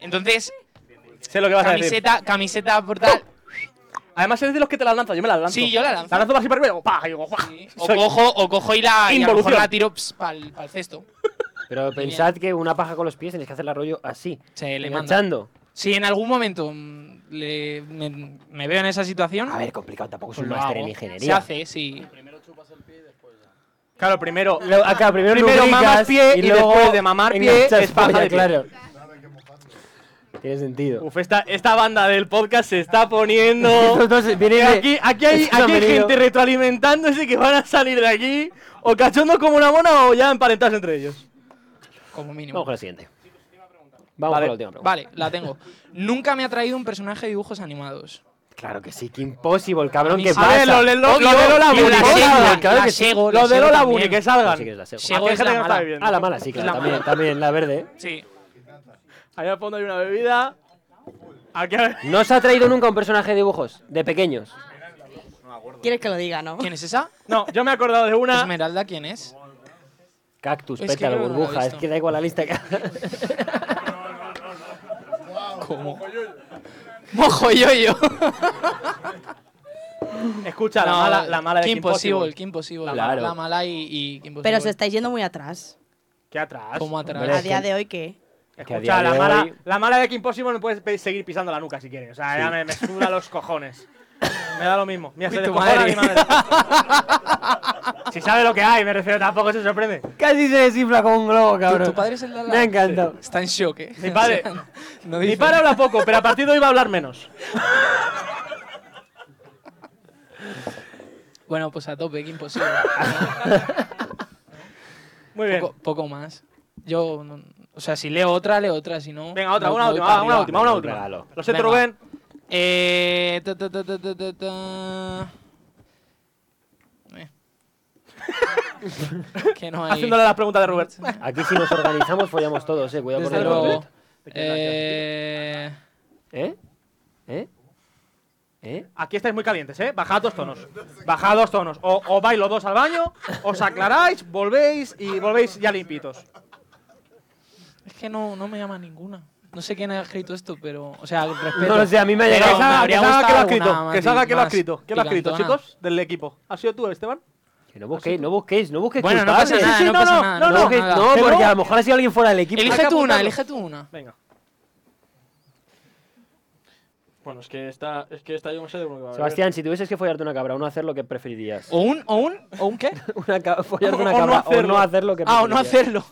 Speaker 11: Entonces,
Speaker 4: Sé lo que vas a decir.
Speaker 11: camiseta, camiseta por tal.
Speaker 4: Además, eres de los que te las lanzas. Yo me las lanzo.
Speaker 11: Sí, yo la lanzo.
Speaker 4: La lanzo para arriba y luego, pa, y digo, pa.
Speaker 11: O cojo, o cojo y la y a lo mejor
Speaker 4: Involución.
Speaker 11: la tiro para el cesto.
Speaker 2: Pero pensad que una paja con los pies tenéis que hacerla rollo así.
Speaker 11: Sí, le mando.
Speaker 2: enganchando.
Speaker 11: Si en algún momento mm, le- me, me veo en esa situación. A ver,
Speaker 2: complicado, tampoco
Speaker 11: es
Speaker 2: un máster en ingeniería.
Speaker 11: Se hace, sí.
Speaker 4: Claro, primero.
Speaker 2: acá, primero lubricas
Speaker 4: mamas pie y,
Speaker 2: y luego
Speaker 4: después de mamar pie
Speaker 2: enganchas
Speaker 4: es paja
Speaker 2: polla,
Speaker 4: de pie.
Speaker 2: claro. Tiene sentido.
Speaker 4: Uf, esta, esta banda del podcast se está poniendo.
Speaker 2: [laughs] Estos dos vienen
Speaker 4: Que
Speaker 2: de-
Speaker 4: aquí, aquí hay,
Speaker 2: estos han
Speaker 4: aquí hay
Speaker 2: venido.
Speaker 4: gente retroalimentándose que van a salir de aquí o cachondos como una mona o ya emparentados entre ellos.
Speaker 11: Como mínimo.
Speaker 2: Vamos con la siguiente. Vamos
Speaker 11: vale,
Speaker 2: con la última pregunta.
Speaker 11: Vale, la tengo. Nunca me ha traído un personaje de dibujos animados.
Speaker 2: Claro que sí, que imposible, cabrón,
Speaker 11: Ni
Speaker 2: que
Speaker 11: siquiera.
Speaker 2: pasa.
Speaker 11: A ver, lo de lo-
Speaker 2: Obvio,
Speaker 11: lo de Lola
Speaker 2: que
Speaker 11: Bunny,
Speaker 2: la
Speaker 11: que
Speaker 2: Sego,
Speaker 11: salgan,
Speaker 2: claro
Speaker 11: la
Speaker 2: que sí.
Speaker 11: Sego, Lo la de Sego Lola también. Bunny, que salgan.
Speaker 2: Sí, que es la Sego.
Speaker 11: Sego
Speaker 2: Ah,
Speaker 11: es la
Speaker 2: fíjate que no
Speaker 11: mala.
Speaker 2: está viendo. Ah, la mala, sí,
Speaker 11: Es
Speaker 2: claro.
Speaker 11: la
Speaker 2: también,
Speaker 11: mala.
Speaker 2: también, la
Speaker 11: [laughs]
Speaker 2: verde.
Speaker 11: Sí.
Speaker 4: Allá al fondo hay una bebida. Aquí hay...
Speaker 2: ¿No os ha traído nunca un personaje de dibujos? De pequeños.
Speaker 11: ¿Quieres que lo diga, no? ¿Quién es esa?
Speaker 4: No, yo me he acordado de una.
Speaker 11: ¿Esmeralda quién es?
Speaker 2: Cactus,
Speaker 11: Es que
Speaker 2: pétalo,
Speaker 11: creo que no lo he
Speaker 2: burbuja. Es
Speaker 11: visto.
Speaker 2: que da igual la lista que.
Speaker 11: ¿Cómo? Mojoyoyo.
Speaker 4: Escucha, la mala, la mala de
Speaker 11: Kim
Speaker 4: Kim Possible.
Speaker 11: Possible, Kim Possible. La,
Speaker 4: Claro.
Speaker 11: la mala y, y Kim Possible.
Speaker 12: Pero se estáis yendo muy atrás.
Speaker 4: ¿Qué atrás?
Speaker 11: ¿Cómo atrás?
Speaker 12: a día de hoy, ¿qué?
Speaker 4: Escucha,
Speaker 2: día de
Speaker 4: la, mala,
Speaker 2: hoy-
Speaker 4: la mala de Kim Possible me puedes pe- seguir pisando la nuca si quieres. O sea, ya
Speaker 2: Sí.
Speaker 4: me, me suda los cojones. Me da lo mismo. Mira,
Speaker 11: Uy,
Speaker 4: se
Speaker 11: tu
Speaker 4: descojona
Speaker 11: madre.
Speaker 4: mi madre. si sabe lo que hay, me refiero, tampoco se sorprende.
Speaker 2: Casi se desinfla como un globo, Oh, cabrón.
Speaker 11: Tu padre es el de al
Speaker 2: Me
Speaker 11: lado.
Speaker 2: encantado.
Speaker 11: Está en shock, ¿eh?
Speaker 4: Mi
Speaker 11: [laughs]
Speaker 4: padre,
Speaker 11: No
Speaker 4: mi
Speaker 11: dice.
Speaker 4: padre habla poco, pero a partir de hoy va a hablar menos.
Speaker 11: Bueno, pues a tope, Kim Possible.
Speaker 4: [laughs] Muy bien.
Speaker 11: Poco, poco más. Yo, no- o sea, si leo otra, leo otra, si no...
Speaker 4: Venga, otra,
Speaker 11: no-
Speaker 4: una
Speaker 11: no voy
Speaker 4: última,
Speaker 11: para
Speaker 4: va, una
Speaker 11: arriba.
Speaker 4: última, una última.
Speaker 2: regalo.
Speaker 4: Lo sé,
Speaker 11: Venga.
Speaker 4: Rubén.
Speaker 11: Eh... ta, ta, ta, ta, ta, ta, ta.
Speaker 4: [laughs]
Speaker 11: Eh. que no hay...
Speaker 4: Haciéndole las preguntas de Rubén.
Speaker 2: Aquí si nos organizamos follamos todos, eh. Cuidado con
Speaker 11: Desde
Speaker 2: el
Speaker 11: luego.
Speaker 2: outlet.
Speaker 11: Eh...
Speaker 2: ¿Eh? ¿Eh? ¿Eh?
Speaker 4: Aquí estáis muy calientes, ¿eh? Bajad dos tonos. Bajad dos tonos. O, o vais los dos al baño, os aclaráis, volvéis y volvéis ya limpitos.
Speaker 11: Es que no, no me llama ninguna. No sé quién ha escrito esto, pero... O sea, al respeto.
Speaker 2: No lo sé, a mí me ha
Speaker 11: Pero
Speaker 2: llegado.
Speaker 4: Que salga, que
Speaker 11: habría
Speaker 4: salga que lo ha
Speaker 11: gustado
Speaker 4: escrito.
Speaker 11: alguna
Speaker 4: Que salga que lo ha
Speaker 11: más
Speaker 4: escrito. ¿Quién lo ha escrito,
Speaker 11: picantona.
Speaker 4: chicos? Del equipo. ¿Has sido tú, Esteban?
Speaker 2: Que no busquéis, no busquéis, no busquéis
Speaker 11: Bueno, no pasa
Speaker 2: culpables.
Speaker 11: nada,
Speaker 2: Sí, sí,
Speaker 11: no
Speaker 2: no,
Speaker 11: pasa
Speaker 2: no,
Speaker 11: nada,
Speaker 2: no,
Speaker 11: no pasa
Speaker 2: busquéis-
Speaker 11: nada.
Speaker 2: no,
Speaker 11: Pero-
Speaker 2: porque a lo mejor ha sido alguien fuera del equipo.
Speaker 11: Elige
Speaker 2: Hay que
Speaker 11: tú una,
Speaker 2: apuntarlo.
Speaker 11: elige tú una.
Speaker 4: Venga.
Speaker 9: Bueno, es que esta, es que esta yo no sé de uno que va a
Speaker 2: Sebastián, si tuvieses que follarte una cabra o no hacer lo que preferirías.
Speaker 11: ¿O un, o un,
Speaker 4: [laughs]
Speaker 11: o un qué?
Speaker 2: Una ca- follarte una
Speaker 11: O no
Speaker 2: cabra o
Speaker 11: hacerlo.
Speaker 2: no hacer lo que
Speaker 11: Ah, o no
Speaker 2: preferirías.
Speaker 11: hacerlo.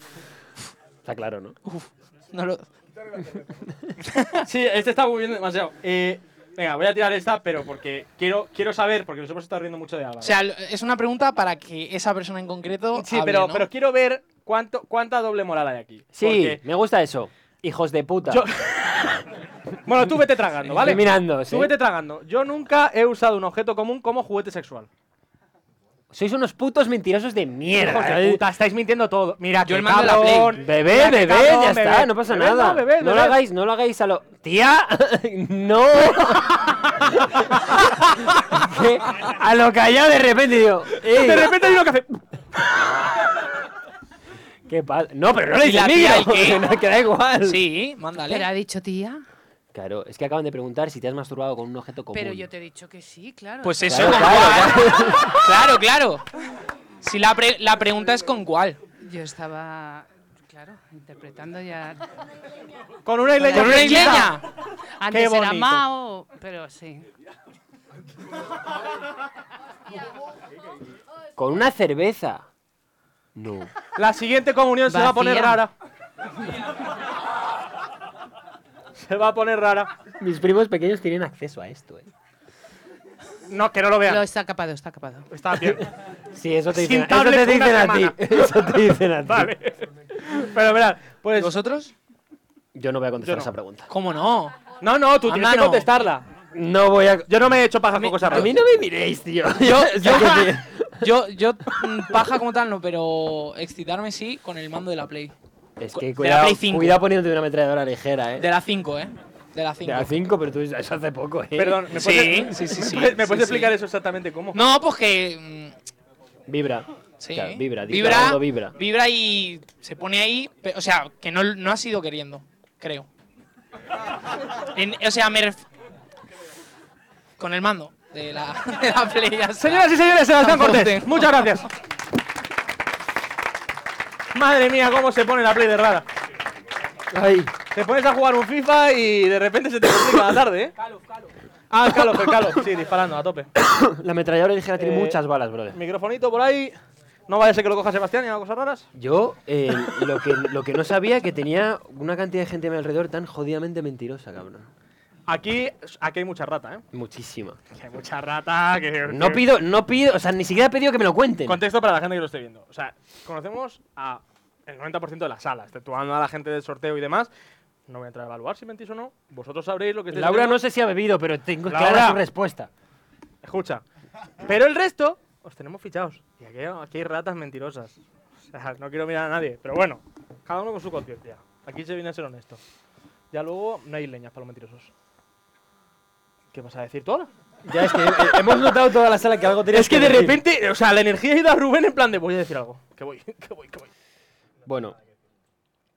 Speaker 2: Está claro, ¿no?
Speaker 11: No lo...
Speaker 4: Sí, este está muy bien demasiado. Eh, venga, voy a tirar esta, pero porque quiero, quiero saber, porque nos hemos estado riendo mucho de Álvaro.
Speaker 11: O sea, lo- es una pregunta para que esa persona en concreto.
Speaker 4: sí,
Speaker 11: hable,
Speaker 4: pero,
Speaker 11: ¿no?
Speaker 4: pero quiero ver cuánto, cuánta doble moral hay aquí.
Speaker 2: Sí,
Speaker 4: Porque-
Speaker 2: me gusta eso. Hijos de puta. [laughs]
Speaker 4: Yo- bueno, tú vete tragando, ¿vale?
Speaker 2: Estoy mirando, sí.
Speaker 4: Tú vete tragando. Yo nunca he usado un objeto común como juguete sexual.
Speaker 2: Sois unos putos mentirosos de mierda.
Speaker 4: Hijos de
Speaker 2: ¿eh?
Speaker 4: puta, estáis mintiendo todo. Mira,
Speaker 11: Yo
Speaker 4: qué
Speaker 11: el mando de la
Speaker 4: cabrón.
Speaker 2: Bebé,
Speaker 4: Mira qué
Speaker 2: bebé,
Speaker 4: cabrón,
Speaker 2: ya está,
Speaker 4: bebé.
Speaker 2: no pasa
Speaker 4: Bebé,
Speaker 2: nada.
Speaker 4: No, bebé,
Speaker 2: lo
Speaker 4: bebé.
Speaker 2: hagáis, no lo hagáis a lo. ¡Tía! [laughs]
Speaker 4: [laughs]
Speaker 2: ¡No! Que a lo callado de repente digo. "Ey,
Speaker 4: De repente hay uno que hace.
Speaker 2: ¿Qué pasa? No, pero no le
Speaker 11: ¿Y la
Speaker 2: dices mío.
Speaker 11: tía
Speaker 2: [laughs]
Speaker 11: y qué?
Speaker 4: [laughs]
Speaker 2: no, que da igual.
Speaker 11: Sí, mándale.
Speaker 22: ha dicho tía?
Speaker 2: Claro, es que acaban de preguntar si te has masturbado con un objeto común.
Speaker 22: Pero yo te he dicho que sí, claro.
Speaker 11: Pues
Speaker 2: Claro,
Speaker 11: eso, con
Speaker 2: claro,
Speaker 11: cuál. [laughs] Claro, claro. Si la, pre- la pregunta es con cuál.
Speaker 22: Yo estaba, claro, interpretando ya.
Speaker 4: Con una isleña.
Speaker 11: ¿Con una isleña?
Speaker 4: Qué
Speaker 22: Antes era
Speaker 4: bonito.
Speaker 22: Mao, pero sí.
Speaker 2: Con una cerveza. No.
Speaker 4: La siguiente comunión se va a poner
Speaker 2: Vacía.
Speaker 4: rara. se va a poner rara.
Speaker 2: Mis primos pequeños tienen acceso a esto, ¿eh?
Speaker 4: No, que no lo vean.
Speaker 22: Lo está capado, está capado.
Speaker 4: Está bien.
Speaker 2: Sí, eso te
Speaker 4: Sin
Speaker 2: dicen, eso
Speaker 4: tablet una
Speaker 2: te dicen a ti.
Speaker 4: semana.
Speaker 2: [laughs] Eso te dicen a ti.
Speaker 4: Vale. Pero mirad, pues.
Speaker 11: ¿Vosotros?
Speaker 2: Yo no voy a contestar
Speaker 4: Yo no.
Speaker 2: esa pregunta.
Speaker 11: ¿Cómo no?
Speaker 4: No, no, tú
Speaker 11: A
Speaker 4: tienes que
Speaker 11: mano.
Speaker 4: contestarla.
Speaker 2: No voy a.
Speaker 4: Yo no me he hecho paja con cosas
Speaker 2: A
Speaker 4: raras.
Speaker 2: mí no me miréis,
Speaker 4: [laughs]
Speaker 2: tío. [laughs]
Speaker 11: Yo,
Speaker 2: O sea,
Speaker 11: yo,
Speaker 2: que sí.
Speaker 11: yo, yo, mm, paja como tal no, pero excitarme sí con el mando de la Play.
Speaker 2: Es que
Speaker 11: de la
Speaker 2: cuidado,
Speaker 11: Play 5.
Speaker 2: cuidado poniéndote una ametralladora ligera, ¿eh?
Speaker 11: De la 5, ¿eh? De la 5.
Speaker 2: De la 5, pero tú eso hace poco, ¿eh?
Speaker 4: Perdón, ¿me puedes,
Speaker 11: Sí, sí, sí,
Speaker 4: ¿me
Speaker 11: sí,
Speaker 4: puedes- ¿me puedes
Speaker 11: sí, sí.
Speaker 4: explicar eso exactamente cómo?
Speaker 11: No, pues que. mm,
Speaker 2: Vibra.
Speaker 11: Sí.
Speaker 2: Claro, vibra. di que
Speaker 11: Vibra,
Speaker 2: algo vibra.
Speaker 11: vibra y se pone ahí. pe- O sea, que no, no ha sido queriendo, creo. En- o sea, me ref- Con el mando de la, de la Play. ya está.
Speaker 4: Señoras y señores, Sebastián
Speaker 11: Tampoco
Speaker 4: Cortés,
Speaker 11: tengo.
Speaker 4: muchas gracias. Madre mía, cómo se pone la play de rara. Te pones a jugar un FIFA y de repente se te complica la tarde, ¿eh? Calo, calo. Ah, calo, calo. Sí, disparando a tope.
Speaker 2: La ametralladora ligera tiene
Speaker 4: Eh,
Speaker 2: muchas balas, brother.
Speaker 4: Microfonito por ahí. No vaya a ser que lo coja Sebastián y haga cosas raras.
Speaker 2: Yo eh, lo, que, lo que no sabía que tenía una cantidad de gente a mi alrededor tan jodidamente mentirosa, cabrón.
Speaker 4: Aquí, aquí hay mucha rata, ¿eh?
Speaker 2: Muchísima.
Speaker 4: Que hay mucha rata. Que,
Speaker 2: No
Speaker 4: que-
Speaker 2: pido, no pido, o sea, ni siquiera he pedido que me lo cuenten.
Speaker 4: Contexto para la gente que lo esté viendo. O sea, conocemos a el 90% de la sala, exceptuando a la gente del sorteo y demás. No voy a entrar a evaluar si mentís o no. Vosotros sabréis lo que estáis
Speaker 2: Laura
Speaker 4: haciendo.
Speaker 2: no sé si ha bebido, pero tengo
Speaker 4: Laura.
Speaker 2: clara su respuesta.
Speaker 4: Escucha. Pero el resto, os tenemos fichados. Y aquí, aquí hay ratas mentirosas. O sea, no quiero mirar a nadie. Pero bueno, cada uno con su conciencia. Aquí se viene a ser honesto. Ya luego no hay leñas para los mentirosos. ¿Qué vas a decir tú ahora?
Speaker 2: Ya es que eh, hemos notado toda la sala que algo tenías
Speaker 4: Es que,
Speaker 2: que
Speaker 4: de
Speaker 2: decir.
Speaker 4: repente, o sea, la energía ha ido a Rubén en plan de voy a decir algo. Que voy, [laughs] que voy, que voy.
Speaker 2: Bueno,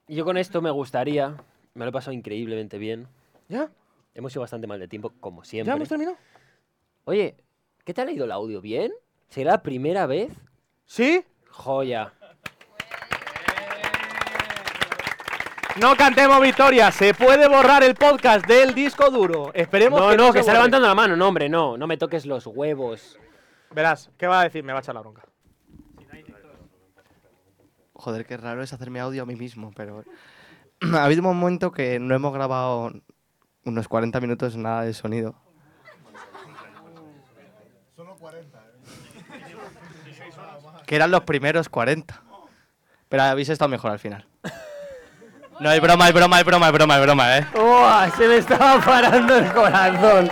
Speaker 2: yo con esto me gustaría, me lo he pasado increíblemente bien.
Speaker 4: ¿Ya?
Speaker 2: Hemos ido bastante mal de tiempo, como siempre.
Speaker 4: ¿Ya hemos terminado?
Speaker 2: Oye, ¿qué te ha leído el audio? ¿Bien? ¿Será la primera vez?
Speaker 4: ¿Sí?
Speaker 2: Joya.
Speaker 4: No cantemos victoria, se puede borrar el podcast del disco duro. Esperemos
Speaker 2: No,
Speaker 4: que
Speaker 2: no,
Speaker 4: se
Speaker 2: que está
Speaker 4: borre.
Speaker 2: levantando la mano. No, hombre, no. No me toques los huevos.
Speaker 4: Verás, ¿qué va a decir? Me va a echar la bronca.
Speaker 8: Joder, qué raro es hacerme audio a mí mismo, pero... [clears throat] ha habido un momento que no hemos grabado unos 40 minutos nada de sonido. Que eran los primeros 40. Pero habéis estado mejor al final. No, es broma, es broma, es broma, es broma, es broma, ¿eh?
Speaker 2: ¡Uah! Se me estaba parando el corazón.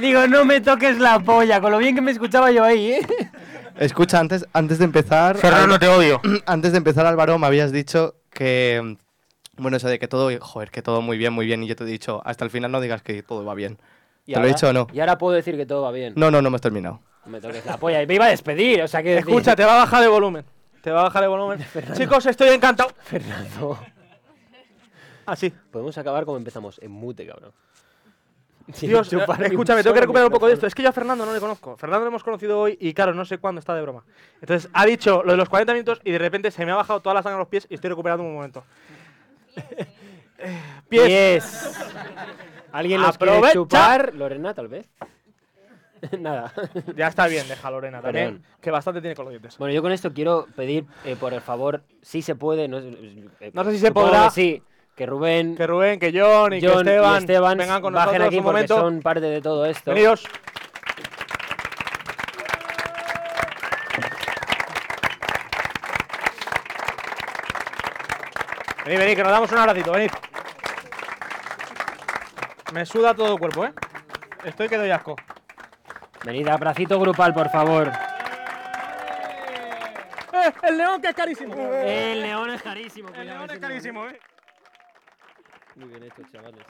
Speaker 2: Digo, no me toques la polla, con lo bien que me escuchaba yo ahí, ¿eh?
Speaker 8: Escucha, antes, antes de empezar.
Speaker 2: Ferran, no te
Speaker 8: odio. [clears throat] Antes de empezar, Álvaro, me habías dicho que. Bueno, eso de que todo. Joder, que todo muy bien, muy bien. Y yo te he dicho, hasta el final no digas que todo va bien.
Speaker 2: Y
Speaker 8: ¿Te lo
Speaker 2: ahora-
Speaker 8: he dicho o no?
Speaker 2: Y ahora puedo decir que todo va bien.
Speaker 8: No, no, no me has terminado.
Speaker 2: No me toques la polla. Y me iba a despedir, o sea que.
Speaker 4: Escucha, te va a bajar el volumen. Te va a bajar el volumen.
Speaker 2: [laughs]
Speaker 4: Chicos, estoy encantado.
Speaker 2: Fernando.
Speaker 4: Así.
Speaker 2: Podemos acabar como empezamos, en mute, cabrón. Sin
Speaker 4: Dios, eh,
Speaker 2: [laughs] chupar ni un
Speaker 4: escúchame, tengo que
Speaker 2: solo
Speaker 4: recuperar un poco de esto.
Speaker 2: micrófono.
Speaker 4: Es que yo a Fernando no le conozco. Fernando lo hemos conocido hoy y claro, no sé cuándo está de broma. Entonces, ha dicho lo de los 40 minutos y de repente se me ha bajado toda la sangre a los pies y estoy recuperando un momento. pies.
Speaker 2: [laughs] Pies. ¿Alguien los quiere
Speaker 4: Aprovecha.
Speaker 2: chupar? Lorena, tal vez. [laughs] Nada.
Speaker 4: Ya está bien, deja a Lorena también,
Speaker 2: Perdón.
Speaker 4: que bastante tiene con los dientes.
Speaker 2: Bueno, yo con esto quiero pedir, eh, por el favor, si se puede. No, eh,
Speaker 4: No sé si se
Speaker 2: supongo
Speaker 4: podrá.
Speaker 2: que sí. Que Rubén,
Speaker 4: Que Rubén, que John y
Speaker 2: John
Speaker 4: que Esteban,
Speaker 2: y Esteban
Speaker 4: vengan con
Speaker 2: bajen
Speaker 4: nosotros
Speaker 2: aquí
Speaker 4: un
Speaker 2: porque
Speaker 4: momento.
Speaker 2: son parte de todo esto.
Speaker 4: Venidos. Venid, venid, que nos damos un abracito, venid. Me suda todo el cuerpo, ¿eh? Estoy que doy asco.
Speaker 2: Venid, abracito grupal, por favor.
Speaker 4: ¡Eh, el león que es carísimo!
Speaker 2: El león es carísimo,
Speaker 4: El león es carísimo, ¿eh?
Speaker 2: Muy bien hecho, chavales.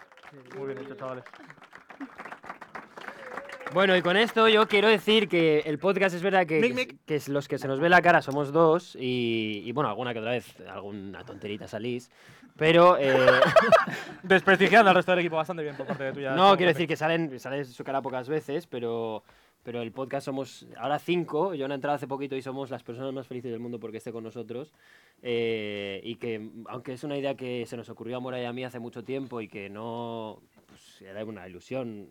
Speaker 4: Muy bien hecho, chavales.
Speaker 2: Bueno, y con esto yo quiero decir que el podcast es verdad que,
Speaker 4: Mic,
Speaker 2: que, que es los que se nos ve la cara somos dos y, y, bueno, alguna que otra vez, alguna tonterita salís, pero... eh,
Speaker 4: [laughs] Desprestigiando al resto del equipo bastante bien por parte de tuya.
Speaker 2: no, quiero decir que salen, sale su cara pocas veces, pero, pero el podcast somos ahora cinco. Yo he entrado hace poquito y somos las personas más felices del mundo porque esté con nosotros. Eh, y que, aunque es una idea que se nos ocurrió a Mora y a mí hace mucho tiempo y que no pues, era una ilusión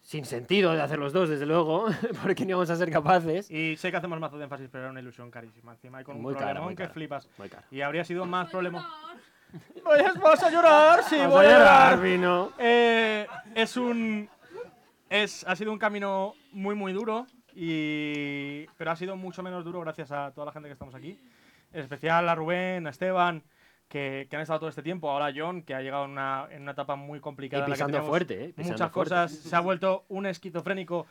Speaker 2: sin sentido de hacer los dos, desde luego, [laughs] porque no íbamos a ser capaces.
Speaker 4: Y sé que hacemos mazo de énfasis, pero era una ilusión carísima. Encima hay con un
Speaker 2: Muy cara,
Speaker 4: problemón
Speaker 2: muy
Speaker 4: que
Speaker 2: cara,
Speaker 4: flipas.
Speaker 2: muy cara.
Speaker 4: Y habría sido más problema. [laughs] Oye, vas a llorar, sí,
Speaker 2: Vas a
Speaker 4: voy a
Speaker 2: llorar,
Speaker 4: llorar.
Speaker 2: vino.
Speaker 4: Eh, es un. Es, ha sido un camino muy, muy duro. Y, pero ha sido mucho menos duro gracias a toda la gente que estamos aquí. En especial a Rubén, a Esteban, que, que han estado todo este tiempo. Ahora a John, que ha llegado en una, en una etapa muy complicada.
Speaker 2: Y
Speaker 4: en la que
Speaker 2: pisando
Speaker 4: teníamos
Speaker 2: fuerte, eh, pisando
Speaker 4: Muchas
Speaker 2: fuerte.
Speaker 4: cosas. Se ha vuelto un esquizofrénico.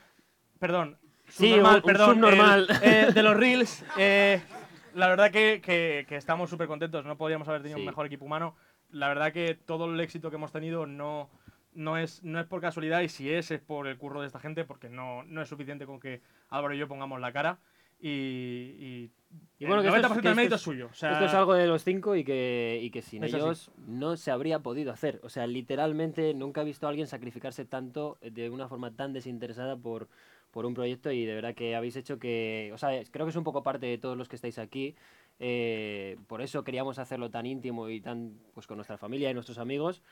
Speaker 4: Perdón.
Speaker 2: Sí,
Speaker 4: subnormal,
Speaker 2: un- un
Speaker 4: perdón.
Speaker 2: subnormal.
Speaker 4: el- eh,
Speaker 2: [laughs]
Speaker 4: de los Reels. eh, la verdad que, que- que estamos súper contentos. No podríamos haber tenido un
Speaker 2: Sí.
Speaker 4: mejor equipo humano. La verdad que todo el éxito que hemos tenido no, no, es, no es por casualidad y si es, es por el curro de esta gente porque no, no es suficiente con que Álvaro y yo pongamos la cara. Y, y,
Speaker 2: Y bueno,
Speaker 4: el
Speaker 2: que esto
Speaker 4: 90%
Speaker 2: es- que
Speaker 4: del
Speaker 2: esto
Speaker 4: mérito
Speaker 2: es-
Speaker 4: es suyo. O sea,
Speaker 2: esto es algo de los cinco y que, y que sin
Speaker 4: Es así.
Speaker 2: ellos no se habría podido hacer. O sea, literalmente nunca he visto a alguien sacrificarse tanto eh, de una forma tan desinteresada por, por un proyecto y de verdad que habéis hecho que, o sea, es- creo que es un poco parte de todos los que estáis aquí. eh, por eso queríamos hacerlo tan íntimo y tan, pues con nuestra familia y nuestros amigos.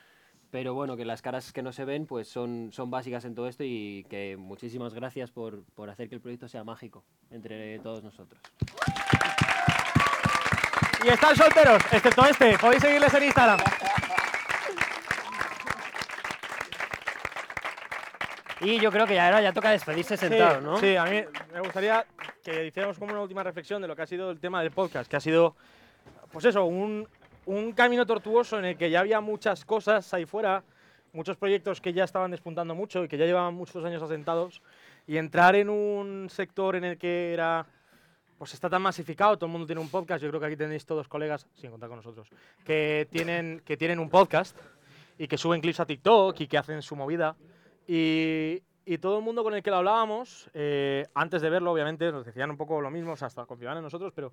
Speaker 2: Pero bueno, que las caras que no se ven, pues son, son básicas en todo esto y que muchísimas gracias por, por hacer que el proyecto sea mágico entre todos nosotros.
Speaker 4: Y están solteros, excepto este. Podéis seguirles en Instagram.
Speaker 2: Y yo creo que ya era, ya toca despedirse sentado,
Speaker 4: sí,
Speaker 2: ¿no?
Speaker 4: Sí, a mí me gustaría que hiciéramos como una última reflexión de lo que ha sido el tema del podcast, que ha sido, pues eso, un, un camino tortuoso en el que ya había muchas cosas ahí fuera, muchos proyectos que ya estaban despuntando mucho y que ya llevaban muchos años asentados, y entrar en un sector en el que era, pues está tan masificado, todo el mundo tiene un podcast, yo creo que aquí tenéis todos colegas, sin contar con nosotros, que tienen, que tienen un podcast y que suben clips a TikTok y que hacen su movida. Y, y todo el mundo con el que lo hablábamos, eh, antes de verlo, obviamente, nos decían un poco lo mismo, o sea, hasta confiaban en nosotros, pero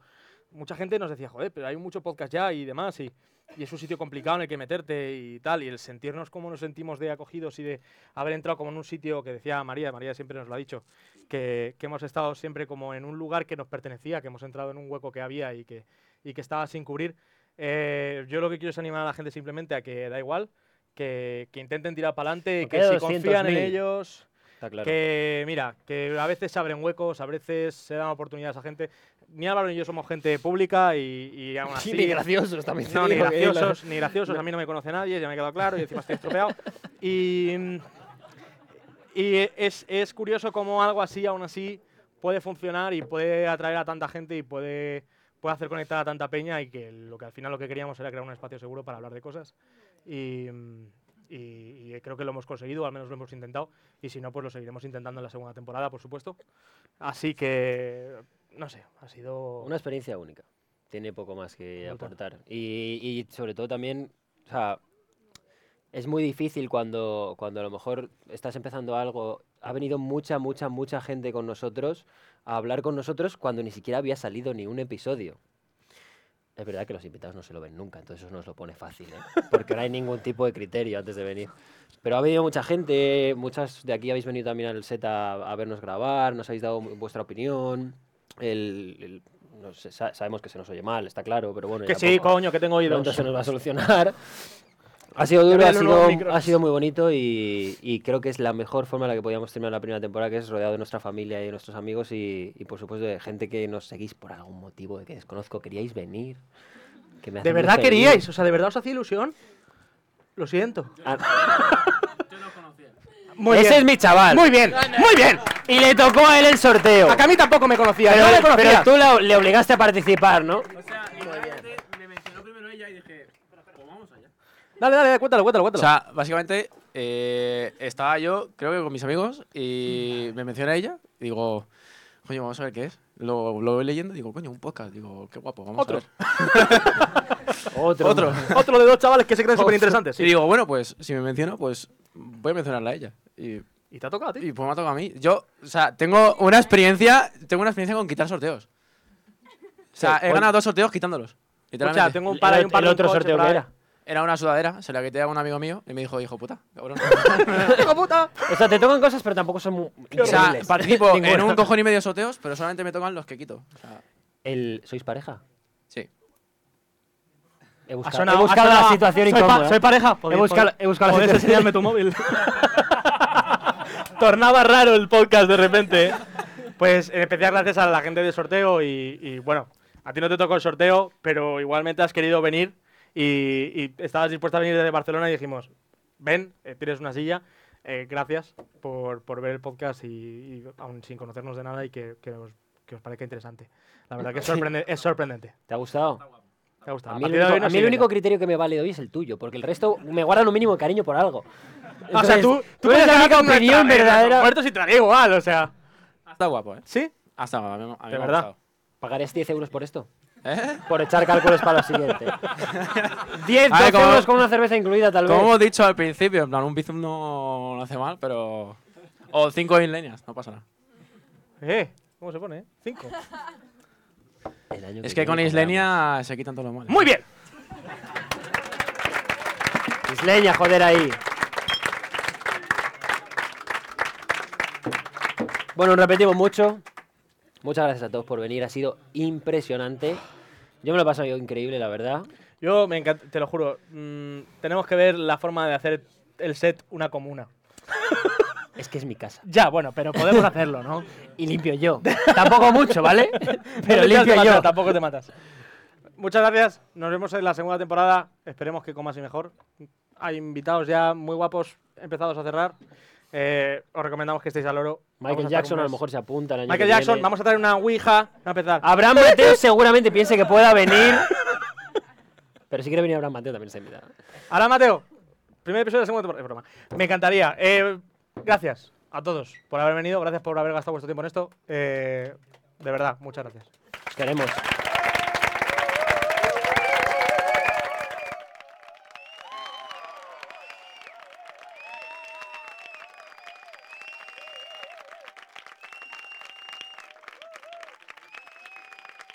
Speaker 4: mucha gente nos decía, joder, pero hay mucho podcast ya y demás, y, y es un sitio complicado en el que meterte y tal, y el sentirnos como nos sentimos de acogidos y de haber entrado como en un sitio que decía María, María siempre nos lo ha dicho, que, que hemos estado siempre como en un lugar que nos pertenecía, que hemos entrado en un hueco que había y que, y que estaba sin cubrir. Eh, yo lo que quiero es animar a la gente simplemente a que da igual, que, que intenten tirar para adelante, [laughs]
Speaker 2: Porque
Speaker 4: que
Speaker 2: hay
Speaker 4: si confían en
Speaker 2: 200.000.
Speaker 4: ellos,
Speaker 2: Está claro.
Speaker 4: que mira, que a veces se abren huecos, a veces se dan oportunidades a gente. Ni Álvaro ni yo somos gente pública y, y aún así.
Speaker 2: [laughs] ni graciosos, también te
Speaker 4: No, ni
Speaker 2: digo que la-
Speaker 4: graciosos, ni graciosos.
Speaker 2: No.
Speaker 4: A mí no me conoce nadie, ya me ha quedado claro y encima estoy estropeado. Y. Y es, es curioso cómo algo así, aún así, puede funcionar y puede atraer a tanta gente y puede, puede hacer conectar a tanta peña y que lo que al final lo que queríamos era crear un espacio seguro para hablar de cosas. Y, mm, y- y creo que lo hemos conseguido, al menos lo hemos intentado. Y si no, pues lo seguiremos intentando en la segunda temporada, por supuesto. Así que, no sé, ha sido...
Speaker 2: Una experiencia única. Tiene poco más que aportar. Y, y sobre todo también, o sea, es muy difícil cuando, cuando a lo mejor estás empezando algo. Ha venido mucha, mucha, mucha gente con nosotros a hablar con nosotros cuando ni siquiera había salido ni un episodio. Es verdad que los invitados no se lo ven nunca, entonces eso nos lo pone fácil, ¿eh? porque no hay ningún tipo de criterio antes de venir. Pero ha venido mucha gente, muchas de aquí habéis venido también al set a, a vernos grabar, nos habéis dado vuestra opinión. El, el- no sé, sa- sabemos que se nos oye mal, está claro, pero bueno.
Speaker 4: Que
Speaker 2: ya
Speaker 4: sí,
Speaker 2: poco-
Speaker 4: coño, que tengo oídos.
Speaker 2: Pronto se nos va a solucionar. [laughs] Ha sido duro,
Speaker 4: Dale
Speaker 2: ha
Speaker 4: los nuevos
Speaker 2: sido,
Speaker 4: micros.
Speaker 2: ha sido muy bonito y, y creo que es la mejor forma en la que podíamos terminar la primera temporada, que es rodeado de nuestra familia y de nuestros amigos y, y, por supuesto de gente que nos seguís por algún motivo de que desconozco. Queríais venir. que me hace
Speaker 4: ¿De
Speaker 2: muy
Speaker 4: verdad
Speaker 2: feliz.
Speaker 4: queríais? O sea, ¿de verdad os hacía ilusión? Lo siento.
Speaker 2: Ah,
Speaker 4: Muy
Speaker 2: Ese
Speaker 4: bien.
Speaker 2: es mi chaval.
Speaker 4: Muy bien, muy bien.
Speaker 2: Y le tocó a él el sorteo.
Speaker 4: A mí tampoco me conocía,
Speaker 2: Pero,
Speaker 4: no le conocía.
Speaker 2: pero tú la- le obligaste a participar, ¿no?
Speaker 4: Dale, dale, dale, cuéntalo, cuéntalo, cuéntalo.
Speaker 14: O sea, básicamente eh, estaba yo, creo que con mis amigos, y me menciona ella. y digo, coño, vamos a ver qué es. Lo, lo voy leyendo y digo, coño, un podcast. Digo, qué guapo, vamos
Speaker 4: Otro. [laughs]
Speaker 14: a ver.
Speaker 2: Otro.
Speaker 14: Otro.
Speaker 4: Otro de dos chavales que se creen superinteresantes, sí.
Speaker 14: Y digo, bueno, pues si me menciona, pues voy a mencionarla a ella. Y,
Speaker 4: ¿Y te ha tocado a ti?
Speaker 14: Y pues me ha tocado a mí. Yo, o sea, tengo una experiencia, tengo una experiencia con quitar sorteos. O sea,
Speaker 4: Sí,
Speaker 14: he
Speaker 4: bueno.
Speaker 14: ganado dos sorteos quitándolos. literalmente.
Speaker 4: Escucha, tengo un par El- y un par el de un otro coche sorteo por que ahí. era.
Speaker 14: Era una sudadera, se la quité a un amigo mío y me dijo, hijo puta, [laughs] cabrón.
Speaker 4: ¡Hijo puta!
Speaker 2: O sea, te tocan cosas, pero tampoco son muy.
Speaker 14: O sea,
Speaker 2: increíbles.
Speaker 14: participo en
Speaker 2: Ninguna.
Speaker 14: un cojón y medio sorteos, pero solamente me tocan los que quito. O sea,
Speaker 2: El, ¿Sois pareja?
Speaker 14: Sí.
Speaker 2: He
Speaker 4: Ha
Speaker 2: buscado,
Speaker 4: sonado-
Speaker 2: he buscado
Speaker 4: ha sonado-
Speaker 2: la situación
Speaker 4: soy pa-
Speaker 2: incómoda.
Speaker 4: soy pareja. Podéis-
Speaker 2: he buscado,
Speaker 4: podéis-
Speaker 2: he buscado la
Speaker 4: podéis
Speaker 2: situación-
Speaker 4: enseñarme tu móvil. [laughs] Tornaba raro el podcast de repente. ¿eh? Pues en especial gracias a la gente del sorteo y, y, bueno, a ti no te tocó el sorteo, pero igualmente has querido venir y, y estabas dispuesta a venir desde Barcelona y dijimos, ven, eh, tienes una silla. Eh, gracias por, por ver el podcast y, y aún sin conocernos de nada y que, que os, que os parezca interesante. La [laughs] verdad que es, sorprende- es sorprendente.
Speaker 2: ¿Te ha gustado?
Speaker 4: ¿Te ha gustado?
Speaker 2: A
Speaker 4: A
Speaker 2: mí, el
Speaker 4: partir de
Speaker 2: único,
Speaker 4: hoy no
Speaker 2: a mí el
Speaker 4: sigue
Speaker 2: único criterio que me vale hoy es el tuyo, porque el resto me guardan un mínimo de cariño por algo.
Speaker 4: Ah, O sea, tú, tú
Speaker 2: eres
Speaker 4: eres
Speaker 2: la única
Speaker 4: gato en
Speaker 2: opinión
Speaker 4: nuestra vida,
Speaker 2: verdadera.
Speaker 4: los Muertos y trae igual, o sea.
Speaker 14: Está guapo, ¿eh?
Speaker 4: ¿Sí?
Speaker 14: Hasta a mí, a mí
Speaker 2: De
Speaker 14: me ha
Speaker 2: verdad.
Speaker 14: gustado.
Speaker 2: ¿Pagarías 10 euros por esto?
Speaker 14: ¿Eh?
Speaker 2: Por echar cálculos para lo
Speaker 14: [laughs]
Speaker 2: siguiente. 10,
Speaker 14: A
Speaker 2: 12
Speaker 14: ver, como-
Speaker 2: euros con una cerveza incluida, tal vez.
Speaker 14: Como hemos dicho al principio, en plan, un bizum no, no hace mal, pero. O cinco isleñas, no pasa nada.
Speaker 4: Eh, ¿cómo se pone? eh? Cinco.
Speaker 14: Es que con Islenia se quitan todos los males.
Speaker 4: Muy
Speaker 2: [laughs]
Speaker 4: bien.
Speaker 2: Isleña, joder ahí. Bueno, repetimos mucho. Muchas gracias a todos por venir. Ha sido [laughs] impresionante. Yo me lo he pasado increíble, la verdad.
Speaker 4: Yo me encanta, te lo juro. mm, tenemos que ver la forma de hacer el set una comuna.
Speaker 2: [laughs] Es que es mi casa.
Speaker 4: Ya, bueno, pero podemos hacerlo, ¿no?
Speaker 2: [laughs] Y limpio yo. Tampoco mucho, [laughs] ¿vale? Pero
Speaker 4: te has de
Speaker 2: limpio
Speaker 4: matar,
Speaker 2: yo.
Speaker 4: Tampoco te matas. Muchas gracias. Nos vemos en la segunda temporada. Esperemos que comas y mejor. Hay invitados ya muy guapos empezados a cerrar. Eh, os recomendamos que estéis al oro. Vamos
Speaker 2: Michael
Speaker 4: estar
Speaker 2: Jackson
Speaker 4: un
Speaker 2: a lo
Speaker 4: mes.
Speaker 2: mejor se apunta el año
Speaker 4: Michael
Speaker 2: que
Speaker 4: Jackson,
Speaker 2: viene.
Speaker 4: vamos a traer una Ouija. Vamos a empezar.
Speaker 2: Abraham
Speaker 4: [laughs]
Speaker 2: Mateo seguramente piense que pueda venir. Pero si quiere venir Abraham Mateo también está invitado.
Speaker 4: Ahora, Mateo. Primer episodio de la segunda temporada. Es broma. Me encantaría. Eh, gracias a todos por haber venido. Gracias por haber gastado vuestro tiempo en esto. Eh, de verdad, muchas gracias.
Speaker 2: Os queremos.